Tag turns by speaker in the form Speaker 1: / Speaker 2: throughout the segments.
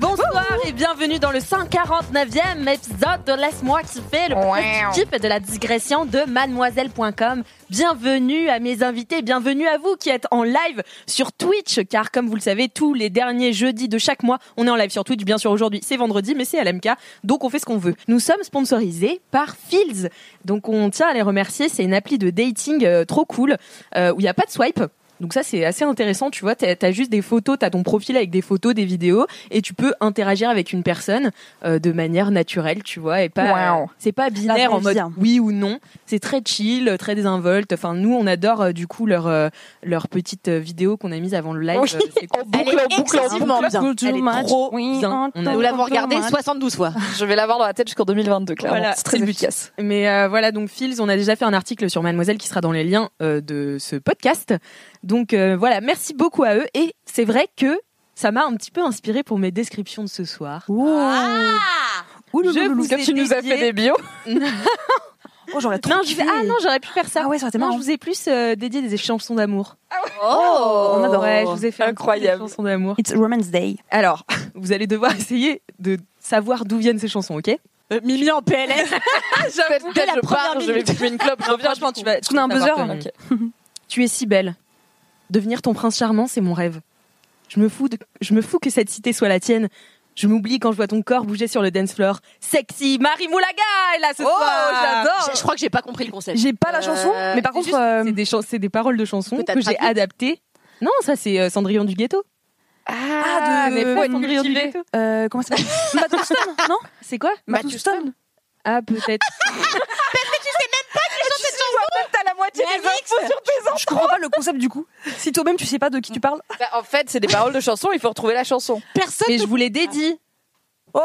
Speaker 1: Bonsoir et bienvenue dans le 149e épisode de Laisse-moi kiffer, le podcast qui kiffe de la digression de mademoiselle.com. Bienvenue à mes invités, bienvenue à vous qui êtes en live sur Twitch, car comme vous le savez, tous les derniers jeudis de chaque mois, on est en live sur Twitch. Bien sûr, aujourd'hui, c'est vendredi, mais c'est à l'MK, donc on fait ce qu'on veut. Nous sommes sponsorisés par Fields, donc on tient à les remercier. C'est une appli de dating euh, trop cool, euh, où il n'y a pas de swipe. Donc ça c'est assez intéressant, tu vois, t'as as juste des photos, t'as ton profil avec des photos, des vidéos, et tu peux interagir avec une personne euh, de manière naturelle, tu vois, et pas
Speaker 2: Wow.
Speaker 1: c'est pas binaire
Speaker 2: vraie
Speaker 1: en mode
Speaker 2: vie, hein.
Speaker 1: oui ou non. C'est très chill, très désinvolte. Enfin nous on adore euh, du coup leur euh, leur petite euh, vidéo qu'on a mise avant le live.
Speaker 2: Oui.
Speaker 1: Euh, c'est cool.
Speaker 2: boucle, en boucle, en boucle.
Speaker 1: Elle est trop bien. On a-
Speaker 3: Nous l'avons regardé 72 fois.
Speaker 2: Je vais l'avoir dans la tête jusqu'en 2022, clairement.
Speaker 1: Voilà,
Speaker 2: c'est très
Speaker 1: c'est le but.
Speaker 2: efficace.
Speaker 1: Mais euh, voilà, donc Fils, on a déjà fait un article sur Mademoiselle qui sera dans les liens euh, de ce podcast. Donc euh, voilà, merci beaucoup à eux. Et c'est vrai que ça m'a un petit peu inspiré pour mes descriptions de ce soir. Je vous ai
Speaker 2: Comme tu nous as
Speaker 1: dédié-
Speaker 2: fait des bios.
Speaker 3: Oh, j'aurais
Speaker 1: Non, je vais- Ah non, j'aurais pu faire ça.
Speaker 3: Ah ouais, ça aurait été
Speaker 1: non,
Speaker 3: marrant.
Speaker 1: je vous ai plus euh, dédié des chansons d'amour.
Speaker 2: Oh,
Speaker 1: on adorait. je vous ai fait un petit peu des
Speaker 2: Incroyable.
Speaker 1: chansons d'amour.
Speaker 3: It's Romance Day.
Speaker 1: Alors, vous allez devoir essayer de savoir d'où viennent ces chansons, ok
Speaker 3: Mimi en PLS.
Speaker 2: Peut-être
Speaker 3: dès la
Speaker 2: je pars,
Speaker 3: première
Speaker 2: je vais
Speaker 3: minute.
Speaker 2: fumer une clope, je reviens.
Speaker 1: Franchement, tu vas.
Speaker 2: Est-ce qu'on a un buzzer
Speaker 1: Ok. Tu es si belle. Devenir ton prince charmant, c'est mon rêve. Je me fous, de- je me fous que cette cité soit la tienne. Je m'oublie quand je vois ton corps bouger sur le dance floor. Sexy Marie Moulaga est là ce
Speaker 2: Oh,
Speaker 1: soir.
Speaker 2: j'adore.
Speaker 3: Je
Speaker 1: C'est
Speaker 3: crois que j'ai pas compris le concept.
Speaker 2: J'ai pas la
Speaker 3: chanson, mais par
Speaker 1: juste- c'est des, chans- c'est des paroles de chansons
Speaker 3: Que t'as
Speaker 1: que j'ai
Speaker 3: traduites.
Speaker 1: adaptées. Non, ça c'est euh, Cendrillon du ghetto.
Speaker 2: Ah,
Speaker 1: mais
Speaker 2: de
Speaker 1: pas Cendrillon du
Speaker 2: cultivé.
Speaker 1: ghetto.
Speaker 3: Euh, comment ça s'appelle Mattoon Non
Speaker 1: C'est quoi
Speaker 3: Mattoon Stone
Speaker 1: Ah peut-être.
Speaker 2: T'as la moitié des infos sur tes enfants.
Speaker 3: Je comprends pas le concept du coup. Si toi-même tu sais pas de qui tu parles.
Speaker 2: Bah, en fait, c'est des paroles de chansons, il faut retrouver la chanson.
Speaker 3: Personne.
Speaker 1: Mais je vous l'ai dédie.
Speaker 3: Ok.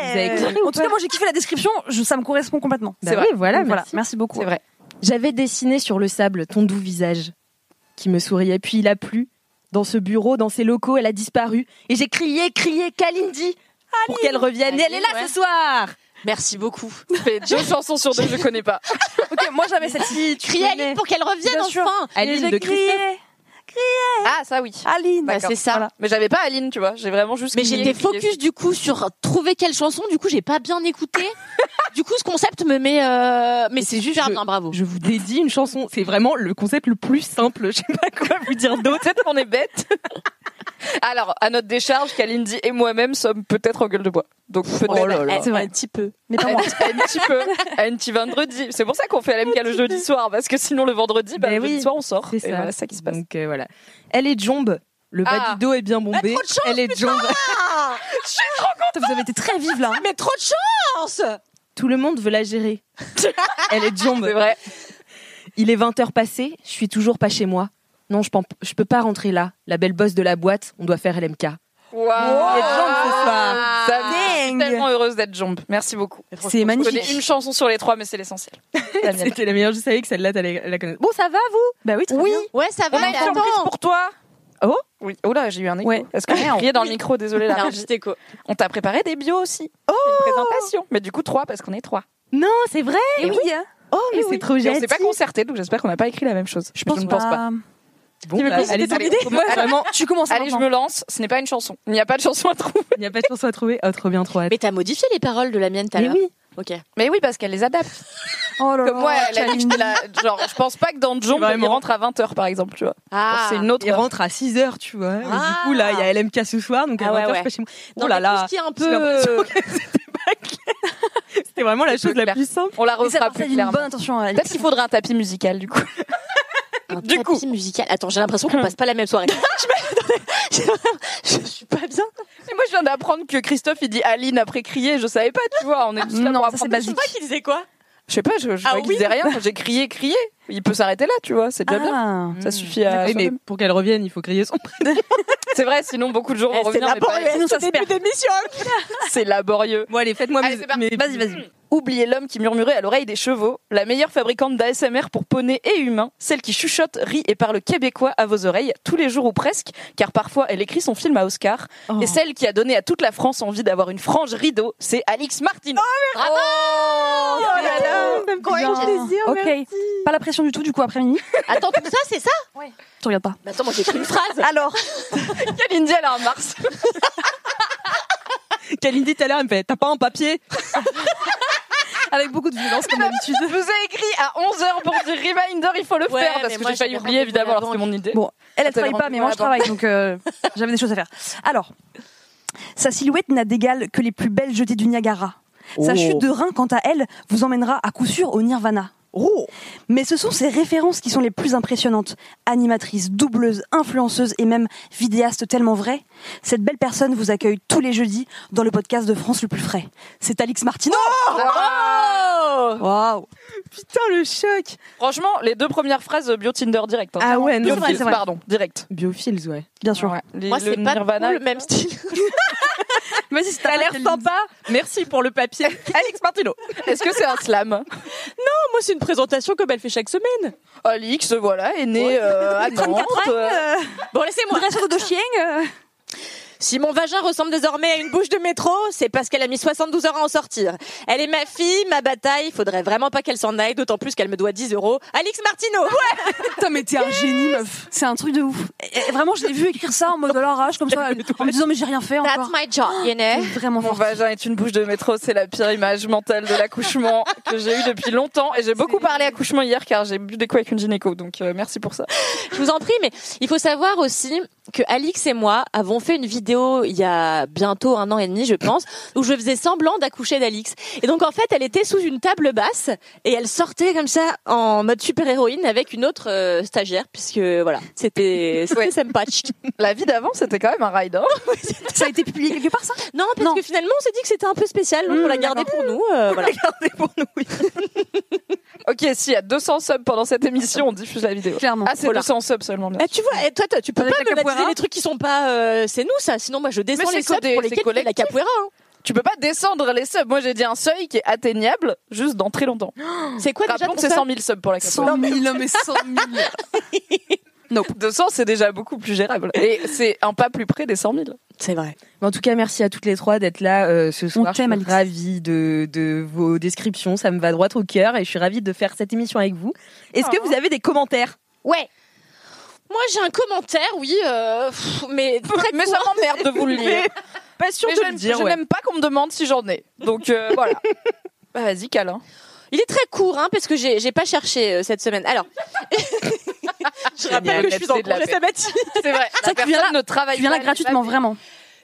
Speaker 1: Vous avez compris ou
Speaker 3: En tout cas,
Speaker 1: pas
Speaker 3: moi j'ai kiffé la description. Je- Ça me correspond complètement.
Speaker 1: Bah oui, voilà,
Speaker 3: Donc,
Speaker 1: merci.
Speaker 3: beaucoup.
Speaker 2: C'est vrai.
Speaker 1: J'avais dessiné sur le sable ton doux visage qui me souriait, puis il a plu. Dans ce bureau, dans ces locaux, elle a disparu. Et j'ai crié, crié, Kalindi pour qu'elle revienne. Et elle est là
Speaker 3: ouais.
Speaker 1: ce soir
Speaker 3: Merci beaucoup.
Speaker 2: Ça fait deux chansons sur deux, je connais pas.
Speaker 3: ok, moi j'avais cette fille.
Speaker 4: Crier à Lynn pour qu'elle revienne
Speaker 3: Bien sûr.
Speaker 4: enfin
Speaker 1: Aline de Christophe.
Speaker 2: Ah, ça oui.
Speaker 3: Aline.
Speaker 2: D'accord.
Speaker 4: c'est ça.
Speaker 3: Voilà.
Speaker 2: Mais j'avais pas Aline, tu vois. J'ai vraiment juste.
Speaker 4: Mais
Speaker 2: cliqué,
Speaker 4: j'étais
Speaker 2: cliqué.
Speaker 4: focus du coup sur trouver quelle chanson, du coup j'ai pas bien écouté. du coup ce concept me met... euh, Mais c'est juste... bien, bravo.
Speaker 1: Je vous dédie une chanson. C'est vraiment le concept le plus simple. Je sais pas quoi vous dire d'autre.
Speaker 2: Peut-être qu'on est bête. Alors, à notre décharge, Kalindi et moi-même sommes peut-être en gueule de bois. Donc peut-être
Speaker 1: Oh
Speaker 3: C'est vrai. Un petit peu. Mais pas moi.
Speaker 2: un petit peu, un petit vendredi. C'est pour ça qu'on fait LMK le jeudi soir, parce que sinon le vendredi, bah,
Speaker 1: Mais
Speaker 2: le jeudi
Speaker 1: oui.
Speaker 2: soir on sort.
Speaker 1: C'est
Speaker 2: Et
Speaker 1: ça.
Speaker 2: voilà, c'est ça qui se passe.
Speaker 1: Donc euh, voilà. Elle est jombe. Le bas
Speaker 2: Ah.
Speaker 1: du dos est bien bombé. Elle est jombe.
Speaker 3: Vous avez été très vive là.
Speaker 4: Mais trop de chance
Speaker 1: Tout le monde veut la gérer. Elle est jombe.
Speaker 2: C'est vrai.
Speaker 1: Il est 20h passé, je suis toujours pas chez moi. Non, je, pen- je peux pas rentrer là. La belle bosse de la boîte, on doit faire LMK.
Speaker 2: Waouh
Speaker 1: Elle est jombe ce soir.
Speaker 2: Ça me- je suis
Speaker 3: Dingue.
Speaker 2: tellement heureuse d'être jombe. Merci beaucoup.
Speaker 3: C'est
Speaker 2: Je
Speaker 3: magnifique.
Speaker 2: connais une chanson sur les trois, mais c'est l'essentiel. Daniel.
Speaker 1: C'était la meilleure, je savais que celle-là, t'allais la connaître. Bon, ça va, vous
Speaker 3: Bah oui. très bien.
Speaker 4: Ouais ça va,
Speaker 2: On a une
Speaker 4: mais
Speaker 2: surprise
Speaker 4: attends
Speaker 2: pour toi.
Speaker 1: Oh
Speaker 2: Oui. Oh là, j'ai eu un écho.
Speaker 3: Ouais.
Speaker 2: Est-ce que j'ai crié dans le micro Désolée. La
Speaker 4: Non,
Speaker 2: régie. On t'a préparé des bios aussi. Une présentation. Mais du coup, trois, parce qu'on est trois.
Speaker 1: Non, c'est vrai
Speaker 3: Eh oui. hein.
Speaker 1: Oh, mais
Speaker 2: Et
Speaker 1: c'est
Speaker 2: oui.
Speaker 1: trop
Speaker 2: Et On
Speaker 1: gentil
Speaker 2: s'est pas concerté, donc j'espère qu'on n'a pas écrit la même chose.
Speaker 3: Je pense
Speaker 2: ne pense pas.
Speaker 1: Bon, bah, allez,
Speaker 2: ton
Speaker 1: allez,
Speaker 2: idée.
Speaker 1: comment- vraiment,
Speaker 3: Ah. Tu commences
Speaker 2: Allez, je me lance. Ce n'est pas une chanson. Il n'y a pas de chanson à trouver.
Speaker 1: il n'y a pas de chanson à trouver. Oh, trop bien, trop hâte.
Speaker 4: Mais t'as modifié les paroles de la mienne tout à
Speaker 1: Mais
Speaker 4: l'heure.
Speaker 1: oui.
Speaker 4: Ok.
Speaker 2: Mais oui, parce qu'elle les adapte.
Speaker 3: Oh là
Speaker 2: Comme
Speaker 3: là.
Speaker 2: moi, elle a dit que j'étais la- Genre, je pense pas que dans Jump,
Speaker 1: Vraiment.
Speaker 2: il rentre à 20h, par exemple, tu vois.
Speaker 4: Ah,
Speaker 2: C'est une autre.
Speaker 1: Il rentre à 6h, tu vois. Et du coup, là, il y a LMK ce soir, donc à
Speaker 4: Ah ouais,
Speaker 1: 20h, je
Speaker 4: ouais.
Speaker 1: suis pas chez moi.
Speaker 4: non,
Speaker 1: oh là
Speaker 4: mais
Speaker 1: là
Speaker 4: tout ce qui est un
Speaker 1: J'ai l'impression
Speaker 4: peu...
Speaker 1: que c'était pas clair. C'était vraiment la
Speaker 2: C'est
Speaker 1: chose
Speaker 2: peu
Speaker 1: la
Speaker 2: clair.
Speaker 1: plus simple.
Speaker 2: On la
Speaker 3: Et ça
Speaker 2: refera
Speaker 3: partait
Speaker 2: plus
Speaker 3: d'une
Speaker 2: clairement.
Speaker 3: bonne intention.
Speaker 2: Peut-être qu'il faudrait un tapis musical, du coup.
Speaker 4: un
Speaker 2: Du coup.
Speaker 4: tapis musical. Attends, j'ai l'impression qu'on passe pas la même soirée. je, m'attendais. je suis pas bien.
Speaker 2: Et moi, je viens d'apprendre que Christophe, il dit Aline après crier. Je savais pas, tu vois. On est juste là
Speaker 3: Non,
Speaker 2: pour
Speaker 3: ça,
Speaker 2: apprendre
Speaker 3: c'est
Speaker 2: des choses.
Speaker 3: basique.
Speaker 4: qui disait quoi
Speaker 2: Je sais pas, je, je
Speaker 4: Ah
Speaker 2: croyais qu'il
Speaker 4: oui.
Speaker 2: disait rien. J'ai crié, crié. Il peut s'arrêter là, tu vois. C'est déjà bien.
Speaker 3: Ah.
Speaker 2: Ça suffit à.
Speaker 1: Oui, mais Euh, pour qu'elle revienne, il faut crier son
Speaker 2: C'est vrai, sinon beaucoup de jours vont revenir. mais pas- ça se perd. C'est laborieux.
Speaker 1: Bon, allez, faites-moi
Speaker 2: Allez,
Speaker 1: mes-
Speaker 2: c'est parti.
Speaker 1: mes-
Speaker 5: Vas-y, vas-y.
Speaker 2: Hmm. Oubliez l'homme qui murmurait à l'oreille des chevaux, la meilleure fabricante d'ASMR pour poney et humains, celle qui chuchote, rit et parle québécois à vos oreilles tous les jours ou presque, car parfois elle écrit son film à Oscar, et celle qui a donné à toute la France envie d'avoir une frange rideau, c'est Alix Oh, Martin.
Speaker 1: Oh
Speaker 3: Ok. Pas la pression du tout, du coup, après-midi.
Speaker 4: Attends, tout ça, c'est ça
Speaker 3: Tu regardes pas.
Speaker 4: Mais Attends, moi j'ai pris une phrase.
Speaker 3: Alors,
Speaker 2: Kalindi, elle a un Mars.
Speaker 1: Kalindi, tout à l'heure, elle me fait T'as pas un papier
Speaker 3: avec beaucoup de violence, comme d'habitude.
Speaker 2: Je vous ai écrit à 11h pour dire reminder, il faut le
Speaker 4: Ouais,
Speaker 2: faire,
Speaker 4: mais
Speaker 2: parce que
Speaker 4: moi,
Speaker 2: j'ai failli
Speaker 4: j'avais
Speaker 2: oublier
Speaker 4: rendez-vous à la
Speaker 2: évidemment, alors c'était mon idée.
Speaker 3: Bon, elle,
Speaker 2: Ah,
Speaker 3: elle
Speaker 2: t'avais
Speaker 3: travaille pas, mais
Speaker 2: rendez-vous
Speaker 3: moi,
Speaker 2: à
Speaker 3: je
Speaker 2: la banque.
Speaker 3: travaille, donc euh, j'avais des choses à faire. Alors, sa silhouette n'a d'égal que les plus belles jetées du Niagara. Sa chute de rein, quant à elle, vous emmènera à coup sûr au Nirvana. Mais ce sont ses références qui sont les plus impressionnantes. Animatrice, doubleuse, influenceuse et même vidéaste tellement vraie, cette belle personne vous accueille tous les jeudis dans le podcast de France le plus frais. C'est Alix Martineau Oh. Waouh
Speaker 1: Putain, le choc
Speaker 2: Franchement, les deux premières phrases euh, bio Tinder direct. hein.
Speaker 1: Ah ouais, non,
Speaker 2: Bio
Speaker 1: c'est
Speaker 3: vrai,
Speaker 2: Tinder,
Speaker 3: c'est vrai.
Speaker 2: pardon, direct.
Speaker 1: Biophils, ouais.
Speaker 3: Bien sûr.
Speaker 2: Les-
Speaker 4: Moi,
Speaker 2: le
Speaker 4: c'est pas
Speaker 2: Nirvana.
Speaker 4: du tout le même style.
Speaker 1: Vas-y, t'as l'air sympa. Merci pour le papier. Alex Martino.
Speaker 2: Est-ce que c'est un slam
Speaker 1: Moi, c'est une présentation comme elle fait chaque semaine.
Speaker 2: Alix, voilà, est née euh, à Nantes. euh,
Speaker 4: Bon, laissez-moi.
Speaker 3: Dresseur de chien euh,
Speaker 4: Si mon vagin ressemble désormais à une bouche de métro, c'est parce qu'elle a mis 72 heures à en sortir. Elle est ma fille, ma bataille. Faudrait vraiment pas qu'elle s'en aille, d'autant plus qu'elle me doit 10 euros. Alix Martineau.
Speaker 3: Putain, mais t'es un génie, meuf. C'est un truc de ouf. Et- et vraiment, je l'ai vu écrire ça en mode oh à l'arrache, comme ça, en me disant, mais j'ai rien fait
Speaker 4: That's
Speaker 3: encore.
Speaker 4: my job, you know.
Speaker 3: C'est Vraiment
Speaker 2: Mon
Speaker 3: fort.
Speaker 2: vagin est une bouche de métro, c'est la pire image mentale de l'accouchement que j'ai eue depuis longtemps. Et j'ai beaucoup parlé accouchement hier car j'ai bu des coups avec une gynéco, donc euh, merci pour ça.
Speaker 4: Je vous en prie, mais il faut savoir aussi que Alix et moi avons fait une vidéo il y a bientôt un an et demi, je pense, où je faisais semblant d'accoucher d'Alix. Et donc en fait, elle était sous une table basse et elle sortait comme ça en mode super-héroïne avec une autre euh, stagiaire, puisque voilà, c'était c'était sympathique.
Speaker 2: La vie d'avant, c'était quand même un hein. rider.
Speaker 3: Ça a été publié quelque part, ça
Speaker 4: Non, parce
Speaker 3: Non.
Speaker 4: que finalement, on s'est dit que c'était un peu spécial, donc on l'a gardé pour nous. euh, voilà.
Speaker 2: Ok, si, à 200 subs pendant cette émission, on diffuse la vidéo.
Speaker 3: Clairement.
Speaker 2: Ah, c'est 200 subs seulement, bien
Speaker 4: Eh, tu vois, eh, toi, toi, tu peux
Speaker 3: Avec
Speaker 4: pas
Speaker 3: la
Speaker 4: monétiser
Speaker 3: capoeira.
Speaker 4: les trucs qui sont pas, euh, c'est nous ça. Sinon, moi, je descends
Speaker 2: c'est
Speaker 4: les subs
Speaker 2: que des-
Speaker 4: pour
Speaker 2: c'est
Speaker 4: lesquels il y a de la
Speaker 2: collectif.
Speaker 4: capoeira. hein.
Speaker 2: Tu peux pas descendre les subs. Moi, j'ai dit un seuil qui est atteignable juste dans très longtemps.
Speaker 4: C'est quoi déjà
Speaker 2: Rappelons
Speaker 4: ton
Speaker 2: que c'est
Speaker 4: sub
Speaker 2: 100 000 subs pour la
Speaker 3: 100 000, mais 100 000.
Speaker 2: Donc 200, c'est déjà beaucoup plus gérable. Et c'est un pas plus près des 100 000.
Speaker 4: C'est vrai.
Speaker 1: en tout cas, merci à toutes les trois d'être là euh, ce soir.
Speaker 3: t'aime,
Speaker 1: je suis
Speaker 3: Alix.
Speaker 1: ravie de, de vos descriptions. Ça me va droit au cœur et je suis ravie de faire cette émission avec vous. Est-ce que vous avez des commentaires
Speaker 4: Ouais. Moi, j'ai un commentaire, oui, euh, pff, mais très
Speaker 2: Mais ça m'emmerde de vous le lire.
Speaker 1: Pas sûr
Speaker 2: Mais
Speaker 1: de
Speaker 2: je
Speaker 1: le
Speaker 2: n'aime-
Speaker 1: dire.
Speaker 2: je
Speaker 1: ouais.
Speaker 2: n'aime pas qu'on me demande si j'en ai. Donc euh, voilà. Bah, Vas-y, câlin.
Speaker 4: Il est très court, hein, parce que j'ai j'ai pas cherché euh, cette semaine. Alors, je rappelle
Speaker 2: Génial,
Speaker 4: que je suis en
Speaker 2: c'est de la
Speaker 4: congé
Speaker 2: paix.
Speaker 4: sabbatique.
Speaker 2: C'est vrai.
Speaker 3: Ça, tu viens là-
Speaker 2: ne travaille
Speaker 3: Tu viens là
Speaker 2: pas,
Speaker 3: gratuitement,
Speaker 2: mais-
Speaker 3: vraiment.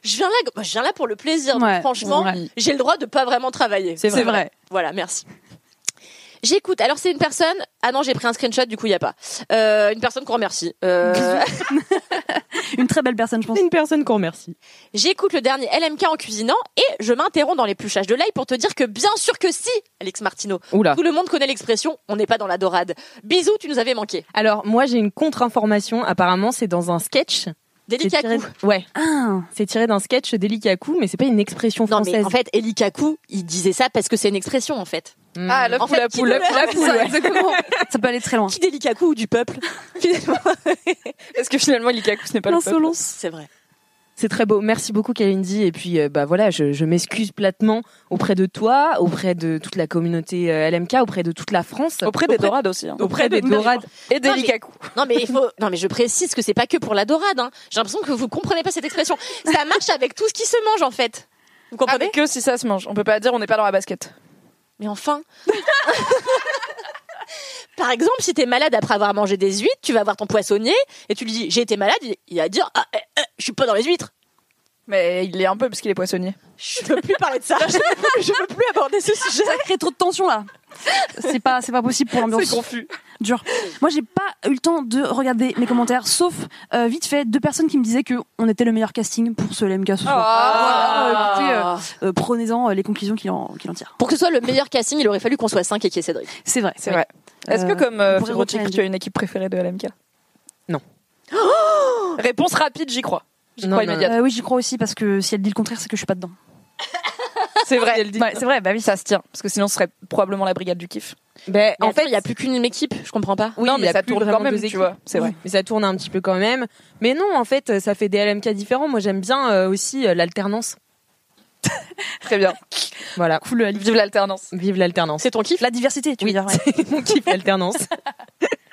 Speaker 4: Je viens là, moi, je viens là pour le plaisir. donc
Speaker 3: Ouais,
Speaker 4: franchement,
Speaker 3: c'est vrai.
Speaker 4: j'ai le droit de pas vraiment travailler.
Speaker 1: C'est vrai.
Speaker 4: Voilà, merci. J'écoute. Alors, c'est une personne. Ah non, j'ai pris un screenshot, du coup, il y a pas. Euh, une personne qu'on remercie. Euh,
Speaker 3: Une très belle personne, je pense.
Speaker 1: C'est une personne qu'on remercie.
Speaker 4: J'écoute le dernier LMK en cuisinant et je m'interromps dans les pluchages de l'ail pour te dire que bien sûr que si, Alex Martino.
Speaker 1: Oula.
Speaker 4: Tout le monde connaît l'expression, on n'est pas dans la dorade. Bisous, tu nous avais manqué.
Speaker 1: Alors, moi, j'ai une contre-information. Apparemment, c'est dans un sketch. C'est
Speaker 4: Délicat
Speaker 1: tiré-
Speaker 4: coup.
Speaker 1: Ouais,
Speaker 3: Ah,
Speaker 1: c'est tiré d'un sketch délicat coup, mais c'est pas une expression
Speaker 4: Non
Speaker 1: française.
Speaker 4: mais en fait, Eli Kaku, il disait ça parce que c'est une expression en fait.
Speaker 1: Hmm.
Speaker 2: Ah, l'œuf
Speaker 4: En
Speaker 2: ou
Speaker 4: fait,
Speaker 2: la
Speaker 4: qui
Speaker 2: poule.
Speaker 4: le-
Speaker 2: l'œuf ou la poule, ouais.
Speaker 3: ça peut aller très loin.
Speaker 4: Qui délicat coup ou du peuple Finalement,
Speaker 2: Parce que finalement, Likaku, ce n'est pas le peuple.
Speaker 3: L'insolence.
Speaker 4: c'est vrai.
Speaker 1: C'est très beau. Merci beaucoup, Kalindi. Et puis, euh, bah voilà, je, je m'excuse platement auprès de toi, auprès de toute la communauté euh, LMK, auprès de toute la France,
Speaker 2: Auprès des dorades aussi. hein.
Speaker 1: auprès des dorades.
Speaker 2: Et des
Speaker 4: Non, mais-
Speaker 2: Likaku.
Speaker 4: Non mais il faut non mais je précise que c'est pas que pour la dorade hein. J'ai l'impression que vous comprenez pas cette expression. Ça marche avec tout ce qui se mange en fait. Vous comprenez
Speaker 2: Avec eux, si ça se mange. On peut pas dire on n'est pas dans la basket.
Speaker 4: Mais enfin Par exemple, si t'es malade après avoir mangé des huîtres, tu vas voir ton poissonnier et tu lui dis j'ai été malade, il- il va dire ah, eh, eh, je suis pas dans les huîtres.
Speaker 2: Mais il est un peu parce qu'il est poissonnier.
Speaker 4: Je peux plus parler de ça. je veux plus aborder ce sujet.
Speaker 3: Ça crée trop de tension, là. C'est pas, c'est pas possible pour l'ambiance.
Speaker 2: confus.
Speaker 3: dur. Moi, j'ai pas eu le temps de regarder mes commentaires, sauf euh, vite fait deux personnes qui me disaient que on était le meilleur casting pour ce LMK ce soir.
Speaker 4: Ah.
Speaker 3: Voilà, euh, écoutez, euh, euh, prenez-en euh, les conclusions qu'il en, qu'il en tire.
Speaker 4: Pour que ce soit le meilleur casting, il aurait fallu qu'on soit 5 et qu'il y ait Cédric.
Speaker 3: C'est vrai.
Speaker 2: C'est vrai. Est-ce que
Speaker 3: Euh,
Speaker 2: comme
Speaker 3: on
Speaker 2: euh,
Speaker 3: pourrait
Speaker 2: Firochik,
Speaker 3: rechallenger.
Speaker 2: tu as une équipe préférée de LMK
Speaker 1: Non.
Speaker 2: Oh Réponse rapide, j'y crois. J'y
Speaker 1: Non,
Speaker 2: crois
Speaker 1: non,
Speaker 2: immédiatement.
Speaker 3: Euh, oui, j'y crois aussi parce que si elle dit le contraire, c'est que je suis pas dedans.
Speaker 2: C'est vrai. Ouais, c'est vrai, bah oui, ça se tient. Parce que sinon, ce serait probablement la brigade du kiff.
Speaker 1: Ben,
Speaker 4: en
Speaker 1: en fait,
Speaker 4: il n'y a plus qu'une équipe, je comprends pas.
Speaker 1: Oui,
Speaker 2: non,
Speaker 1: il y
Speaker 2: mais
Speaker 1: a
Speaker 2: ça
Speaker 1: plus
Speaker 2: tourne
Speaker 1: vraiment
Speaker 2: quand même,
Speaker 1: deux
Speaker 2: tu
Speaker 1: équipes.
Speaker 2: vois. C'est vrai.
Speaker 1: Mais ça tourne un petit peu quand même. Mais non, en fait, ça fait des LMK différents. Moi, j'aime bien euh, aussi euh, l'alternance.
Speaker 2: Très bien.
Speaker 1: Voilà.
Speaker 3: Cool, Ali.
Speaker 2: Vive l'alternance.
Speaker 1: Vive l'alternance.
Speaker 4: C'est ton kiff
Speaker 3: La diversité, tu veux dire. ouais.
Speaker 1: Mon kiff, l'alternance.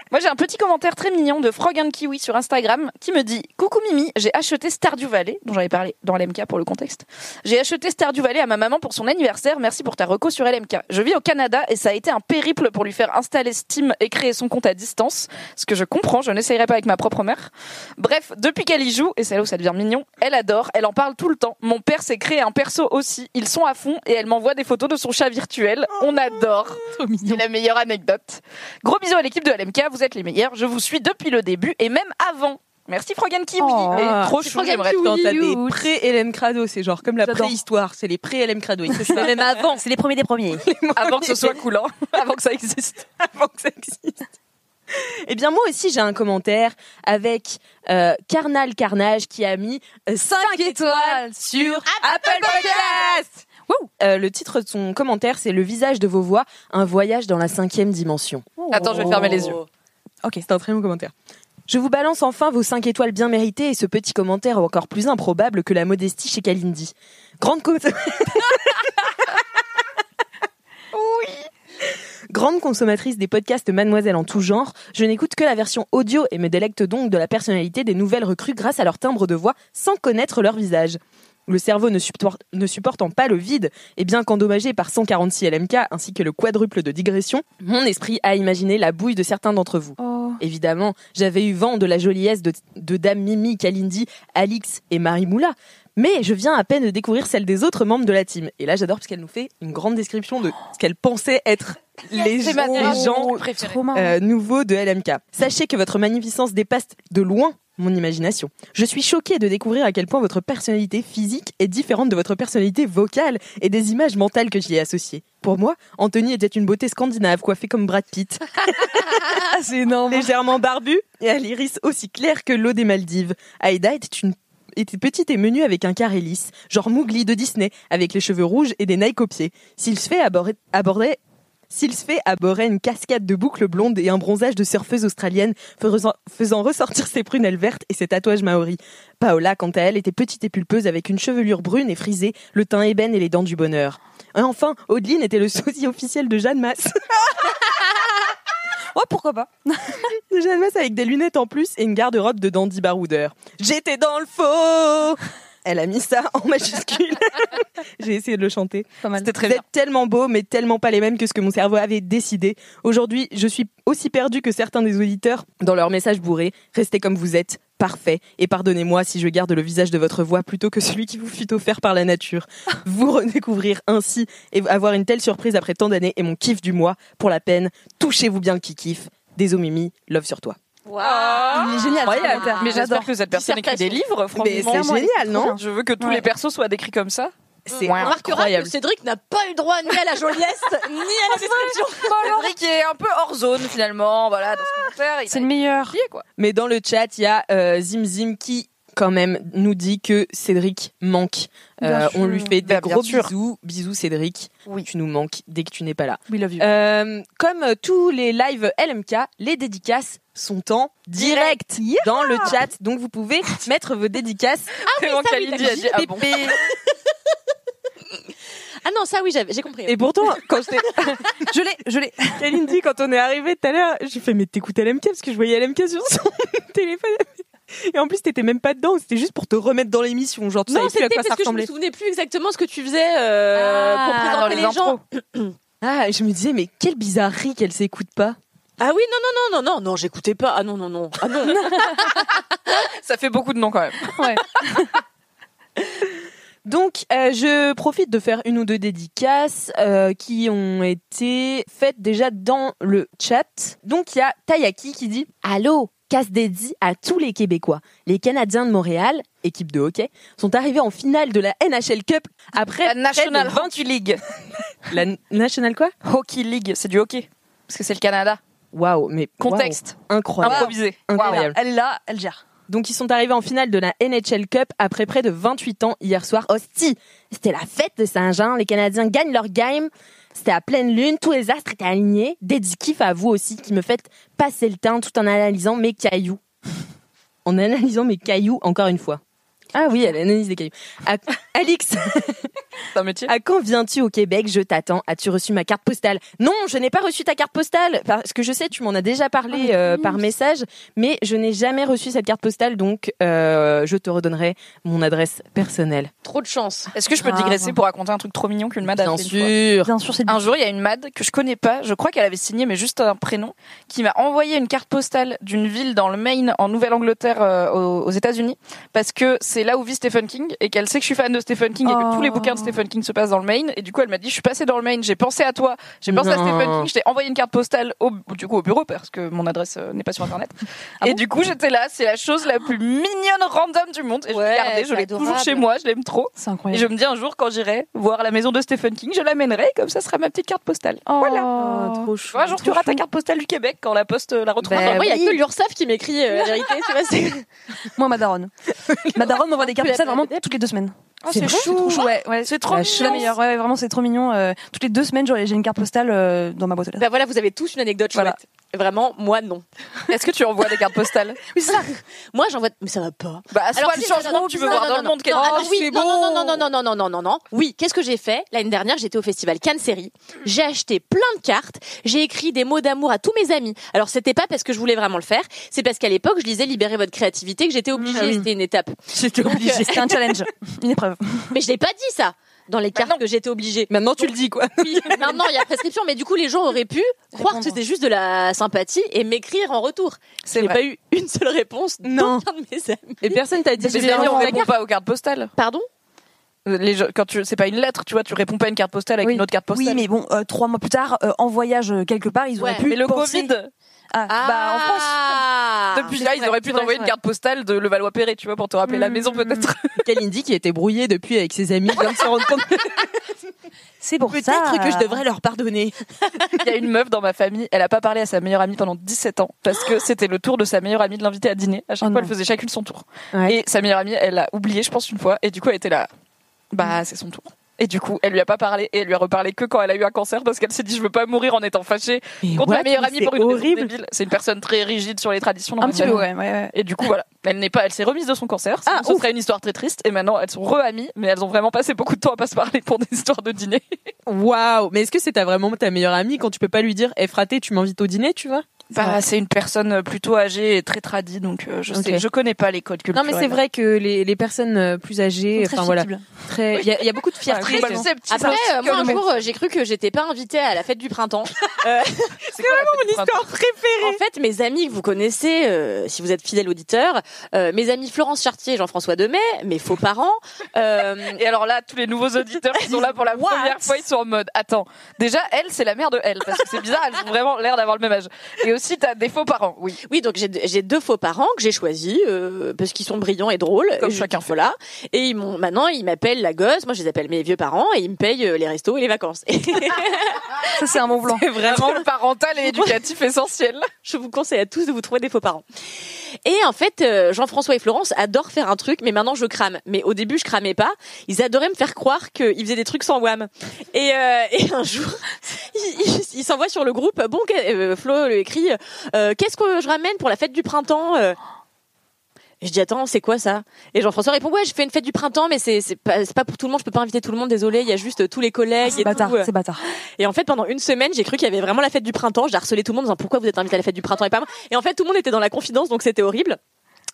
Speaker 2: Moi, j'ai un petit commentaire très mignon de Frog and Kiwi sur Instagram qui me dit Coucou Mimi, j'ai acheté Stardew Valley, dont j'avais parlé dans LMK pour le contexte. J'ai acheté Stardew Valley à ma maman pour son anniversaire. Merci pour ta reco sur LMK. Je vis au Canada et ça a été un périple pour lui faire installer Steam et créer son compte à distance. Ce que je comprends, je n'essayerai pas avec ma propre mère. Bref, depuis qu'elle y joue, et c'est là où ça devient mignon, elle adore, elle en parle tout le temps. Mon père s'est créé un perso aussi. Ils sont à fond et elle m'envoie des photos de son chat virtuel. On adore. C'est la meilleure anecdote. Gros bisous à l'équipe de LMK, vous êtes les meilleurs. Je vous suis depuis le début et même avant. Merci Frogan Kiwi.
Speaker 3: Oh.
Speaker 2: et trop chou,
Speaker 4: Frog and
Speaker 2: j'aimerais
Speaker 4: Kiwi.
Speaker 2: tant-
Speaker 1: Quand t'as des
Speaker 4: Ouh.
Speaker 1: pré-LM Crado, c'est genre comme la
Speaker 3: J'adore.
Speaker 1: préhistoire. C'est les pré-LM Crado. Ils se sont même
Speaker 4: avant.
Speaker 3: C'est les premiers des premiers.
Speaker 2: Avant que ce soit coulant, avant que ça existe.
Speaker 1: avant que ça existe. Eh bien, moi aussi, j'ai un commentaire avec euh, Carnal Carnage qui a mis 5 étoiles sur Apple Podcast. Wouh Euh, le titre de son commentaire, c'est Le visage de vos voix, un voyage dans la cinquième dimension.
Speaker 2: Attends, je vais fermer les yeux.
Speaker 1: Ok, c'est un très bon commentaire. Je vous balance enfin vos 5 étoiles bien méritées et ce petit commentaire encore plus improbable que la modestie chez Kalindi. Grande co- Grande consommatrice des podcasts Mademoiselle en tout genre, je n'écoute que la version audio et me délecte donc de la personnalité des nouvelles recrues grâce à leur timbre de voix sans connaître leur visage. Le cerveau ne, supporte- ne supportant pas le vide, et bien qu'endommagé par 146 LMK ainsi que le quadruple de digression, mon esprit a imaginé la bouille de certains d'entre vous.
Speaker 2: Oh.
Speaker 1: Évidemment, j'avais eu vent de la joliesse de, de Dame Mimi, Kalindi, Alix et Marie Moula. Mais je viens à peine de découvrir celle des autres membres de la team. Et là, j'adore parce qu'elle nous fait une grande description de ce qu'elle pensait être les,
Speaker 2: C'est
Speaker 1: gens-
Speaker 2: ma
Speaker 1: les gens
Speaker 2: préférée.
Speaker 3: Trop marrant.
Speaker 1: euh, nouveaux de LMK. Sachez que votre magnificence dépasse de loin mon imagination. Je suis choquée de découvrir à quel point votre personnalité physique est différente de votre personnalité vocale et des images mentales que j'y ai associées. Pour moi, Anthony était une beauté scandinave coiffée comme Brad Pitt. C'est énorme. Légèrement barbu et à l'iris aussi clair que l'eau des Maldives. Aïda était une était petite et menue avec un carré lisse, genre Mowgli de Disney, avec les cheveux rouges et des Nike aux pieds. S'il se fait aborder, aborder- s'il se fait aborder une cascade de boucles blondes et un bronzage de surfeuse australienne faisant, faisant ressortir ses prunelles vertes et ses tatouages maoris. Paola, quant à elle, était petite et pulpeuse avec une chevelure brune et frisée, le teint ébène et les dents du bonheur. Et enfin, Audeline était le sosie officiel de Jeanne Masse.
Speaker 3: Oh, pourquoi pas
Speaker 1: De Jeanne Masse avec des lunettes en plus et une garde-robe de dandy baroudeur. J'étais dans le faux Elle a mis ça en majuscule. J'ai essayé de le chanter.
Speaker 2: C'était très
Speaker 1: Vous
Speaker 2: bien.
Speaker 1: êtes tellement beaux, mais tellement pas les mêmes que ce que mon cerveau avait décidé. Aujourd'hui, je suis aussi perdue que certains des auditeurs dans leurs messages bourrés. Restez comme vous êtes, parfait. Et pardonnez-moi si je garde le visage de votre voix plutôt que celui qui vous fut offert par la nature. Vous redécouvrir ainsi et avoir une telle surprise après tant d'années et mon kiff du mois, pour la peine, touchez-vous bien le qui kiffe. Désolé Mimi, love sur toi.
Speaker 3: Il est génial. ce
Speaker 2: Ah. Incroyable.
Speaker 3: commentaire.
Speaker 2: Mais j'adore que cette personne écrit des livres,
Speaker 1: Mais
Speaker 2: franchement.
Speaker 1: c'est génial, non
Speaker 2: Je veux que tous
Speaker 3: Ouais.
Speaker 2: les persos soient décrits comme ça.
Speaker 1: C'est
Speaker 2: On
Speaker 4: On remarquera que
Speaker 1: incroyable.
Speaker 4: Cédric n'a pas eu droit ni à la joliesse, ni à la description.
Speaker 2: Cédric est un peu hors zone finalement, voilà, dans ce commentaire. il
Speaker 3: C'est
Speaker 2: a
Speaker 3: le meilleur.
Speaker 2: crié, quoi.
Speaker 1: Mais dans le chat, il y a euh, Zim Zim qui quand même nous dit que Cédric manque. Euh,
Speaker 3: Bien sûr.
Speaker 1: on lui fait des
Speaker 2: Bah, bien
Speaker 1: gros
Speaker 2: sûr.
Speaker 1: bisous. Bisous Cédric.
Speaker 2: Oui.
Speaker 1: Tu nous manques dès que tu n'es pas là.
Speaker 3: We love you.
Speaker 1: Euh, comme euh, tous les lives LMK, les dédicaces sont en direct dans le chat. Donc vous pouvez mettre vos dédicaces.
Speaker 2: C'est bon, Kalindi a dit, ah bon.
Speaker 4: Ah non, ça oui, j'avais- j'ai compris.
Speaker 1: Et pourtant, quand j'étais
Speaker 3: Je l'ai, je l'ai.
Speaker 1: Kalindi, quand on est arrivé tout à l'heure, j'ai fait mais t'écoutes LMK parce que je voyais LMK sur son téléphone. Et en plus, t'étais même pas dedans. C'était juste pour te remettre dans l'émission. Genre, tu
Speaker 4: Non,
Speaker 1: savais plus à
Speaker 4: c'était
Speaker 1: quoi ça
Speaker 4: parce que je me
Speaker 1: ressemblait.
Speaker 4: souvenais plus exactement ce que tu faisais euh,
Speaker 2: Ah,
Speaker 4: pour
Speaker 2: dans
Speaker 4: présenter
Speaker 2: les
Speaker 4: les, gens.
Speaker 2: intros.
Speaker 1: Ah, je me disais, mais quelle bizarrerie qu'elle s'écoute pas.
Speaker 4: Ah oui, non, non, non, non, non, non, j'écoutais pas. Ah non, non, non. Ah non.
Speaker 2: Ça fait beaucoup de noms quand même.
Speaker 1: Donc, euh, je profite de faire une ou deux dédicaces euh, qui ont été faites déjà dans le chat. Donc, il y a Tayaki qui dit « Allô, casse dédié à tous les Québécois. Les Canadiens de Montréal, équipe de hockey, sont arrivés en finale de la NHL Cup après
Speaker 2: La
Speaker 1: près de
Speaker 2: National
Speaker 1: 20
Speaker 2: Hockey League.
Speaker 1: La n- National quoi
Speaker 2: Hockey League, c'est du hockey. Parce que c'est le Canada.
Speaker 1: Waouh, mais waouh,
Speaker 2: Contexte. Ah,
Speaker 1: incroyable.
Speaker 2: Improvisé.
Speaker 1: Incroyable.
Speaker 3: Elle est là, elle gère.
Speaker 1: Donc ils sont arrivés en finale de la NHL Cup après près de 28 ans hier soir. Hostie, c'était la fête de Saint-Jean. Les Canadiens gagnent leur game. C'était à pleine lune, tous les astres étaient alignés. Dédi kiff à vous aussi qui me faites passer le temps tout en analysant mes cailloux. En analysant mes cailloux encore une fois. Ah oui, elle analyse des cailloux. À- Alix,
Speaker 2: C'est un métier.
Speaker 1: à quand viens-tu au Québec Je t'attends. As-tu reçu ma carte postale Non, je n'ai pas reçu ta carte postale parce que je sais, tu m'en as déjà parlé euh, par message, mais je n'ai jamais reçu cette carte postale, donc euh, je te redonnerai mon adresse personnelle.
Speaker 4: Trop de chance.
Speaker 2: Est-ce que je peux
Speaker 3: Ah,
Speaker 2: digresser
Speaker 3: bon.
Speaker 2: pour raconter un truc trop mignon qu'une mad a
Speaker 1: Bien
Speaker 2: fait une fois
Speaker 1: sûr.
Speaker 3: Bien sûr, c'est
Speaker 2: Un jour, il y a une mad que je connais pas, je crois qu'elle avait signé, mais juste un prénom, qui m'a envoyé une carte postale d'une ville dans le Maine, en Nouvelle-Angleterre, euh, aux, aux États-Unis, parce que c'est là où vit Stephen King, et qu'elle sait que je suis fan de Stephen King, et que
Speaker 3: Oh.
Speaker 2: tous les bouquins de Stephen King se passent dans le Maine, et du coup, elle m'a dit, je suis passée dans le Maine, j'ai pensé à toi, j'ai pensé à
Speaker 1: Non.
Speaker 2: Stephen King, je t'ai envoyé une carte postale au, du coup, au bureau, parce que mon adresse euh, n'est pas sur Internet.
Speaker 4: Ah
Speaker 2: et du coup, j'étais là, c'est la chose la plus mignonne random du monde, et je
Speaker 4: Ouais,
Speaker 2: l'ai gardée, je
Speaker 4: c'est
Speaker 2: l'ai toujours
Speaker 4: adorable.
Speaker 2: chez moi, je l'aime trop.
Speaker 3: C'est
Speaker 2: Et
Speaker 3: incroyable.
Speaker 2: je me dis un jour, quand j'irai voir la maison de Stephen King, je l'amènerai, comme ça sera ma petite carte postale. Hein.
Speaker 3: Oh.
Speaker 2: Voilà.
Speaker 1: Oh, trop chou.
Speaker 2: Tu vois, un jour, tu auras ta carte postale du Québec quand la poste euh, la retrouvera.
Speaker 1: Bah,
Speaker 2: dans-
Speaker 4: Moi, il y a
Speaker 3: oui.
Speaker 4: que l'URSSAF qui m'écrit euh, la vérité. tu vois, c'est-
Speaker 3: Moi, ma daronne. ma daronne m'envoie des cartes
Speaker 4: Tu
Speaker 3: postales
Speaker 4: l'appelles
Speaker 3: vraiment toutes les deux semaines.
Speaker 2: Ah, c'est vrai, c'est trop chou.
Speaker 3: Ouais, ouais, c'est
Speaker 2: trop
Speaker 3: la chance.
Speaker 2: mignon.
Speaker 3: meilleure. Ouais, vraiment, c'est trop mignon. euh, toutes les deux semaines, j'aurais- j'ai une carte postale euh, dans ma boîte aux lettres.
Speaker 4: Bah voilà, vous avez tous une anecdote chouette.
Speaker 2: Voilà.
Speaker 4: Vraiment, moi non.
Speaker 2: Ben, Est-ce que tu envoies des cartes postales
Speaker 4: Mais ça, moi j'envoie. Mais ça va pas.
Speaker 2: Bah, soit
Speaker 4: si,
Speaker 2: le
Speaker 4: non, non,
Speaker 2: changement
Speaker 4: non,
Speaker 2: que tu veux
Speaker 4: non,
Speaker 2: voir
Speaker 4: non,
Speaker 2: dans le
Speaker 4: non,
Speaker 2: monde,
Speaker 4: non,
Speaker 2: quel
Speaker 4: non,
Speaker 2: Ah,
Speaker 4: alors oui,
Speaker 2: c'est
Speaker 4: non,
Speaker 2: beau.
Speaker 4: non, non, non, non, non, non, non, non, non. Oui, qu'est-ce que j'ai fait L'année dernière, j'étais au festival Cannes Série. J'ai acheté plein de cartes. J'ai écrit des mots d'amour à tous mes amis. Alors, c'était pas parce que je voulais vraiment le faire. C'est parce qu'à l'époque, je disais libérer votre créativité que j'étais obligée. C'était une étape.
Speaker 1: J'étais
Speaker 4: Donc,
Speaker 1: obligée.
Speaker 4: euh,
Speaker 3: C'était un challenge, une épreuve.
Speaker 4: mais je l'ai pas dit ça dans les cartes
Speaker 2: non.
Speaker 4: que j'étais obligée.
Speaker 1: Maintenant, tu le dis quoi
Speaker 4: Oui, maintenant, il y a prescription, mais du coup, les gens auraient pu croire que
Speaker 3: Répondre.
Speaker 4: c'était juste de la sympathie et m'écrire en retour.
Speaker 2: C'est
Speaker 4: Je n'ai
Speaker 2: vrai.
Speaker 4: pas eu une seule réponse
Speaker 1: Non.
Speaker 4: d'aucun de mes amis.
Speaker 1: Et personne t'a dit.
Speaker 2: Mais les gens, on répond pas aux cartes postales.
Speaker 4: Pardon
Speaker 2: Euh, Les gens- quand tu, c'est pas une lettre, tu vois, tu réponds pas à une carte postale avec
Speaker 3: Oui.
Speaker 2: une autre carte postale.
Speaker 3: Oui, mais bon, euh, trois mois plus tard, euh, en voyage euh, quelque part, ils auraient
Speaker 4: Ouais,
Speaker 3: pu.
Speaker 2: Mais le
Speaker 3: penser-
Speaker 2: Covid,
Speaker 3: Ah, bah, en France.
Speaker 4: France.
Speaker 2: depuis
Speaker 3: c'est
Speaker 2: là, ils
Speaker 3: vrai,
Speaker 2: auraient pu
Speaker 3: c'est vrai,
Speaker 2: t'envoyer
Speaker 3: c'est
Speaker 2: une
Speaker 3: vrai.
Speaker 2: carte postale de Levallois-Perret, tu vois, pour te rappeler la maison peut-être.
Speaker 1: Kalindi qui était brouillée depuis avec ses amis vient de se rendre compte.
Speaker 3: C'est pour ça.
Speaker 1: Peut-être que je devrais leur pardonner.
Speaker 2: Il y a une meuf dans ma famille, elle a pas parlé à sa meilleure amie pendant 17 ans parce que c'était le tour de sa meilleure amie de l'inviter à dîner. À chaque
Speaker 3: Oh
Speaker 2: fois,
Speaker 3: non.
Speaker 2: elle faisait chacune son tour.
Speaker 1: Ouais.
Speaker 2: Et sa meilleure amie, elle l'a oublié, je pense, une fois. Et du coup, elle était là.
Speaker 3: Mm.
Speaker 2: Bah, c'est son tour. Et du coup, elle lui a pas parlé et elle lui a reparlé que quand elle a eu un cancer parce qu'elle s'est dit je veux pas mourir en étant fâchée contre ma meilleure amie pour une raison
Speaker 1: horrible.
Speaker 2: débile. C'est une personne très rigide sur les traditions. dans
Speaker 3: Un
Speaker 2: ma
Speaker 3: petit peu,
Speaker 2: famille.
Speaker 3: ouais, ouais, ouais.
Speaker 2: Et du coup, voilà, elle n'est pas, elle s'est remise de son cancer.
Speaker 1: Ah,
Speaker 2: Ah, ce
Speaker 1: ouf.
Speaker 2: serait une histoire très triste. Et maintenant, elles sont re-amies, mais elles ont vraiment passé beaucoup de temps à pas se parler pour des histoires de dîner.
Speaker 1: Waouh, mais est-ce que c'est ta vraiment ta meilleure amie quand tu peux pas lui dire "Eh fraté, tu m'invites au dîner", tu vois
Speaker 2: Bah, c'est une personne plutôt âgée et très tradie, donc euh, je
Speaker 1: Ok.
Speaker 2: sais, je connais pas les codes
Speaker 1: Non
Speaker 2: culturels.
Speaker 1: mais c'est vrai que les, les personnes euh, plus âgées, enfin voilà, très il y, a- il y a beaucoup de fierté.
Speaker 2: Très
Speaker 1: dans-
Speaker 2: susceptible.
Speaker 4: Après,
Speaker 2: C'est
Speaker 4: euh, moi, un
Speaker 2: que-
Speaker 4: jour, euh, j'ai cru que j'étais pas invitée à la fête du printemps.
Speaker 2: c'est vraiment mon histoire.
Speaker 4: en fait, mes amis que vous connaissez, euh, si vous êtes fidèle auditeur, euh, mes amis Florence Chartier et Jean-François Demet, mes faux parents, euh,
Speaker 2: Et alors là, tous les nouveaux auditeurs qui sont là pour la
Speaker 4: What
Speaker 2: première fois, ils sont en mode attends, déjà elle, c'est la mère de elle parce que c'est bizarre, elles ont vraiment l'air d'avoir le même âge. Et aussi t'as des faux parents, oui.
Speaker 4: Oui, donc j'ai j'ai deux faux parents que j'ai choisis euh, parce qu'ils sont brillants et drôles.
Speaker 2: Comme
Speaker 4: Et je-
Speaker 2: chacun fait.
Speaker 4: Voilà. Et ils m'ont maintenant ils m'appellent la gosse. Moi, je les appelle mes vieux parents et ils me payent euh, les restos et les vacances.
Speaker 3: Ça, c'est un Mont Blanc.
Speaker 1: C'est vraiment
Speaker 2: Le parental et éducatif essentiel.
Speaker 4: je vous conseille à tous de vous trouver des faux parents. Et en fait, euh, Jean-François et Florence adorent faire un truc, mais maintenant je crame. Mais au début, je cramais pas. Ils adoraient me faire croire qu'ils faisaient des trucs sans wham. Et, euh, et un jour, ils ils- ils s'envoient sur le groupe. Bon, que- euh, Flo lui écrit euh, Qu'est-ce que je ramène pour la fête du printemps euh Et je dis attends c'est quoi ça Et Jean-François répond ouais je fais une fête du printemps mais c'est c'est pas c'est pas pour tout le monde je peux pas inviter tout le monde désolé il y a juste euh, tous les collègues
Speaker 3: Ah, C'est
Speaker 4: et
Speaker 3: bâtard,
Speaker 4: tout. euh.
Speaker 3: c'est bâtard.
Speaker 4: Et en fait, pendant une semaine, j'ai cru qu'il y avait vraiment la fête du printemps. J'ai harcelé tout le monde en disant pourquoi vous êtes invité à la fête du printemps et pas moi. Et en fait, tout le monde était dans la confidence, donc c'était horrible.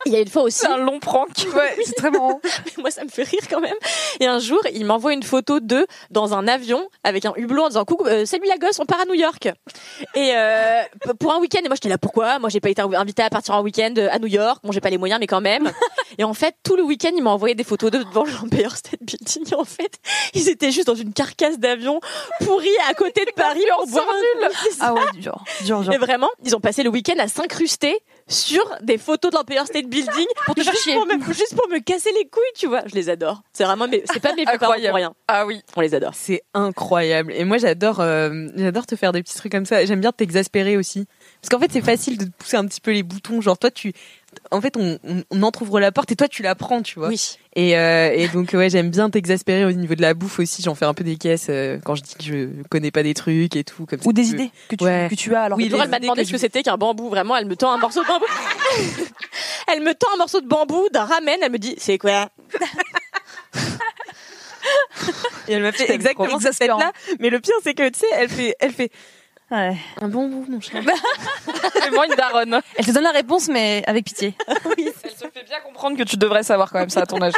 Speaker 4: Il y a une fois aussi,
Speaker 2: C'est un long prank. Ouais.
Speaker 3: C'est très marrant.
Speaker 4: moi ça me fait rire quand même. Et un jour, il m'envoie une photo d'eux dans un avion avec un hublot en disant coucou, euh, salut la gosse, on part à New York. Et euh, p- pour un week-end. Et moi j'étais là pourquoi Moi j'ai pas été invitée à partir en week-end euh, à New York. Bon j'ai pas les moyens mais quand même. Et en fait, tout le week-end, il m'a envoyé des photos d'eux devant l'Empire State Building. Et en fait, ils étaient juste dans une carcasse d'avion pourrie à côté de Paris pour boire un
Speaker 3: Ah ouais, dur, dur, dur.
Speaker 4: Et vraiment, ils ont passé le week-end à s'incruster sur des photos de l'Empire State Building pour
Speaker 5: te faire
Speaker 4: juste,
Speaker 5: chier.
Speaker 4: pour me, juste pour me casser les couilles, tu vois. Je les adore. C'est vraiment, mais c'est pas mes parents
Speaker 2: Incroyable.
Speaker 4: pour rien.
Speaker 2: Ah oui.
Speaker 4: On les adore.
Speaker 1: C'est incroyable. Et moi, j'adore, euh, j'adore te faire des petits trucs comme ça. J'aime bien t'exaspérer aussi. Parce qu'en fait, c'est facile de te pousser un petit peu les boutons. Genre, toi, tu, en fait, on, on, on entrouvre la porte et toi, tu la prends, tu vois.
Speaker 4: Oui.
Speaker 1: Et, euh, et donc, ouais, j'aime bien t'exaspérer au niveau de la bouffe aussi. J'en fais un peu des caisses euh, quand je dis que je connais pas des trucs et tout. Comme ça,
Speaker 3: Ou des
Speaker 1: tu peux-
Speaker 3: idées que tu,
Speaker 1: Ouais.
Speaker 3: que tu as alors
Speaker 4: Oui,
Speaker 3: que
Speaker 4: Laura
Speaker 3: t'es-
Speaker 4: elle m'a demandé ce que c'était qu'un bambou. Vraiment, elle me tend un morceau de bambou. elle me tend un morceau de bambou d'un ramen. Elle me dit, c'est quoi
Speaker 1: Et elle m'a fait
Speaker 3: Putain,
Speaker 1: exactement cette
Speaker 3: exaspérant.
Speaker 1: là Mais le pire, c'est que, tu sais, elle fait, elle fait
Speaker 3: Ouais.
Speaker 1: un bon bout, mon cher.
Speaker 2: C'est vraiment une daronne.
Speaker 3: Elle te donne la réponse, mais avec pitié.
Speaker 2: Elle se fait bien comprendre que tu devrais savoir quand même ça à ton âge.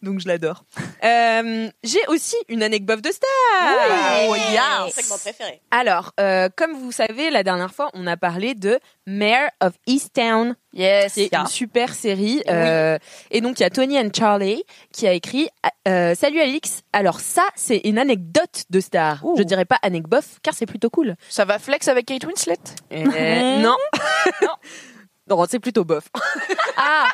Speaker 1: Donc, je l'adore. Euh, j'ai aussi une anecdote de star. Oh, yeah.
Speaker 4: C'est mon préféré.
Speaker 1: Alors, euh, comme vous savez, la dernière fois, on a parlé de Mayor of Easttown,
Speaker 2: Yes.
Speaker 1: qui est une super série. euh, Et donc, il y a Tony and Charlie qui a écrit euh, Salut Alix. Alors ça, c'est une anecdote de star. Je dirais pas anecdote, car c'est plutôt cool.
Speaker 2: Ça va flex avec Kate Winslet
Speaker 1: Euh, non. non, c'est plutôt bof.
Speaker 3: Ah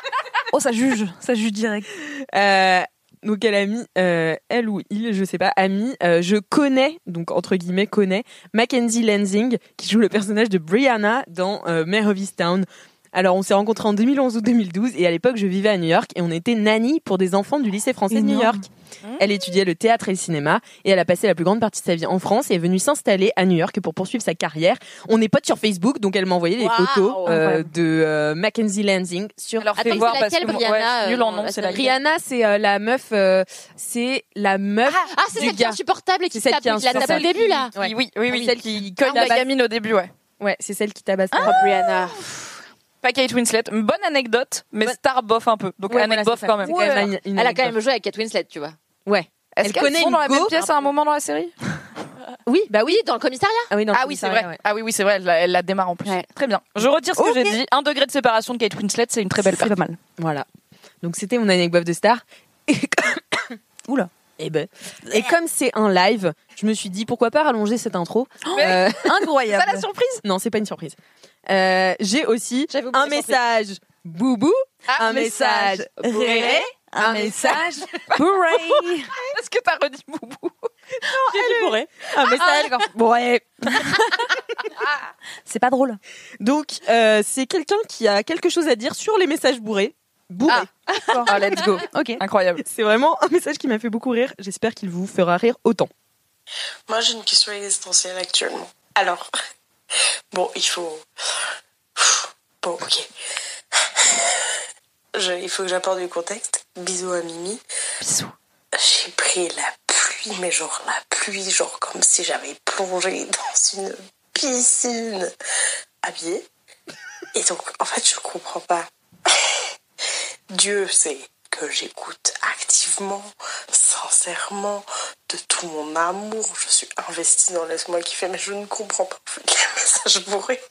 Speaker 3: Oh, ça juge, ça juge direct.
Speaker 1: Euh, donc elle a mis, euh, elle ou il, je sais pas, a mis, euh, je connais, donc entre guillemets connais, Mackenzie Lansing, qui joue le personnage de Brianna dans euh, Mare of Easttown. Alors on s'est rencontrés en 2011 ou 2012 et à l'époque je vivais à New York et on était nanny pour des enfants du lycée français de New
Speaker 3: Énorme.
Speaker 1: York. Elle étudiait le théâtre et le cinéma et elle a passé la plus grande partie de sa vie en France et est venue s'installer à New York pour poursuivre sa carrière. On est potes sur Facebook donc elle m'a envoyé des
Speaker 4: Waouh,
Speaker 1: photos euh,
Speaker 3: incroyable.
Speaker 1: de euh, Mackenzie Lansing sur
Speaker 2: Alors
Speaker 4: Attends,
Speaker 2: fais
Speaker 4: c'est
Speaker 2: voir parce
Speaker 4: laquelle,
Speaker 2: que moi-
Speaker 4: Brianna,
Speaker 2: ouais, je suis nulle en
Speaker 4: euh,
Speaker 2: nom,
Speaker 4: la
Speaker 2: c'est la
Speaker 4: série
Speaker 1: Rihanna, c'est euh, la meuf, euh, c'est la meuf.
Speaker 4: Ah, c'est
Speaker 1: Du
Speaker 4: celle qui est
Speaker 1: gars.
Speaker 4: insupportable et qui
Speaker 1: C'est celle
Speaker 4: tape,
Speaker 1: qui est
Speaker 4: la tape au
Speaker 1: insupportable.
Speaker 4: début, là.
Speaker 1: Ouais.
Speaker 2: Oui, oui, oui.
Speaker 1: Celle qui
Speaker 2: Cogne la
Speaker 1: tabasse-
Speaker 2: gamine au début, ouais.
Speaker 1: Ouais, c'est celle qui tabasse.
Speaker 4: Oh, Brianna.
Speaker 2: Pas Kate Winslet. Bonne anecdote, mais star bof un peu. Donc
Speaker 1: Ouais, voilà,
Speaker 2: anecdote
Speaker 1: c'est ça.
Speaker 2: quand même.
Speaker 1: C'est quand même une- une
Speaker 4: Elle a quand
Speaker 1: anecdote.
Speaker 4: même joué avec Kate Winslet, tu vois.
Speaker 2: Est-ce
Speaker 1: Elle
Speaker 2: qu'elles
Speaker 1: connaît
Speaker 2: sont dans la
Speaker 1: Hugo.
Speaker 2: même pièce à un moment dans la série
Speaker 1: Oui, bah oui.
Speaker 4: Oui, dans le commissariat.
Speaker 1: Ah oui, non,
Speaker 2: Ah oui, c'est vrai.
Speaker 1: ouais.
Speaker 2: Ah oui, oui, c'est vrai. Elle la, elle la démarre en plus.
Speaker 4: Ouais.
Speaker 2: Très bien. Je retire ce
Speaker 3: Ok.
Speaker 2: que j'ai dit. Un degré de séparation de Kate Winslet, c'est une très belle
Speaker 3: C'est
Speaker 2: part.
Speaker 3: pas mal.
Speaker 1: Voilà. Donc c'était mon anecdote de star. Et comme-
Speaker 3: Oula.
Speaker 1: Et ben. Et comme c'est un live, je me suis dit pourquoi pas rallonger cette intro. Euh,
Speaker 3: Incroyable.
Speaker 2: Ça la surprise
Speaker 1: non, c'est pas une surprise. Euh, J'ai aussi
Speaker 4: J'avais oublié
Speaker 1: un
Speaker 4: la surprise.
Speaker 1: message boubou,
Speaker 2: Ah,
Speaker 1: un message réré, un message
Speaker 3: Hooray
Speaker 2: Est-ce que t'as redit Boubou
Speaker 4: J'ai dit bourré.
Speaker 2: Ah,
Speaker 1: un message. Ouais.
Speaker 3: C'est pas drôle.
Speaker 1: Donc, euh, c'est quelqu'un qui a quelque chose à dire sur les messages bourrés. Bourré.
Speaker 2: Ah, let's go.
Speaker 3: Ok.
Speaker 2: Incroyable.
Speaker 1: C'est vraiment un message qui m'a fait beaucoup rire. J'espère qu'il vous fera rire autant.
Speaker 6: Moi, j'ai une question existentielle actuellement. Alors, bon, il faut. Bon, ok. Je- il faut que j'apporte du contexte. Bisous à Mimi.
Speaker 2: Bisous.
Speaker 6: J'ai pris la pluie, mais genre la pluie, genre comme si j'avais plongé dans une piscine à pied. Et donc, en fait, je comprends pas. Dieu sait que j'écoute activement, sincèrement, de tout mon amour. Je suis investie dans Laisse-moi kiffer, mais je ne comprends pas en fait, les messages bourrés.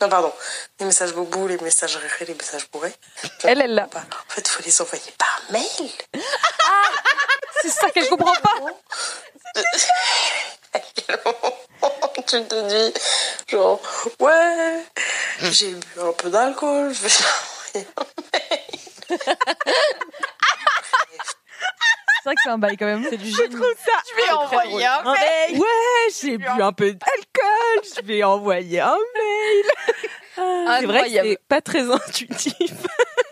Speaker 6: Non, pardon. Les messages bobos, les messages rérés, les messages bourrés. Je
Speaker 2: Elle, elle l'a.
Speaker 6: comprends pas. En fait, il faut les envoyer par mail.
Speaker 2: Ah, C'est ça qu'elle comprend pas.
Speaker 6: tu te dis, genre, ouais, j'ai bu un peu d'alcool, je vais envoyer un
Speaker 3: C'est vrai que c'est un bail quand même. C'est du génie.
Speaker 2: Je vais envoyer un mail.
Speaker 1: Ouais, j'ai bu un peu d'alcool, je vais envoyer un mail. C'est vrai que
Speaker 2: Incroyable.
Speaker 1: c'est pas très intuitif.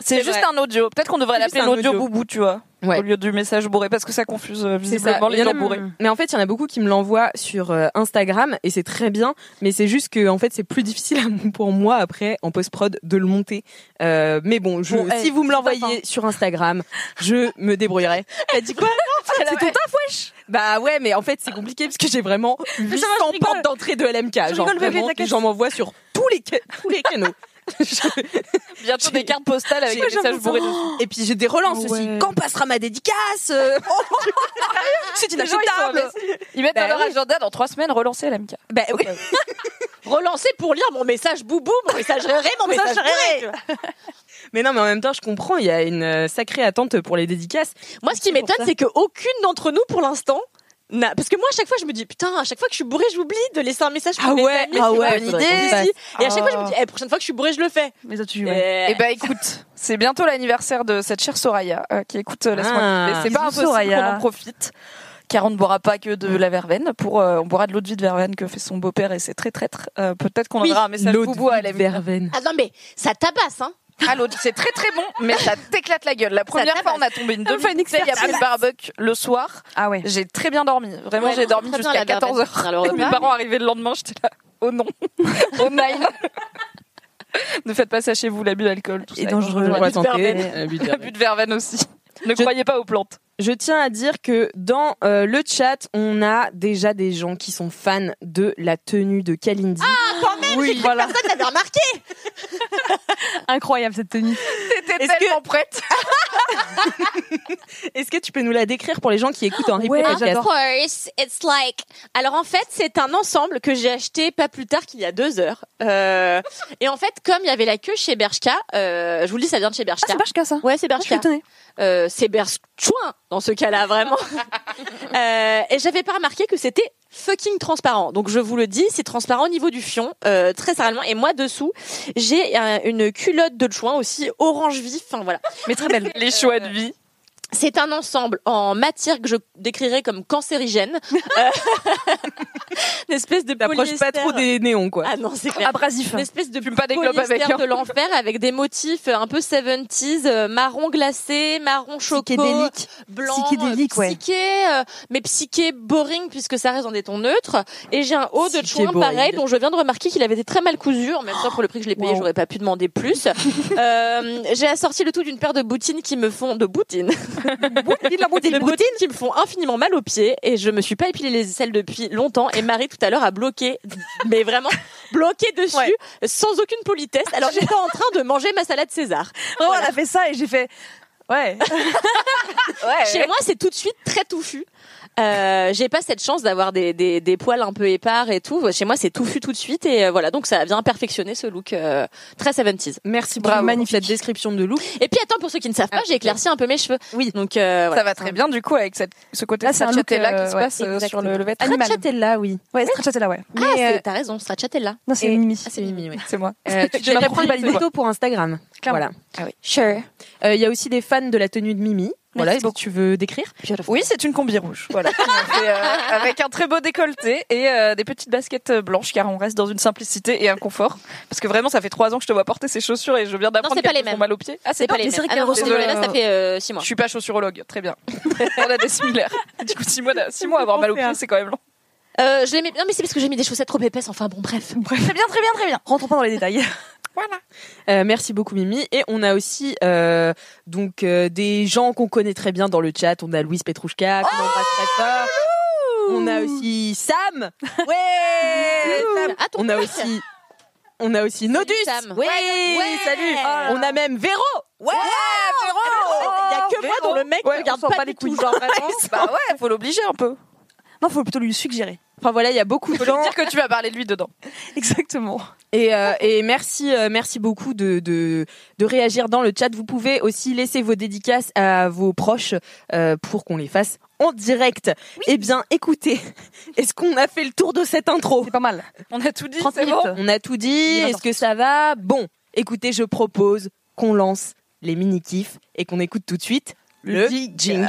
Speaker 2: C'est juste un audio. Peut-être qu'on devrait
Speaker 1: C'est juste
Speaker 2: l'appeler
Speaker 1: un
Speaker 2: l'audio
Speaker 1: audio.
Speaker 2: boubou, tu vois.
Speaker 1: Ouais.
Speaker 2: Au lieu du message bourré, parce que ça confuse euh, visiblement
Speaker 1: Il y
Speaker 2: les
Speaker 1: en a-
Speaker 2: gens bourrés.
Speaker 1: Mais en fait, il y en a beaucoup qui me l'envoient sur euh, Instagram et c'est très bien. Mais c'est juste que en fait, c'est plus difficile à- pour moi après en post prod de le monter. Euh, mais bon, je,
Speaker 3: Bon, eh,
Speaker 1: si vous me
Speaker 3: c'est top,
Speaker 2: hein.
Speaker 1: l'envoyez sur Instagram, je me débrouillerai. T'as dit quoi C'est ton taf, wesh Bah ouais, mais en fait, c'est compliqué parce que j'ai vraiment 800
Speaker 3: rigole.
Speaker 1: portes d'entrée de LMK.
Speaker 3: Je
Speaker 1: genre,
Speaker 3: rigole, bébé,
Speaker 1: vraiment,
Speaker 3: t'inquiète.
Speaker 1: les gens m'envoient sur tous les, ca- tous les canaux.
Speaker 2: Bientôt des cartes postales avec
Speaker 1: Moi,
Speaker 2: des messages
Speaker 1: j'avoue,
Speaker 2: bourrés. de-
Speaker 1: Et puis j'ai des relances aussi. Quand passera ma dédicace euh, C'est
Speaker 2: Les gens, ils sont à
Speaker 1: inacceptable.
Speaker 2: l'aise. Ils mettent
Speaker 1: Bah
Speaker 2: dans leur
Speaker 1: oui.
Speaker 2: agenda dans trois semaines relancer la MK.
Speaker 1: Ben oui.
Speaker 4: Relancer pour lire mon message boubou, mon message réré, mon message réré.
Speaker 1: Mais non, mais en même temps, je comprends. Il y a une euh, sacrée attente pour les dédicaces.
Speaker 4: Moi, ce qui m'étonne,
Speaker 1: pour ça.
Speaker 4: c'est qu'aucune d'entre nous, pour l'instant, n'a. Parce que moi, à chaque fois, je me dis, putain, à chaque fois que je suis bourrée, j'oublie de laisser un message pour
Speaker 1: Ah
Speaker 4: mes
Speaker 1: ouais,
Speaker 4: amis.
Speaker 1: ah ouais, faudrait
Speaker 4: C'est
Speaker 1: qu'on le fasse.
Speaker 4: si. Et à chaque fois, je
Speaker 3: Ah.
Speaker 4: me dis, eh, prochaine fois que je suis bourrée, je le fais.
Speaker 3: Mais ça, tu
Speaker 2: Eh ben écoute, c'est bientôt l'anniversaire de cette chère Soraya euh, qui écoute euh, Laisse-moi
Speaker 1: Ah,
Speaker 2: kiffer. C'est
Speaker 3: bisous,
Speaker 2: pas impossible
Speaker 3: Soraya.
Speaker 2: qu'on en profite. Car on ne boira pas que de la verveine. Pour, euh, on boira de l'eau de vie de verveine que fait son beau-père et c'est très traître. Euh, Peut-être qu'on
Speaker 4: Oui,
Speaker 2: enverra un message boubou à la vie.
Speaker 1: verveine.
Speaker 4: Ah non, mais ça tabasse, hein.
Speaker 2: Ah, l'eau de- c'est très très bon, mais ça t'éclate la gueule. La première
Speaker 4: tabasse.
Speaker 2: fois, on a tombé une
Speaker 4: Ça me fait une
Speaker 2: demi-bouteille après le barbecue le soir.
Speaker 3: Ah ouais.
Speaker 2: J'ai très bien dormi. Vraiment,
Speaker 4: Ouais,
Speaker 2: j'ai dormi
Speaker 4: très bien,
Speaker 2: jusqu'à
Speaker 4: la verveine.
Speaker 2: 14h.
Speaker 4: Alors,
Speaker 2: Mes
Speaker 4: repas,
Speaker 2: parents arrivaient le lendemain, j'étais là. Oh non. Oh nine. ne faites pas ça chez vous, l'abus d'alcool. tout
Speaker 3: Et
Speaker 2: ça est
Speaker 3: dangereux.
Speaker 1: On
Speaker 2: dangereux.
Speaker 1: va
Speaker 4: L'abus de
Speaker 1: tenter. Euh,
Speaker 4: verveine.
Speaker 1: L'abus de verveine.
Speaker 2: L'abus de verveine aussi. Ne
Speaker 1: Je-
Speaker 2: croyez pas aux plantes.
Speaker 1: Je tiens à dire que dans euh, le chat, on a déjà des gens qui sont fans de la tenue de Kalindi.
Speaker 4: Ah, quand même,
Speaker 1: Oui,
Speaker 4: j'ai cru
Speaker 1: voilà.
Speaker 4: que personne n'avait remarqué.
Speaker 3: Incroyable cette tenue.
Speaker 2: T'étais
Speaker 1: Est-ce
Speaker 2: tellement prête.
Speaker 1: Est-ce que tu peux nous la décrire pour les gens qui écoutent
Speaker 4: Ah,
Speaker 1: Henri
Speaker 3: Ouais,
Speaker 1: Podcast
Speaker 4: Of course, it's like. hein. Alors en fait, c'est un ensemble que j'ai acheté pas plus tard qu'il y a deux heures. Euh, et en fait, comme il y avait la queue chez Bershka, euh, je vous le dis, ça vient de chez Bershka.
Speaker 3: Bershka Ah, ça
Speaker 4: Ouais, c'est
Speaker 3: Je suis
Speaker 4: Bershka.
Speaker 3: étonnée.
Speaker 4: Euh, c'est Berchouin dans ce cas-là, vraiment. Euh, et j'avais pas remarqué que c'était fucking transparent. Donc je vous le dis, c'est transparent au niveau du fion, euh, très sérieusement. Et moi dessous, j'ai euh, une culotte de chouin aussi orange vif. Enfin voilà.
Speaker 2: Mais très belle. Les choix de vie.
Speaker 4: C'est un ensemble en matière que je décrirais comme cancérigène. Euh, une espèce de
Speaker 1: T'approches pas
Speaker 4: polyester.
Speaker 1: trop des néons, quoi.
Speaker 4: Ah non, c'est clair.
Speaker 2: Abrasif.
Speaker 4: Une espèce de
Speaker 2: Fume pas des clopes
Speaker 4: polyester
Speaker 2: avec, hein.
Speaker 4: de l'enfer avec des motifs un peu 70s, euh, marron glacé, marron choco,
Speaker 3: Psychédélique.
Speaker 4: blanc,
Speaker 3: Psychédélique,
Speaker 4: euh,
Speaker 3: ouais.
Speaker 4: psyché, euh, mais psyché boring puisque ça reste dans des tons neutres. Et j'ai un haut de
Speaker 1: Psyché
Speaker 4: chouin
Speaker 1: boring.
Speaker 4: pareil dont je viens de remarquer qu'il avait été très mal cousu. En même temps, pour le prix que je l'ai payé, j'aurais pas pu demander plus. Euh, j'ai assorti le tout d'une paire de boutines qui me font de boutines. de boutines qui me font infiniment mal aux pieds et je me suis pas épilé les aisselles depuis longtemps et Marie tout à l'heure a bloqué, mais vraiment bloqué dessus
Speaker 2: Ouais.
Speaker 4: sans aucune politesse. Alors j'étais en train de manger ma salade César.
Speaker 3: Vraiment, elle a fait ça et j'ai fait. Ouais.
Speaker 4: Chez moi, c'est tout de suite très touffu. Euh, j'ai pas cette chance d'avoir des, des, des poils un peu épars et tout. Chez moi, c'est touffu tout de suite et euh, voilà. Donc ça vient perfectionner ce look euh, très 70s.
Speaker 1: Merci
Speaker 3: Bravo.
Speaker 1: beaucoup pour
Speaker 3: Magnifique.
Speaker 1: cette description de look.
Speaker 4: Et puis attends, pour ceux qui ne savent pas, j'ai éclairci un peu mes cheveux. Ah, Oui. Donc euh, voilà.
Speaker 2: Ça va très bien du coup avec cette, ce côté
Speaker 3: Là, c'est un look,
Speaker 2: stracciatella
Speaker 3: euh,
Speaker 2: qui se
Speaker 3: ouais,
Speaker 2: passe euh, sur le, le vêtement.
Speaker 1: Stracciatella, oui.
Speaker 3: Ouais, Stracciatella, ouais.
Speaker 4: Ah, c'est- t'as raison, Stracciatella.
Speaker 3: Non, c'est
Speaker 1: Et-
Speaker 3: Mimi.
Speaker 4: Ah, c'est Mimi, oui.
Speaker 2: C'est moi.
Speaker 1: Euh, tu
Speaker 2: Je
Speaker 1: devrais
Speaker 2: m'apprends
Speaker 1: prendre
Speaker 2: pas
Speaker 1: une
Speaker 2: de
Speaker 1: photo pour Instagram.
Speaker 2: Clairement.
Speaker 1: Voilà.
Speaker 4: Sure.
Speaker 1: Euh, Il y a aussi des fans de la tenue de Mimi. Voilà, est-ce que tu veux décrire
Speaker 2: Oui, c'est une combi rouge. Voilà. Et, euh, avec un très beau décolleté et euh, des petites baskets blanches, car on reste dans une simplicité et un confort. Parce que vraiment, ça fait trois ans que je te vois porter ces chaussures et je viens
Speaker 4: Non,
Speaker 2: d'apprendre
Speaker 4: c'est pas
Speaker 2: qu'elles
Speaker 4: les
Speaker 2: te font
Speaker 4: mêmes.
Speaker 2: mal aux pieds. Ah,
Speaker 4: C'est pas les
Speaker 3: mais c'est vrai
Speaker 4: mêmes. Ah
Speaker 3: qu'elles
Speaker 4: non,
Speaker 2: sont
Speaker 4: désolée,
Speaker 2: de-
Speaker 4: là, ça fait euh, six mois.
Speaker 2: Je suis pas chaussurologue, très bien. on a des similaires. Du coup, six mois, six mois à avoir mal aux
Speaker 1: hein
Speaker 2: pieds, c'est quand même long.
Speaker 4: Euh, je les mets... Non, mais c'est parce que j'ai mis des chaussettes trop épaisses. Enfin, bon, bref.
Speaker 2: Très bien, très bien, très bien.
Speaker 3: Rentrons pas dans les détails.
Speaker 1: Euh, Merci beaucoup Mimi. Et on a aussi euh, donc euh, des gens qu'on connaît très bien dans le chat. On a Louise Petrouchka, qu'on embrasse très fort. On a aussi Sam. Ouais. Sam.
Speaker 4: Ah, ton
Speaker 1: On a
Speaker 4: mec.
Speaker 1: aussi on a aussi Nodus.
Speaker 4: Sam.
Speaker 1: Ouais.
Speaker 4: Ouais.
Speaker 1: Salut.
Speaker 4: Oh.
Speaker 1: On a même Véro. Ouais.
Speaker 4: Il y a que moi dont le mec
Speaker 1: Ouais, on
Speaker 4: regarde
Speaker 1: s'en
Speaker 4: pas
Speaker 1: bat
Speaker 4: du
Speaker 1: les
Speaker 4: tout.
Speaker 1: couilles.
Speaker 4: Genre, vraiment.
Speaker 2: Bah ouais, faut l'obliger un peu.
Speaker 3: Non, faut plutôt lui suggérer.
Speaker 1: Enfin voilà, il y a beaucoup de
Speaker 2: Faut lui
Speaker 1: gens.
Speaker 2: dire que tu vas parler de lui dedans.
Speaker 3: Exactement.
Speaker 1: Et, euh, et merci, euh, merci beaucoup de, de, de réagir dans le chat. Vous pouvez aussi laisser vos dédicaces à vos proches euh, pour qu'on les fasse en direct. Eh bien, écoutez, est-ce qu'on a fait le tour de cette intro
Speaker 3: C'est pas mal.
Speaker 2: On a tout dit,
Speaker 3: 30
Speaker 2: c'est
Speaker 3: minutes.
Speaker 2: bon.
Speaker 1: On a tout dit. Est-ce que ça va Bon, écoutez, je propose qu'on lance les mini-kifs et qu'on écoute tout de suite le jingle.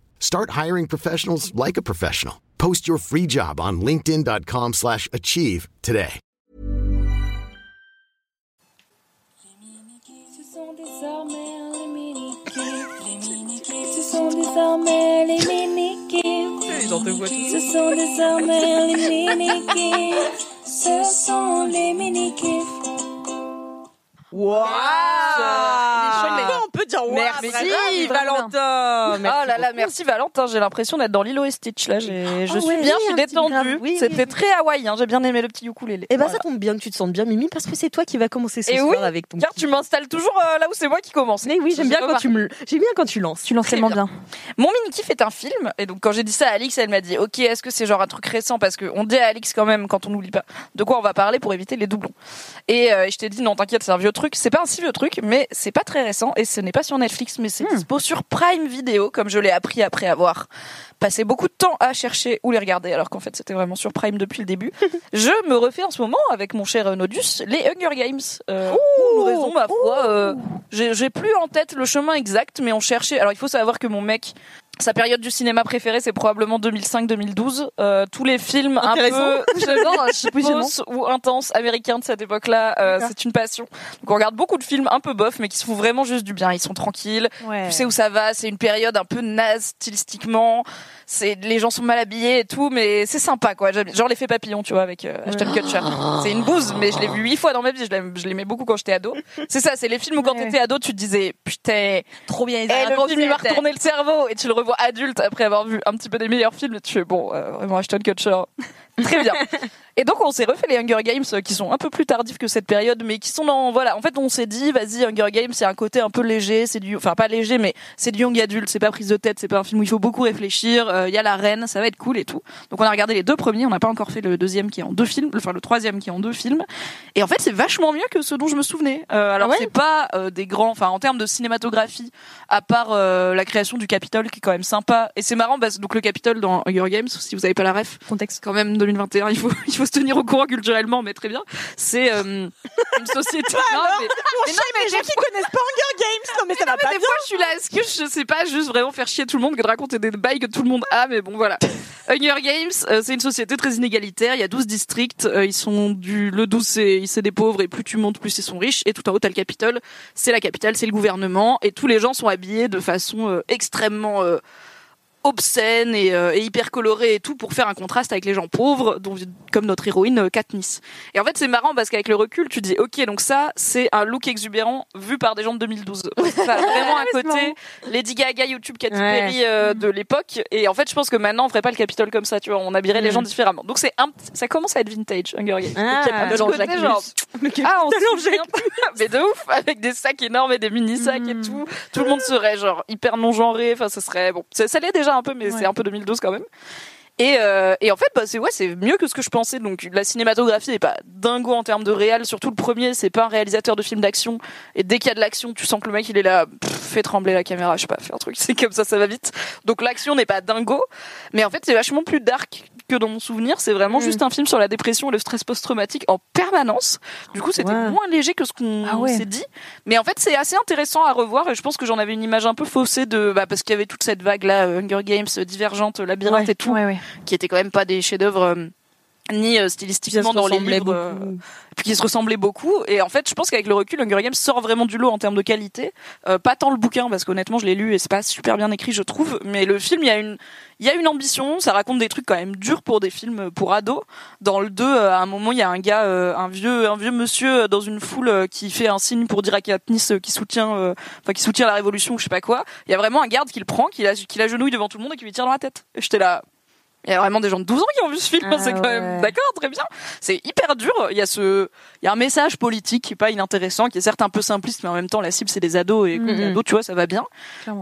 Speaker 7: Start hiring professionals like a professional. Post your free job on linkedin.com/achieve slash achieve today.
Speaker 8: Ce sont désormais les mini sont désormais les mini-kids. Ce sont désormais les mini-kids. Ce sont les mini-kids.
Speaker 2: Waouh
Speaker 8: on peut dire waouh,
Speaker 2: Merci
Speaker 1: Ah,
Speaker 8: vraiment,
Speaker 2: Valentin
Speaker 8: Merci
Speaker 2: Oh là là, merci Valentin, j'ai l'impression d'être dans Lilo et Stitch là, J'ai- je
Speaker 1: Ah
Speaker 2: suis
Speaker 1: ouais,
Speaker 2: bien,
Speaker 1: oui,
Speaker 2: je suis
Speaker 1: un petit grave,
Speaker 2: détendue.
Speaker 1: oui, oui,
Speaker 2: C'était
Speaker 1: oui.
Speaker 2: très hawaïen, j'ai bien aimé le petit ukulélé.
Speaker 1: Eh ben ça tombe bien que tu te sentes bien Mimi parce que c'est toi qui vas commencer ce
Speaker 2: Et
Speaker 1: soir
Speaker 2: Eh oui,
Speaker 1: avec ton.
Speaker 2: car tu m'installes toujours euh, là où c'est moi qui commence. Mais
Speaker 1: oui, j'aime bien quand tu me- j'aime bien quand tu lances. Tu lances
Speaker 2: tellement bien. Mon mini kiff est un film et donc quand j'ai dit ça à Alix, elle m'a dit OK, est-ce que c'est genre un truc récent parce que on dit à Alix quand même quand on n'oublie pas de quoi on va parler pour éviter les doublons. Et euh, je t'ai dit non, t'inquiète, c'est un vieux truc, c'est pas un si vieux truc mais c'est pas très récent et ce n'est pas sur Netflix mais c'est dispo sur Prime Video comme je l'ai appris après avoir passé beaucoup de temps à chercher ou les regarder alors qu'en fait c'était vraiment sur Prime depuis le début. je me refais en ce moment avec mon cher euh, Nodus les Hunger Games. Euh, pour une raison ma foi, euh, j'ai j'ai plus en tête le chemin exact mais on cherchait alors il faut savoir que mon mec sa période du cinéma préférée, c'est probablement 2005-2012. Euh, tous les films un
Speaker 1: Intéressant.
Speaker 2: peu, j'adore,
Speaker 1: Oui, c'est bon.
Speaker 2: cheapos ou intenses américains de cette époque-là. euh,
Speaker 1: D'accord.
Speaker 2: c'est une passion. Donc on regarde beaucoup de films un peu bof, mais qui se font vraiment juste du bien. Ils sont tranquilles.
Speaker 1: Ouais.
Speaker 2: Tu sais où ça va. C'est une période un peu naze stylistiquement. C'est les gens sont mal habillés et tout, mais c'est sympa quoi. J'aime- Genre l'effet papillon, tu vois, avec euh, Ashton Kutcher. C'est une bouse, mais je l'ai vu huit fois dans ma vie. Je l'aime- Je l'aimais beaucoup quand j'étais ado. C'est ça, c'est les films où quand t'étais ado, tu te disais putain, trop bien.
Speaker 5: ont
Speaker 2: Et le film il m'a
Speaker 5: raconté.
Speaker 2: retourné le cerveau et tu le revois adulte après avoir vu un petit peu des meilleurs films. et Tu fais bon, euh, vraiment Ashton Kutcher, très bien. Et donc on s'est refait les Hunger Games euh, qui sont un peu plus tardifs que cette période, mais qui sont dans voilà. En fait, on s'est dit vas-y Hunger Games, c'est un côté un peu léger, c'est du, enfin pas léger, mais c'est du young adulte, c'est pas prise de tête, c'est pas un film où il faut beaucoup réfléchir. euh, Il y a la reine, ça va être cool et tout. Donc on a regardé les deux premiers, on n'a pas encore fait le deuxième qui est en deux films, enfin le troisième qui est en deux films. Et en fait, c'est vachement mieux que ce dont je me souvenais. Euh, alors c'est pas euh, des grands, enfin en termes de cinématographie, à part euh, la création du Capitole qui est quand même sympa. Et c'est marrant parce que donc le Capitole dans Hunger Games, si vous avez pas la ref, contexte quand même 2021, il faut il faut se tenir au courant culturellement, mais très bien. C'est euh, une société. Ah Non, mais- mais non, mais
Speaker 1: les gens
Speaker 2: des
Speaker 1: qui
Speaker 2: fois-
Speaker 1: connaissent pas Hunger Games, non mais ça va pas
Speaker 2: des fois, je suis là, est-ce que je sais pas juste vraiment faire chier tout le monde que de raconter des bails que tout le monde a, mais bon, voilà. Hunger Games, euh, c'est une société très inégalitaire. Il y a 12 districts. euh, ils sont du le 12, c'est c'est des pauvres et plus tu montes, plus ils sont riches. Et tout en haut, t'as le Capitole. C'est la capitale, c'est le gouvernement. Et tous les gens sont habillés de façon euh, extrêmement euh, obscène et, euh, et hyper colorée et tout pour faire un contraste avec les gens pauvres, dont, comme notre héroïne euh, Katniss. Et en fait, c'est marrant parce qu'avec le recul, tu dis, ok, donc ça, c'est un look exubérant vu par des gens de 2012. Ça a vraiment un côté Lady Gaga, YouTube, Katy
Speaker 1: Ouais. Mm.
Speaker 2: Perry euh, de l'époque. Et en fait, je pense que maintenant, on ferait pas le Capitole comme ça, tu vois, on habillerait les gens différemment. Donc c'est un, petit- ça commence à être vintage, Hunger Games.
Speaker 1: Mm. Ah,
Speaker 2: Donc, il y a un petit
Speaker 1: de
Speaker 2: côté,
Speaker 1: Jean-Jacques
Speaker 2: genre,
Speaker 1: Rousseau.
Speaker 2: ah, on se souvient pas. mais de ouf, avec des sacs énormes et des mini sacs et tout. Tout le monde serait genre hyper non genré. Enfin, ce serait bon. Ça, ça l'est déjà un peu, mais c'est un peu 2012 quand même. Et, euh, et en fait, bah, c'est ouais, c'est mieux que ce que je pensais. Donc la cinématographie est pas dingo en termes de réal. Surtout le premier, c'est pas un réalisateur de film d'action. Et dès qu'il y a de l'action, tu sens que le mec il est là, pff, fait trembler la caméra, je sais pas, fait un truc. C'est comme ça, ça va vite. Donc l'action n'est pas dingo, mais en fait c'est vachement plus dark que dans mon souvenir. C'est vraiment juste un film sur la dépression et le stress post-traumatique en permanence. Du coup, c'était moins léger que ce qu'on
Speaker 1: ouais.
Speaker 2: s'est dit. Mais en fait, c'est assez intéressant à revoir. Et je pense que j'en avais une image un peu faussée de, bah, parce qu'il y avait toute cette vague là, Hunger Games, euh, Divergente, Labyrinthe et tout, qui était quand même pas des chefs-d'œuvre. euh, ni euh, stylistiquement
Speaker 1: se
Speaker 2: dans les
Speaker 1: ressemblaient
Speaker 2: livres, euh, puis qui se ressemblaient beaucoup. Et en fait, je pense qu'avec le recul, Hunger Games sort vraiment du lot en termes de qualité. Euh, pas tant le bouquin, parce qu'honnêtement, je l'ai lu et c'est pas super bien écrit, je trouve. Mais le film, il y a une, il y a une ambition. Ça raconte des trucs quand même durs pour des films pour ados. Dans le 2, euh, à un moment, il y a un gars, euh, un vieux, un vieux monsieur euh, dans une foule euh, qui fait un signe pour dire à Katniss euh, qui soutient, euh, enfin qui soutient la révolution, ou je sais pas quoi. Il y a vraiment un garde qui le prend, qui la- qui l'agenouille devant tout le monde et qui lui tire dans la tête. Et j'étais là. Il y a vraiment des gens de 12 ans qui ont vu ce film,
Speaker 1: Ah
Speaker 2: c'est quand même
Speaker 1: ouais.
Speaker 2: d'accord, très bien. C'est hyper dur. Il y a ce, il y a un message politique qui est pas inintéressant, qui est certes un peu simpliste, mais en même temps la cible c'est des ados
Speaker 4: Mm,
Speaker 2: et quand
Speaker 1: Mhm.
Speaker 2: t'es ado, tu vois, ça va bien.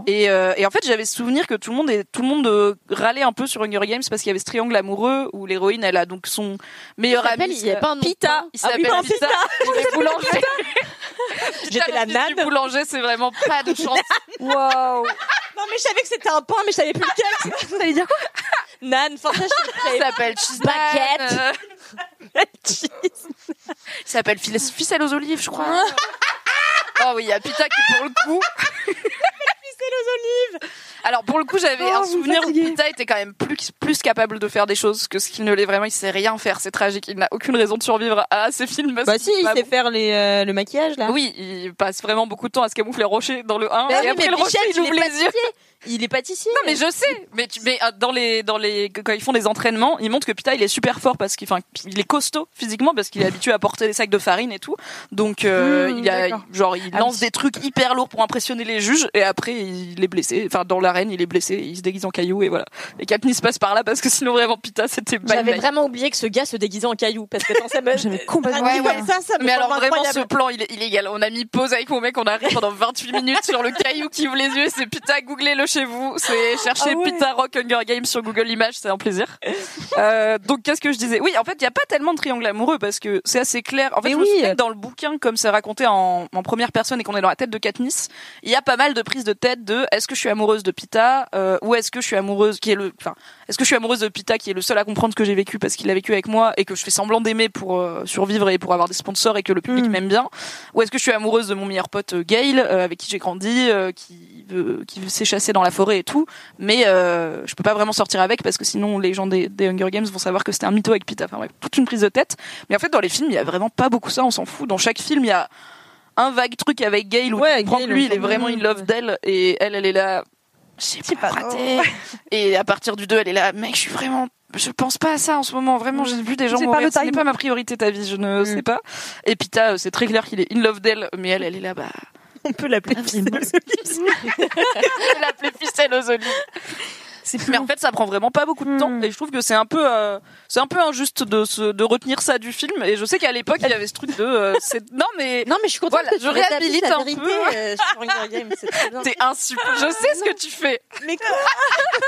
Speaker 2: Et, euh, et en fait, j'avais ce souvenir que tout le monde est, tout le monde euh, râlait un peu sur Hunger Games parce qu'il y avait ce triangle amoureux où l'héroïne elle a donc son meilleur
Speaker 4: s'appelle-
Speaker 2: ami.
Speaker 4: il y a pas un nom.
Speaker 2: Pita. Il
Speaker 4: Ah oui,
Speaker 2: s'appelle
Speaker 4: non,
Speaker 2: Pita.
Speaker 4: Pita.
Speaker 2: Il est boulanger.
Speaker 1: J'étais la
Speaker 2: nade. Du boulanger, c'est vraiment pas de chance. Waouh.
Speaker 4: Non, mais je savais que c'était un pain, mais je savais plus lequel.
Speaker 2: Vous allez dire quoi
Speaker 4: Nan, enfin, ça, je
Speaker 2: Il s'appelle Cheese
Speaker 4: Baguette.
Speaker 2: Nan, euh, Il s'appelle Fil- Ficelle aux olives, je crois. oh oui, il y a Pita qui pour le coup. Ficelle aux olives. Alors pour le coup, j'avais
Speaker 1: Oh,
Speaker 2: un souvenir où Pita était quand même plus, plus capable de faire des choses que ce qu'il ne l'est vraiment. Il sait rien faire, c'est tragique. Il n'a aucune raison de survivre à ces films. parce
Speaker 1: Bah
Speaker 2: que
Speaker 1: si, il
Speaker 2: pas
Speaker 1: sait faire les, euh, le maquillage là.
Speaker 2: Oui, il passe vraiment beaucoup de temps à se camoufler rocher dans le 1
Speaker 1: Bah
Speaker 2: et
Speaker 1: oui,
Speaker 2: après
Speaker 1: mais
Speaker 2: le rocher
Speaker 1: Michel,
Speaker 2: il ouvre
Speaker 1: il est
Speaker 2: les yeux.
Speaker 1: Il est pâtissier.
Speaker 2: Non Ah, mais je sais, mais tu, mais euh, dans les dans les quand ils font des entraînements, ils montrent que Pita il est super fort parce qu'il enfin il est costaud physiquement parce qu'il est habitué à porter des sacs de farine et tout. Donc euh,
Speaker 1: Hmm,
Speaker 2: il a
Speaker 1: d'accord.
Speaker 2: genre il
Speaker 1: Ah
Speaker 2: lance
Speaker 1: oui.
Speaker 2: des trucs hyper lourds pour impressionner les juges et après il est blessé. Enfin dans l'arène il est blessé, il se déguise en caillou et voilà. Et Katniss passe par là parce que sinon vraiment Pita c'était pas.
Speaker 4: J'avais vraiment oublié que ce gars se déguisait en caillou parce que attends, ça me
Speaker 3: J'avais
Speaker 4: Ah,
Speaker 3: complètement.
Speaker 4: dit
Speaker 2: Ouais, ouais.
Speaker 4: comme ça, ça me
Speaker 2: mais alors
Speaker 4: semble
Speaker 2: vraiment ce
Speaker 4: incroyable.
Speaker 2: plan il est illégal. On a mis pause avec mon mec, on arrive pendant 28 minutes sur le caillou qui ouvre les yeux. C'est Pita, googlez-le chez vous. C'est chercher
Speaker 3: Ah ouais.
Speaker 2: Pita Rock Hunger Games sur Google Images, c'est un plaisir. Euh, donc qu'est-ce que je disais Oui, en fait il n'y a pas tellement de triangle amoureux parce que c'est assez clair. En fait,
Speaker 1: Mais
Speaker 2: je me
Speaker 1: oui.
Speaker 2: souviens que dans le bouquin, comme c'est raconté en, en première personne et qu'on est dans la tête de Katniss, il y a pas mal de prises de tête de est-ce que je suis amoureuse de Pita euh, ou est-ce que je suis amoureuse qui est le enfin est-ce que je suis amoureuse de Pita qui est le seul à comprendre ce que j'ai vécu parce qu'il a vécu avec moi et que je fais semblant d'aimer pour euh, survivre et pour avoir des sponsors et que le public
Speaker 1: Mm.
Speaker 2: m'aime bien ou est-ce que je suis amoureuse de mon meilleur pote euh, Gail euh, avec qui j'ai grandi euh, qui veut qui s'est chassé dans la forêt et tout mais euh, je peux pas vraiment sortir avec parce que sinon les gens des, des Hunger Games vont savoir que c'était un mytho avec Pita enfin bref toute une prise de tête mais en fait dans les films il y a vraiment pas beaucoup ça on s'en fout dans chaque film il y a un vague truc avec Gail où
Speaker 1: Ouais,
Speaker 2: tu comprends que
Speaker 1: Gail,
Speaker 2: lui
Speaker 1: on
Speaker 2: il est
Speaker 1: s'en
Speaker 2: vraiment
Speaker 1: fout,
Speaker 2: in love
Speaker 1: ouais.
Speaker 2: d'elle et elle elle est là j'ai pas, raté et à partir du 2 elle est là mec je suis vraiment je pense pas à ça en ce moment vraiment j'ai vu des gens
Speaker 3: Mm. C'est pas
Speaker 2: mourir
Speaker 3: le
Speaker 2: ce n'est
Speaker 3: time. Mm.
Speaker 2: pas ma priorité ta vie je ne sais pas et Pita euh, c'est très clair qu'il est in love d'elle mais elle elle est là bah
Speaker 1: On peut l'appeler
Speaker 2: elle appelait ficelle aux olives mais en fait ça prend vraiment pas beaucoup de temps
Speaker 3: Mm.
Speaker 2: et je trouve que c'est un peu euh, c'est un peu injuste de se- de retenir ça du film et je sais qu'à l'époque il y avait ce truc de euh, c'est- non mais
Speaker 4: Non mais je suis contente
Speaker 2: Voilà,
Speaker 4: que
Speaker 2: je
Speaker 4: tu rétablisses
Speaker 2: réhabilite
Speaker 4: la
Speaker 2: un
Speaker 4: vérité,
Speaker 2: peu.
Speaker 4: euh, sur Hunger Games, c'est très bien.
Speaker 2: T'es insup. Je sais ce que tu fais.
Speaker 4: Mais quoi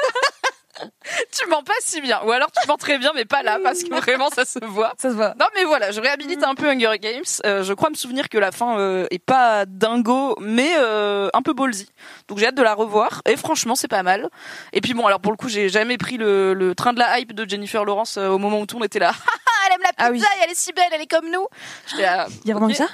Speaker 2: Tu mens pas si bien. Ou alors tu mens très bien, mais pas là, parce que vraiment ça se voit.
Speaker 3: Ça se voit.
Speaker 2: Non, mais voilà, je réhabilite un peu Hunger Games. Euh, je crois me souvenir que la fin euh, est pas dingo, mais euh, un peu ballsy. Donc j'ai hâte de la revoir. Et franchement, c'est pas mal. Et puis bon, alors pour le coup, j'ai jamais pris le, le train de la hype de Jennifer Lawrence euh, au moment où tout on était là. Ah, ah, elle aime la pizza,
Speaker 3: Ah oui.
Speaker 2: et elle est si belle, elle est comme nous. J'étais là,
Speaker 3: Il y a vraiment
Speaker 2: Ok.
Speaker 3: eu ça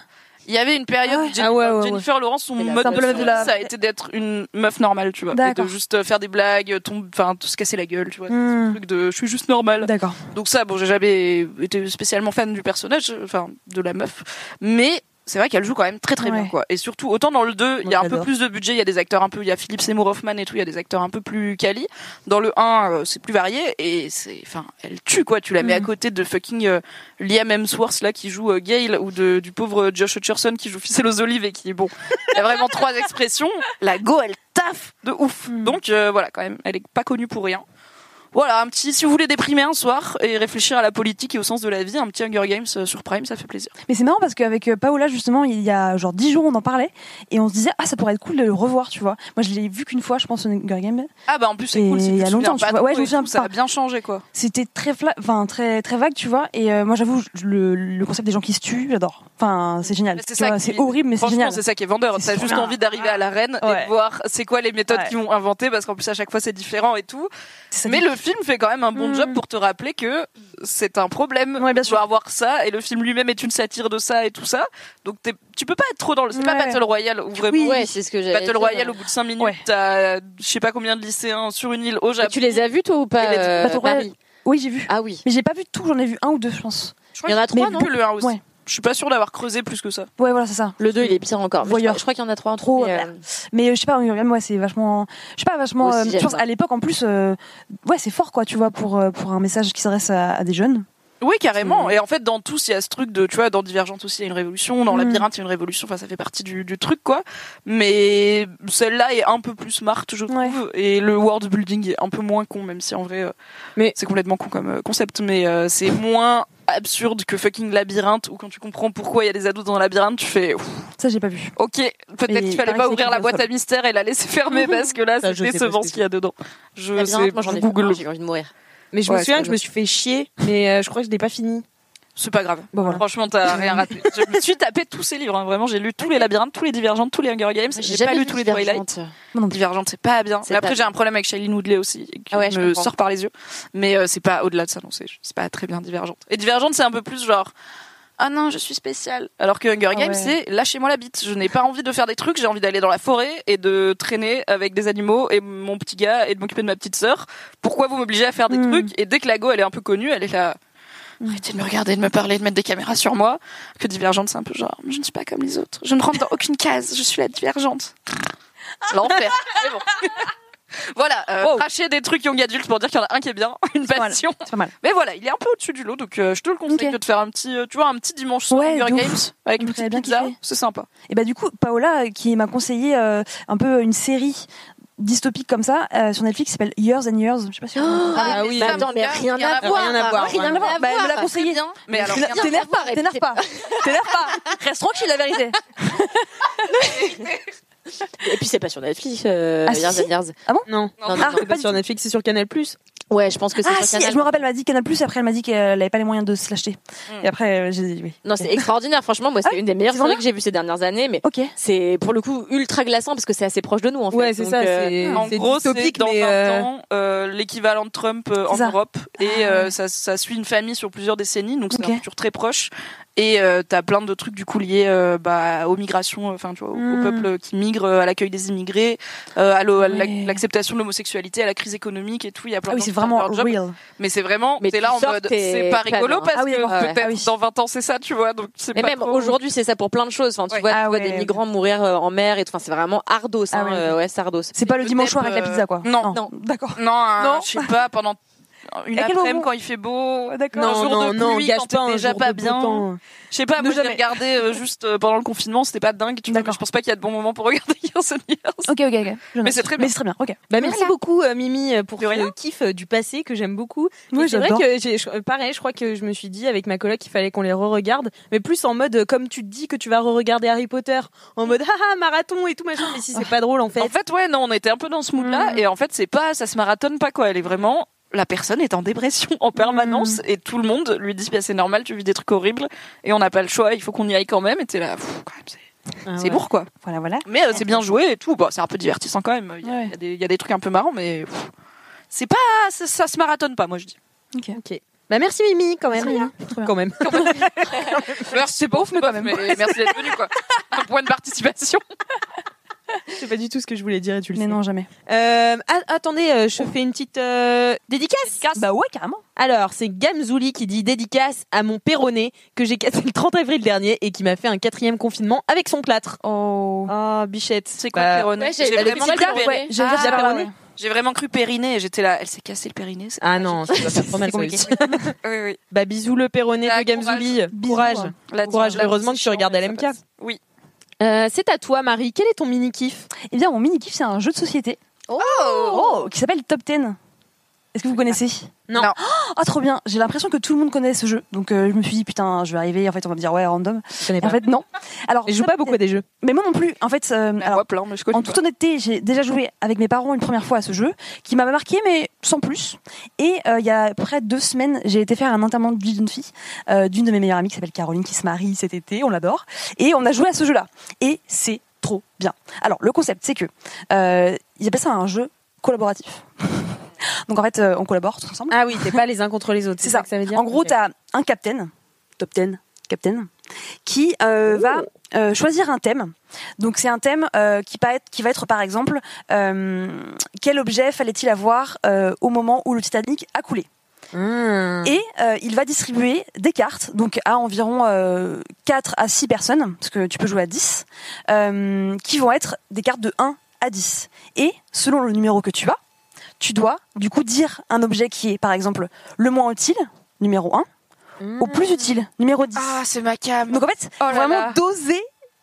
Speaker 2: Il y avait une période
Speaker 3: Ah ouais.
Speaker 2: où Jennifer,
Speaker 3: Ah ouais, ouais, ouais.
Speaker 2: Jennifer Lawrence, son
Speaker 3: Elle a
Speaker 2: mode
Speaker 3: fait un peu la
Speaker 2: de
Speaker 3: meuf de
Speaker 2: vie,
Speaker 3: la-
Speaker 2: ça a été d'être une meuf normale, tu vois. Et de
Speaker 3: D'accord.
Speaker 2: juste euh, faire des blagues, tombe, enfin, tout se casser la gueule, tu vois.
Speaker 3: Hmm.
Speaker 2: Ce truc de je suis juste normale.
Speaker 3: D'accord.
Speaker 2: Donc ça, bon, j'ai jamais été spécialement fan du personnage, enfin, de la meuf. Mais c'est vrai qu'elle joue quand même très très
Speaker 3: Ouais.
Speaker 2: bien, quoi. Et surtout, autant dans le 2, il y
Speaker 1: Moi,
Speaker 2: a un peu
Speaker 1: j'adore.
Speaker 2: plus de budget, il y a des acteurs un peu, il y a Philippe Seymour Hoffman et tout, il y a des acteurs un peu plus quali. Dans le 1, euh, c'est plus varié et c'est, enfin, elle tue, quoi. Tu la
Speaker 1: Mm.
Speaker 2: mets à côté de fucking euh, Liam Hemsworth, là, qui joue euh, Gale, ou de, du pauvre euh, Josh Hutcherson qui joue Ficelle aux Olives et qui, bon, il y a vraiment trois expressions. La go, elle taffe de ouf.
Speaker 1: Mm.
Speaker 2: Donc, euh, voilà, quand même, elle est pas connue pour rien. Voilà, un petit, si vous voulez déprimer un soir et réfléchir à la politique et au sens de la vie, un petit Hunger Games euh, sur Prime, ça fait plaisir.
Speaker 3: Mais c'est marrant parce qu'avec euh, Paola, justement, il y a genre 10 jours, on en parlait et on se disait, ah, ça pourrait être cool de le revoir, tu vois. Moi, je l'ai vu qu'une fois, je pense, au Hunger Games.
Speaker 2: Ah bah en plus c'est
Speaker 3: Et
Speaker 2: cool, si
Speaker 3: il y
Speaker 2: tu
Speaker 3: a
Speaker 2: te
Speaker 3: longtemps,
Speaker 2: souviens
Speaker 3: tu
Speaker 2: pas
Speaker 3: vois. Ouais,
Speaker 2: trop
Speaker 3: je me
Speaker 2: et
Speaker 3: souviens
Speaker 2: tout, ça a
Speaker 3: pas.
Speaker 2: bien changé quoi.
Speaker 3: C'était très, fla- enfin, très, très vague, tu vois. Et euh, moi, j'avoue, je- le, le concept des gens qui se tuent, j'adore. Enfin, c'est génial.
Speaker 2: Mais
Speaker 3: Tu vois,
Speaker 2: qui-
Speaker 3: C'est horrible, mais c'est
Speaker 2: franchement,
Speaker 3: génial.
Speaker 2: c'est ça qui est vendeur.
Speaker 3: C'est
Speaker 2: T'as
Speaker 3: trop
Speaker 2: juste
Speaker 3: bien.
Speaker 2: envie d'arriver à l'arène et
Speaker 3: Ouais.
Speaker 2: de voir c'est quoi les méthodes
Speaker 3: Ouais.
Speaker 2: qu'ils ont inventées parce qu'en plus à chaque fois c'est différent et tout.
Speaker 3: C'est ça
Speaker 2: Mais
Speaker 3: qui-
Speaker 2: le film fait quand même un bon
Speaker 3: Mm.
Speaker 2: job pour te rappeler que c'est un problème.
Speaker 3: Ouais, bien
Speaker 2: Tu
Speaker 3: sûr.
Speaker 2: vas avoir ça et le film lui-même est une satire de ça et tout ça. Donc t'es- tu peux pas être trop dans le. C'est pas
Speaker 3: Ouais.
Speaker 2: Battle Royale ou vraiment.
Speaker 4: Ouais, c'est ce que j'avais.
Speaker 2: Battle
Speaker 4: dit,
Speaker 2: Royale
Speaker 4: ouais.
Speaker 2: au bout de 5 minutes
Speaker 3: Ouais.
Speaker 2: t'as je sais pas combien de lycéens sur une île au
Speaker 4: Et
Speaker 2: Japon.
Speaker 4: Tu les as vus toi ou pas
Speaker 2: Et les-
Speaker 4: euh,
Speaker 3: Battle Royale.
Speaker 4: Marie
Speaker 3: Oui, j'ai vu.
Speaker 4: Ah oui.
Speaker 3: Mais j'ai pas vu tout, j'en ai vu un ou deux, je pense.
Speaker 2: Je crois
Speaker 4: Il y en a
Speaker 2: qu'il
Speaker 4: trois,
Speaker 2: plus
Speaker 4: non
Speaker 2: que le 1 aussi.
Speaker 3: Ouais.
Speaker 2: Je suis pas sûr d'avoir creusé plus que ça.
Speaker 3: Ouais, voilà, c'est ça.
Speaker 4: Le 2 il est pire encore. Mais je
Speaker 3: Voyeur.
Speaker 4: crois- Je crois qu'il y en a trois en tout,
Speaker 3: Trop,
Speaker 4: mais,
Speaker 3: euh,
Speaker 4: euh,
Speaker 3: Mais euh, je sais pas, Hunger Games, ouais, c'est vachement. Je sais pas, vachement.
Speaker 4: Aussi,
Speaker 3: euh,
Speaker 4: j'aime
Speaker 3: je pense
Speaker 4: pas.
Speaker 3: à l'époque, en plus, euh, ouais, c'est fort, quoi, tu vois, pour, euh, pour un message qui s'adresse à, à des jeunes.
Speaker 2: Oui, carrément. Et en fait, dans tous, il y a ce truc de, tu vois, dans Divergente aussi, il y a une révolution, dans
Speaker 3: Mm.
Speaker 2: Labyrinthe, il y a une révolution, enfin, ça fait partie du, du truc, quoi. Mais celle-là est un peu plus smart, je trouve.
Speaker 3: Ouais.
Speaker 2: Et le world building est un peu moins con, même si en vrai, euh,
Speaker 1: Mais-
Speaker 2: c'est complètement con comme euh, concept, mais euh, c'est moins absurde que fucking Labyrinthe, où quand tu comprends pourquoi il y a des ados dans Labyrinthe, tu fais, Ouf,
Speaker 3: Ça, j'ai pas vu.
Speaker 2: ok, peut-être
Speaker 3: Mais
Speaker 2: qu'il
Speaker 3: il
Speaker 2: fallait
Speaker 3: paraît
Speaker 2: pas
Speaker 3: que c'est
Speaker 2: ouvrir la
Speaker 3: écrit
Speaker 2: boîte
Speaker 3: sur
Speaker 2: à mystère et la laisser fermer, parce que là,
Speaker 1: Ça,
Speaker 2: c'est
Speaker 1: je sais pas
Speaker 2: décevant
Speaker 1: ce que
Speaker 2: ce qu'il y a dedans. Je
Speaker 4: labyrinthe,
Speaker 2: sais,
Speaker 4: moi j'en ai fait
Speaker 2: Google.
Speaker 4: marre, j'ai envie de mourir.
Speaker 1: Mais je me
Speaker 2: Ouais, c'est
Speaker 1: souviens
Speaker 2: pas
Speaker 1: que je me suis fait chier, mais euh, je crois que je l'ai pas fini.
Speaker 2: C'est pas grave.
Speaker 3: Bon, voilà.
Speaker 2: Franchement, t'as rien raté. Je me suis tapé tous ces livres. hein. Vraiment, j'ai lu tous les labyrinthes, tous les divergentes, tous les Hunger Games. J'ai pas lu tous les Twilight.
Speaker 4: Twilight.
Speaker 3: Moi non plus.
Speaker 2: Divergente, c'est pas bien.
Speaker 4: C'est
Speaker 2: Mais après,
Speaker 4: pas
Speaker 2: j'ai un problème avec Shailene Woodley aussi, qui
Speaker 4: Ah ouais, je
Speaker 2: me
Speaker 4: comprends.
Speaker 2: sort par les yeux. Mais euh, c'est pas au-delà de ça, non. C'est c'est pas très bien divergente. Et divergente, c'est un peu plus genre. Ah non, je suis spécial. Alors que Hunger Games,
Speaker 3: Ouais.
Speaker 2: c'est lâchez-moi la bite. Je n'ai pas envie de faire des trucs, j'ai envie d'aller dans la forêt et de traîner avec des animaux et mon petit gars et de m'occuper de ma petite sœur. Pourquoi vous m'obligez à faire
Speaker 4: Hmm.
Speaker 2: des trucs Et dès que la go, elle est un peu connue, elle est là. Arrêtez de me regarder, de me parler, de mettre des caméras sur moi. Que Divergente, c'est un peu genre, je ne suis pas comme les autres. Je ne rentre dans aucune case, je suis la Divergente. L'enfer. Mais bon. Voilà, euh, cracher des trucs young adultes pour dire qu'il y en a un qui est bien, une passion.
Speaker 3: C'est pas mal.
Speaker 2: Mais voilà, il est un peu au-dessus du lot, donc euh, je te le conseille de te faire un petit, euh, tu vois, un petit dimanche sans
Speaker 3: Ouais,
Speaker 2: Hunger
Speaker 3: de
Speaker 2: Games
Speaker 3: ouf.
Speaker 2: avec
Speaker 3: On
Speaker 2: une
Speaker 3: pourrait
Speaker 2: petite
Speaker 3: bien
Speaker 2: pizza,
Speaker 3: kiffer.
Speaker 2: c'est sympa.
Speaker 3: Et bah du coup, Paola, euh, qui m'a conseillé euh, un peu une série dystopique comme ça euh, sur Netflix qui s'appelle Years and Years. Je sais pas si.
Speaker 4: Ah oui, mais attends, mais rien à voir.
Speaker 3: Rien à voir.
Speaker 4: Rien à voir.
Speaker 3: Bah, elle me l'a
Speaker 4: Très
Speaker 3: conseillé.
Speaker 4: bien.
Speaker 2: Mais alors,
Speaker 4: Rien à
Speaker 3: T'énerve
Speaker 4: voir,
Speaker 3: pas, t'énerve pas, t'énerve pas. Reste tranquille, la vérité.
Speaker 4: Et puis c'est pas sur Netflix, euh,
Speaker 3: Ah,
Speaker 4: Years
Speaker 3: si
Speaker 4: and Years.
Speaker 3: Ah bon
Speaker 1: Non,
Speaker 4: Non, non, non.
Speaker 1: c'est pas sur Netflix, c'est sur Canal+.
Speaker 4: Ouais, je pense que c'est
Speaker 3: Ah
Speaker 4: sur
Speaker 3: si,
Speaker 4: Canal.
Speaker 3: je me rappelle, elle m'a dit Canal Plus. Après, elle m'a dit qu'elle avait pas les moyens de se l'acheter. Et après, euh, j'ai dit oui.
Speaker 4: Non, c'est extraordinaire. Franchement, moi, c'est une des meilleures
Speaker 3: c'est vraiment
Speaker 4: séries que j'ai vues ces dernières années, mais
Speaker 3: Ok.
Speaker 4: c'est pour le coup ultra glaçant parce que c'est assez proche de nous, en fait.
Speaker 1: Ouais, c'est
Speaker 4: Donc,
Speaker 1: ça,
Speaker 4: euh,
Speaker 1: c'est
Speaker 2: En
Speaker 1: c'est
Speaker 2: gros, c'est
Speaker 1: dystopique,
Speaker 2: dans 20
Speaker 1: mais... euh,
Speaker 2: ans euh, l'équivalent de Trump euh, en
Speaker 3: C'est ça. Ah,
Speaker 2: Europe. Et euh, ça, ça suit une famille sur plusieurs décennies, donc c'est
Speaker 3: Ok.
Speaker 2: un futur très proche. Et euh, t'as plein de trucs du coup liés euh, bah, aux migrations, euh, enfin tu vois, au, au
Speaker 3: Hmm.
Speaker 2: peuple qui migre, euh, à l'accueil des immigrés, euh, à l'o- à l'ac-
Speaker 3: Ouais.
Speaker 2: l'acceptation de l'homosexualité, à la crise économique et tout. Il y a
Speaker 3: Ah
Speaker 2: plein
Speaker 3: oui,
Speaker 2: de
Speaker 3: c'est
Speaker 2: trucs qui perdent
Speaker 3: vraiment
Speaker 2: leur job.
Speaker 3: real.
Speaker 2: Mais c'est vraiment,
Speaker 4: Mais
Speaker 2: t'es
Speaker 4: tu
Speaker 2: là en
Speaker 4: sors,
Speaker 2: mode,
Speaker 4: t'es
Speaker 2: c'est pas
Speaker 4: panneur,
Speaker 2: rigolo
Speaker 4: hein.
Speaker 2: parce
Speaker 3: Ah oui,
Speaker 2: que
Speaker 3: d'accord.
Speaker 2: peut-être
Speaker 3: Ah oui.
Speaker 2: dans 20 ans c'est ça, tu vois. Donc c'est
Speaker 4: Mais
Speaker 2: pas
Speaker 4: même
Speaker 2: trop-
Speaker 4: aujourd'hui, c'est ça pour plein de choses. Enfin, tu
Speaker 2: Ouais.
Speaker 4: vois, tu
Speaker 3: Ah
Speaker 4: vois
Speaker 3: ouais.
Speaker 4: des migrants mourir euh, en mer et tout. Enfin, c'est vraiment ardos.
Speaker 3: Ah
Speaker 4: hein,
Speaker 3: ouais.
Speaker 4: euh, ouais, c'est ardos.
Speaker 3: C'est pas le
Speaker 2: peut-être,
Speaker 3: dimanche soir avec la
Speaker 2: euh,
Speaker 3: pizza, quoi.
Speaker 2: non.
Speaker 4: Non.
Speaker 3: D'accord.
Speaker 2: Non, un-
Speaker 3: Non.
Speaker 2: je sais pas, pendant une
Speaker 3: À quel
Speaker 2: après-midi
Speaker 3: moment
Speaker 2: quand il fait beau.
Speaker 3: D'accord.
Speaker 2: un
Speaker 1: Non,
Speaker 2: jour
Speaker 1: non,
Speaker 2: de
Speaker 1: non,
Speaker 2: pluie
Speaker 1: gâche
Speaker 2: quand t'es
Speaker 1: pas un
Speaker 2: déjà
Speaker 1: jour
Speaker 2: pas
Speaker 1: de beau
Speaker 2: bien.
Speaker 1: temps.
Speaker 2: Je sais pas,
Speaker 3: Ne
Speaker 2: moi je l'ai
Speaker 3: jamais.
Speaker 2: regardé euh, juste euh, pendant le confinement, c'était pas dingue. Tu vois,
Speaker 3: D'accord.
Speaker 2: mais je pense pas qu'il y a de bons moments pour regarder Years and Years.
Speaker 3: Ok, ok, ok. Je
Speaker 2: Mais
Speaker 3: note.
Speaker 2: c'est très bien.
Speaker 3: Mais c'est très bien. Ok.
Speaker 1: Bah, merci beaucoup euh, Mimi euh, pour
Speaker 2: De rien.
Speaker 1: le kiff euh, du passé que j'aime beaucoup.
Speaker 3: Oui,
Speaker 1: Et c'est vrai
Speaker 3: j'adore.
Speaker 1: que j'ai- je- euh, pareil, je crois que je me suis dit avec ma coloc qu'il fallait qu'on les re-regarde, mais plus en mode euh, comme tu te dis que tu vas re-regarder Harry Potter, en mode haha marathon et tout machin, mais si c'est pas drôle en fait.
Speaker 2: En fait, ouais, non, on était un peu dans ce mood-là, et en fait, c'est pas, ça se marathonne pas quoi. Elle est vraiment, la personne est en dépression en permanence, et tout le monde lui dit, bah, c'est normal, tu vis des trucs horribles, et on n'a pas le choix, il faut qu'on y aille quand même. Et t'es là, pff, quand même, c'est
Speaker 1: Ah
Speaker 2: c'est lourd quoi.
Speaker 3: Voilà, voilà.
Speaker 2: Mais euh, c'est bien joué et tout. Bon, c'est un peu divertissant quand même. Il y a-
Speaker 3: Ouais.
Speaker 2: il y, a des- il y a des trucs un peu marrants, mais pff, c'est pas, ça, ça se marathonne pas, moi je dis.
Speaker 1: Ok. Bah merci Mimi quand même. Quand même.
Speaker 2: c'est pas ouf, mais quand même. merci d'être venu quoi. Un point de participation.
Speaker 1: Je sais pas du tout ce que je voulais dire et tu le
Speaker 3: Mais
Speaker 1: sais.
Speaker 3: non, jamais.
Speaker 1: Euh, ah, attendez, euh, je fais une petite euh, dédicace.
Speaker 3: Bah ouais, carrément.
Speaker 1: Alors, c'est Gamzouli qui dit dédicace à mon Perronnet que j'ai cassé le 30 avril dernier et qui m'a fait un quatrième confinement avec son plâtre.
Speaker 3: Oh.
Speaker 1: Oh, bichette.
Speaker 2: C'est quoi,
Speaker 1: Bah,
Speaker 2: Péroné
Speaker 4: ouais, j'ai-
Speaker 2: J'ai
Speaker 4: bah, le
Speaker 2: vraiment
Speaker 4: petit
Speaker 2: cru
Speaker 4: cœur,
Speaker 2: Péroné.
Speaker 4: ouais.
Speaker 2: Ah,
Speaker 1: déjà
Speaker 2: ouais,
Speaker 1: Péroné
Speaker 2: ouais. J'ai vraiment cru Périnée et j'étais là. Elle s'est cassée le Périnée. c'est
Speaker 1: Ah
Speaker 2: tragique.
Speaker 1: non, ça doit faire trop mal ça
Speaker 2: compliqué.
Speaker 1: aussi.
Speaker 2: Oui, oui.
Speaker 1: Bah bisous le Perronnet
Speaker 2: Ah,
Speaker 1: de Gamzouli.
Speaker 3: Bisous.
Speaker 1: Courage.
Speaker 2: Là,
Speaker 1: Courage.
Speaker 2: là,
Speaker 1: Heureusement
Speaker 2: c'est
Speaker 1: que tu
Speaker 2: chiant,
Speaker 1: regardes
Speaker 2: mais ça
Speaker 1: LMK.
Speaker 2: passe. Oui.
Speaker 1: Euh, c'est à toi Marie. Quel est ton mini kiff
Speaker 3: Eh bien, mon mini kiff, c'est un jeu de société. Oh, Qui s'appelle Top 10. Est-ce que vous connaissez
Speaker 1: Non.
Speaker 2: Non.
Speaker 3: Ah, trop bien. J'ai l'impression que tout le monde connaît ce jeu. Donc, euh, je me suis dit, putain, je vais arriver. En fait, on va me dire, ouais, random.
Speaker 1: Je connais
Speaker 3: Et en fait, non. Alors,
Speaker 1: Je joue
Speaker 3: Top
Speaker 1: pas beaucoup à
Speaker 3: 10.
Speaker 1: des jeux.
Speaker 3: Mais moi non plus. En fait, euh,
Speaker 2: On
Speaker 3: alors,
Speaker 2: voit plein, mais je connais
Speaker 3: en
Speaker 2: pas.
Speaker 3: toute honnêteté, j'ai déjà joué avec mes parents une première fois à ce jeu, qui m'a marqué, mais sans plus. Et euh, il y a près de deux semaines, j'ai été faire un enterrement de vie d'une fille, euh, d'une de mes meilleures amies qui s'appelle Caroline, qui se marie cet été, on l'adore. Et on a joué à ce jeu-là. Et c'est trop bien. Alors, le concept, c'est que euh, ils appellent ça un jeu collaboratif. Donc en fait, euh, on collabore tous ensemble.
Speaker 1: Ah oui, t'es pas les uns contre les autres.
Speaker 3: C'est ça.
Speaker 1: que ça veut dire.
Speaker 3: En gros,
Speaker 1: Ok.
Speaker 3: tu as un captain, top 10, captain, qui euh,
Speaker 1: Oh.
Speaker 3: va euh, choisir un thème. Donc c'est un thème euh, qui, va être, qui va être par exemple euh, quel objet fallait-il avoir euh, au moment où le Titanic a coulé.
Speaker 1: Mmh.
Speaker 3: Et euh, il va distribuer des cartes, donc à environ euh, 4 à 6 personnes, parce que tu peux jouer à 10, euh, qui vont être des cartes de 1 à 10. Et selon le numéro que tu as, tu dois du coup dire un objet qui est par exemple le moins utile, numéro 1, au plus utile, numéro 10.
Speaker 2: Hmm. Ah, c'est ma cam.
Speaker 3: donc en fait,
Speaker 2: Oh là
Speaker 3: vraiment
Speaker 2: là.
Speaker 3: doser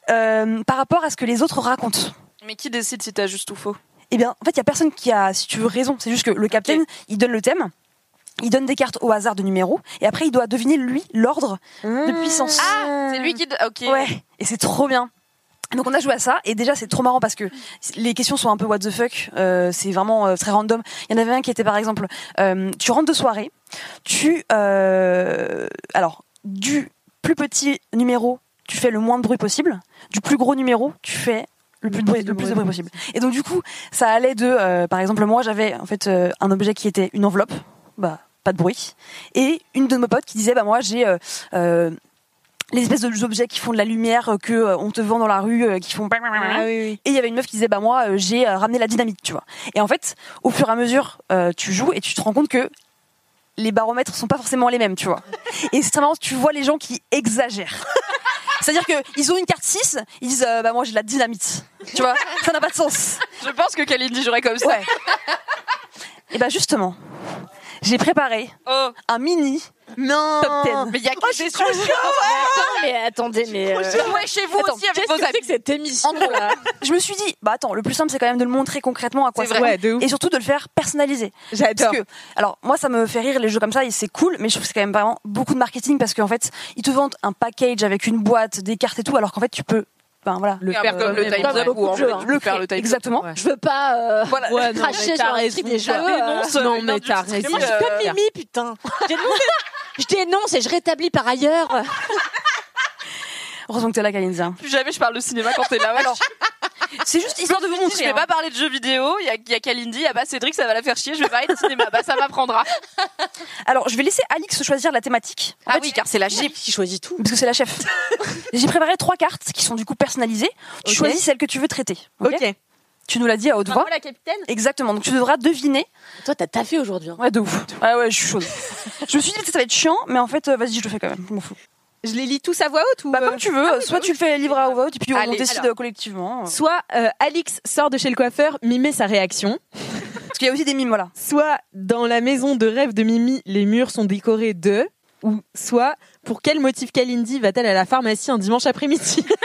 Speaker 3: euh, par rapport à ce que les autres racontent.
Speaker 2: Mais qui décide si t'as juste ou faux
Speaker 3: Eh bien, en fait, il y a personne qui a, si tu veux, raison. C'est juste que le capitaine, il donne le thème, il donne des cartes au hasard de numéros, et après, il doit deviner, lui, l'ordre de puissance.
Speaker 2: Ah, c'est lui qui. Ok.
Speaker 3: Ouais, et c'est trop bien. Donc on a joué à ça et déjà c'est trop marrant parce que les questions sont un peu what the fuck, euh, c'est vraiment euh, très random. Il y en avait un qui était par exemple, euh, tu rentres de soirée, tu euh, alors du plus petit numéro tu fais le moins de bruit possible, du plus gros numéro tu fais le plus de bruit, le plus de bruit possible. Et donc du coup ça allait de euh, par exemple moi j'avais en fait euh, un objet qui était une enveloppe, bah pas de bruit, et une de mes potes qui disait bah moi j'ai euh, euh, les espèces de- d'objets qui font de la lumière euh, que euh, on te vend dans la rue euh, qui font et il y avait une meuf qui disait bah moi euh, j'ai euh, ramené la dynamite tu vois et en fait au fur et à mesure euh, tu joues et tu te rends compte que les baromètres sont pas forcément les mêmes tu vois et c'est très marrant tu vois les gens qui exagèrent c'est-à-dire que ils ont une carte 6 ils disent euh, bah moi j'ai de la dynamite tu vois ça n'a pas de sens
Speaker 2: Je pense que Kalindi jouerait comme ça.
Speaker 3: et bah justement j'ai préparé un mini top 10
Speaker 2: Mais il y a que des trucs. Ah,
Speaker 4: Attends, mais attendez, mais. euh,
Speaker 2: Ouais, chez vous
Speaker 4: attends,
Speaker 2: aussi avec
Speaker 4: qu'est-ce
Speaker 2: vos
Speaker 4: que c'est
Speaker 2: amis.
Speaker 4: que cette émission là
Speaker 3: je me suis dit, bah attends, le plus simple c'est quand même de le montrer concrètement à quoi
Speaker 2: C'est
Speaker 3: ça
Speaker 2: vrai.
Speaker 1: Ouais, de ouf.
Speaker 3: et surtout de le faire personnaliser.
Speaker 1: J'adore.
Speaker 3: Parce que, alors moi ça me fait rire les jeux comme ça et c'est cool, mais je trouve que c'est quand même vraiment beaucoup de marketing parce qu'en fait ils te vendent un package avec une boîte, des cartes et tout, alors qu'en fait tu peux, ben voilà, Bah,
Speaker 1: Le
Speaker 2: Faire comme le
Speaker 4: comme
Speaker 2: Time's Up
Speaker 4: beaucoup
Speaker 2: ou
Speaker 4: de
Speaker 2: en
Speaker 4: jeux,
Speaker 2: fait,
Speaker 4: hein.
Speaker 2: tu peux faire le Time's Up.
Speaker 3: exactement.
Speaker 1: Ouais.
Speaker 4: Je veux pas euh,
Speaker 2: Voilà.
Speaker 1: Ouais, non,
Speaker 4: cracher
Speaker 1: mais t'as
Speaker 4: sur le
Speaker 1: raison, Ah
Speaker 4: truc des
Speaker 1: quoi.
Speaker 4: jeux.
Speaker 2: Dénonce,
Speaker 4: euh,
Speaker 2: euh,
Speaker 4: Non, mais
Speaker 2: l'industrie.
Speaker 4: t'as raison.
Speaker 2: Moi, je suis comme
Speaker 4: Mimi, putain. Je dénonce, je dénonce et je rétablis par ailleurs.
Speaker 3: Heureusement que t'es là, Kalinza.
Speaker 2: Plus jamais je parle de cinéma quand t'es là. ouais.
Speaker 3: C'est juste
Speaker 2: Histoire
Speaker 3: histoire de vous
Speaker 2: Je
Speaker 3: montrer.
Speaker 2: vais
Speaker 3: hein.
Speaker 2: pas parler de jeux vidéo. Il y a, il y a Kalindi, ah bah Cédric, ça va la faire chier. Je vais parler de cinéma. Bah ça m'apprendra.
Speaker 3: Alors je vais laisser Alix choisir la thématique. En fait,
Speaker 2: car c'est la chip.
Speaker 4: qui choisit tout.
Speaker 3: parce que c'est la chef. J'ai préparé trois cartes qui sont du coup personnalisées. Tu
Speaker 1: Ok.
Speaker 3: choisis celle que tu veux traiter. ok
Speaker 1: Ok.
Speaker 3: Tu nous l'as dit à haute voix.
Speaker 5: la capitaine
Speaker 3: Exactement. Donc tu devras deviner
Speaker 4: Toi, t'as taffé aujourd'hui. hein.
Speaker 3: Ouais, de ouf. Ouais, ouais, je suis chaude. je me suis dit, peut-être ça va être chiant, mais en fait, euh, vas-y, je le fais quand même. Je m'en fous.
Speaker 1: Je les lis tous à voix haute ou
Speaker 3: Bah,
Speaker 1: euh,
Speaker 3: comme tu veux, soit tu le fais livre à voix haute, et puis on
Speaker 2: Allez,
Speaker 3: décide
Speaker 2: alors.
Speaker 3: euh, collectivement. euh.
Speaker 1: Soit euh, Alix sort de chez le coiffeur, mimer sa réaction.
Speaker 3: Parce qu'il y a aussi des mimes, voilà.
Speaker 1: Soit dans la maison de rêve de Mimi, les murs sont décorés de. Ou soit pour quel motif Kalindi va-t-elle à la pharmacie un dimanche après-midi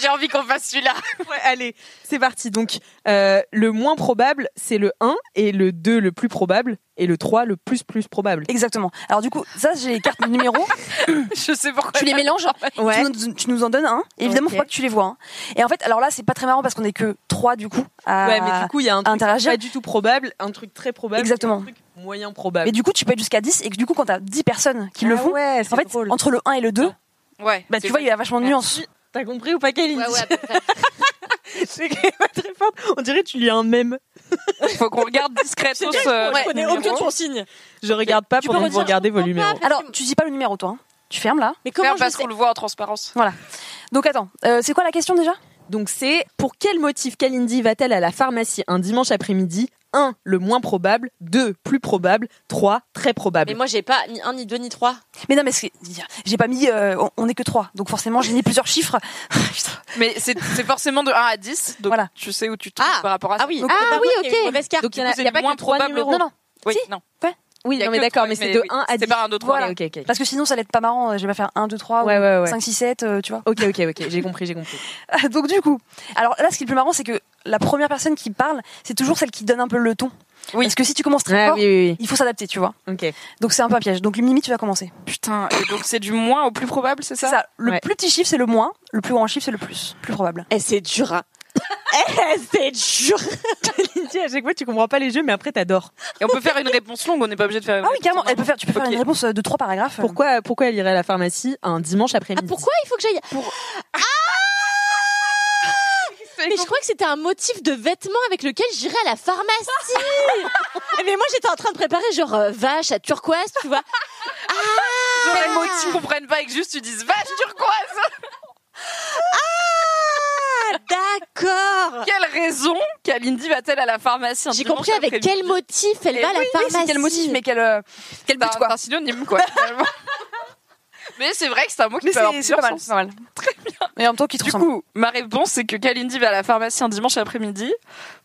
Speaker 2: J'ai envie qu'on fasse celui-là.
Speaker 1: Ouais, allez, c'est parti. Donc euh, le moins probable, c'est le 1 et le 2 le plus probable et le 3 le plus plus probable.
Speaker 3: Exactement. Alors, du coup, ça, j'ai les cartes numéros.
Speaker 2: Je sais pourquoi.
Speaker 3: tu les mélanges. hein.
Speaker 1: Ouais.
Speaker 3: Tu, nous, tu nous en donnes un. Et évidemment,
Speaker 1: Ok.
Speaker 3: faut pas que tu les vois. hein. Et en fait, alors là, c'est pas très marrant parce qu'on est que trois, du coup. À...
Speaker 1: Ouais, mais du coup, il y a un truc
Speaker 3: interagir.
Speaker 1: pas du tout probable, un truc très probable, et
Speaker 3: Exactement.
Speaker 1: un truc moyen probable. Ah
Speaker 3: Mais du coup, tu peux être jusqu'à 10 et que du coup, quand t'as 10 personnes qui le font,
Speaker 1: ouais,
Speaker 3: en fait, entre le 1 et le 2,
Speaker 2: Ouais.
Speaker 3: bah, tu vois, il y a vachement de nuances.
Speaker 1: T'as compris ou pas, Kalindi
Speaker 5: Ouais, ouais, à peu près.
Speaker 1: C'est quand même pas très fort. On dirait que tu lis un mème.
Speaker 2: faut qu'on regarde discrètement. ce-
Speaker 4: Je connais aucun consigne.
Speaker 1: Je regarde pas
Speaker 4: Tu peux
Speaker 1: pendant que vous
Speaker 4: redire,
Speaker 1: regardez
Speaker 4: je
Speaker 1: vos
Speaker 4: comprends
Speaker 1: numéros.
Speaker 4: pas.
Speaker 3: Alors, tu dis pas le numéro, toi. hein. Tu fermes là.
Speaker 4: Mais comment
Speaker 2: Faire
Speaker 4: je
Speaker 2: parce
Speaker 4: sais
Speaker 2: qu'on le voit en transparence.
Speaker 3: Donc, attends, euh, c'est quoi la question déjà
Speaker 1: Donc c'est pour quel motif Kalindi va-t-elle à la pharmacie un dimanche après-midi 1. Le moins probable. 2. Plus probable. 3. Très probable.
Speaker 4: Mais moi, j'ai pas ni un, ni deux, ni trois.
Speaker 3: Mais non, mais c'est- j'ai pas mis. euh, on- on est que trois, donc forcément j'ai mis plusieurs chiffres. Putain.
Speaker 2: Mais c'est c'est forcément de 1 à 10. Donc
Speaker 3: Voilà.
Speaker 2: tu sais où tu te trouves
Speaker 4: Ah.
Speaker 2: par rapport à ça.
Speaker 4: oui,
Speaker 3: Donc,
Speaker 4: ah oui, ok.
Speaker 1: Donc il y en
Speaker 2: Du
Speaker 1: a,
Speaker 2: coup, c'est
Speaker 1: il y a
Speaker 2: le
Speaker 1: pas
Speaker 2: moins
Speaker 1: que 3
Speaker 2: probable.
Speaker 1: numéros.
Speaker 3: non, non,
Speaker 2: Oui,
Speaker 3: si.
Speaker 2: non.
Speaker 1: Oui,
Speaker 2: Il y a
Speaker 1: non, mais
Speaker 2: que
Speaker 1: d'accord,
Speaker 2: trois,
Speaker 1: mais c'est
Speaker 2: mais
Speaker 1: de
Speaker 2: oui,
Speaker 1: 1 à 10.
Speaker 2: c'était pas un, deux, trois,
Speaker 1: Voilà,
Speaker 2: mais
Speaker 1: ok, ok.
Speaker 3: parce que sinon ça allait être pas marrant. euh, Je vais pas faire 1, 2, 3,
Speaker 1: Ouais, ouais, ouais.
Speaker 3: 5, 6, 7, euh, tu vois.
Speaker 1: Ok, ok, ok, j'ai compris, j'ai compris.
Speaker 3: donc du coup, alors là, ce qui est le plus marrant, c'est que la première personne qui parle, c'est toujours celle qui donne un peu le ton.
Speaker 2: Oui.
Speaker 3: Parce que si tu commences très
Speaker 1: Ah
Speaker 3: fort,
Speaker 1: oui, oui,
Speaker 3: il faut s'adapter, tu vois.
Speaker 1: oui. Ok.
Speaker 3: Donc c'est un peu un piège. Donc Mimi, tu vas commencer.
Speaker 2: Putain. Et donc c'est du moins au plus probable, c'est
Speaker 3: C'est
Speaker 2: ça
Speaker 3: ça. Le
Speaker 1: Ouais.
Speaker 3: plus petit chiffre, c'est le moins. Le plus grand chiffre, c'est le plus. Plus probable.
Speaker 4: Eh, c'est dur, hein. Eh, c'est dur.
Speaker 1: Kalindi, à chaque fois, tu comprends pas les jeux, mais après, t'adores.
Speaker 2: Et on peut faire une réponse longue. On n'est pas obligé de faire. une
Speaker 3: Ah oui,
Speaker 2: réponse
Speaker 3: carrément.
Speaker 2: longue.
Speaker 3: Elle peut faire. Tu peux faire
Speaker 2: Ok.
Speaker 3: une réponse euh, de trois paragraphes. euh.
Speaker 1: Pourquoi, pourquoi elle irait à la pharmacie un dimanche
Speaker 4: Ah,
Speaker 1: après-midi
Speaker 4: pourquoi il faut que j'aille Ah
Speaker 2: C'est
Speaker 4: Mais je crois que c'était un motif de vêtement avec lequel j'irais à la pharmacie. mais moi, j'étais en train de préparer genre euh, vache à turquoise, tu vois.
Speaker 2: J'aurais le mot tu comprennes pas et que juste tu dises vache turquoise.
Speaker 4: Ah, d'accord.
Speaker 2: Quelle raison Kalindi va-t-elle à la pharmacie un
Speaker 4: J'ai
Speaker 2: dimanche
Speaker 4: compris avec
Speaker 2: après-midi
Speaker 4: quel motif elle
Speaker 2: Eh
Speaker 4: va à la
Speaker 2: oui,
Speaker 3: Oui,
Speaker 4: pharmacie.
Speaker 3: c'est quel motif, mais quel euh, quel but
Speaker 2: C'est un-
Speaker 3: quoi.
Speaker 2: C'est un synonyme quoi. finalement. Mais c'est vrai que c'est un mot qui
Speaker 3: Mais
Speaker 2: peut avoir
Speaker 3: c'est c'est
Speaker 2: plusieurs
Speaker 3: pas mal.
Speaker 2: sens.
Speaker 3: c'est pas mal. Et en même temps, qui te
Speaker 2: Du
Speaker 3: ressemble.
Speaker 2: coup, ma réponse c'est que Kalindi va à la pharmacie un dimanche après-midi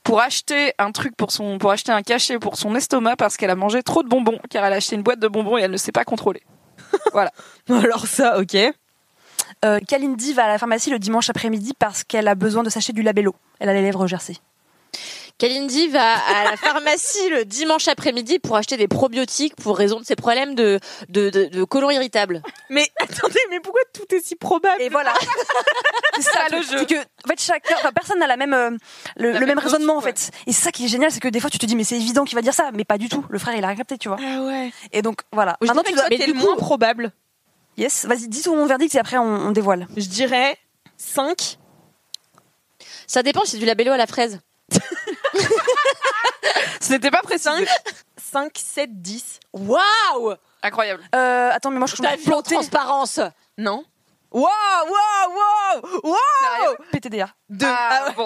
Speaker 2: pour acheter un truc pour son pour acheter un cachet pour son estomac parce qu'elle a mangé trop de bonbons car elle a acheté une boîte de bonbons et elle ne sait pas contrôler.
Speaker 1: Alors ça, ok.
Speaker 3: Euh, Kalindi va à la pharmacie le dimanche après-midi parce qu'elle a besoin de s'acheter du labello. Elle a les lèvres gercées.
Speaker 4: Kalindi va à la pharmacie le dimanche après-midi pour acheter des probiotiques pour raison de ses problèmes de, de, de, de colon irritable.
Speaker 1: Mais attendez, mais pourquoi tout est si probable
Speaker 3: Et voilà. c'est ça le jeu. C'est que en fait chacun, enfin, personne n'a la même euh, le,
Speaker 2: La
Speaker 3: le
Speaker 2: même
Speaker 3: même raisonnement en
Speaker 2: notion,
Speaker 3: fait. Et c'est ça qui est génial, c'est que des fois tu te dis mais c'est évident qu'il va dire ça, mais pas du tout. Le frère il a rien capté, tu vois.
Speaker 2: Ah ouais.
Speaker 3: Et donc voilà.
Speaker 1: Je
Speaker 3: Maintenant
Speaker 1: dirais
Speaker 3: tu
Speaker 1: que
Speaker 3: dois.
Speaker 1: toi, t'es le moins probable.
Speaker 3: Yes. Vas-y, dis tout mon verdict et après on, on dévoile.
Speaker 1: Je dirais 5.
Speaker 4: Ça dépend, c'est du labello à la fraise.
Speaker 2: Ce n'était pas précis.
Speaker 1: 5, 7, 10.
Speaker 4: Waouh
Speaker 2: Incroyable.
Speaker 3: Euh, attends, mais moi je
Speaker 4: T'as
Speaker 3: suis
Speaker 4: vu en
Speaker 3: plantée.
Speaker 4: transparence
Speaker 1: Non. Wow, wow, wow, wow
Speaker 2: PTDA.
Speaker 1: Deux. Ah ouais.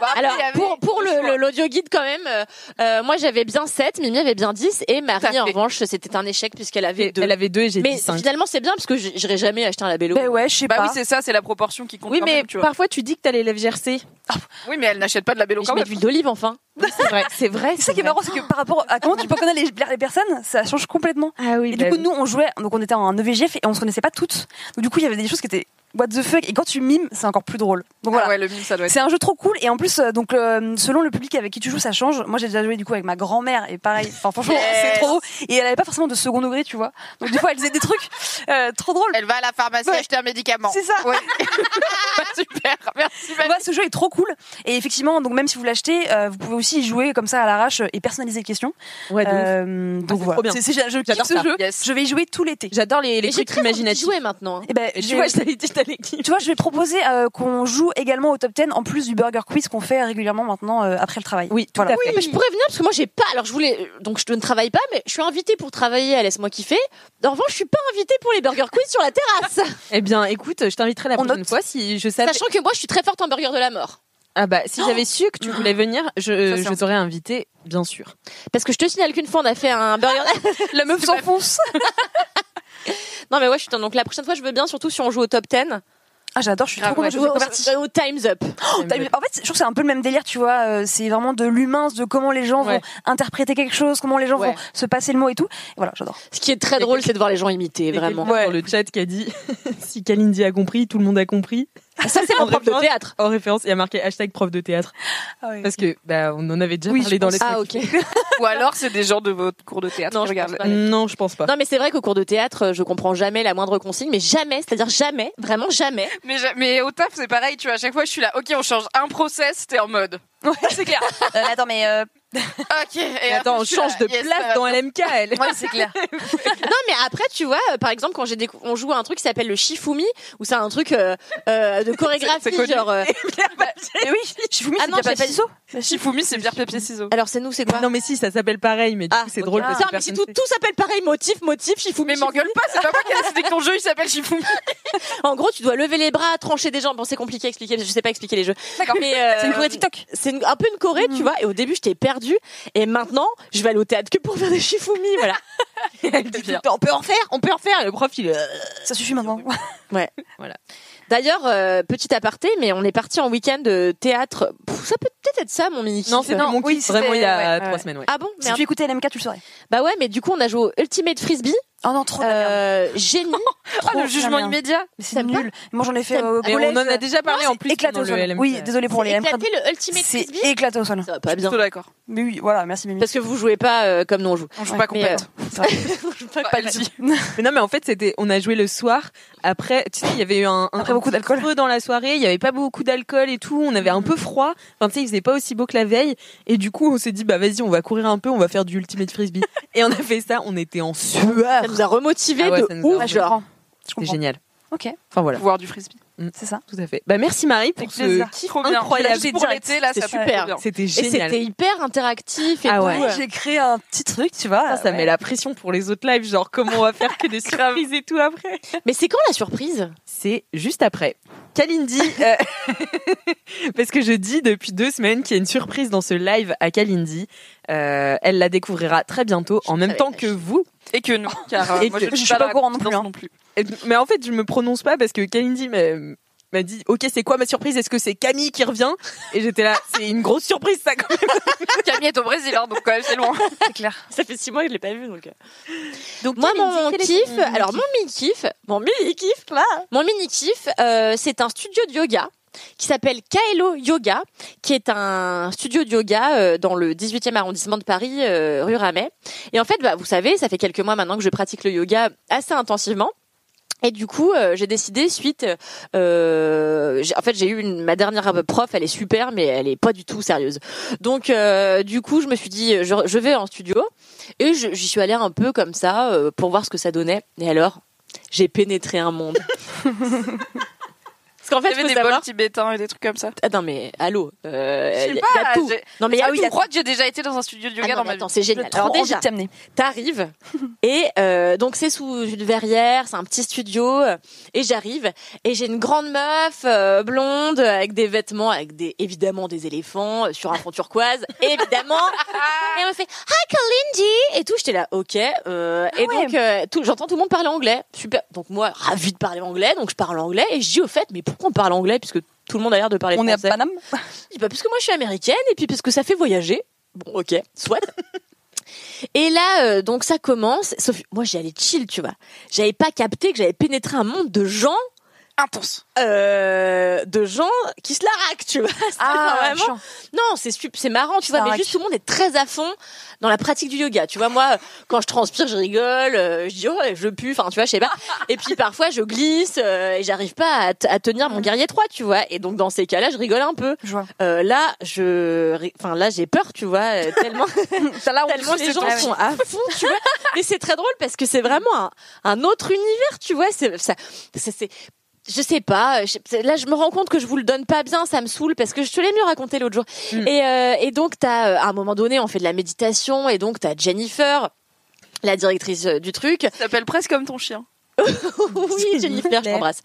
Speaker 2: Bah,
Speaker 4: Alors, pour, pour le- le- l'audio guide, quand même, euh, euh, moi j'avais bien 7, Mimi avait bien 10, et Marie, en revanche, c'était un échec puisqu'elle avait 2.
Speaker 1: Elle avait deux et j'ai
Speaker 4: Mais
Speaker 1: dit cinq.
Speaker 4: finalement, c'est bien parce que j- j'aurais jamais acheté un labello.
Speaker 3: Ben ouais, je sais
Speaker 2: Bah
Speaker 3: pas.
Speaker 2: oui, c'est ça, c'est la proportion qui compte.
Speaker 4: oui,
Speaker 2: quand
Speaker 4: mais
Speaker 2: même, tu vois.
Speaker 4: parfois tu dis que t'as les lèvres gercées.
Speaker 2: Oui, mais elle n'achète pas de la bélo
Speaker 4: Mais Je
Speaker 2: quand
Speaker 4: mets
Speaker 2: même.
Speaker 4: de l'huile d'olive, enfin. C'est vrai, c'est vrai.
Speaker 3: C'est ça qui est marrant, c'est que par rapport à comment tu peux connaître les, les personnes, ça change complètement.
Speaker 4: Ah oui,
Speaker 3: Et
Speaker 1: Bah
Speaker 3: du coup, nous, on jouait, donc on était en E EVGF et on se connaissait pas toutes. Donc du coup, il y avait des choses qui étaient what the fuck. Et quand tu mimes, c'est encore plus drôle. Donc voilà.
Speaker 2: Ah ouais, le mime, ça doit être.
Speaker 3: C'est un jeu trop cool et en plus euh, donc euh, selon le public avec qui tu joues ça change. Moi j'ai déjà joué du coup avec ma grand-mère et pareil. Enfin franchement
Speaker 2: Yes.
Speaker 3: c'est trop drôle. et elle avait pas forcément de second degré tu vois. Donc des fois elle faisait des trucs euh, trop drôles.
Speaker 2: Elle va à la pharmacie
Speaker 3: Ouais.
Speaker 2: acheter un médicament. Ah,
Speaker 3: C'est ça.
Speaker 2: Super, merci.
Speaker 3: Ouais, ce jeu est trop cool et effectivement donc même si vous l'achetez euh, vous pouvez aussi y jouer comme ça à l'arrache euh, et personnaliser les questions.
Speaker 1: Ouais, de ouf. Ah,
Speaker 3: Euh, donc
Speaker 1: c'est trop
Speaker 3: voilà.
Speaker 1: bien.
Speaker 3: C'est- c'est- je kiffe
Speaker 1: J'adore
Speaker 3: ce
Speaker 1: ça.
Speaker 3: jeu.
Speaker 2: Yes.
Speaker 3: Je vais y jouer tout l'été.
Speaker 1: J'adore les, les
Speaker 4: Mais j'ai
Speaker 1: trucs
Speaker 4: très envie d'y
Speaker 1: imaginatifs.
Speaker 4: jouer maintenant. hein.
Speaker 3: Et ben,
Speaker 1: Tu
Speaker 3: j'ai-
Speaker 1: vois, je t'avais dit, je t'allais dire.
Speaker 3: tu vois, je vais proposer euh, qu'on joue également au top 10 en plus du burger quiz qu'on fait régulièrement maintenant euh, après le travail.
Speaker 1: Oui, tout
Speaker 3: Voilà.
Speaker 1: à fait.
Speaker 4: Mais je pourrais venir parce que moi j'ai pas. Alors je voulais donc je ne travaille pas, mais je suis invitée pour travailler à laisse-moi kiffer. En revanche, je suis pas invitée pour les burger quiz sur la terrasse,
Speaker 1: Eh bien, écoute, je t'inviterai la
Speaker 3: On
Speaker 1: prochaine
Speaker 3: note.
Speaker 1: fois si je savais.
Speaker 4: sachant que moi je suis très forte en burger de la mort.
Speaker 1: Ah bah, si j'avais su que tu voulais venir, je,
Speaker 2: Ça, c'est
Speaker 1: je t'aurais invité, bien sûr.
Speaker 4: Parce que je te signale qu'une fois on a fait un burger.
Speaker 3: La meuf s'enfonce.
Speaker 4: non mais ouais, je suis donc la prochaine fois je veux bien, surtout si on joue au top 10
Speaker 3: Ah j'adore, je suis
Speaker 2: Grave,
Speaker 3: trop contente,
Speaker 2: ouais.
Speaker 3: je
Speaker 4: ou
Speaker 3: vais
Speaker 4: au,
Speaker 3: convertir.
Speaker 4: au Times Up.
Speaker 3: Oh, t'as vu- En fait, je trouve que c'est un peu le même délire, tu vois. euh, c'est vraiment de l'humain, de comment les gens
Speaker 1: Ouais.
Speaker 3: vont interpréter quelque chose, comment les gens
Speaker 4: Ouais.
Speaker 3: vont se passer le mot et tout. Et voilà, j'adore.
Speaker 4: Ce qui est très drôle, c'est de voir les gens imiter vraiment.
Speaker 1: Ouais. Dans le chat qui a dit si Kalindi a compris, tout le monde a compris.
Speaker 4: Ça c'est mon
Speaker 1: En
Speaker 4: prof de
Speaker 1: référence-
Speaker 4: théâtre.
Speaker 1: En référence, il y a marqué hashtag prof de théâtre. Parce que, bah, on en avait déjà
Speaker 3: Oui, je
Speaker 1: parlé dans les.
Speaker 4: Ah ok.
Speaker 2: Ou alors c'est des gens de votre cours de théâtre.
Speaker 4: Non,
Speaker 2: qui
Speaker 4: je
Speaker 2: regardent.
Speaker 4: pense pas.
Speaker 1: Non, je pense pas.
Speaker 4: Non mais c'est vrai qu'au cours de théâtre, je comprends jamais la moindre consigne, mais jamais, c'est-à-dire jamais, vraiment jamais.
Speaker 2: Mais, j'a- mais au taf, c'est pareil, tu vois. À chaque fois, je suis là, ok, on change un process, t'es en mode.
Speaker 3: c'est clair. Euh, attends, mais
Speaker 2: Ok, et
Speaker 1: Attends, on
Speaker 2: après, je suis là,
Speaker 1: change de
Speaker 2: yes, bah, ça
Speaker 1: place
Speaker 2: va.
Speaker 1: dans LMK, elle.
Speaker 3: c'est clair.
Speaker 4: Non, mais après, tu vois, euh, par exemple, quand j'ai décou- on joue à un truc qui s'appelle le Shifumi, où c'est un truc euh, euh, de chorégraphie,
Speaker 2: C'est- c'est connu.
Speaker 4: genre. euh,
Speaker 3: mais oui, Shifumi,
Speaker 4: Ah
Speaker 3: c'est
Speaker 4: non,
Speaker 3: Pierre,
Speaker 4: j'ai pas
Speaker 3: Papier,
Speaker 4: dit-
Speaker 3: Ciseaux.
Speaker 2: Shifumi, c'est pierre, papier, ciseaux.
Speaker 4: Alors, c'est nous, c'est quoi
Speaker 1: Non, mais si, ça s'appelle pareil, mais du coup, c'est
Speaker 4: ok.
Speaker 1: drôle.
Speaker 4: Ah,
Speaker 1: parce que
Speaker 4: mais si
Speaker 1: personne
Speaker 4: tout,
Speaker 1: sait.
Speaker 4: tout s'appelle pareil, motif, motif, Shifumi.
Speaker 2: Mais m'engueule pas, c'est pas moi qui ai décidé que ton jeu il s'appelle Shifumi.
Speaker 4: Shifumi. En gros, tu dois lever les bras, trancher des jambes. Bon, c'est compliqué à expliquer, je sais pas expliquer les jeux.
Speaker 3: D'accord.
Speaker 4: Mais, euh,
Speaker 3: C'est une courée TikTok.
Speaker 4: C'est une- un peu une Corée, tu vois. Et au début, je t'ai perdue. Et maintenant, je vais aller au théâtre que pour faire des Shifumi, voilà.
Speaker 1: Elle dit, on peut en faire, on peut en faire. Et le prof, il. est, euh,
Speaker 3: Ça suffit maintenant.
Speaker 4: D'ailleurs, euh, petit aparté, mais on est parti en week-end de théâtre. Pff, ça peut peut-être être ça, mon mini
Speaker 1: Non, c'était mon
Speaker 3: oui,
Speaker 1: kiff,
Speaker 3: c'était-
Speaker 1: vraiment il y a
Speaker 3: ouais,
Speaker 1: trois
Speaker 3: ouais.
Speaker 1: semaines. Ouais.
Speaker 4: Ah bon
Speaker 3: Si
Speaker 4: Merde.
Speaker 3: tu écoutais LMK, tu le saurais.
Speaker 4: Bah ouais, mais du coup, on a joué au Ultimate Frisbee.
Speaker 3: Oh non, trop de la merde.
Speaker 4: Euh, génie.
Speaker 3: Trop de
Speaker 2: le
Speaker 3: la
Speaker 2: jugement
Speaker 3: merde.
Speaker 2: immédiat.
Speaker 3: Mais c'est
Speaker 4: T'aimes
Speaker 3: nul. Moi, j'en ai fait au
Speaker 1: Et on
Speaker 3: collège.
Speaker 1: en a déjà parlé en plus.
Speaker 3: euh, Éclaté
Speaker 1: pendant
Speaker 3: au
Speaker 1: le
Speaker 3: sol.
Speaker 1: LMK.
Speaker 3: Oui, désolé pour les LMK.
Speaker 4: Éclaté le Ultimate
Speaker 3: C'est
Speaker 4: Frisbee.
Speaker 3: éclaté au sol.
Speaker 4: Ça va pas bien.
Speaker 2: Plutôt d'accord.
Speaker 3: Mais oui, voilà, merci Mimi.
Speaker 4: Parce que vous jouez pas euh, comme nous on joue.
Speaker 2: On joue
Speaker 3: Ouais, euh,
Speaker 2: pas
Speaker 4: mais,
Speaker 2: complète.
Speaker 3: Pas le dit.
Speaker 1: Mais non, mais en fait, c'était, on a joué le soir. Après, tu sais, il y avait eu un, un
Speaker 3: Après beaucoup
Speaker 1: petit
Speaker 3: d'alcool.
Speaker 1: creux dans la soirée. Il y avait pas beaucoup d'alcool et tout. On avait un peu froid. Enfin, tu sais, il faisait pas aussi beau que la veille. Et du coup, on s'est dit, bah vas-y, on va courir un peu. On va faire du ultimate frisbee. et on a fait ça. On était en sueur.
Speaker 4: Ça nous a remotivé
Speaker 1: Ah ouais, ça
Speaker 4: de
Speaker 1: nous a
Speaker 4: ouf,
Speaker 3: Ouais, je
Speaker 4: genre.
Speaker 3: comprends. Je
Speaker 1: C'était
Speaker 3: comprends.
Speaker 1: génial.
Speaker 3: Ok,
Speaker 1: Enfin voilà,
Speaker 2: Pouvoir du frisbee.
Speaker 3: c'est ça.
Speaker 1: tout à fait. Bah merci Marie pour
Speaker 2: Avec
Speaker 1: ce.
Speaker 2: plaisir. Trop bien.
Speaker 1: incroyable.
Speaker 2: Juste pour
Speaker 1: Direct.
Speaker 2: l'été, là,
Speaker 1: C'est
Speaker 2: ça fait
Speaker 4: super.
Speaker 2: trop bien.
Speaker 1: C'était
Speaker 4: Et
Speaker 1: génial.
Speaker 4: c'était hyper interactif et
Speaker 1: Ah
Speaker 4: tout.
Speaker 1: ouais.
Speaker 3: J'ai créé un petit truc, tu vois.
Speaker 1: Ça, ça
Speaker 3: ouais.
Speaker 1: met la pression pour les autres lives, genre comment on va faire que des surprises et tout après.
Speaker 4: euh. Mais c'est quand la surprise
Speaker 1: c'est juste après. Kalindi, euh, parce que je dis depuis deux semaines qu'il y a une surprise dans ce live à Kalindi. Euh, elle la découvrira très bientôt, en même
Speaker 4: savais
Speaker 1: temps
Speaker 4: pas,
Speaker 1: que
Speaker 4: je-
Speaker 1: vous.
Speaker 2: Et que nous, car euh,
Speaker 1: Et
Speaker 2: moi,
Speaker 1: que-
Speaker 2: je
Speaker 3: je
Speaker 2: suis
Speaker 3: suis
Speaker 2: pas
Speaker 3: pas au courant non plus, hein.
Speaker 1: Et- Mais en fait, je me prononce pas parce que Kalindi m'a- m'a dit Ok, c'est quoi ma surprise Est-ce que c'est Camille qui revient Et j'étais là, c'est une grosse surprise ça quand même.
Speaker 2: Camille est au Brésil, hein, donc quand même, c'est loin.
Speaker 3: C'est clair.
Speaker 4: Ça fait six mois que je l'ai pas vu donc. euh.
Speaker 1: Donc,
Speaker 4: Moi mon
Speaker 1: quel est
Speaker 4: kiff,
Speaker 1: ton-
Speaker 4: alors mon mini kiff, mon mini kiff Mon mini kiff, euh, c'est un studio de yoga qui s'appelle Kaelo Yoga, qui est un studio de yoga euh, dans le 18e arrondissement de Paris, euh, rue Ramet. Et en fait, bah, vous savez, ça fait quelques mois maintenant que je pratique le yoga assez intensivement. Et du coup, euh, j'ai décidé suite. euh, j'ai- en fait, j'ai eu une, ma dernière prof, elle est super, mais elle est pas du tout sérieuse. Donc, euh, du coup, je me suis dit, je, je vais en studio et je- j'y suis allée un peu comme ça euh, pour voir ce que ça donnait. Et alors, j'ai pénétré un monde. qu'en fait,
Speaker 2: Il y
Speaker 4: faut
Speaker 2: avait des
Speaker 4: savoir-
Speaker 2: bols tibétains et des trucs comme ça.
Speaker 4: Ah, non, mais allô. Euh,
Speaker 2: Je sais
Speaker 4: y a-
Speaker 2: pas,
Speaker 4: y a tout.
Speaker 2: j'ai-
Speaker 4: Non, mais y a
Speaker 2: Ah oui,
Speaker 4: tout.
Speaker 2: je crois que j'ai déjà été dans un studio de yoga
Speaker 4: Ah non,
Speaker 2: dans
Speaker 4: mais
Speaker 2: ma
Speaker 4: attends,
Speaker 2: vie.
Speaker 4: c'est génial.
Speaker 2: J'ai
Speaker 4: Alors
Speaker 2: trop envie
Speaker 4: déjà,
Speaker 2: de t'amener.
Speaker 4: T'arrives et euh, donc c'est sous une verrière, c'est un petit studio euh, et j'arrive et j'ai une grande meuf euh, blonde euh, avec des vêtements avec des évidemment des éléphants euh, sur un fond turquoise évidemment et elle me fait hi Kalindi et tout j'étais là ok euh,
Speaker 2: Ah
Speaker 4: et donc euh, tout j'entends tout le monde parler anglais super donc moi ravi de parler anglais donc je parle anglais et je dis au fait mais pourquoi on parle anglais puisque tout le monde a l'air de parler
Speaker 2: On est à
Speaker 4: français
Speaker 2: Paname
Speaker 4: je dis bah parce que moi je suis américaine et puis parce que ça fait voyager bon ok soit et là, euh, donc ça commence. Sauf, moi, j'y allais chill, tu vois. J'avais pas capté que j'avais pénétré un monde de gens
Speaker 2: Intense.
Speaker 4: euh, de gens qui se la raquent, tu vois. C'est
Speaker 2: Ah,
Speaker 4: pas vraiment.
Speaker 2: chiant.
Speaker 4: Non, c'est sup- c'est marrant, tu
Speaker 2: se
Speaker 4: vois,
Speaker 2: la
Speaker 4: mais
Speaker 2: raquent.
Speaker 4: juste tout le monde est très à fond dans la pratique du yoga. Tu vois, moi, quand je transpire, je rigole, euh, je dis oh, je pue, enfin, tu vois, je sais pas. Et puis parfois, je glisse euh, et j'arrive pas à, t- à tenir mon guerrier 3, tu vois. Et donc dans ces cas-là, je rigole un peu.
Speaker 3: Mm. Je vois.
Speaker 4: Euh, là, je, ri- enfin là, j'ai peur, tu vois, euh, tellement.
Speaker 2: Ça, là, on
Speaker 4: Tellement
Speaker 2: pousse
Speaker 4: les gens
Speaker 2: trucs.
Speaker 4: sont à fond, tu vois. Mais c'est très drôle parce que c'est vraiment un, un autre univers, tu vois. C'est ça, ça- c'est. Je sais pas. euh, je- c'est- là, je me rends compte que je vous le donne pas bien. Ça me saoule parce que je te l'ai mieux raconté l'autre jour. Et, euh, et donc, t'as euh, à un moment donné, on fait de la méditation et donc t'as Jennifer, la directrice euh, du truc,
Speaker 2: Ça s'appelle presque comme ton chien.
Speaker 4: oui, Jennifer, je t'embrasse.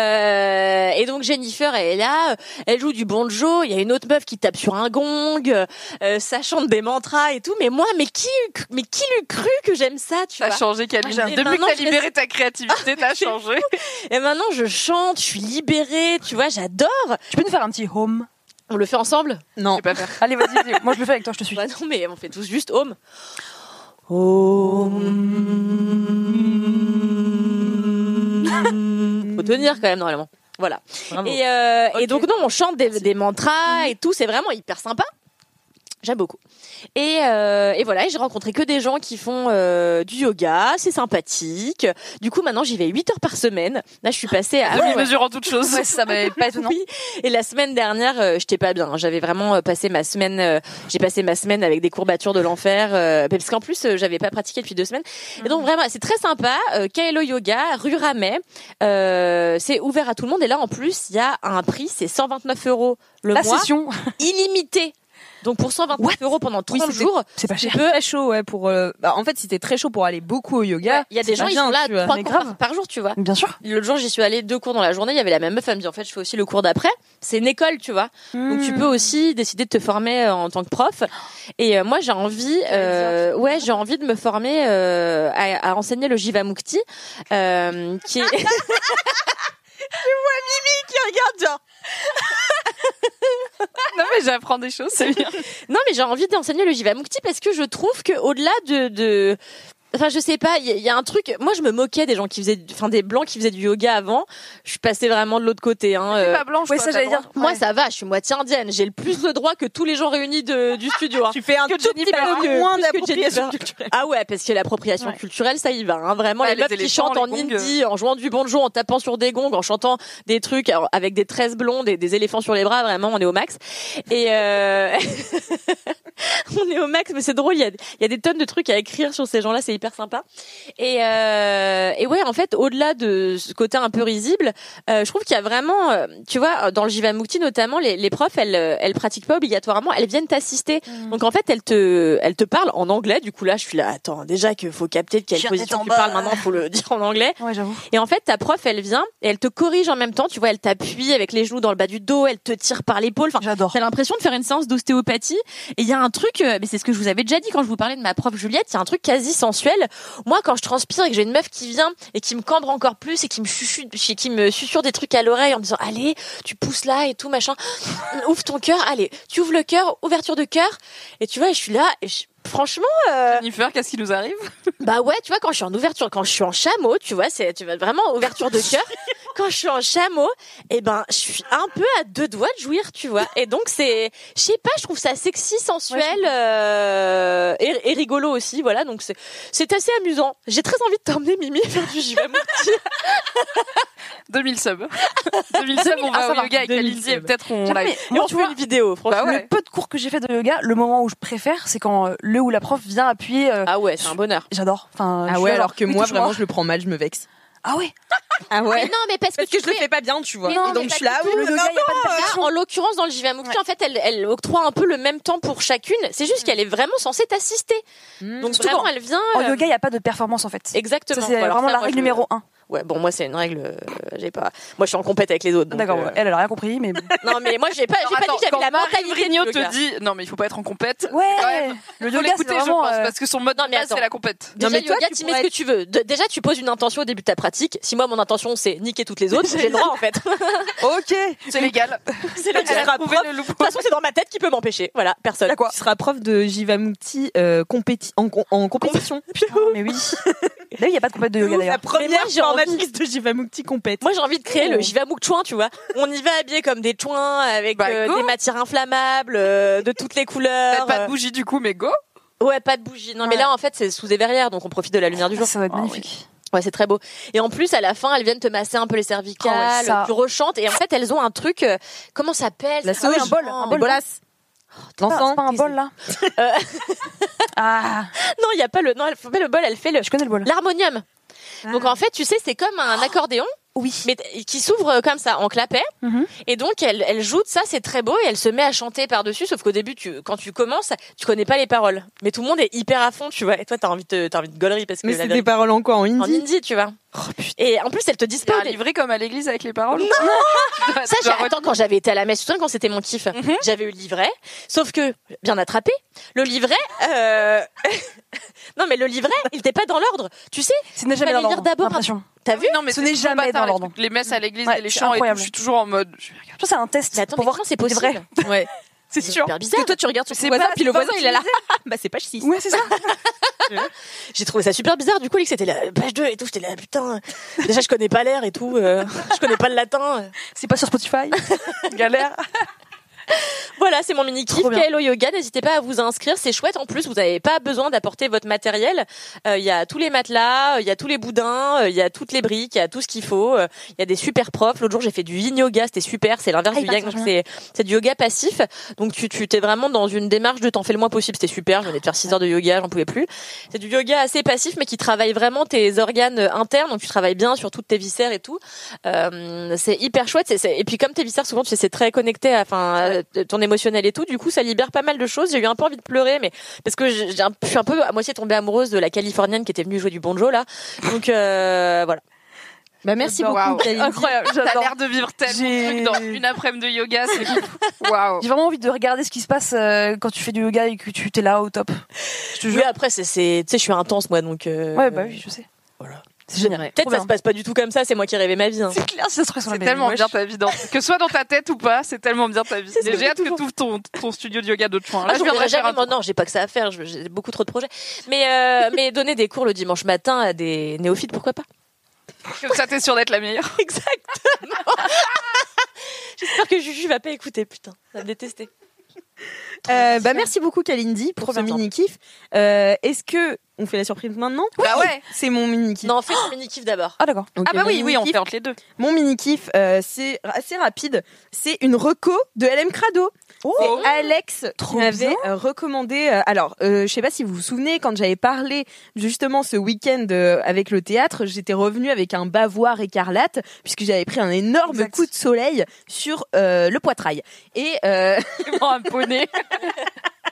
Speaker 4: Euh, et donc Jennifer, elle est là, euh, elle joue du banjo, il y a une autre meuf qui tape sur un gong, euh, ça chante des mantras et tout, mais moi, mais qui, mais qui l'eût cru que j'aime ça, tu
Speaker 2: T'as
Speaker 4: vois
Speaker 2: changé, Camille.
Speaker 4: J'aime. Et
Speaker 2: Depuis que
Speaker 4: maintenant,
Speaker 2: t'as
Speaker 4: je
Speaker 2: libéré ta créativité, t'as changé.
Speaker 4: Et maintenant, je chante, je suis libérée, tu vois, j'adore.
Speaker 3: Tu peux nous faire un petit home
Speaker 4: On le fait ensemble
Speaker 1: Non.
Speaker 2: pas faire.
Speaker 3: Allez, vas-y, vas-y. moi je le fais avec toi, je te suis.
Speaker 4: Bah non, mais on fait tous juste home. Home. Faut tenir quand même normalement. Voilà. Et, euh, et donc non, on chante des, des mantras et tout, c'est vraiment hyper sympa. J'aime beaucoup. Et, euh, et voilà, et j'ai rencontré que des gens qui font euh, du yoga, c'est sympathique. Du coup, maintenant, j'y vais 8 heures par semaine. Là, je suis passée à...
Speaker 2: Demi-mesure en Ah toute chose.
Speaker 3: ça m'avait pas étonnant.
Speaker 4: Oui. Et la semaine dernière, euh, j'étais pas bien. J'avais vraiment euh, passé ma semaine. euh, j'ai passé ma semaine avec des courbatures de l'enfer. euh, parce qu'en plus, euh, j'avais pas pratiqué depuis deux semaines. Et
Speaker 1: Mhm.
Speaker 4: donc vraiment, c'est très sympa. Euh, Kaelo Yoga, rue Ramet. Euh, c'est ouvert à tout le monde. Et là, en plus, il y a un prix. C'est 129 euros le
Speaker 1: Ah,
Speaker 3: La
Speaker 4: mois,
Speaker 3: session,
Speaker 4: illimité. Donc pour 129 euros pendant 30
Speaker 1: c'était-
Speaker 4: jours,
Speaker 3: c'est pas
Speaker 1: C'est
Speaker 3: cher.
Speaker 1: très chaud, ouais, pour. euh, bah, en fait, si t'es très chaud pour aller beaucoup au yoga,
Speaker 4: il y a des
Speaker 1: c'est
Speaker 4: gens ils
Speaker 1: bien,
Speaker 4: sont là
Speaker 1: tu vois.
Speaker 4: trois
Speaker 3: Mais
Speaker 4: cours
Speaker 3: grave.
Speaker 4: par- par jour, tu vois.
Speaker 3: Bien sûr.
Speaker 4: L'autre jour, j'y suis allée deux cours dans la journée. Il y avait la même meuf. Elle me dit, en fait, je fais aussi le cours d'après. C'est une école, tu vois. Donc,
Speaker 3: Hmm.
Speaker 4: tu peux aussi décider de te former euh, en tant que prof. Et euh, moi, j'ai envie, euh, ouais, j'ai envie de me former euh, à, à enseigner le Jivamukti, euh, qui est. tu vois Mimi qui regarde genre.
Speaker 2: Non, mais j'apprends des choses, c'est bien.
Speaker 4: Non, mais j'ai envie d'enseigner le Jivamukti parce que je trouve que au-delà de, de Enfin, je sais pas, il y, a- il y a un truc. Moi, je me moquais des gens qui faisaient, du- enfin, des blancs qui faisaient du yoga avant. Je suis passée vraiment de l'autre côté. Hein,
Speaker 2: T'es
Speaker 4: euh,
Speaker 2: pas blanche,
Speaker 3: ouais,
Speaker 2: toi,
Speaker 3: ça,
Speaker 2: t'as
Speaker 3: j'allais
Speaker 2: droit.
Speaker 3: dire.
Speaker 4: Moi,
Speaker 3: Ouais.
Speaker 4: ça va, je suis moitié indienne. J'ai le plus de droits que tous les gens réunis de- du studio. hein.
Speaker 1: Tu fais un
Speaker 4: Que
Speaker 1: tout petit
Speaker 4: Jennifer,
Speaker 1: peu
Speaker 4: que-
Speaker 1: moins
Speaker 4: plus que
Speaker 1: d'appropriation
Speaker 4: Jennifer.
Speaker 1: culturelle.
Speaker 4: Ah ouais, parce que l'appropriation culturelle, ça y va. hein. Vraiment,
Speaker 2: Ouais,
Speaker 4: les,
Speaker 2: les
Speaker 4: meufs qui
Speaker 2: éléphants,
Speaker 4: chantent en
Speaker 2: les gongs.
Speaker 4: hindi, en jouant du banjo, en tapant sur des gongs, en chantant des trucs alors, avec des tresses blondes et des éléphants sur les bras, vraiment, on est au max. Et euh, on est au max, mais c'est drôle, il y a, il y a des tonnes de trucs à écrire sur ces gens-là, c'est hyper sympa. Et, euh, et ouais, en fait, au-delà de ce côté un peu risible, euh, je trouve qu'il y a vraiment, euh, tu vois, dans le Jivamukti notamment, les, les profs, elles, euh, elles pratiquent pas obligatoirement, elles viennent t'assister.
Speaker 3: Mmh.
Speaker 4: Donc en fait, elles te, elles te parlent en anglais. Du coup là, je suis là, attends, déjà que faut capter de quelle
Speaker 3: Chien
Speaker 4: position
Speaker 3: tête en
Speaker 4: tu
Speaker 3: bas.
Speaker 4: parles maintenant, faut le dire en anglais.
Speaker 3: Ouais, j'avoue.
Speaker 4: Et en fait, ta prof, elle vient et elle te corrige en même temps. Tu vois, elle t'appuie avec les genoux dans le bas du dos, elle te tire par l'épaule. Enfin,
Speaker 3: J'adore.
Speaker 4: T'as l'impression de faire une séance d'ostéopathie. Et il y a un truc, euh, mais c'est ce que je vous avais déjà dit quand je vous parlais de ma prof Juliette, il y a un truc quasi sensuel. Moi, quand je transpire et que j'ai une meuf qui vient et qui me cambre encore plus et qui me chuchute, et qui me susurre des trucs à l'oreille en me disant, allez, tu pousses là et tout, machin. Ouvre ton cœur, allez, tu ouvres le cœur, ouverture de cœur. Et tu vois, je suis là et je- Franchement, euh,
Speaker 2: Jennifer, qu'est-ce qui nous arrive
Speaker 4: bah ouais, tu vois, quand je suis en ouverture, quand je suis en chameau, tu vois, c'est tu vois, vraiment ouverture de cœur. quand je suis en chameau, eh ben, je suis un peu à deux doigts de jouir, tu vois. Et donc, c'est, je sais pas, je trouve ça sexy, sensuel euh, et, et rigolo aussi, voilà. Donc, c'est c'est assez amusant. J'ai très envie de t'emmener, Mimi, faire du jivamukti.
Speaker 2: 2000 subs. 2000 subs, on
Speaker 4: Ah, ça
Speaker 2: va au
Speaker 4: va,
Speaker 2: yoga avec
Speaker 4: 2000
Speaker 2: Alice et
Speaker 4: subs.
Speaker 2: peut-être on
Speaker 3: Jamais.
Speaker 2: live.
Speaker 4: Et
Speaker 3: Moi,
Speaker 4: on
Speaker 3: tu
Speaker 4: fait
Speaker 3: vois,
Speaker 4: une vidéo, franchement.
Speaker 2: Bah ouais.
Speaker 3: Le peu de cours que j'ai fait de yoga, le moment où je préfère, c'est quand euh, le ou la prof vient appuyer. euh,
Speaker 4: Ah ouais, c'est un bonheur.
Speaker 3: J'adore. Enfin, je
Speaker 1: Ah
Speaker 3: suis
Speaker 1: ouais,
Speaker 3: là,
Speaker 1: alors que
Speaker 3: oui,
Speaker 1: moi,
Speaker 3: touche-moi.
Speaker 1: vraiment, je le prends mal, je me vexe.
Speaker 3: Ah ouais
Speaker 4: Ah ouais. non, mais parce que,
Speaker 1: Parce que je le fais pas bien, tu vois.
Speaker 4: Mais
Speaker 1: Et
Speaker 4: non,
Speaker 1: donc
Speaker 4: mais
Speaker 1: je suis
Speaker 4: pas
Speaker 1: là,
Speaker 4: du tout.
Speaker 1: ouh,
Speaker 4: Le yoga,
Speaker 1: non,
Speaker 4: y a pas de
Speaker 1: non,
Speaker 4: Là, en l'occurrence, dans le Jivamukti, en fait, elle, elle octroie un peu le même temps pour chacune. C'est juste qu'elle est vraiment censée t'assister. Donc
Speaker 3: Surtout
Speaker 4: vraiment,
Speaker 3: qu'en-
Speaker 4: elle vient.
Speaker 3: En
Speaker 4: euh,
Speaker 3: yoga, il n'y a pas de performance en fait.
Speaker 4: Exactement.
Speaker 3: Ça, c'est
Speaker 4: Bon, alors
Speaker 3: vraiment
Speaker 4: ça,
Speaker 3: la
Speaker 4: moi,
Speaker 3: règle
Speaker 4: je-
Speaker 3: numéro 1.
Speaker 4: Ouais, bon, moi, c'est une règle. euh, j'ai pas. Moi, je suis en compète avec les autres. donc,
Speaker 3: D'accord,
Speaker 4: euh,
Speaker 3: ouais. elle, elle a rien compris, mais. bon.
Speaker 4: Non, mais moi, j'ai pas, j'ai
Speaker 2: Alors,
Speaker 4: pas
Speaker 2: attends,
Speaker 4: dit que
Speaker 2: quand
Speaker 4: j'avais la
Speaker 2: Marie
Speaker 4: mentalité.
Speaker 2: Vrigno
Speaker 4: du
Speaker 2: te
Speaker 4: yoga.
Speaker 2: dit non mais il faut pas être en compète.
Speaker 3: Ouais Le
Speaker 2: Faut
Speaker 3: yoga, c'est
Speaker 2: l'écouter hein, je
Speaker 3: vraiment.
Speaker 2: pense
Speaker 3: euh,
Speaker 2: parce que son mode
Speaker 4: Non,
Speaker 2: de
Speaker 4: mais
Speaker 2: base c'est
Speaker 4: attends.
Speaker 2: la compète.
Speaker 4: Déjà,
Speaker 1: mais
Speaker 4: le
Speaker 1: toi,
Speaker 4: yoga,
Speaker 1: tu
Speaker 4: tu mets
Speaker 1: pourrais
Speaker 4: ce que tu veux. De- déjà, tu poses une intention au début de ta pratique. Si moi, mon intention, c'est niquer toutes les autres, j'ai le droit, en fait.
Speaker 1: Ok.
Speaker 2: C'est légal.
Speaker 4: c'est le
Speaker 2: Elle
Speaker 4: sera
Speaker 2: a
Speaker 4: prof.
Speaker 2: trouvé
Speaker 4: De
Speaker 2: le loup.
Speaker 4: toute façon, c'est dans ma tête qui peut m'empêcher. Voilà, personne.
Speaker 1: Tu seras prof de Jivamukti euh, compéti- en, com- en compétition.
Speaker 3: non, mais oui. D'ailleurs, il n'y a pas de compète de yoga
Speaker 1: la
Speaker 3: d'ailleurs.
Speaker 4: Mais moi,
Speaker 1: première
Speaker 4: j'ai envie-
Speaker 1: formatrice de Jivamukti compète.
Speaker 4: Moi, j'ai envie de créer le Jivamuk Chouin, tu vois. On y va habillé comme des chouins, avec
Speaker 2: Bah,
Speaker 4: euh,
Speaker 2: go.
Speaker 4: des matières inflammables, euh, de toutes les couleurs.
Speaker 2: Peut-être pas de bougie du coup mais go.
Speaker 4: euh, Ouais, pas de bougie. Non, mais là, en fait, c'est sous des verrières, donc on profite de la lumière du jour.
Speaker 3: Ça va être
Speaker 4: Ah,
Speaker 3: magnifique.
Speaker 4: Ouais, c'est très beau. Et en plus, à la fin, elles viennent te masser un peu les cervicales,
Speaker 3: Ah ouais, ça.
Speaker 4: tu rechantes. Et en fait, elles ont un truc, euh, comment ça s'appelle
Speaker 1: La
Speaker 4: ça Ah ouais,
Speaker 1: sauge.
Speaker 4: un bol,
Speaker 3: Un
Speaker 4: un
Speaker 3: bol.
Speaker 4: bol.
Speaker 1: Bolas.
Speaker 3: C'est pas- C'est pas un
Speaker 1: L'encens.
Speaker 3: bol là
Speaker 4: Euh.
Speaker 3: Ah
Speaker 4: Non, il y a pas le, non, elle fait pas le bol, elle fait le,
Speaker 3: Je connais le bol.
Speaker 4: l'harmonium.
Speaker 3: Ah.
Speaker 4: Donc en fait, tu sais, c'est comme un accordéon,
Speaker 3: Oui.
Speaker 4: mais t- qui s'ouvre euh, comme ça en clapet.
Speaker 3: Mhm.
Speaker 4: Et donc elle, elle joue de ça, c'est très beau, et elle se met à chanter par dessus. Sauf qu'au début, tu, quand tu commences, tu connais pas les paroles, mais tout le monde est hyper à fond, tu vois. Et toi, t'as envie de, t'as envie de gaulerie parce que
Speaker 1: Mais
Speaker 4: la
Speaker 1: c'est des
Speaker 4: vérité-
Speaker 1: paroles en quoi En
Speaker 4: en
Speaker 1: hindi
Speaker 4: indie, tu vois.
Speaker 3: Oh,
Speaker 4: et en plus, elles te disent
Speaker 2: C'est un
Speaker 4: pas. au début.
Speaker 2: livret comme à l'église avec les paroles. Non.
Speaker 4: Ça, j'ai- attends, quand j'avais été à la messe, tu te souviens quand c'était mon kiff,
Speaker 3: Mhm.
Speaker 4: j'avais eu le livret. Sauf que, bien attrapé, le livret, euh... non mais le livret, il n'était pas dans l'ordre. Tu sais,
Speaker 3: Ce n'est jamais
Speaker 4: Fallait
Speaker 3: dans
Speaker 4: lire
Speaker 3: l'ordre.
Speaker 4: d'abord un-
Speaker 3: l'impression. Ah
Speaker 4: t'as vu
Speaker 2: Non mais
Speaker 3: Ce
Speaker 2: c'est
Speaker 3: n'est
Speaker 2: toujours le
Speaker 3: jamais
Speaker 2: bâtard,
Speaker 3: dans
Speaker 2: les
Speaker 3: l'ordre.
Speaker 2: trucs, Les messes à l'église
Speaker 3: Ouais,
Speaker 2: et les
Speaker 3: c'est
Speaker 2: chants et tout,
Speaker 3: incroyable.
Speaker 2: je suis toujours en mode
Speaker 3: Je pense que c'est un test
Speaker 4: Mais attends,
Speaker 3: pour
Speaker 4: mais
Speaker 3: voir
Speaker 4: comment
Speaker 3: si
Speaker 4: c'est
Speaker 3: c'est vrai.
Speaker 4: possible
Speaker 1: Ouais.
Speaker 4: C'est super bizarre.
Speaker 1: toi, tu regardes sur
Speaker 2: C'est pas- c'est pas
Speaker 1: bah, c'est pas ch'ti.
Speaker 3: Ouais, c'est ça.
Speaker 4: J'ai trouvé ça super bizarre. Du coup, Alex, c'était la page 2 et tout. J'étais là, putain. Déjà, je connais pas l'air et tout. euh, je connais pas le latin.
Speaker 3: C'est pas sur Spotify.
Speaker 2: galère.
Speaker 4: Voilà, c'est mon mini kiff.
Speaker 3: Trop bien.
Speaker 4: Hello Yoga. N'hésitez pas à vous inscrire. C'est chouette. En plus, vous n'avez pas besoin d'apporter votre matériel. Euh, Il y a tous les matelas, euh, il y a tous les boudins, euh, il y a toutes les briques, il y a tout ce qu'il faut. Euh, Il y a des super profs. L'autre jour, j'ai fait du yin yoga. C'était super. C'est l'inverse
Speaker 3: Ah, il
Speaker 4: du
Speaker 3: paraît
Speaker 4: yang.
Speaker 3: que ça
Speaker 4: donc
Speaker 3: marche
Speaker 4: C'est c'est du yoga passif. Donc tu tu t'es vraiment dans une démarche de t'en fais le moins possible. C'était super. Je venais de faire 6 heures de yoga. J'en pouvais plus. C'est du yoga assez passif, mais qui travaille vraiment tes organes euh, internes. Donc tu travailles bien sur toutes tes viscères et tout. Euh, c'est hyper chouette. c'est- c'est- Et puis comme tes viscères, souvent, tu sais, c'est très connecté à, enfin, à ton émotionnel et tout. Du coup, ça libère pas mal de choses. J'ai eu un peu envie de pleurer, mais parce que j'ai- j'ai un- je suis un peu à moitié tombée amoureuse de la Californienne qui était venue jouer du banjo là. Donc euh, voilà.
Speaker 1: Bah, merci beaucoup,
Speaker 2: Waouh.
Speaker 1: Kalindi.
Speaker 2: Incroyable, T'as
Speaker 3: j'adore.
Speaker 2: l'air de vivre tellement de
Speaker 3: J'ai-
Speaker 2: trucs dans une après-midi de yoga, c'est ouf. Waouh.
Speaker 3: J'ai vraiment envie de regarder ce qui se passe euh, quand tu fais du yoga et que tu t'es là au top. Je te
Speaker 4: Oui, ah,
Speaker 3: jure.
Speaker 4: après, c'est, c'est- tu sais, je suis intense moi, donc. euh,
Speaker 3: Ouais, bah oui, je sais.
Speaker 4: Voilà.
Speaker 3: C'est génial.
Speaker 4: Peut-être
Speaker 3: Trop
Speaker 4: que ça
Speaker 3: bien.
Speaker 4: se passe pas du tout comme ça. C'est moi qui rêvais ma vie. hein.
Speaker 3: C'est clair, si ça se trouve, ils sont là,
Speaker 2: C'est
Speaker 3: mais
Speaker 2: tellement
Speaker 3: wesh.
Speaker 2: bien ta vie. Dans... Que ce soit dans ta tête ou pas, c'est tellement bien ta vie.
Speaker 4: C'est ce que
Speaker 2: J'ai hâte que tu ouvres ton, ton studio de yoga de Chouin. Là,
Speaker 4: Ah,
Speaker 2: je viendrai faire
Speaker 4: jamais.
Speaker 2: un
Speaker 4: moi, non, j'ai pas que ça à faire. je- J'ai beaucoup trop de projets. Mais euh, mais donner des cours le dimanche matin à des néophytes, pourquoi pas
Speaker 2: truc. Comme ça, t'es sûre d'être la meilleure.
Speaker 4: Exactement. J'espère que Juju va pas écouter. Putain, ça va me détester.
Speaker 1: Euh, bah, merci beaucoup, Kalindi, pour ce mini-kiff. Euh, Est-ce que on fait la surprise maintenant
Speaker 2: Bah ouais.
Speaker 1: C'est mon mini-kiff. euh,
Speaker 4: Non, fais ton mini kiff d'abord.
Speaker 3: Ah, d'accord.
Speaker 1: Ok,
Speaker 2: Ah bah
Speaker 1: mon
Speaker 2: oui, oui, on
Speaker 1: mini-kiff.
Speaker 2: fait entre les deux.
Speaker 1: Mon mini-kiff, euh, c'est assez rapide. C'est une reco de LM Crado.
Speaker 2: Oh.
Speaker 1: C'est Alex qui
Speaker 3: Trop
Speaker 1: m'avait
Speaker 3: bien.
Speaker 1: euh, recommandé. euh, alors, euh, je sais pas si vous vous souvenez, quand j'avais parlé justement ce week-end euh, avec le théâtre, j'étais revenue avec un bavoir écarlate puisque j'avais pris un énorme
Speaker 3: Exact.
Speaker 1: coup de soleil sur euh, le poitrail. Et euh,
Speaker 2: Vraiment un poney.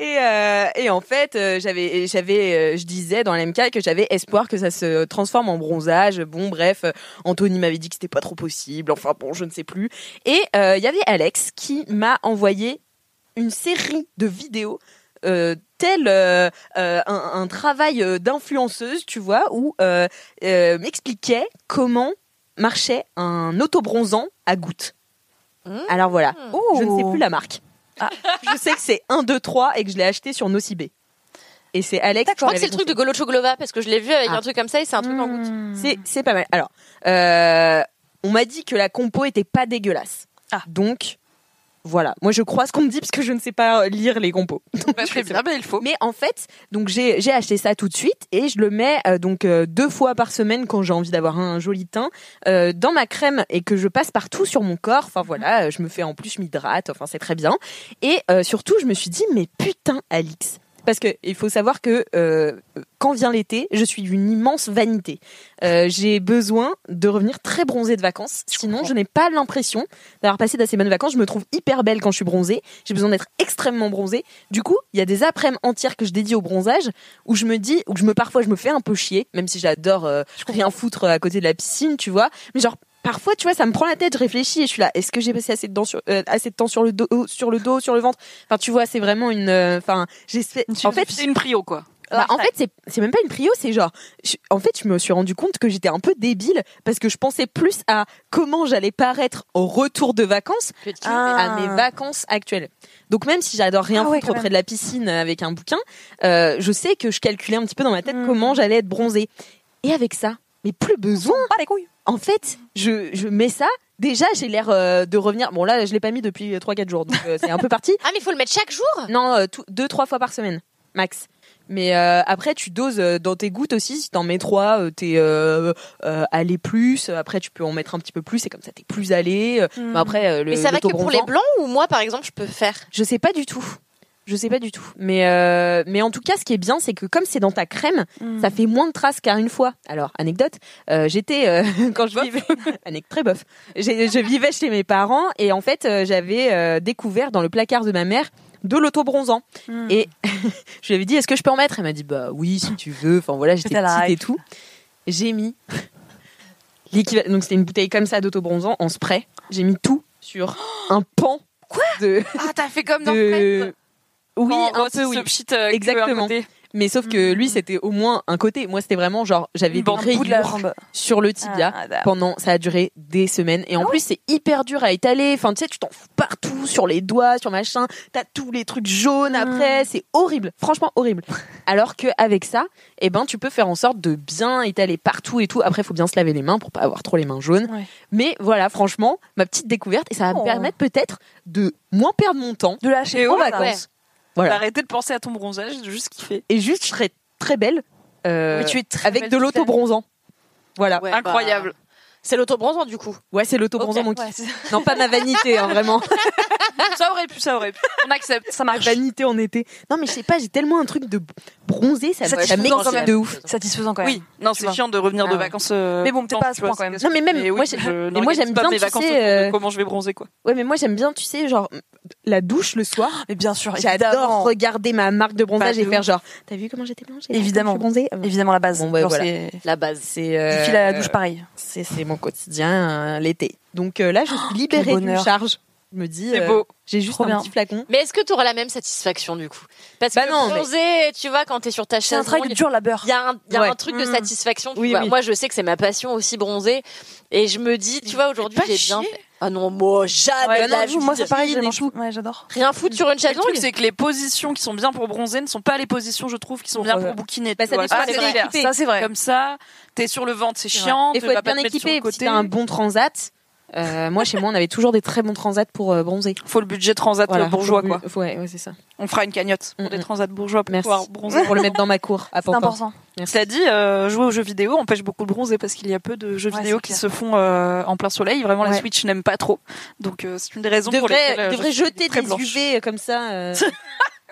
Speaker 1: Et, euh, et en fait, euh, j'avais, j'avais, euh, je disais dans l'MK que j'avais espoir que ça se transforme en bronzage. Bon, bref, euh, Anthony m'avait dit que c'était pas trop possible. Enfin bon, je ne sais plus. Et euh, il y avait Alex qui m'a envoyé une série de vidéos. Euh, tel euh, euh, un, un travail euh, d'influenceuse, tu vois, où euh, euh, m'expliquait comment marchait un autobronzant à gouttes.
Speaker 4: Mmh. Ah.
Speaker 1: Alors voilà,
Speaker 3: Oh.
Speaker 1: je ne sais plus la marque. Je sais que c'est 1, 2, 3 et que je l'ai acheté sur Nocibé. Et c'est Alex.
Speaker 4: Je crois
Speaker 1: qui
Speaker 4: que c'est le
Speaker 1: m'avait
Speaker 4: truc de Golocho Glova parce que je l'ai vu avec
Speaker 1: Ah.
Speaker 4: un truc comme ça et c'est un truc en goutte.
Speaker 1: conseillé. C'est, c'est pas mal. Alors, euh, on m'a dit que la compo était pas dégueulasse.
Speaker 3: Ah.
Speaker 1: Donc, voilà. Moi, je crois ce qu'on me dit parce que je ne sais pas lire les compos.
Speaker 2: Bah, très bien, bah, il faut.
Speaker 1: Mais en fait, donc j'ai j'ai acheté ça tout de suite et je le mets euh, donc euh, deux fois par semaine quand j'ai envie d'avoir un joli teint euh, dans ma crème et que je passe partout sur mon corps. Enfin voilà, euh, je me fais en plus, je m'hydrate. Enfin c'est très bien. Et euh, surtout, je me suis dit mais putain, Alix, parce que il faut savoir que euh, quand vient l'été, je suis d'une immense vanité. Euh, j'ai besoin de revenir très bronzée de vacances, sinon je n'ai pas l'impression d'avoir passé d'assez bonnes vacances. Je me trouve hyper belle quand je suis bronzée. J'ai besoin d'être extrêmement bronzée. Du coup, il y a des après-midi entières que je dédie au bronzage où je me dis, où je me parfois je me fais un peu chier, même si j'adore euh, rien foutre à côté de la piscine, tu vois. Mais genre Parfois, tu vois, ça me prend la tête, je réfléchis et je suis là. Est-ce que j'ai passé assez de, temps sur, euh, assez de temps sur le dos, euh, sur le dos, sur le ventre Enfin, tu vois, c'est vraiment une. euh, Enfin, j'espère. En fait,
Speaker 2: c'est une prio, quoi.
Speaker 1: bah, en fait, c'est- c'est même pas une prio, c'est genre. je- en fait, je me suis rendu compte que j'étais un peu débile parce que je pensais plus à comment j'allais paraître au retour de vacances à mes vacances actuelles. Donc, même si j'adore rien
Speaker 3: Ah ouais,
Speaker 1: foutre
Speaker 3: quand
Speaker 1: auprès
Speaker 3: même.
Speaker 1: de la piscine avec un bouquin, euh, je sais que je calculais un petit peu dans ma tête
Speaker 3: Mm.
Speaker 1: comment j'allais être bronzée. Et avec ça, mais plus besoin.
Speaker 3: Pas les couilles.
Speaker 1: En fait, je, je mets ça. Déjà, j'ai l'air euh, de revenir. Bon, là, je l'ai pas mis depuis 3-4 jours, donc euh, c'est un peu parti.
Speaker 4: Ah, mais il faut le mettre chaque jour
Speaker 1: Non, euh, tout- deux, trois fois par semaine, max. Mais euh, après, tu doses euh, dans tes gouttes aussi. Si t'en mets trois, euh, t'es euh, euh, allé plus. Après, tu peux en mettre un petit peu plus. Et comme ça, t'es plus allé. Euh,
Speaker 3: Mm.
Speaker 4: Hmm.
Speaker 1: mais après, euh, le,
Speaker 4: Mais ça va que pour les
Speaker 1: l'autobronzant-
Speaker 4: blancs ou moi, par exemple, je peux faire
Speaker 1: Je sais pas du tout. Je sais pas du tout. Mais, euh, mais en tout cas, ce qui est bien, c'est que comme c'est dans ta crème, ça fait moins de traces qu'à une fois. Alors, anecdote, euh, j'étais, euh, quand je vivais, Anec- très bof, J'ai- je vivais chez mes parents et en fait, euh, j'avais euh, découvert dans le placard de ma mère de l'autobronzant. Et je lui avais dit, est-ce que je peux en mettre Elle m'a dit, bah oui, si tu veux. Enfin voilà, j'étais
Speaker 3: T'as la
Speaker 1: petite et
Speaker 3: hype.
Speaker 1: tout. J'ai mis l'équivalent. Donc c'était une bouteille comme ça d'autobronzant en spray. J'ai mis tout sur un pan. Quoi
Speaker 2: Ah, t'as fait comme dans
Speaker 1: de... Oui,
Speaker 2: Quand
Speaker 1: un
Speaker 2: Ross
Speaker 1: peu,
Speaker 2: se
Speaker 1: oui.
Speaker 2: pchite, euh, que un
Speaker 1: Exactement.
Speaker 2: côté.
Speaker 1: Mais sauf que lui, c'était au moins un côté. Moi, c'était vraiment genre, j'avais des
Speaker 2: Bon, un bout de la
Speaker 1: rayures
Speaker 2: jambe.
Speaker 1: sur le tibia
Speaker 2: Ah, ah,
Speaker 3: bah,
Speaker 2: d'accord.
Speaker 1: pendant, ça a duré des semaines. Et en plus, c'est hyper dur à étaler. Enfin, tu sais, tu t'en fous partout, sur les doigts, sur machin. T'as tous les trucs jaunes après. C'est horrible. Franchement, horrible. Alors qu'avec ça, eh ben, tu peux faire en sorte de bien étaler partout et tout. Après, il faut bien se laver les mains pour pas avoir trop les mains jaunes.
Speaker 2: Ouais.
Speaker 1: Mais voilà, franchement, ma petite découverte. Et ça va me
Speaker 3: Oh.
Speaker 1: permettre peut-être de moins perdre mon temps
Speaker 3: De lâcher
Speaker 2: Et
Speaker 1: en
Speaker 2: ouais,
Speaker 1: vacances.
Speaker 4: ouais.
Speaker 1: Voilà.
Speaker 2: Bah, Arrêtez de penser à ton bronzage, de juste kiffer.
Speaker 1: Et juste, je serais très belle. euh,
Speaker 2: Mais tu es très
Speaker 1: avec
Speaker 2: belle
Speaker 1: de
Speaker 2: toute
Speaker 1: l'auto-bronzant. Voilà.
Speaker 4: Ouais,
Speaker 2: Incroyable.
Speaker 4: bah, C'est l'autobronzant, du coup.
Speaker 1: Ouais, c'est l'auto-bronzant,
Speaker 4: Ok,
Speaker 1: mon kiff. Non, pas ma vanité, hein, vraiment.
Speaker 2: ça aurait pu, ça aurait pu. On accepte. Ça marche.
Speaker 1: vanité en été. Non, mais je sais pas, j'ai tellement un truc de bronzé, ça, me- ça
Speaker 3: Satisfaisant
Speaker 1: m'excite
Speaker 3: quand même.
Speaker 1: de ouf.
Speaker 3: Satisfaisant quand même.
Speaker 2: Oui, non, c'est chiant de revenir
Speaker 1: Ah
Speaker 2: de
Speaker 1: ouais.
Speaker 2: vacances. euh,
Speaker 3: Mais bon, peut-être pas à ce point, quand même.
Speaker 1: Non, mais même, moi, j'ai- mais moi, j'aime bien,
Speaker 2: mes
Speaker 1: tu
Speaker 2: vacances.
Speaker 1: sais,
Speaker 2: autour de
Speaker 1: euh,
Speaker 2: Comment je vais bronzer, quoi.
Speaker 1: Ouais, mais moi, j'aime bien, tu sais, genre, la douche le soir.
Speaker 3: Mais bien sûr,
Speaker 1: J'adore
Speaker 3: Oh, évidemment.
Speaker 1: regarder ma marque de bronzage
Speaker 3: Bah,
Speaker 1: et
Speaker 3: de
Speaker 1: faire
Speaker 3: ouf.
Speaker 1: genre, t'as vu comment j'étais blanche J'ai-
Speaker 3: Évidemment.
Speaker 1: Je suis bronzée
Speaker 3: Évidemment, la base.
Speaker 1: Bon, bah,
Speaker 3: Genre,
Speaker 1: voilà.
Speaker 3: c'est-
Speaker 4: La base.
Speaker 1: C'est.
Speaker 3: Tu
Speaker 1: euh,
Speaker 3: files à la douche pareil.
Speaker 1: C'est c'est mon quotidien euh, l'été. Donc euh, là, je suis libérée d'une
Speaker 3: bonheur.
Speaker 1: charge. Je me dis,
Speaker 2: C'est
Speaker 1: euh,
Speaker 2: beau.
Speaker 1: j'ai juste
Speaker 3: Trop
Speaker 1: un
Speaker 3: bien.
Speaker 1: petit flacon.
Speaker 4: Mais est-ce que tu auras la même satisfaction, du coup Parce
Speaker 1: Bah
Speaker 4: que
Speaker 1: non, mais-
Speaker 4: bronzer, tu vois, quand t'es sur ta
Speaker 3: C'est
Speaker 4: chaise
Speaker 3: un travail
Speaker 4: longue,
Speaker 3: de dur labeur.
Speaker 4: Il y a un, il y a
Speaker 1: Ouais.
Speaker 4: un truc de
Speaker 3: Mm.
Speaker 4: satisfaction. tu
Speaker 1: Oui,
Speaker 4: vois.
Speaker 1: oui.
Speaker 4: Moi, je sais que c'est ma passion aussi bronzer. Et je me dis, tu vois, aujourd'hui,
Speaker 2: Pas
Speaker 4: j'ai
Speaker 2: chier.
Speaker 4: bien fait. Ah non, moi, jamais
Speaker 1: Ouais,
Speaker 4: de la
Speaker 1: non,
Speaker 4: vie.
Speaker 3: bah, Moi, c'est pareil,
Speaker 1: Jean,
Speaker 3: j'ai
Speaker 1: et
Speaker 3: mon chou. Ouais, j'adore.
Speaker 4: Rien foutre sur une chaise
Speaker 2: Le truc,
Speaker 4: longue.
Speaker 2: c'est que les positions qui sont bien pour bronzer ne sont pas les positions, je trouve, qui sont bien
Speaker 1: Ouais.
Speaker 2: pour bouquiner.
Speaker 1: Bah,
Speaker 2: tu
Speaker 1: ça
Speaker 2: vois.
Speaker 1: dépend
Speaker 2: Ah,
Speaker 1: des
Speaker 2: c'est
Speaker 1: vrais
Speaker 2: l'hiver.
Speaker 1: équipés.
Speaker 2: Ça, c'est vrai. Comme ça, t'es sur le ventre, c'est chiant.
Speaker 1: Il
Speaker 2: tu
Speaker 1: faut
Speaker 2: vas
Speaker 1: être
Speaker 2: pas te
Speaker 1: bien
Speaker 2: mettre sur
Speaker 1: équipé.
Speaker 2: le
Speaker 1: Si
Speaker 2: côté.
Speaker 1: t'as un bon transat, euh, moi chez moi on avait toujours des très bons transats pour euh, bronzer.
Speaker 2: Faut le budget transat euh,
Speaker 1: Voilà.
Speaker 2: bourgeois, quoi.
Speaker 1: Faut- Ouais, ouais, c'est ça.
Speaker 2: On fera une cagnotte pour
Speaker 1: Mm,
Speaker 2: des
Speaker 1: mm.
Speaker 2: transats bourgeois pour
Speaker 1: Merci.
Speaker 2: pouvoir bronzer.
Speaker 1: Pour le mettre dans ma cour à
Speaker 3: C'est
Speaker 1: Pantin.
Speaker 3: important.
Speaker 2: Cela dit, euh, jouer aux jeux vidéo empêche beaucoup de bronzer parce qu'il y a peu de jeux
Speaker 3: Ouais,
Speaker 2: vidéo
Speaker 3: c'est clair.
Speaker 2: qui se font euh, en plein soleil. Vraiment, la
Speaker 3: Ouais.
Speaker 2: Switch n'aime pas trop. Donc, euh, c'est une des raisons pour
Speaker 1: Devrais,
Speaker 2: lesquelles euh, je
Speaker 1: devrais
Speaker 2: suis
Speaker 1: jeter
Speaker 2: très
Speaker 1: des
Speaker 2: blanche.
Speaker 1: UV comme ça euh,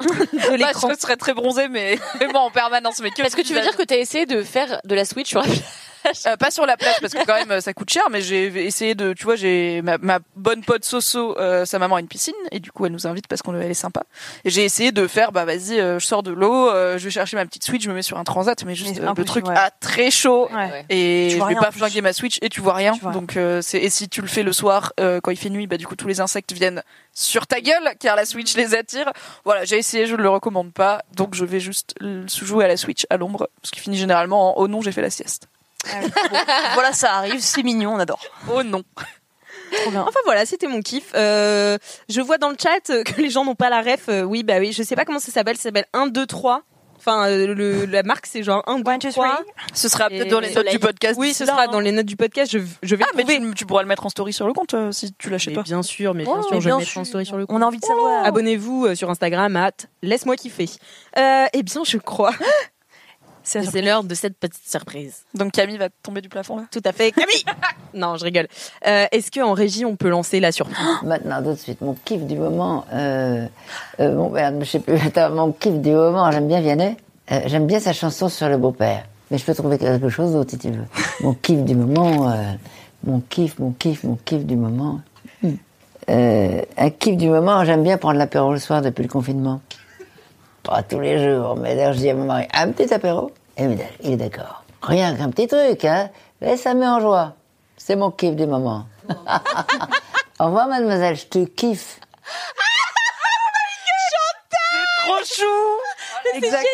Speaker 1: de
Speaker 2: Bah,
Speaker 1: l'écran.
Speaker 2: je serais très bronzée, mais moi en permanence. Mais
Speaker 4: Est-ce que tu veux dire que t'as essayé de faire de la Switch sur la
Speaker 2: Euh, pas sur la plage parce que quand même euh, ça coûte cher mais j'ai essayé de tu vois j'ai ma, ma bonne pote Soso euh, sa maman a une piscine et du coup elle nous invite parce qu'on elle est sympa et j'ai essayé de faire bah vas-y euh, je sors de l'eau euh, je vais chercher ma petite Switch je me mets sur un transat mais juste
Speaker 3: Mais
Speaker 2: euh, le
Speaker 3: impossible,
Speaker 2: truc
Speaker 3: ouais.
Speaker 2: à très chaud
Speaker 3: Ouais.
Speaker 2: et
Speaker 3: Tu
Speaker 2: je
Speaker 3: vois
Speaker 2: vais
Speaker 3: rien, en
Speaker 2: pas
Speaker 3: plus.
Speaker 2: flinguer ma Switch et tu vois rien
Speaker 3: Tu vois
Speaker 2: donc euh, c'est et si tu le fais le soir euh, quand il fait nuit bah du coup tous les insectes viennent sur ta gueule car la Switch les attire voilà j'ai essayé je ne le recommande pas donc je vais juste euh, jouer à la Switch à l'ombre ce qui finit généralement en oh non j'ai fait la sieste
Speaker 3: Voilà, ça arrive, c'est mignon, on adore.
Speaker 2: oh non
Speaker 1: Enfin voilà, c'était mon kiff. Euh, je vois dans le chat euh, que les gens n'ont pas la ref. Euh, oui, bah oui, je sais pas comment ça s'appelle. Ça s'appelle 1, 2, 3. Enfin, euh, le- la marque c'est genre 1, 2,
Speaker 3: One, two,
Speaker 1: 3.
Speaker 3: three.
Speaker 2: Ce sera
Speaker 1: Et-
Speaker 2: peut-être dans les notes du podcast.
Speaker 1: Oui,
Speaker 2: d'ici
Speaker 1: ce
Speaker 2: là,
Speaker 1: sera
Speaker 2: hein.
Speaker 1: dans les notes du podcast. Je, je vais
Speaker 2: Ah,
Speaker 1: le
Speaker 2: mais
Speaker 1: trouver.
Speaker 2: tu, tu pourras le mettre en story sur le compte euh, si tu l'achètes
Speaker 1: Mais
Speaker 2: pas.
Speaker 1: bien sûr, mais bien
Speaker 3: Oh,
Speaker 1: sûr,
Speaker 3: mais
Speaker 1: je
Speaker 3: bien
Speaker 1: vais mettre en
Speaker 3: sûr.
Speaker 1: story sur le Oh. compte.
Speaker 3: On a envie de savoir.
Speaker 1: Abonnez-vous euh, sur Instagram à Laisse-moi kiffer. Euh, eh bien, je crois
Speaker 2: C'est
Speaker 4: Et C'est l'heure de cette petite surprise.
Speaker 2: Donc Camille va tomber du plafond là.
Speaker 4: Tout à fait. Camille
Speaker 1: Non, je rigole. Euh, Est-ce qu'en régie, on peut lancer la surprise
Speaker 9: Maintenant, tout de suite, mon kiff du moment. Euh, euh, bon, merde, je sais plus. Attends, mon kiff du moment. J'aime bien Vianney. Euh, J'aime bien sa chanson sur le beau-père. Mais je peux trouver quelque chose d'autre si tu veux. Mon kiff du moment. euh, mon kiff, mon kiff, mon kiff du moment. Hmm. Euh, un kiff du moment. J'aime bien prendre l'apéro le soir depuis le confinement. Pas tous les jours, mais d'ailleurs, je dis à mon mari, un petit apéro. Et il est- il est d'accord. Rien qu'un petit truc, hein. Et ça me met en joie. C'est mon kiff du moment. Au revoir, mademoiselle, je te kiffe.
Speaker 1: Trop chou
Speaker 4: Oh, Mais c'est génial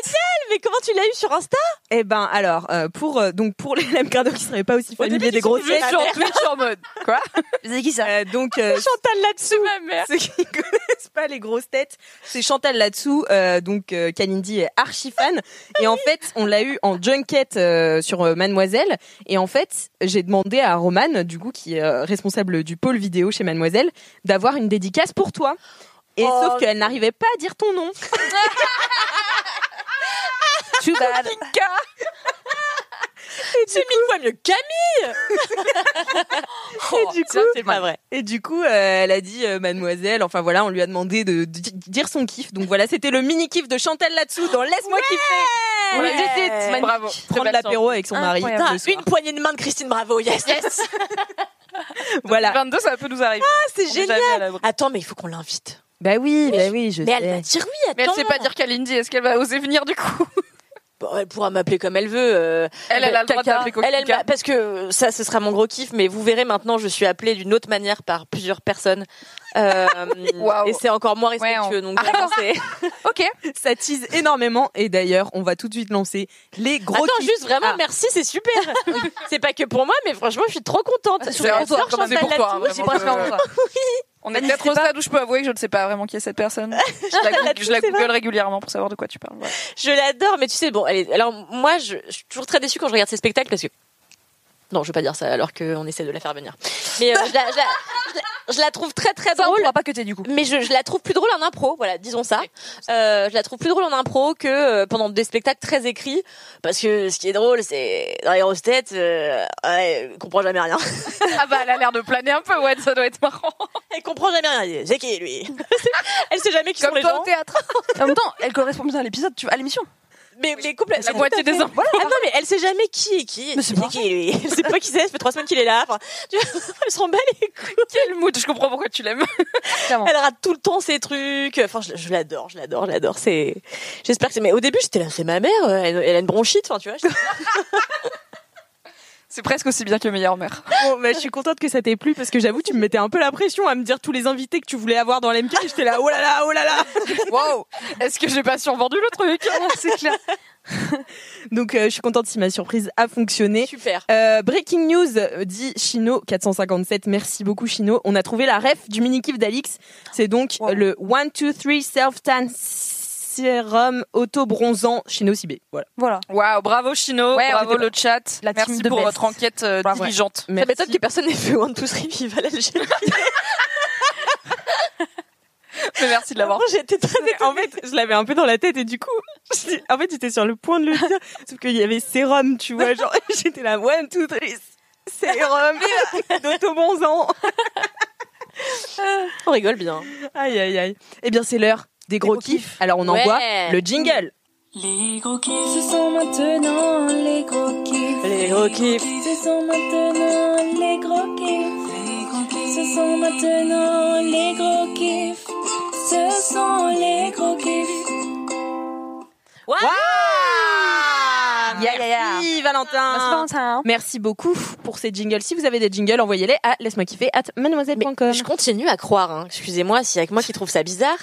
Speaker 4: Mais comment tu l'as eu sur Insta
Speaker 1: Eh ben alors, euh, pour euh, donc pour les LM Crado qui seraient pas aussi familiers des grosses têtes.
Speaker 2: sur Twitch en mode. Quoi
Speaker 1: Vous savez qui ça Euh, Donc euh,
Speaker 4: Chantal là-dessous
Speaker 2: Ma mère.
Speaker 1: ceux qui connaissent pas les grosses têtes, c'est Chantal là-dessous. euh, donc euh, Kalindi est archi fan. Et en fait, on l'a eu en junket euh, sur euh, Mademoiselle. Et en fait, j'ai demandé à Roman, du coup, qui est euh, responsable du pôle vidéo chez Mademoiselle, d'avoir une dédicace pour toi. Et
Speaker 4: Oh.
Speaker 1: sauf qu'elle n'arrivait pas à dire ton nom.
Speaker 3: Too bad.
Speaker 4: C'est mille fois mieux que Camille
Speaker 1: Et
Speaker 3: Oh,
Speaker 1: du coup,
Speaker 4: c'est pas vrai.
Speaker 1: Et du coup, euh, elle a dit euh, Mademoiselle. Enfin voilà, on lui a demandé de, de di- dire son kiff. Donc voilà, c'était le mini kiff de Chantal là-dessous dans Laisse-moi kiffer.
Speaker 2: Ouais.
Speaker 1: Magnifique.
Speaker 2: Bravo. Très
Speaker 1: Prendre
Speaker 2: belle
Speaker 1: l'apéro avec son mari.
Speaker 2: Incroyable.
Speaker 1: le soir.
Speaker 4: Une poignée de main de Christine Bravo, yes, yes.
Speaker 1: Voilà.
Speaker 2: 22, ça peut nous arriver.
Speaker 4: c'est
Speaker 2: On est
Speaker 4: génial.
Speaker 2: jamais à l'abri.
Speaker 4: Attends, mais il faut qu'on l'invite.
Speaker 1: Bah oui, bah oui, je
Speaker 4: Mais elle va
Speaker 1: sais.
Speaker 4: dire oui, attends.
Speaker 2: Mais elle sait pas dire Kalindi, est-ce qu'elle va oser venir du coup
Speaker 4: Bon, elle pourra m'appeler comme elle veut. euh,
Speaker 2: Elle, elle a le droit
Speaker 4: caca.
Speaker 2: d'appeler Coquille
Speaker 4: Elle, elle
Speaker 2: Cat.
Speaker 4: m'a- Parce que ça, ce sera mon gros kiff, mais vous verrez maintenant, je suis appelée d'une autre manière par plusieurs personnes. Euh,
Speaker 2: Waouh.
Speaker 4: Et c'est encore moins
Speaker 2: Ouais, on-
Speaker 4: respectueux. Donc, vraiment, c'est-
Speaker 2: Ok.
Speaker 1: Ça tease énormément. Et d'ailleurs, on va tout de suite lancer les gros
Speaker 4: Attends,
Speaker 1: kiffs.
Speaker 4: juste vraiment,
Speaker 1: Ah.
Speaker 4: merci, c'est super. c'est pas que pour moi, mais franchement, je suis trop contente. J'adore
Speaker 2: comme c'est
Speaker 4: Chantal
Speaker 2: pour toi. hein,
Speaker 4: là-dessous.
Speaker 2: vraiment, je- On est peut-être au stade où je peux avouer que je ne sais pas vraiment qui est cette personne. Je la, goog- je la google régulièrement pour savoir de quoi tu parles. ouais.
Speaker 4: Je l'adore, mais tu sais, bon, allez, alors moi, je, je suis toujours très déçue quand je regarde ces spectacles parce que. Non, je vais pas dire ça alors qu'on essaie de la faire venir. Mais euh, je, la, je la- je la- je la trouve très très
Speaker 2: Ça, on
Speaker 4: drôle.
Speaker 2: pourra pas que t'es du coup.
Speaker 4: Mais je, je la trouve plus drôle en impro, voilà, disons ça. Euh, je la trouve plus drôle en impro que euh, pendant des spectacles très écrits, parce que ce qui est drôle, c'est dans les grosses têtes, euh, ouais, elle comprend jamais rien.
Speaker 2: Ah bah, elle a l'air de planer un peu, ouais, ça doit être marrant.
Speaker 4: Elle comprend jamais rien. C'est qui lui Elle sait jamais qui sont
Speaker 2: Comme
Speaker 4: les
Speaker 2: toi
Speaker 4: gens.
Speaker 2: au théâtre.
Speaker 3: En même temps, elle correspond bien à l'épisode, tu vois, à l'émission.
Speaker 4: Mais les couples,
Speaker 2: La moitié des enfants.
Speaker 4: Ah non, mais elle sait jamais qui est qui.
Speaker 3: Mais c'est
Speaker 4: qui est
Speaker 3: pas
Speaker 4: qui, lui. Elle sait pas qui c'est, ça fait trois semaines qu'il est là. Enfin, tu vois, elle se rend mal les couilles.
Speaker 2: Quel mood, je comprends pourquoi tu l'aimes.
Speaker 4: Elle rate tout le temps ses trucs. Enfin, je, je l'adore, je l'adore, je l'adore. C'est, j'espère que c'est, mais au début, j'étais là, c'est ma mère, euh, elle, elle a une bronchite, enfin, tu vois. j'étais-
Speaker 2: C'est presque aussi bien que Meilleure Mère.
Speaker 1: Bon, bah, je suis contente que ça t'ait plu parce que j'avoue, tu me mettais un peu la pression à me dire tous les invités que tu voulais avoir dans l'MK. et J'étais là, oh là là, oh là là.
Speaker 2: Wow Est-ce que j'ai pas survendu le truc C'est clair.
Speaker 1: Donc, euh, je suis contente si ma surprise a fonctionné.
Speaker 4: Super.
Speaker 1: Euh, breaking news, euh, dit Chino 457. Merci beaucoup Chino. On a trouvé la ref du mini kiff d'Alix. C'est donc
Speaker 3: Wow.
Speaker 1: euh, le 1 2 3 self tan sérum auto bronzant Chino Cibé. Voilà.
Speaker 3: Voilà.
Speaker 2: Waouh, bravo Chino,
Speaker 3: Ouais, on
Speaker 2: bravo
Speaker 3: était-
Speaker 2: le chat.
Speaker 3: La team
Speaker 2: Merci
Speaker 3: de
Speaker 2: pour
Speaker 3: best.
Speaker 2: votre enquête euh,
Speaker 3: Bravo.
Speaker 2: diligente.
Speaker 4: Ça m'étonne que personne n'ait fait One Two Three Vive à l'Algérie.
Speaker 2: Mais merci
Speaker 1: Ah,
Speaker 2: de l'avoir.
Speaker 4: J'étais très
Speaker 1: Mais En fait, je l'avais un peu dans la tête et du coup, j'étais- en fait, j'étais sur le point de le dire, sauf qu'il y avait sérum, tu vois, genre j'étais là 1 2 3 sérum d'auto bronzant.
Speaker 4: On rigole bien.
Speaker 1: Aïe aïe aïe. Eh bien, c'est l'heure des gros,
Speaker 4: gros
Speaker 1: kiffs.
Speaker 4: kiffs.
Speaker 1: Alors on
Speaker 4: Ouais.
Speaker 1: envoie le jingle.
Speaker 8: Les gros kiffs, ce sont maintenant les gros kiffs.
Speaker 4: Les gros kiffs.
Speaker 8: Ce sont maintenant les gros kiffs. Les gros kiffs. Ce sont maintenant les gros kiffs. Ce sont les gros kiffs.
Speaker 4: Waouh
Speaker 1: Yeah, yeah, yeah. Bah, Merci
Speaker 3: Bah,
Speaker 1: Valentin.
Speaker 3: hein.
Speaker 1: Merci beaucoup pour ces jingles. Si vous avez des jingles, envoyez-les à laisse-moi kiffer at mademoiselle.com.
Speaker 4: Je continue à croire, hein, excusez-moi s'il y a que moi qui trouve ça bizarre,